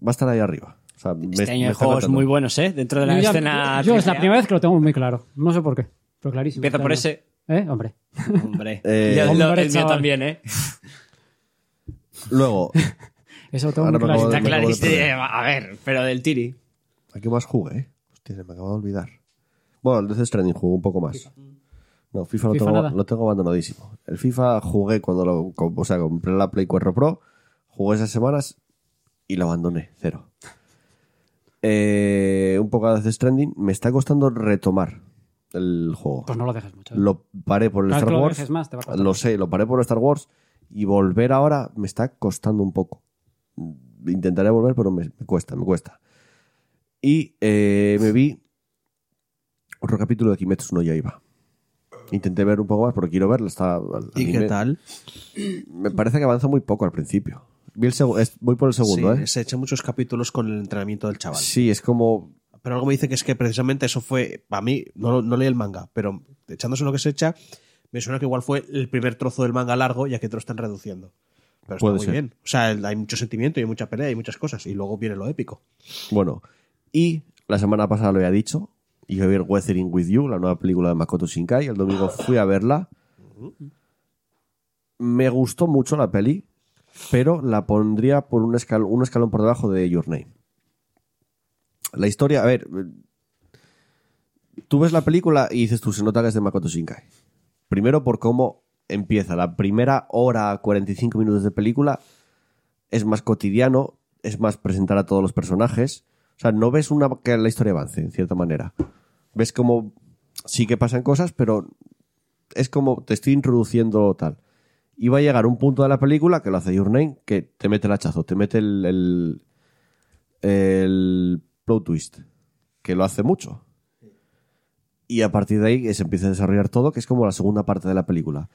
S1: va a estar ahí arriba. O sea, me-
S2: Este
S1: me
S2: año hay
S1: está
S2: juegos
S1: encantando.
S2: muy buenos, ¿eh? Dentro de la
S4: Yo ya-
S2: escena.
S4: yo es la
S2: AAA.
S4: primera vez que lo tengo muy claro. No sé por qué, pero clarísimo.
S2: Empieza por ese.
S4: ¿Eh? Hombre.
S2: Hombre.
S1: Eh,
S2: Yo- lo-
S4: hombre,
S2: el mío
S4: chaval.
S2: también, ¿eh?
S1: Luego,
S4: Eso lo tengo
S1: Ahora
S4: muy
S1: me acabo
S4: claro.
S1: de-
S2: Está
S1: me acabo de
S2: clarísimo.
S1: perder.
S2: A ver, pero del Tiri.
S1: ¿a qué más jugué? eh? Hostia, se me acabo de olvidar. Bueno, el Death Stranding jugué un poco más. No, FIFA, lo,
S4: FIFA
S1: tengo,
S4: nada.
S1: lo tengo abandonadísimo. El FIFA jugué cuando lo... com- O sea, compré la Play 4 Pro, jugué esas semanas y lo abandoné, cero. Eh, un poco de Death Stranding. Me está costando retomar el juego.
S4: Pues no lo dejes mucho. ¿eh?
S1: lo paré por el
S4: Cada vez
S1: Star
S4: que lo
S1: Wars.
S4: dejes más, te va a costar.
S1: lo sé, lo paré por el Star Wars y volver ahora me está costando un poco. Intentaré volver, pero me, me cuesta, me cuesta. Y eh, me vi otro capítulo de Kimetsu no Yaiba. Intenté ver un poco más porque quiero verlo. Está, al-
S3: ¿Y
S1: anime.
S3: qué tal?
S1: Me parece que avanza muy poco al principio. Vi el segu- es- voy por el segundo,
S3: Sí,
S1: ¿eh?
S3: Se echan muchos capítulos con el entrenamiento del chaval.
S1: Sí, es como
S3: Pero algo me dice que es que precisamente eso fue, para mí, no, lo- no leí el manga, pero echándose lo que se echa, me suena que igual fue el primer trozo del manga largo y aquí te lo están reduciendo. Pero está
S1: Puede
S3: muy
S1: ser.
S3: bien. O sea, el- hay mucho sentimiento y hay mucha pelea y muchas cosas. Y luego viene lo épico.
S1: Bueno, y la semana pasada lo había dicho, iba a ver Weathering with You, la nueva película de Makoto Shinkai. El domingo fui a verla. Me gustó mucho la peli, pero la pondría por un, escal- un escalón por debajo de Your Name. La historia, a ver. eh, Tú ves la película y dices tú, se nota que es de Makoto Shinkai. Primero por cómo empieza. La primera hora, 45 minutos de película, es más cotidiano, es más presentar a todos los personajes. O sea, no ves una que la historia avance, en cierta manera. Ves como sí que pasan cosas, pero es como te estoy introduciendo tal. Y va a llegar un punto de la película que lo hace Your Name, que te mete el hachazo, te mete el, el, el plot twist, que lo hace mucho. Y a partir de ahí se empieza a desarrollar todo, que es como la segunda parte de la película.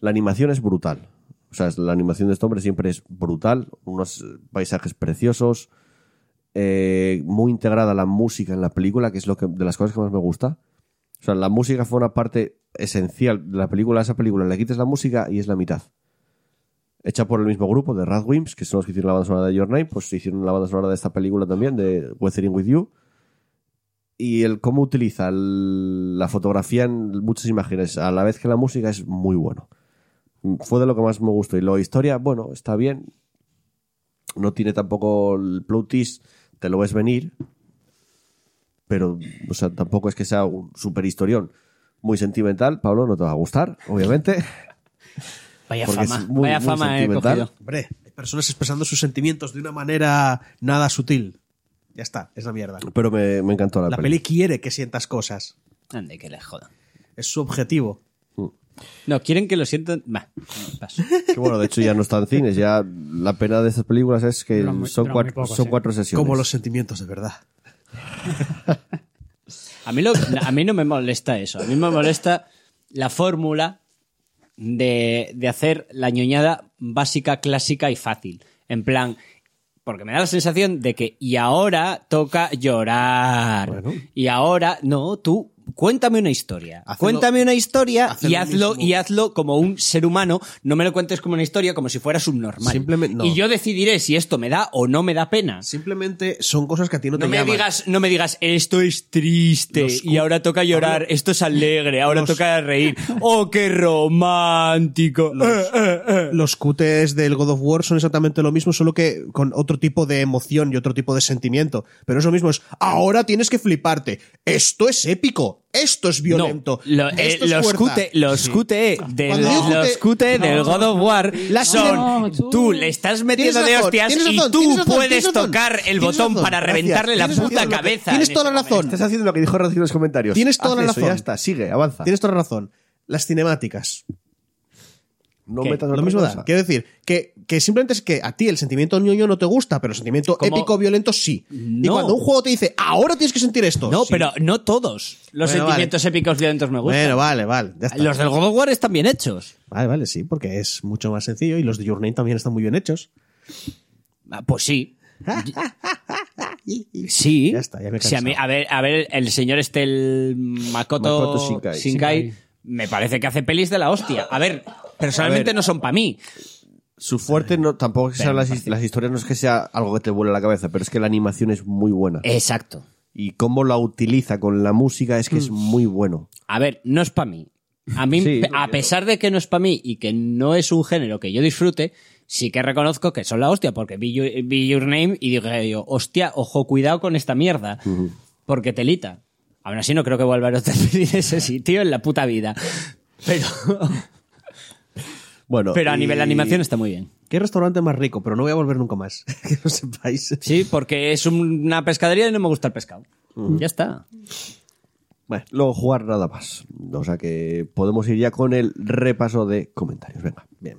S1: La animación es brutal. O sea, es- la animación de este hombre siempre es brutal. Unos eh, paisajes preciosos. eh, muy integrada la música en la película, que es lo que, de las cosas que más me gusta. O sea, la música fue una parte esencial de la película. A esa película le quitas la música y es la mitad. Hecha por el mismo grupo de Radwimps, que son los que hicieron la banda sonora de Your Name, pues hicieron la banda sonora de esta película también, de Weathering with You. Y el cómo utiliza el- la fotografía en muchas imágenes, a la vez que la música, es muy bueno fue de lo que más me gustó. Y la historia, bueno, está bien. No tiene tampoco el plot twist, te lo ves venir. Pero, o sea, tampoco es que sea un super historión muy sentimental. Pablo, no te va a gustar, obviamente.
S2: Vaya
S1: Porque
S2: fama.
S1: es muy-
S2: Vaya
S1: muy
S2: fama he
S1: sentimental.
S2: cogido.
S3: Hombre, hay personas expresando sus sentimientos de una manera nada sutil. Ya está, es la mierda.
S1: Pero me, me encantó la,
S3: La
S1: peli.
S3: peli quiere que sientas cosas.
S2: Ande, que le jodan.
S3: Es su objetivo.
S2: No, quieren que lo sientan. Va, paso.
S1: Que, bueno, de hecho ya no está en cines. Ya la pena de estas películas es que
S4: Duran muy-
S1: son,
S4: duran muy
S1: cuatro,
S4: poco,
S1: son
S4: sí.
S1: cuatro sesiones.
S3: ¿eh? Como los sentimientos de verdad.
S2: A mí, lo- a mí no me molesta eso. A mí me molesta la fórmula de, de hacer la ñoñada básica, clásica y fácil. En plan, porque me da la sensación de que, y ahora toca llorar. Y ahora, no, tú. Cuéntame una historia.
S3: Hazlo-
S2: cuéntame una historia
S3: haz
S2: y
S3: lo
S2: hazlo,
S3: mismo.
S2: y hazlo como un ser humano. No me lo cuentes como una historia, como si fuera subnormal.
S3: Simplemente- no.
S2: Y yo decidiré si esto me da o no me da pena.
S3: Simplemente son cosas que a ti no,
S2: No
S3: te
S2: me,
S3: llaman.
S2: digas, no me digas, esto es triste
S3: Los cu-
S2: y ahora toca llorar,
S3: Pablo,
S2: esto es alegre, ahora
S3: los-
S2: toca reír. ¡Oh, qué romántico! Eh, eh, eh.
S3: Los QTs del God of War son exactamente lo mismo, solo que con otro tipo de emoción y otro tipo de sentimiento. Pero es lo mismo, es ahora tienes que fliparte. Esto es épico, esto es violento.
S2: No, lo- eh,
S3: esto es
S2: los,
S3: fuerza".
S2: QT, los QTE del,
S3: Cuando digo
S2: los
S3: QTE
S2: QTE del God of War
S3: Las-
S2: son
S4: No,
S2: tú le estás metiendo
S3: Tienes
S2: de
S3: razón,
S2: hostias
S3: tienes
S2: y
S3: razón,
S2: tú
S3: tienes razón,
S2: puedes
S3: tienes razón.
S2: tocar el
S3: Tienes
S2: botón
S3: razón,
S2: para
S3: gracias.
S2: reventarle la
S3: Tienes razón,
S2: puta
S3: lo que-
S2: cabeza.
S3: Tienes
S2: en
S3: toda la
S2: ese momento.
S3: razón.
S1: Estás haciendo lo que dijo recién en los comentarios.
S3: Tienes toda
S1: Haz
S3: la
S1: eso,
S3: razón.
S1: Ya está, sigue, avanza.
S3: Tienes toda la razón. Las cinemáticas.
S1: No
S3: ¿Qué?
S1: metas
S3: lo
S1: otra
S3: mismo
S1: cosa.
S3: da. Quiero decir, que, que simplemente es que a ti el sentimiento ñoño no te gusta, pero el sentimiento
S2: Como-
S3: épico violento sí. Y
S2: No.
S3: cuando un juego te dice, ahora tienes que sentir esto.
S2: No,
S3: sí.
S2: pero no todos los
S3: Bueno,
S2: sentimientos épicos violentos me gustan.
S3: Bueno, vale, vale. ya está.
S2: los del God of War están bien hechos.
S3: Vale, vale, sí, porque es mucho más sencillo y los de Your Name también están muy bien hechos.
S2: Ah, Pues sí. sí.
S3: Ya está, ya me he
S2: Sí, a, mí-
S3: cansado.
S2: a ver, a ver, el señor este, el Makoto,
S1: Makoto Shinkai.
S2: me parece que hace pelis de la hostia. A ver, personalmente
S1: A ver.
S2: no son para mí.
S1: Su fuerte no, tampoco es que sean las, his- las historias, no es que sea algo que te vuele la cabeza, pero es que la animación es muy buena.
S2: Eh. Exacto.
S1: Y cómo la utiliza con la música es que
S2: Mm.
S1: es muy bueno.
S2: A ver, no es para mí. A mí,
S1: Sí,
S2: pe- a pesar de que no es para mí y que no es un género que yo disfrute, sí que reconozco que son la hostia, porque vi, Your- vi Your Name y dije, yo, hostia, ojo, cuidado con esta mierda, porque telita. Aún así no creo que vuelva a otra peli de ese sitio en la puta vida. Pero,
S1: Bueno,
S2: pero a
S1: y-
S2: nivel de animación está muy bien.
S3: ¿Qué restaurante más rico? Pero no voy a volver nunca más. que lo sepáis.
S2: Sí, porque es una pescadería y no me gusta el pescado. Ya está.
S1: Bueno, luego jugar nada más. O sea que podemos ir ya con el repaso de comentarios. Venga, bien.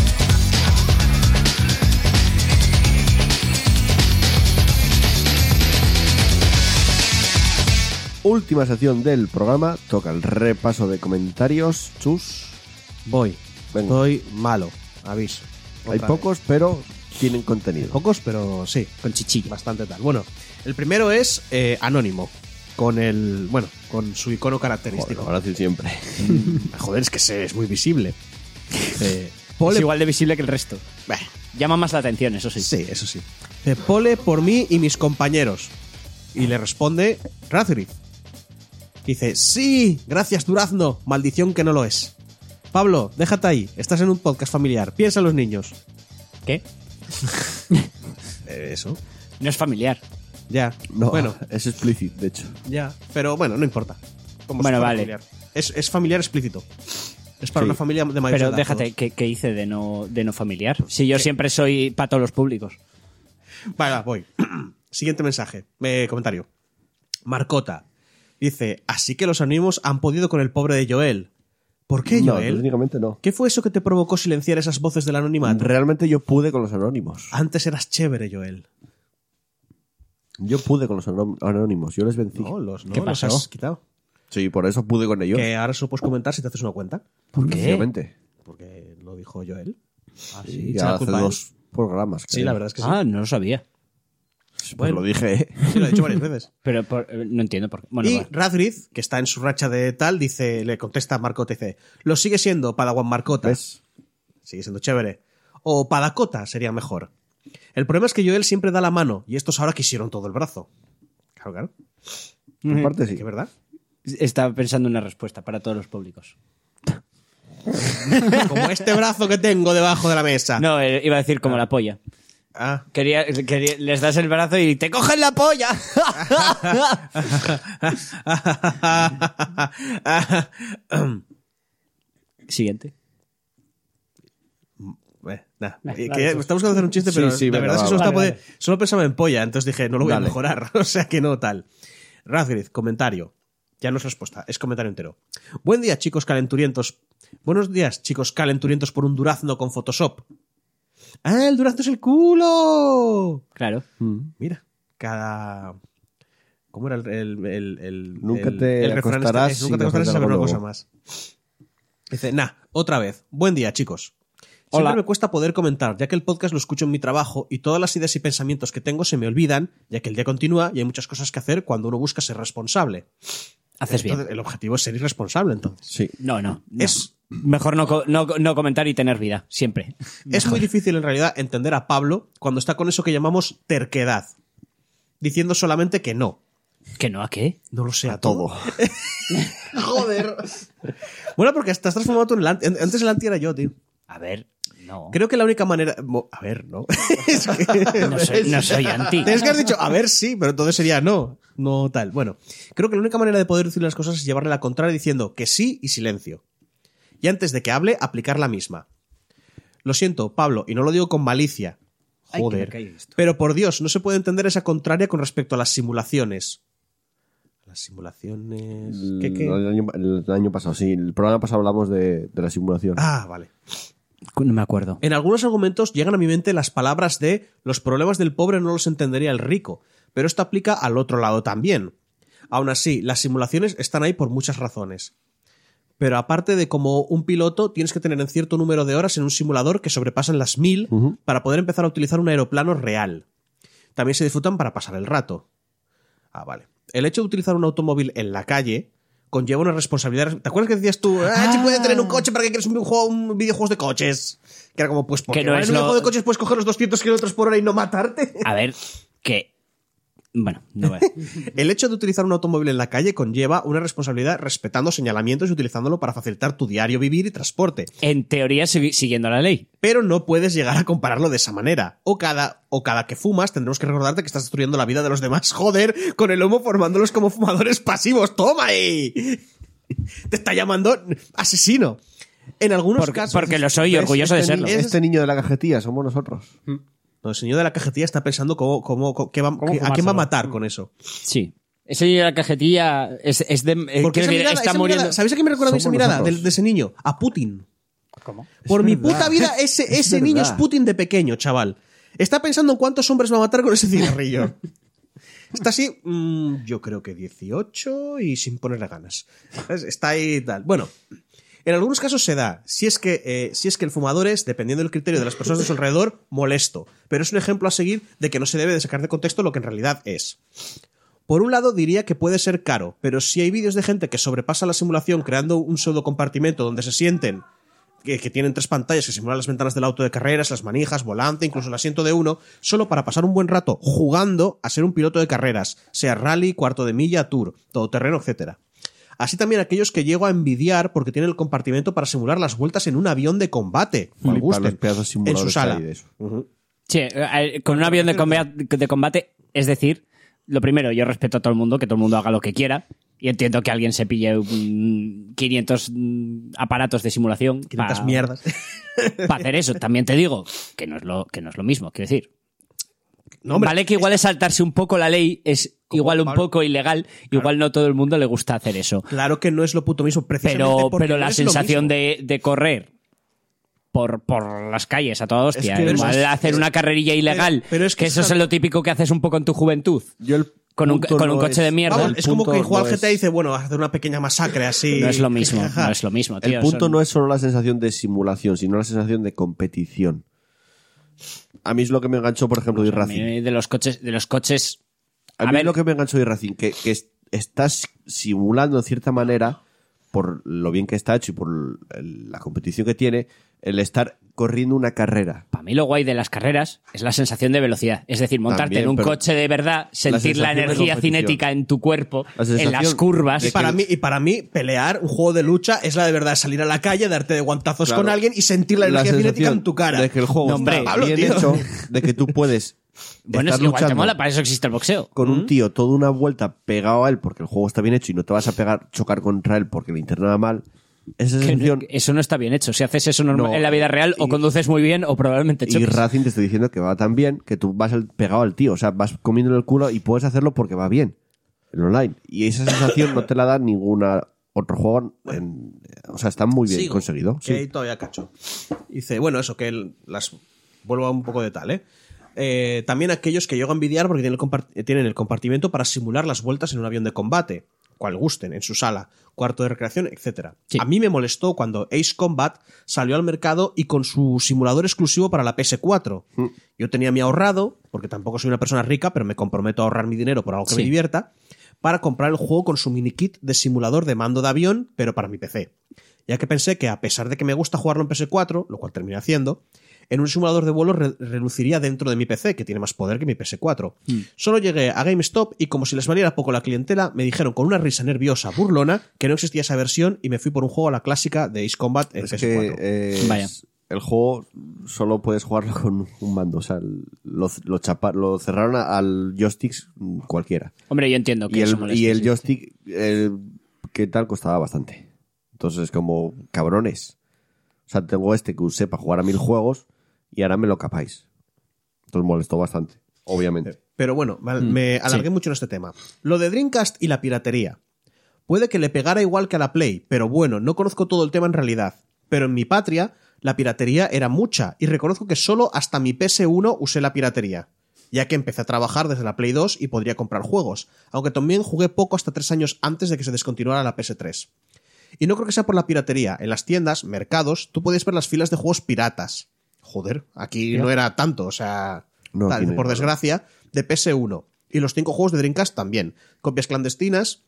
S1: Última sección del programa. Toca el repaso de comentarios. Chus.
S3: Voy.
S1: Venga.
S3: Estoy malo. Aviso.
S1: Hay
S3: Otra
S1: pocos, pero tienen contenido.
S3: vez. Pocos, pero sí. Con chichilla. Bastante tal. Bueno, el primero es eh, Anónimo. Con el. Bueno, con su icono
S1: Joder,
S3: característico.
S1: ahora sí siempre.
S3: Joder, es que se- es muy visible. Eh,
S2: Es
S3: pole.
S2: igual de visible que el resto.
S3: Bah.
S2: Llama más la atención, eso sí.
S3: Sí, eso sí. Dice, Pole por mí y mis compañeros. Y le responde Razgrif. Dice, sí, gracias Durazno, maldición que no lo es. Pablo, déjate ahí, estás en un podcast familiar, piensa en los niños.
S2: ¿Qué?
S3: Eh, Eso,
S2: No es familiar.
S3: ya.
S1: No,
S3: Bueno,
S1: es explícito, de hecho.
S3: ya. Pero bueno, no importa. Como
S2: Bueno,
S3: si fuera
S2: vale.
S3: familiar. Es, es familiar explícito. Es para
S1: Sí.
S3: una familia de mayor
S2: Pero
S3: edad,
S2: déjate,
S3: todos.
S2: ¿qué, qué hice de no, de no familiar? Si yo siempre soy para todos los públicos.
S3: Vale, va, voy. Siguiente mensaje, eh, comentario. Marcota dice, así que los anónimos han podido con el pobre de Joel. ¿Por qué
S1: no,
S3: Joel?
S1: técnicamente no. Mm.
S3: ¿Qué fue eso que te provocó silenciar esas voces del anonimato?
S1: Realmente yo pude con los anónimos.
S3: Antes eras chévere, Joel.
S1: Yo pude con los anó- anónimos. Yo les vencí.
S3: No, los, no,
S2: ¿Qué
S3: los
S2: pasó?
S3: has quitado.
S1: Sí, por eso pude con ellos.
S3: Que ahora solo puedes comentar si te haces una cuenta.
S2: ¿Por
S1: Efectivamente.
S3: Porque lo dijo Joel. Ah,
S1: Sí,
S3: echa la
S1: hace
S3: culpa a él.
S1: dos programas.
S3: Sí, la verdad es que sí.
S2: Ah, no lo sabía.
S1: Pues
S3: bueno.
S1: lo dije. ¿eh?
S3: Sí, lo he dicho varias veces.
S2: Pero por- eh, no entiendo por qué. Bueno,
S3: y
S2: va.
S3: Radriz, que está en su racha de tal, dice, le contesta a Marcota y dice, lo sigue siendo Padawan Marcota.
S1: ¿Ves?
S3: Sigue siendo chévere. O Padacota sería mejor. El problema es que Joel siempre da la mano y estos ahora quisieron todo el brazo. Claro, claro.
S1: En parte sí.
S3: Que verdad.
S2: estaba pensando una respuesta para todos los públicos.
S3: Como este brazo que tengo debajo de la mesa.
S2: No, eh, iba a decir como la polla.
S3: Ah.
S2: Quería, quería- les das el brazo y te cogen la polla. Siguiente.
S3: Eh, nah.
S4: Eh,
S3: Eh,
S4: vale,
S3: que
S4: pues.
S3: estamos buscando hacer un chiste, pero
S1: Sí, sí,
S3: la
S1: venga,
S3: verdad es que
S1: va,
S3: solo,
S4: va.
S3: estaba
S4: Vale,
S3: de- solo pensaba en polla, entonces dije, no lo voy
S1: Dale.
S3: a mejorar, o sea que no tal. Razgrif, comentario. Ya no es respuesta, es comentario entero. Buen día, chicos calenturientos. Buenos días, chicos calenturientos por un durazno con Photoshop. ¡Ah, el durazno es el culo!
S2: Claro.
S3: Mira, cada... ¿Cómo era el... el, el- el-
S1: Nunca
S3: el-
S1: te
S3: el refrán este?
S1: acostarás
S3: Es, nunca te
S1: sin
S3: acostarás sin saber una
S1: ofrecer
S3: cosa
S1: algo
S3: más. Dice, nah, otra vez. Buen día, chicos. Siempre
S2: Hola.
S3: me cuesta poder comentar, ya que el podcast lo escucho en mi trabajo y todas las ideas y pensamientos que tengo se me olvidan, ya que el día continúa y hay muchas cosas que hacer cuando uno busca ser responsable.
S2: Haces bien.
S3: Entonces, el objetivo es ser irresponsable, entonces.
S1: Sí.
S2: No, no. no.
S3: Es-
S2: Mejor no, co- no, no comentar y tener vida, siempre.
S3: Es muy difícil en realidad entender a Pablo cuando está con eso que llamamos terquedad, diciendo solamente que no.
S2: ¿Que no a qué?
S3: No lo sé a,
S1: Todo.
S3: Joder. Bueno, porque estás transformado tú en el anti. Antes el anti era yo, tío.
S2: A ver, no.
S3: Creo que la única manera. mo- A ver, no. es que.
S2: No soy, no soy anti.
S3: Tienes que haber dicho, a ver, sí, pero entonces sería no, no tal. Bueno, creo que la única manera de poder decir las cosas es llevarle la contraria diciendo que sí y silencio. Y antes de que hable, aplicar la misma. Lo siento, Pablo, y no lo digo con malicia.
S2: Ay, que me
S3: Joder.
S2: cae esto.
S3: pero por Dios, no se puede entender esa contraria con respecto a las simulaciones. Las simulaciones. ¿Qué, qué?
S1: El, año, el año pasado, sí. El programa pasado hablamos de, de la simulación.
S3: Ah, vale.
S2: No me acuerdo.
S3: En algunos argumentos llegan a mi mente las palabras de los problemas del pobre no los entendería el rico, pero esto aplica al otro lado también. Aún así, las simulaciones están ahí por muchas razones. Pero aparte de como un piloto, tienes que tener en cierto número de horas en un simulador que sobrepasan las mil para poder empezar a utilizar un aeroplano real. También se disfrutan para pasar el rato. Ah, vale. El hecho de utilizar un automóvil en la calle conlleva una responsabilidad. ¿Te acuerdas que decías tú, ah, si puede tener un coche, ¿para qué quieres un videojuego, un videojuegos de coches? Que era como, pues, porque
S2: Que no
S3: no
S2: es
S3: en un
S2: lo-
S3: videojuego de coches puedes coger los 200 kilómetros por hora y no matarte.
S2: A ver, que. Bueno, no voy a-
S3: El hecho de utilizar un automóvil en la calle conlleva una responsabilidad respetando señalamientos y utilizándolo para facilitar tu diario vivir y transporte.
S2: En teoría, sigui- siguiendo la ley.
S3: pero no puedes llegar a compararlo de esa manera. O cada, o cada que fumas tendremos que recordarte que estás destruyendo la vida de los demás, joder, con el homo formándolos como fumadores pasivos. ¡Toma ahí! Te está llamando asesino. En algunos
S2: Porque-
S3: casos...
S2: porque lo soy y
S3: ¿Ves?
S2: orgulloso de
S3: Este ni-
S2: serlo.
S3: es-
S1: Este niño de la cajetilla somos nosotros.
S3: No, el señor de la cajetilla está pensando cómo, cómo, cómo- qué va-
S4: ¿Cómo
S3: qué- a quién va a
S4: fumárselo?
S3: matar con eso.
S2: Sí. Ese niño de la cajetilla es, es de. eh,
S3: Porque
S2: quiero
S3: esa
S2: decir,
S3: mirada-
S2: está
S3: esa mirada-
S2: muriendo.
S3: ¿Sabéis a quién me recuerda a mí esa
S1: Somos
S3: mirada de,
S1: nosotros.
S3: de ese niño? A Putin.
S4: ¿Cómo?
S3: Por
S1: Es
S3: mi
S1: verdad.
S3: puta vida, ese,
S1: Es
S3: ese niño es
S1: verdad.
S3: Putin de pequeño, chaval. Está pensando en cuántos hombres va a matar con ese cigarrillo. Está así, mm, yo creo que 18 y sin ponerle ganas. ¿Sabes? Está ahí y tal. Bueno, en algunos casos se da. Si es, que, eh, si es que el fumador es, dependiendo del criterio de las personas de su alrededor, molesto. Pero es un ejemplo a seguir de que no se debe de sacar de contexto lo que en realidad es. Por un lado diría que puede ser caro, pero si hay vídeos de gente que sobrepasa la simulación creando un pseudo compartimento donde se sienten que, que tienen tres pantallas que simulan las ventanas del auto de carreras, las manijas, volante, incluso el asiento de uno, solo para pasar un buen rato jugando a ser un piloto de carreras, sea rally, cuarto de milla, tour, todoterreno, etcétera. Así también aquellos que llego a envidiar porque tienen el compartimento para simular las vueltas en un avión de combate, cual
S1: Flipar
S3: gusten,
S1: los pedazos
S3: en su
S1: simuladores
S3: sala.
S1: ahí de eso.
S3: Ujú.
S2: Sí, eh, con un avión de combate, de combate, es decir, lo primero, yo respeto a todo el mundo, que todo el mundo haga lo que quiera. Y entiendo que alguien se pille mm, 500 mm, aparatos de simulación
S3: 500
S2: pa-
S3: mierdas.
S2: para hacer eso. También te digo que no es lo, que no es lo mismo, quiero decir.
S3: No, hombre,
S2: vale que igual es saltarse un poco la ley, es igual un
S3: Pablo.
S2: poco ilegal, igual no todo el mundo le gusta hacer eso.
S3: Claro que no es lo puto mismo, precisamente
S2: Pero,
S3: porque
S2: pero
S3: no
S2: la
S3: es lo
S2: sensación
S3: mismo.
S2: de, de correr por, por las calles a toda hostia, ¿eh?
S3: que-
S2: igual
S3: pero es-
S2: hacer una carrerilla ilegal,
S3: pero es que
S2: eso
S3: esa-
S2: es lo típico que haces un poco en tu juventud.
S1: Yo el
S2: Con un-
S1: punto
S2: con un coche de mierda.
S3: Vamos,
S1: el
S3: es como
S1: punto
S3: que igual
S1: no
S3: GTA
S1: es-
S3: dice, bueno, hacer una pequeña masacre así.
S2: No es lo mismo,
S3: Jaja.
S2: no es lo mismo, tío.
S1: El punto
S2: son-
S1: no es solo la sensación de simulación, sino la sensación de competición. A mí es lo que me enganchó, por ejemplo, de
S2: Pues a
S1: Racing.
S2: mí de los coches, de los coches.
S1: A,
S2: A
S1: mí
S2: ver.
S1: es lo que me enganchó de Racing, que, que es- estás simulando en cierta manera, por lo bien que está hecho y por el- la competición que tiene, el estar corriendo una carrera.
S2: Para mí lo guay de las carreras es la sensación de velocidad, es decir, montarte
S1: También,
S2: en un
S1: pero-
S2: coche de verdad, sentir la,
S1: sensación de
S2: energía
S1: competición.
S2: cinética en tu cuerpo,
S1: La
S2: en las
S1: sensación
S2: curvas.
S1: de
S3: Y para, mí, y para mí, pelear un juego de lucha es la de verdad, salir a la calle, darte de guantazos
S1: Claro.
S3: Pues con alguien y sentir la energía
S1: sensación
S3: cinética en tu cara.
S1: De que el juego está
S2: No, hombre,
S3: Pablo,
S1: bien
S3: tío.
S1: hecho, de que tú puedes
S2: Bueno, es
S1: estar
S2: que igual te
S1: luchando
S2: mola, para eso existe el boxeo.
S1: con un tío toda una vuelta pegado a él porque el juego está bien hecho y no te vas a pegar chocar contra él porque le internaba mal. Esa
S2: Que no-
S1: sensación
S2: que eso no está bien hecho. Si haces eso normal
S1: No,
S2: en la vida real, o
S1: y-
S2: conduces muy bien, o probablemente
S1: Y
S2: choques.
S1: Racing te estoy diciendo que va tan bien que tú vas al- pegado al tío, o sea, vas comiéndole el culo y puedes hacerlo porque va bien el online. Y esa sensación no te la da ninguna otro juego. en- o sea, está muy bien
S3: Sigo.
S1: conseguido.
S3: Que ahí
S1: Sí.
S3: todavía cacho. Dice, bueno, eso, que el- las. Vuelvo a un poco de tal, ¿eh? Eh, también aquellos que llego a envidiar porque tienen el, compart- eh, tienen el compartimento para simular las vueltas en un avión de combate, cual gusten, en su sala, cuarto de recreación, etc.
S2: Sí.
S3: A mí me molestó cuando Ace Combat salió al mercado y con su simulador exclusivo para la PS4.
S1: Mm.
S3: Yo tenía mi ahorrado, porque tampoco soy una persona rica, pero me comprometo a ahorrar mi dinero por algo que me
S2: Sí.
S3: divierta. para comprar el juego con su mini kit de simulador de mando de avión, pero para mi PC. Ya que pensé que, a pesar de que me gusta jugarlo en PS4, lo cual terminé haciendo, en un simulador de vuelo re- reluciría dentro de mi PC, que tiene más poder que mi PS4.
S1: Mm.
S3: Solo llegué a GameStop y, como si les valiera poco la clientela, me dijeron con una risa nerviosa burlona que no existía esa versión y me fui por un juego a la clásica de Ace Combat en
S1: Es que
S3: PS4.
S1: eh, es-
S2: Vaya.
S1: el juego solo puedes jugarlo con un mando. O sea, lo, lo, chapa- lo cerraron a- al joystick cualquiera.
S2: Hombre, yo entiendo que
S1: Y
S2: eso
S1: el,
S2: moleste,
S1: y el
S2: sí.
S1: joystick, el- ¿qué tal? Costaba bastante. Entonces, como cabrones. O sea, tengo este que usé para jugar a mil juegos y ahora me lo capáis. Entonces molestó bastante, obviamente.
S3: Pero bueno, mal- me alargué mucho en este tema. Lo de Dreamcast y la piratería. Puede que le pegara igual que a la Play, pero bueno, no conozco todo el tema en realidad. Pero en mi patria, la piratería era mucha y reconozco que solo hasta mi PS1 usé la piratería. Ya que empecé a trabajar desde la Play 2 y podría comprar juegos, aunque también jugué poco hasta tres años antes de que se descontinuara la PS3. Y no creo que sea por la piratería. En las tiendas, mercados, tú podías ver las filas de juegos piratas. Joder, aquí no era tanto, o sea.
S1: No,
S3: tal,
S1: aquí no hay
S3: por
S1: problema.
S3: desgracia, de PS1. Y los cinco juegos de Dreamcast también. Copias clandestinas.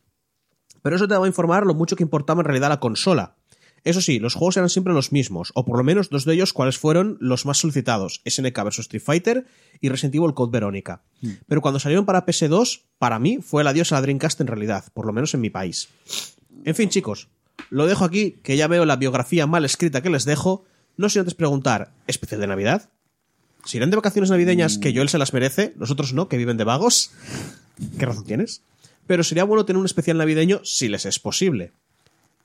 S3: Pero eso te daba a informar lo mucho que importaba en realidad la consola. Eso sí, los juegos eran siempre los mismos, o por lo menos dos de ellos cuáles fueron los más solicitados, SNK vs Street Fighter y Resident Evil Code Verónica.
S1: Hmm.
S3: Pero cuando salieron para PS2, para mí fue el adiós a la Dreamcast en realidad, por lo menos en mi país. En fin, chicos, lo dejo aquí, que ya veo la biografía mal escrita que les dejo. No sin antes preguntar, ¿especial de Navidad? ¿Se irán de vacaciones navideñas que Joel se las merece? Los otros no, que viven de vagos. ¿Qué razón tienes? Pero sería bueno tener un especial navideño si les es posible.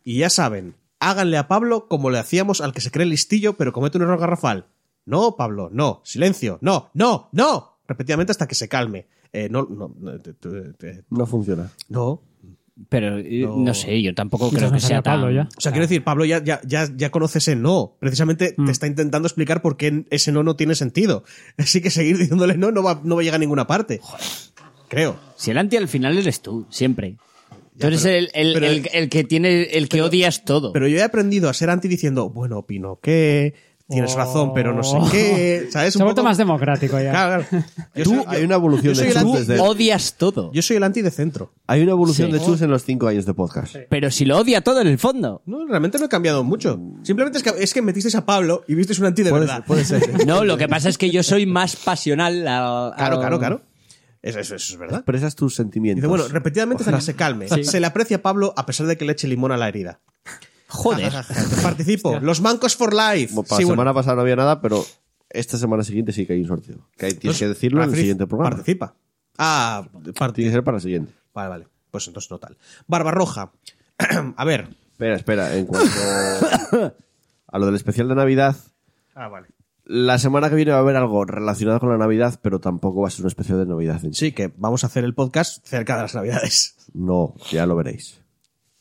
S3: Y ya saben, háganle a Pablo como le hacíamos al que se cree listillo pero comete un error garrafal. No, Pablo, no. Silencio. No, no, no. Repetidamente hasta que se calme. Eh, no, no, no, te- te- te-
S1: No funciona.
S3: no,
S2: Pero eh,
S3: No.
S2: no. sé, yo tampoco
S4: Ya
S2: creo
S4: me
S2: que
S4: sale
S2: sea
S4: a Pablo
S2: tan...
S4: ya.
S3: O sea, quiero decir, Pablo ya, ya, ya, ya conoce ese no. Precisamente
S4: Mm.
S3: te está intentando explicar por qué ese no no tiene sentido. Así que seguir diciéndole no no va, no va a llegar a ninguna parte. Creo.
S2: Si el anti al final eres tú, siempre. Tú eres
S3: pero-
S2: el, el-
S3: pero-
S2: el- el que tiene, el que odias todo.
S3: Pero yo he aprendido a ser anti diciendo, bueno, opino que, tienes
S4: Oh.
S3: razón, pero no sé qué. ¿Sabes?
S4: Se ha vuelto más democrático ya.
S3: Claro, claro. Yo soy- yo-
S1: hay una evolución
S3: yo soy
S1: de
S3: el
S1: Chus
S3: anti-
S1: desde-
S2: odias todo.
S3: Yo soy el anti de centro.
S1: Hay una evolución
S2: Sí.
S1: de Chus en los cinco años de podcast.
S2: Pero si lo odia todo en el fondo.
S3: No, realmente no he cambiado mucho. Simplemente es que, es que metisteis a Pablo y visteis un anti de
S1: Puede
S3: verdad.
S1: ser, puede ser.
S2: No, lo que pasa es que yo soy más pasional. a- a-
S3: Claro,
S4: Ah.
S3: claro, claro. Eso, eso, eso es verdad.
S1: Expresas tus sentimientos.
S3: Dice, bueno, repetidamente hasta que se calme. Se le aprecia a Pablo a pesar de que le eche limón a la herida.
S2: Joder.
S3: Participo. Los mancos for life.
S1: Como para
S3: Sí,
S1: la
S3: bueno.
S1: semana pasada no había nada, pero esta semana siguiente sí que hay un sorteo. Que hay- tienes
S3: Entonces,
S1: que decirlo en el
S3: participa-
S1: siguiente programa.
S3: Participa. Ah,
S1: Tiene que
S3: participa.
S1: ser para el siguiente.
S3: Vale, vale. Pues entonces no tal. Barbarroja. a ver.
S1: Espera, espera. En cuanto a lo del especial de Navidad,
S3: Ah, vale.
S1: la semana que viene va a haber algo relacionado con la Navidad, pero tampoco va a ser un especial de Navidad. en sí.
S3: Sí, que vamos a hacer el podcast cerca de las navidades.
S1: No, ya lo veréis.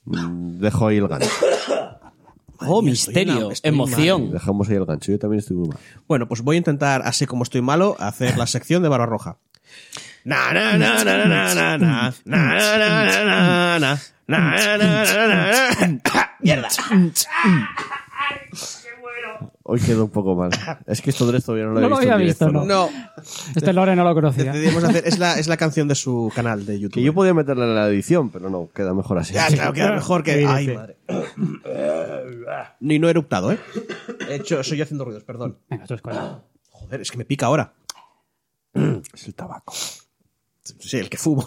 S1: Mm, Dejo ahí el gancho.
S2: Oh,
S3: mía, estoy
S2: misterio,
S3: una- estoy
S2: emoción.
S1: Dejamos ahí el gancho. Yo también estoy muy mal.
S3: Bueno, pues voy a intentar, así como estoy malo, hacer la sección de Barbarroja. Na, na, na, na, na, na, na, na, na, na, na, na, na. Na, na, na, na, na, na. Mierda.
S1: Hoy quedó un poco mal. Es que esto de todavía no lo,
S4: No lo
S1: en
S4: había visto,
S1: directo,
S4: no. Este Lore no lo conocía.
S3: Decidimos hacer. Es la, es la canción de su canal de YouTube.
S1: Que yo podía meterla en la edición, pero no, queda mejor así.
S3: Ya, claro, queda mejor que. Ay, madre. Ni no he eructado, ¿eh? He hecho, soy yo haciendo ruidos, perdón.
S4: Venga, tú escuela.
S3: Joder, es que me pica ahora.
S1: Es el tabaco.
S3: Sí, el que fumo.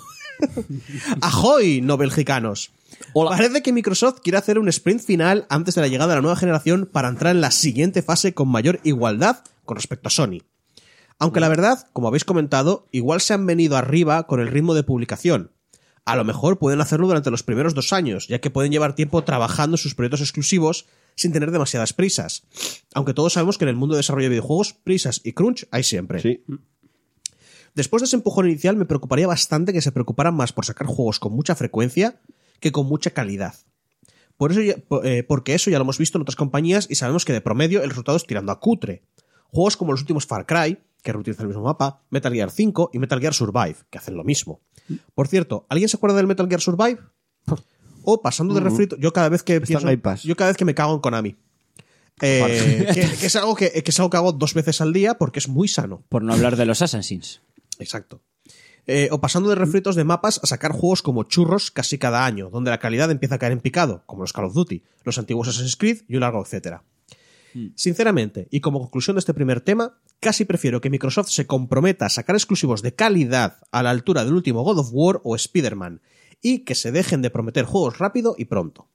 S3: Ajoy, no belgicanos. Parece que Microsoft quiere hacer un sprint final antes de la llegada de la nueva generación para entrar en la siguiente fase con mayor igualdad con respecto a Sony. Aunque la verdad, como habéis comentado, igual se han venido arriba con el ritmo de publicación. A lo mejor pueden hacerlo durante los primeros dos años, ya que pueden llevar tiempo trabajando en sus proyectos exclusivos sin tener demasiadas prisas. Aunque todos sabemos que en el mundo de desarrollo de videojuegos, prisas y crunch hay siempre.
S1: Sí.
S3: Después de ese empujón inicial, me preocuparía bastante que se preocuparan más por sacar juegos con mucha frecuencia que con mucha calidad. Por eso ya- po- eh, porque eso ya lo hemos visto en otras compañías y sabemos que de promedio el resultado es tirando a cutre. Juegos como los últimos Far Cry, que reutilizan el mismo mapa, Metal Gear 5 y Metal Gear Survive, que hacen lo mismo. Por cierto, ¿alguien se acuerda del Metal Gear Survive? O pasando de refrito, yo cada vez que pienso-
S1: Mm. Game Pass.
S3: yo cada vez que me cago en Konami. Eh, que, que es algo que- que es algo que hago dos veces al día porque es muy sano.
S2: Por no hablar de los Assassins.
S3: Exacto. eh, o pasando de refritos de mapas a sacar juegos como churros casi cada año, donde la calidad empieza a caer en picado, como los Call of Duty, los antiguos Assassin's Creed y un largo etcétera.
S1: Hmm.
S3: Sinceramente, y como conclusión de este primer tema, casi prefiero que Microsoft se comprometa a sacar exclusivos de calidad a la altura del último God of War o Spider-Man, y que se dejen de prometer juegos rápido y pronto.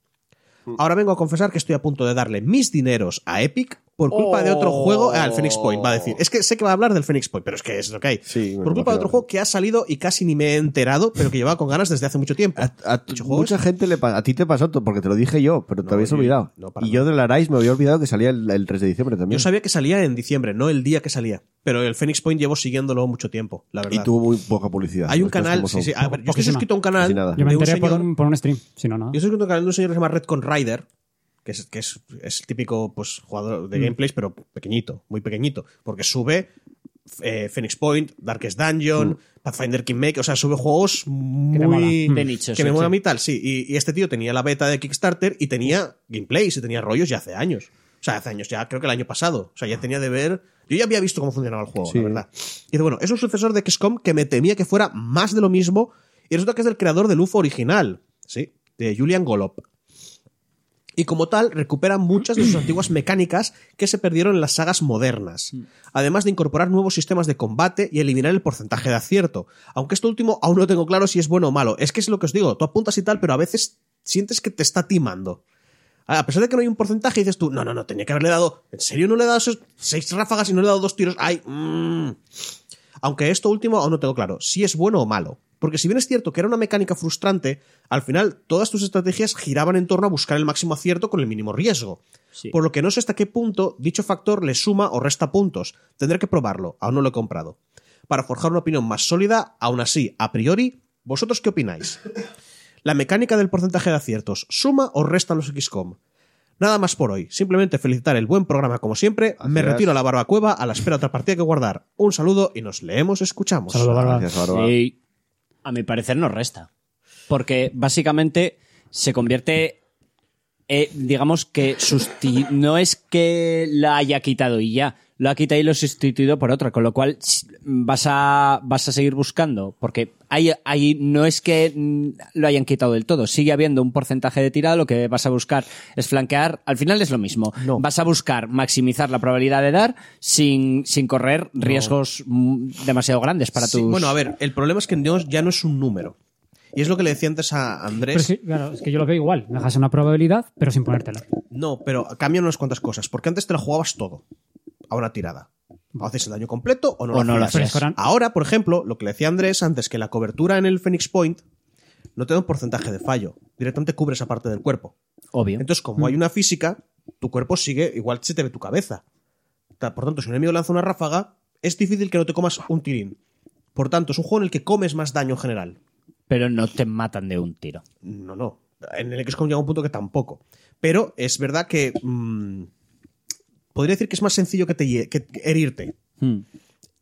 S1: Hmm.
S3: Ahora vengo a confesar que estoy a punto de darle mis dineros a Epic por culpa de otro juego. Ah, el Phoenix Point, va a decir. Es que sé que va a hablar del Phoenix Point, pero es que es lo que hay.
S1: Sí, me
S3: por culpa de
S1: imagino.
S3: otro juego que ha salido y casi ni me he enterado, pero que llevaba con ganas desde hace mucho tiempo.
S1: A, a tu-
S3: Muchos juegos.
S1: mucha gente le pa- a ti te pasó to- porque te lo dije yo, pero te habías
S3: yo-
S1: olvidado.
S3: no, para
S1: y yo
S3: nada.
S1: del Arise me había olvidado que salía el, el 3 de diciembre también.
S3: Yo sabía que salía en diciembre, no el día que salía. Pero el Phoenix Point llevo siguiéndolo mucho tiempo, la verdad.
S1: y tuvo muy poca publicidad.
S3: Hay un
S1: Las cosas
S3: canal.
S1: como
S3: Sí,
S1: son.
S3: sí. A ver, yo estoy
S4: Poquísima.
S3: suscrito a un canal.
S1: Casi nada.
S4: Yo me
S3: de un
S4: enteré por,
S3: señor-
S4: un, por un stream, si no, nada.
S3: Yo soy un canal de un señor que se llama Red Con Rider, que es, que es, es el típico pues, jugador
S4: Mm.
S3: de gameplays, pero pequeñito, muy pequeñito, porque sube eh, Phoenix Point, Darkest Dungeon,
S1: Mm.
S3: Pathfinder Kingmaker, o sea, sube juegos
S4: te
S3: muy...
S4: mola.
S2: De nicho,
S3: Mm. que
S2: sí,
S3: me mola a
S2: sí.
S3: mí tal, sí. Y, y este tío tenía la beta de Kickstarter y tenía gameplays y tenía rollos ya hace años. O sea, hace años, ya creo que el año pasado. O sea, ya tenía de ver... Yo ya había visto cómo funcionaba el juego,
S1: Sí.
S3: la verdad. Y dice, bueno, es un sucesor de XCOM que me temía que fuera más de lo mismo y resulta que es del creador del UFO original, ¿sí? De Julian Golop y como tal recupera muchas de sus antiguas mecánicas que se perdieron en las sagas modernas, además de incorporar nuevos sistemas de combate y eliminar el porcentaje de acierto. Aunque esto último aún no tengo claro si es bueno o malo, es que es lo que os digo, tú apuntas y tal, pero a veces sientes que te está timando. A pesar de que no hay un porcentaje, dices tú, no, no, no, tenía que haberle dado, ¿en serio no le he dado esos seis ráfagas y no le he dado dos tiros? ¡Ay! mm". Aunque esto último aún no tengo claro, si es bueno o malo. Porque si bien es cierto que era una mecánica frustrante, al final todas tus estrategias giraban en torno a buscar el máximo acierto con el mínimo riesgo. Por lo que no sé hasta qué punto dicho factor le suma o resta puntos. Tendré que probarlo, aún no lo he comprado. Para forjar una opinión más sólida, aún así, a priori, ¿vosotros qué opináis? ¿La mecánica del porcentaje de aciertos suma o resta en los XCOM? Nada más por hoy. Simplemente felicitar el buen programa como siempre. Me
S1: Gracias.
S3: retiro a la barbacueva a la espera de otra partida que guardar. Un saludo y nos leemos, escuchamos.
S4: Saludo, Bárbara.
S1: Gracias, Bárbara.
S2: Sí. A mi parecer no resta. Porque básicamente se convierte. eh, digamos que susti- no es que la haya quitado y ya. Lo ha quitado y lo ha sustituido por otra. Con lo cual s- vas a, vas a seguir buscando. Porque hay, hay, no es que mm, lo hayan quitado del todo. Sigue habiendo un porcentaje de tirada. Lo que vas a buscar es flanquear. Al final es lo mismo. Vas a buscar maximizar la probabilidad de dar sin, sin correr riesgos mm, demasiado grandes para
S3: Sí,
S2: tus.
S3: Bueno, a ver, el problema es que no- ya no es un número. Y es lo que le decía antes a
S4: Pero
S3: Andrés.
S4: sí, claro, es que yo lo veo igual. Dejas una probabilidad, pero sin ponértela.
S3: No, pero cambian unas cuantas cosas. Porque antes te la jugabas todo a una tirada. O haces el daño completo o no,
S2: O
S3: lo
S2: no lo
S3: hacías.
S4: Pero es que ahora-
S3: Ahora, por ejemplo, lo que le decía Andrés antes, que la cobertura en el Phoenix Point no te da un porcentaje de fallo. Directamente cubre esa parte del cuerpo.
S2: Obvio.
S3: Entonces, como hay una física, tu cuerpo sigue, igual se te ve tu cabeza. Ta- Por tanto, si un enemigo lanza una ráfaga, es difícil que no te comas un tirín. Por tanto, es un juego en el que comes más daño en general.
S2: pero no te matan de un tiro.
S3: No, no. En el XCOM llega un punto que tampoco. Pero es verdad que. mm, podría decir que es más sencillo que, te, hie- que herirte.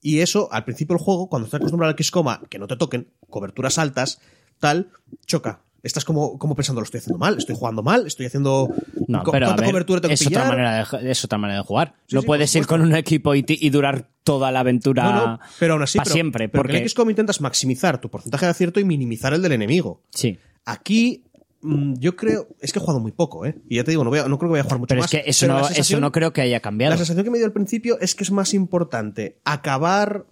S3: Y eso, al principio del juego, cuando estás acostumbrado al XCOM, a que no te toquen, coberturas altas, tal, choca. Estás como, como pensando, lo estoy haciendo mal, estoy jugando mal, estoy haciendo.
S2: No,
S3: co-
S2: pero a
S3: ¿Cuánta
S2: ver,
S3: cobertura tengo que
S2: es, otra
S3: pillar?
S2: manera de, es otra manera de jugar. no
S3: sí,
S2: puedes
S3: por
S2: ir con un equipo y, ti- y durar toda la aventura
S3: No, no, pero aún así.
S2: para
S3: pero-
S2: siempre.
S3: pero que
S2: porque
S3: en XCOM intentas maximizar tu porcentaje de acierto y minimizar el del enemigo.
S2: sí.
S3: Aquí. mm, Yo creo. Es que he jugado muy poco, ¿eh? Y ya te digo, no, voy a- no creo que vaya a jugar mucho
S2: Pero
S3: más.
S2: es que eso
S3: pero la
S2: no, eso
S3: sensación-
S2: no creo que haya cambiado.
S3: La sensación que me dio al principio es que es más importante acabar.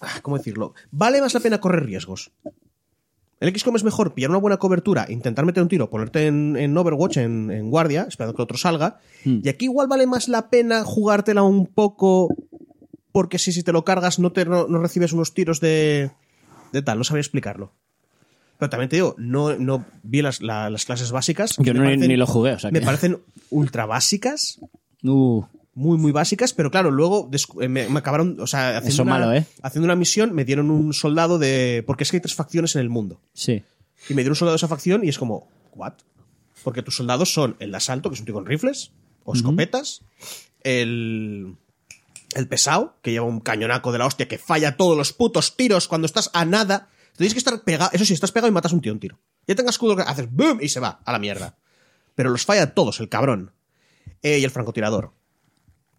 S3: Ah, ¿Cómo decirlo? Vale más la pena correr riesgos. El XCOM es mejor pillar una buena cobertura, intentar meter un tiro, ponerte en, en Overwatch, en, en guardia, esperando que el otro salga.
S2: Hmm.
S3: Y aquí igual vale más la pena jugártela un poco, porque si, si te lo cargas no, te, no, no recibes unos tiros de, de tal, no sabría explicarlo. Pero también te digo, no, no vi las, la- las clases básicas. que
S2: Yo
S3: me
S2: no- ni lo jugué, o sea
S3: Me
S2: que-
S3: parecen ultra básicas
S2: Uh,
S3: muy, muy básicas, pero claro, luego descu- eh, me, me acabaron, o sea, haciendo,
S2: Eso
S3: una,
S2: malo, ¿eh?
S3: haciendo una misión, me dieron un soldado de. Porque es que hay tres facciones en el mundo.
S2: sí.
S3: Y me dieron un soldado de esa facción y es como, ¿what? Porque tus soldados son el de asalto, que es un tío con rifles, o escopetas, el. El pesado, que lleva un cañonaco de la hostia, que falla todos los putos tiros cuando estás a nada. Tienes que estar pegado. Eso sí, estás pegado y matas un tío un tiro. Ya tengas escudo, haces boom y se va a la mierda. Pero los falla todos, el cabrón. Eh, y el francotirador.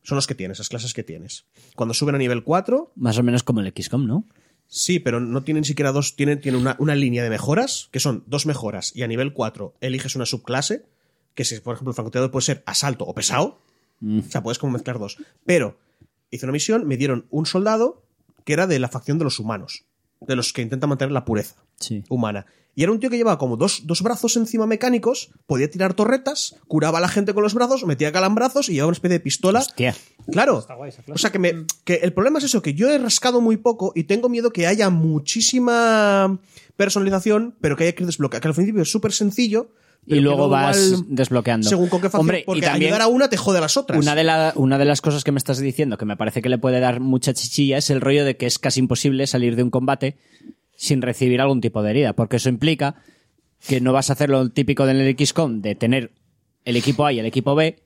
S3: Son los que tienes, las clases que tienes. Cuando suben a nivel 4,
S2: Más o menos como el XCOM, ¿no?
S3: Sí, pero no tiene ni siquiera dos, tiene, tiene una, una línea de mejoras, que son dos mejoras, y a nivel 4 eliges una subclase, que si, por ejemplo, el francotirador puede ser asalto o pesado,
S2: Mm.
S3: o sea, puedes como mezclar dos. Pero hice una misión, me dieron un soldado que era de la facción de los humanos, de los que intentan mantener la pureza
S2: Sí.
S3: humana. Y era un tío que llevaba como dos, dos brazos encima mecánicos, podía tirar torretas, curaba a la gente con los brazos, metía calambrazos y llevaba una especie de pistola.
S2: Hostia.
S3: Claro. O sea, que, me, que el problema es eso, que yo he rascado muy poco y tengo miedo que haya muchísima personalización, pero que haya que desbloquear. Que al principio es súper sencillo.
S2: Y
S3: pero que
S2: luego
S3: luego
S2: vas
S3: igual,
S2: desbloqueando.
S3: Según con qué facción,
S2: Hombre,
S3: porque
S2: y también
S3: ayudar a una te jode a las otras.
S2: Una de, la- una de las cosas que me estás diciendo que me parece que le puede dar mucha chichilla es el rollo de que es casi imposible salir de un combate sin recibir algún tipo de herida, porque eso implica que no vas a hacer lo típico del XCOM de tener el equipo A y el equipo B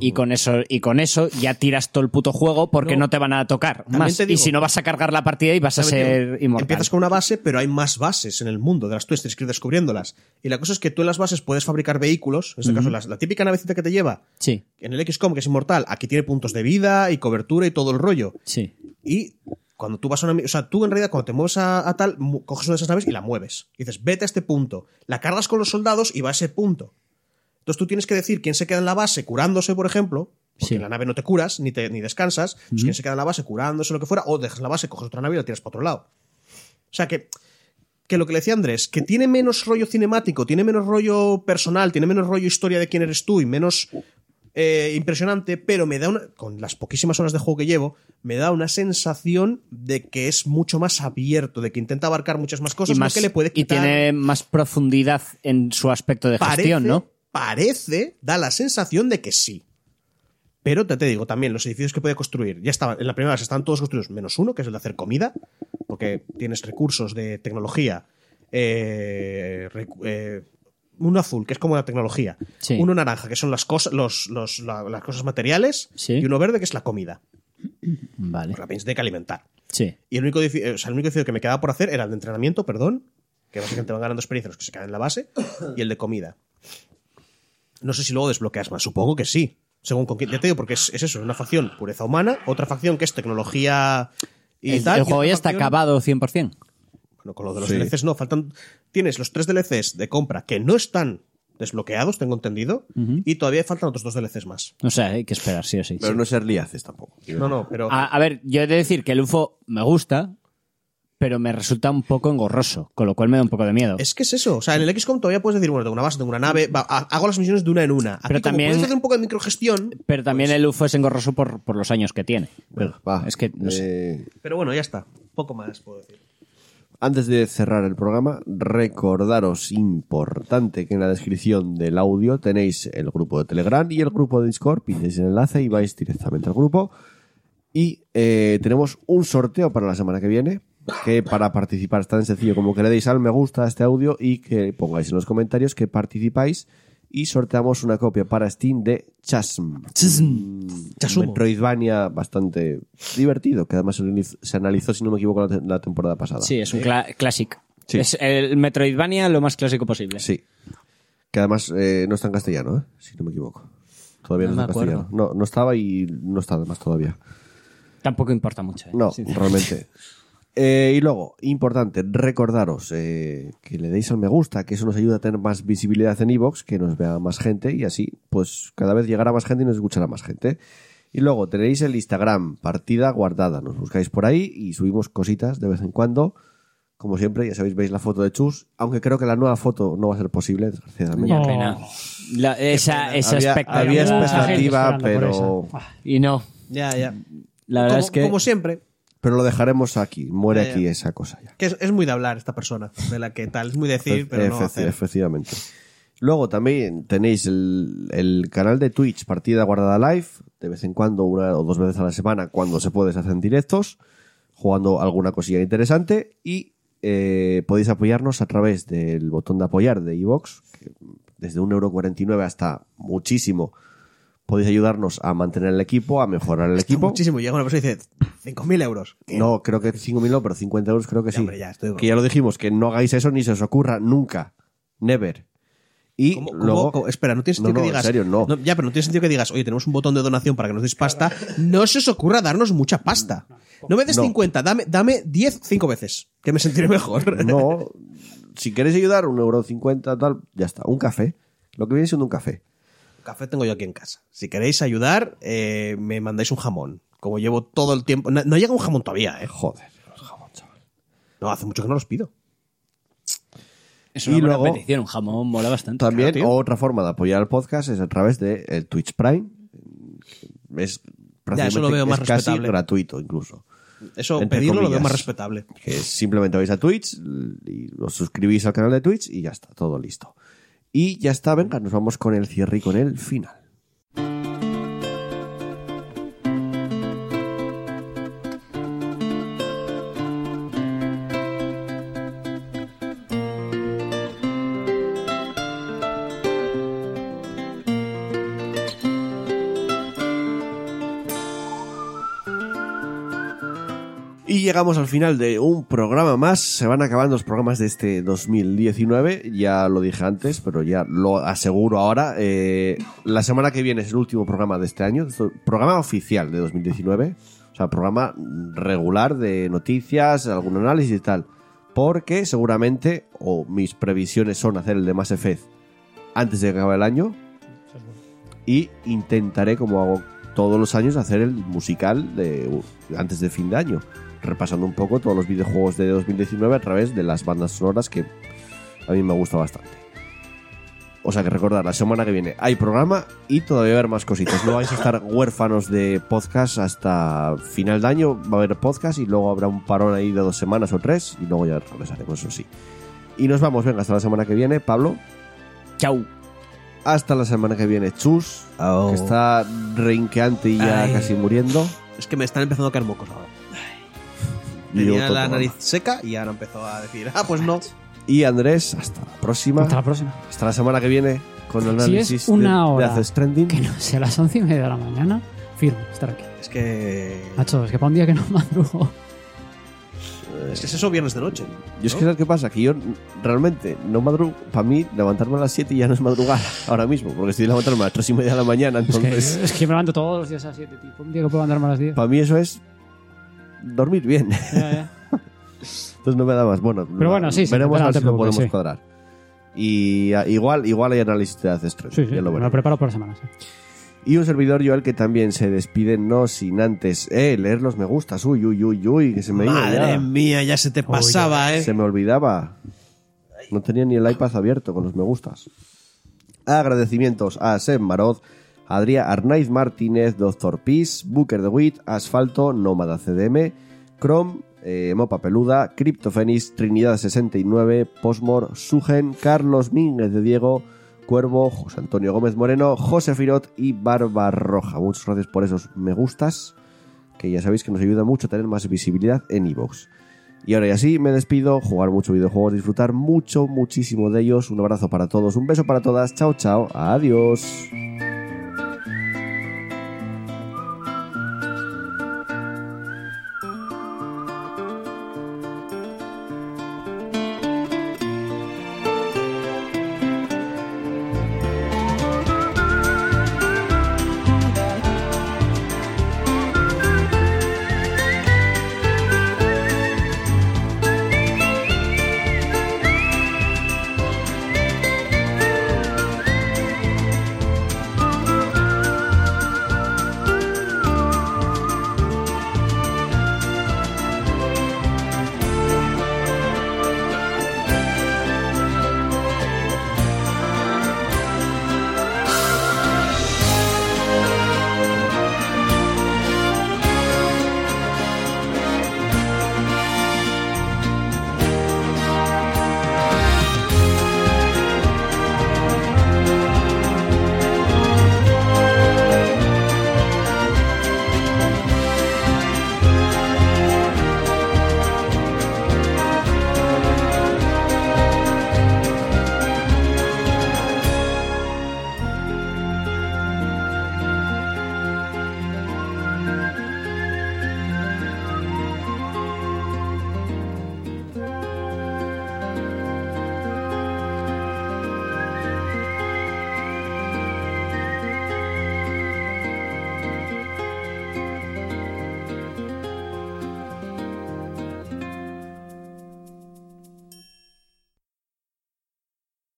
S2: y con eso y con eso ya tiras todo el puto juego porque no, te van a tocar
S3: También
S2: más
S3: te digo-
S2: y si no vas a cargar la partida y vas a ser
S3: Efectivamente.
S2: inmortal.
S3: Empiezas con una base, pero hay más bases en el mundo de las tuyas, tienes que ir descubriéndolas. Y la cosa es que tú en las bases puedes fabricar vehículos, en este caso las- la típica navecita que te lleva
S2: Sí,
S3: en el XCOM, que es inmortal, aquí tiene puntos de vida y cobertura y todo el rollo.
S2: sí.
S3: Y cuando tú vas a una... mi- O sea, tú en realidad cuando te mueves a, a tal, mu- coges una de esas naves y la mueves. Y dices, vete a este punto. La cargas con los soldados y va a ese punto. Entonces tú tienes que decir quién se queda en la base curándose, por ejemplo. Porque
S2: Sí.
S3: en la nave no te curas ni, te, ni descansas. pues quién se queda en la base curándose, lo que fuera. O dejas la base, coges otra nave y la tiras para otro lado. O sea que... Que lo que le decía Andrés, que tiene menos rollo cinemático, tiene menos rollo personal, tiene menos rollo historia de quién eres tú y menos eh, impresionante, pero me da una. Con las poquísimas horas de juego que llevo, me da una sensación de que es mucho más abierto, de que intenta abarcar muchas más cosas,
S2: y,
S3: no
S2: más-
S3: que le puede
S2: y
S3: quitar.
S2: tiene más profundidad en su aspecto de
S3: parece,
S2: gestión, ¿no?
S3: Parece, da la sensación de que sí. Pero te, te digo también, los edificios que puede construir, ya estaban, en la primera base están todos construidos, menos uno, que es el de hacer comida, porque tienes recursos de tecnología, eh, recu- eh, uno azul, que es como la tecnología,
S2: Sí.
S3: uno naranja, que son las cosas, los, los- la- las cosas materiales,
S2: Sí.
S3: y uno verde, que es la comida.
S2: Vale.
S3: Pues la tienes que alimentar.
S2: Sí.
S3: Y el único, edifi- eh, o sea, el único edificio que me quedaba por hacer era el de entrenamiento, perdón, que básicamente van ganando experiencia los que se quedan en la base, y el de comida. No sé si luego desbloqueas más, supongo que sí. Según con quién, ya te digo, porque es, es eso, es una facción pureza humana, otra facción que es tecnología y
S2: El,
S3: tal.
S2: el
S3: y
S2: juego
S3: otra
S2: ya está
S3: facción-
S2: acabado 100%.
S3: Bueno, con lo de los
S1: Sí.
S3: DLCs no, faltan. Tienes los tres DLCs de compra que no están desbloqueados, tengo entendido, y todavía faltan otros dos DLCs más.
S2: O sea, hay que esperar, sí o sí.
S1: Pero no ser liaces tampoco.
S3: No, no, pero.
S2: A, a ver, yo he de decir que el UFO me gusta, pero me resulta un poco engorroso, con lo cual me da un poco de miedo.
S3: Es que es eso. O sea, en el XCOM todavía puedes decir, bueno, tengo una base, tengo una nave, va, ha- hago las misiones de una en una. Aquí,
S2: Pero
S3: como
S2: también-
S3: puedes hacer un poco de microgestión,
S2: pero también
S3: pues-
S2: el UFO es engorroso por, por los años que tiene.
S1: Pues Va,
S2: es que no sé.
S1: eh,
S3: pero bueno, ya está. Poco más puedo decir.
S1: Antes de cerrar el programa, recordaros importante que en la descripción del audio tenéis el grupo de Telegram y el grupo de Discord, pincháis el enlace y vais directamente al grupo. Y eh, tenemos un sorteo para la semana que viene, que para participar es tan sencillo como que le deis al me gusta a este audio y que pongáis en los comentarios que participáis y sorteamos una copia para Steam de Chasm.
S3: Chasumo.
S1: Un Metroidvania bastante divertido, que además se analiz- se analizó, si no me equivoco, la, te- la temporada pasada.
S2: Sí, es un cla- clásico.
S1: eh, Sí.
S2: Es el Metroidvania lo más clásico posible.
S1: Sí. Que además eh, no está en castellano, ¿eh? si no me equivoco. Todavía no,
S2: No
S1: está en
S2: me acuerdo.
S1: castellano. No, no estaba y no está además todavía.
S2: Tampoco importa mucho. ¿eh?
S1: No,
S2: Sí.
S1: realmente. Eh, y luego, importante, recordaros eh, que le deis al me gusta, que eso nos ayuda a tener más visibilidad en Evox, que nos vea más gente y así, pues cada vez llegará más gente y nos escuchará más gente. Y luego tenéis el Instagram, partida guardada, nos buscáis por ahí y subimos cositas de vez en cuando. Como siempre, ya sabéis, veis la foto de Chus, aunque creo que la nueva foto no va a ser posible, desgraciadamente.
S2: Qué
S4: No.
S2: pena. La- esa esa
S1: había,
S2: expectativa.
S1: había
S4: Mucha gente
S1: expectativa,
S4: esperando
S1: pero,
S4: por esa. Ah,
S2: Y no.
S3: Ya, ya.
S2: La verdad
S3: Como,
S2: es que.
S3: como siempre,
S1: pero lo dejaremos aquí, muere
S3: Ya, ya.
S1: aquí esa cosa ya.
S3: que es, es muy de hablar esta persona, de la que tal, es muy
S1: Efe-
S3: decir, pero no
S1: efe-
S3: hacer.
S1: Efectivamente. Luego también tenéis el, el canal de Twitch, Partida Guardada Live, de vez en cuando, una o dos veces a la semana, cuando se puede, se hacen directos, jugando alguna cosilla interesante y eh, podéis apoyarnos a través del botón de apoyar de iVox, que desde 1,49€ hasta muchísimo. Podéis ayudarnos a mantener el equipo, a mejorar el equipo.
S3: Muchísimo. Llega una persona y dice, 5.000 euros.
S1: No, creo que 5.000 no, pero 50 euros creo que sí.
S3: hombre, ya, estoy de
S1: que ya lo dijimos, que no hagáis eso ni se os ocurra nunca. Never. Y
S3: ¿Cómo- cómo-
S1: luego.
S3: cómo? oh, espera, no tiene sentido
S1: No, no,
S3: que
S1: en
S3: digas.
S1: serio, no.
S3: Ya, pero no tiene sentido que digas, oye, tenemos un botón de donación para que nos des pasta. No se os ocurra darnos mucha pasta. No me des
S1: No.
S3: 50, dame, dame 10 cinco veces, que me sentiré mejor.
S1: No, si queréis ayudar, un euro cincuenta, tal, ya está. Un café. Lo que viene siendo un café.
S3: Café tengo yo aquí en casa. Si queréis ayudar, eh, me mandáis un jamón. Como llevo todo el tiempo. No, no llega un jamón todavía, ¿eh?
S1: Joder, los jamón, chaval.
S3: No, hace mucho que no los pido.
S2: Es una
S1: Y
S2: buena
S1: luego-
S2: petición, un jamón mola bastante.
S1: También
S3: Claro, tío.
S1: otra forma de apoyar el podcast es a través de el Twitch Prime. Es prácticamente
S3: eso lo veo
S1: es
S3: más
S1: casi
S3: respetable.
S1: gratuito incluso.
S3: Eso,
S1: Entre
S3: pedirlo lo veo
S1: comillas.
S3: más respetable.
S1: Que es simplemente vais a Twitch y os suscribís al canal de Twitch y ya está, todo listo. Y ya está, venga, nos vamos con el cierre y con el final. Y llegamos al final de un programa más. Se van acabando los programas de este 2019. Ya lo dije antes, pero ya lo aseguro ahora. Eh, la semana que viene es el último programa de este año. so- Programa oficial de 2019. O sea, programa regular de noticias, algún análisis y tal. Porque seguramente, o mis previsiones son hacer el de Mass Effect antes de que acabe el año. Y intentaré, como hago todos los años, hacer el musical de, antes de fin de año. Repasando un poco todos los videojuegos de 2019 a través de las bandas sonoras que a mí me gusta bastante. O sea que recordar, la semana que viene hay programa y todavía va a haber más cositas. No vais a estar huérfanos de podcast hasta final de año. Va a haber podcast y luego habrá un parón ahí de dos semanas o tres y luego ya regresaremos, eso sí. Y nos vamos, venga, hasta la semana que viene. Pablo,
S2: Chau.
S1: hasta la semana que viene, Chus,
S4: Oh.
S1: que está reinqueante y ya
S3: Ay.
S1: casi muriendo.
S3: Es que me están empezando a caer mocos ahora.
S1: Y
S3: Tenía
S1: otro
S3: la
S1: programa.
S3: nariz seca y ahora empezó a decir, ah, pues no.
S1: Y Andrés, hasta la próxima.
S4: Hasta la próxima.
S1: Hasta la semana que viene con el
S4: Si
S1: análisis
S4: es una
S1: de,
S4: hora
S1: de Haces Trending.
S4: Que no sea a las once y media de la mañana. Firmo, estar aquí.
S3: Es que.
S1: Ah,
S4: Macho, es que para un día que no madrugo.
S3: Es que es eso viernes de noche.
S1: Yo es que ¿sabes qué pasa? Que yo n- realmente no madrugo. Para mí, levantarme a las 7 ya no es madrugar ahora mismo, porque estoy levantándome a las 3 y media de la mañana.
S4: Es que,
S1: Entonces,
S4: es que me levanto todos los días a las 7, tío. Un día que puedo andarme a las 10.
S1: para mí eso es dormir bien.
S4: Ya, ya.
S1: Entonces no me da más. Bueno,
S4: Pero bueno, sí, sí,
S1: veremos
S4: no
S1: a ver
S4: te
S1: si lo
S4: preocupes,
S1: podemos
S4: sí.
S1: cuadrar. Y ah, igual, igual hay análisis de Haces Trending.
S4: Sí, sí.
S1: ya lo
S4: me
S1: veremos.
S4: lo preparo por semanas. eh.
S1: Y un servidor Joel que también se despide, no sin antes eh, leer los me gustas. Uy, uy, uy, uy, que se me iba
S3: Madre
S1: ya.
S3: mía, ya se te pasaba, eh.
S1: Se me olvidaba. No tenía ni el iPad abierto con los me gustas. Agradecimientos a Sem Maroz, Adrián Arnaiz Martínez, Doctor Peace, Booker de Wit, Asfalto, Nómada CDM, Chrome, eh, Mopa Peluda, Cryptofenis, Trinidad69, Posmor, Sugen, Carlos Mínguez de Diego, Cuervo, José Antonio Gómez Moreno, José Firot y Barbarroja. Muchas gracias por esos me gustas, que ya sabéis que nos ayuda mucho a tener más visibilidad en iVoox. Y ahora y así me despido, jugar mucho videojuegos, disfrutar mucho, muchísimo de ellos. Un abrazo para todos, un beso para todas, chao, chao, adiós.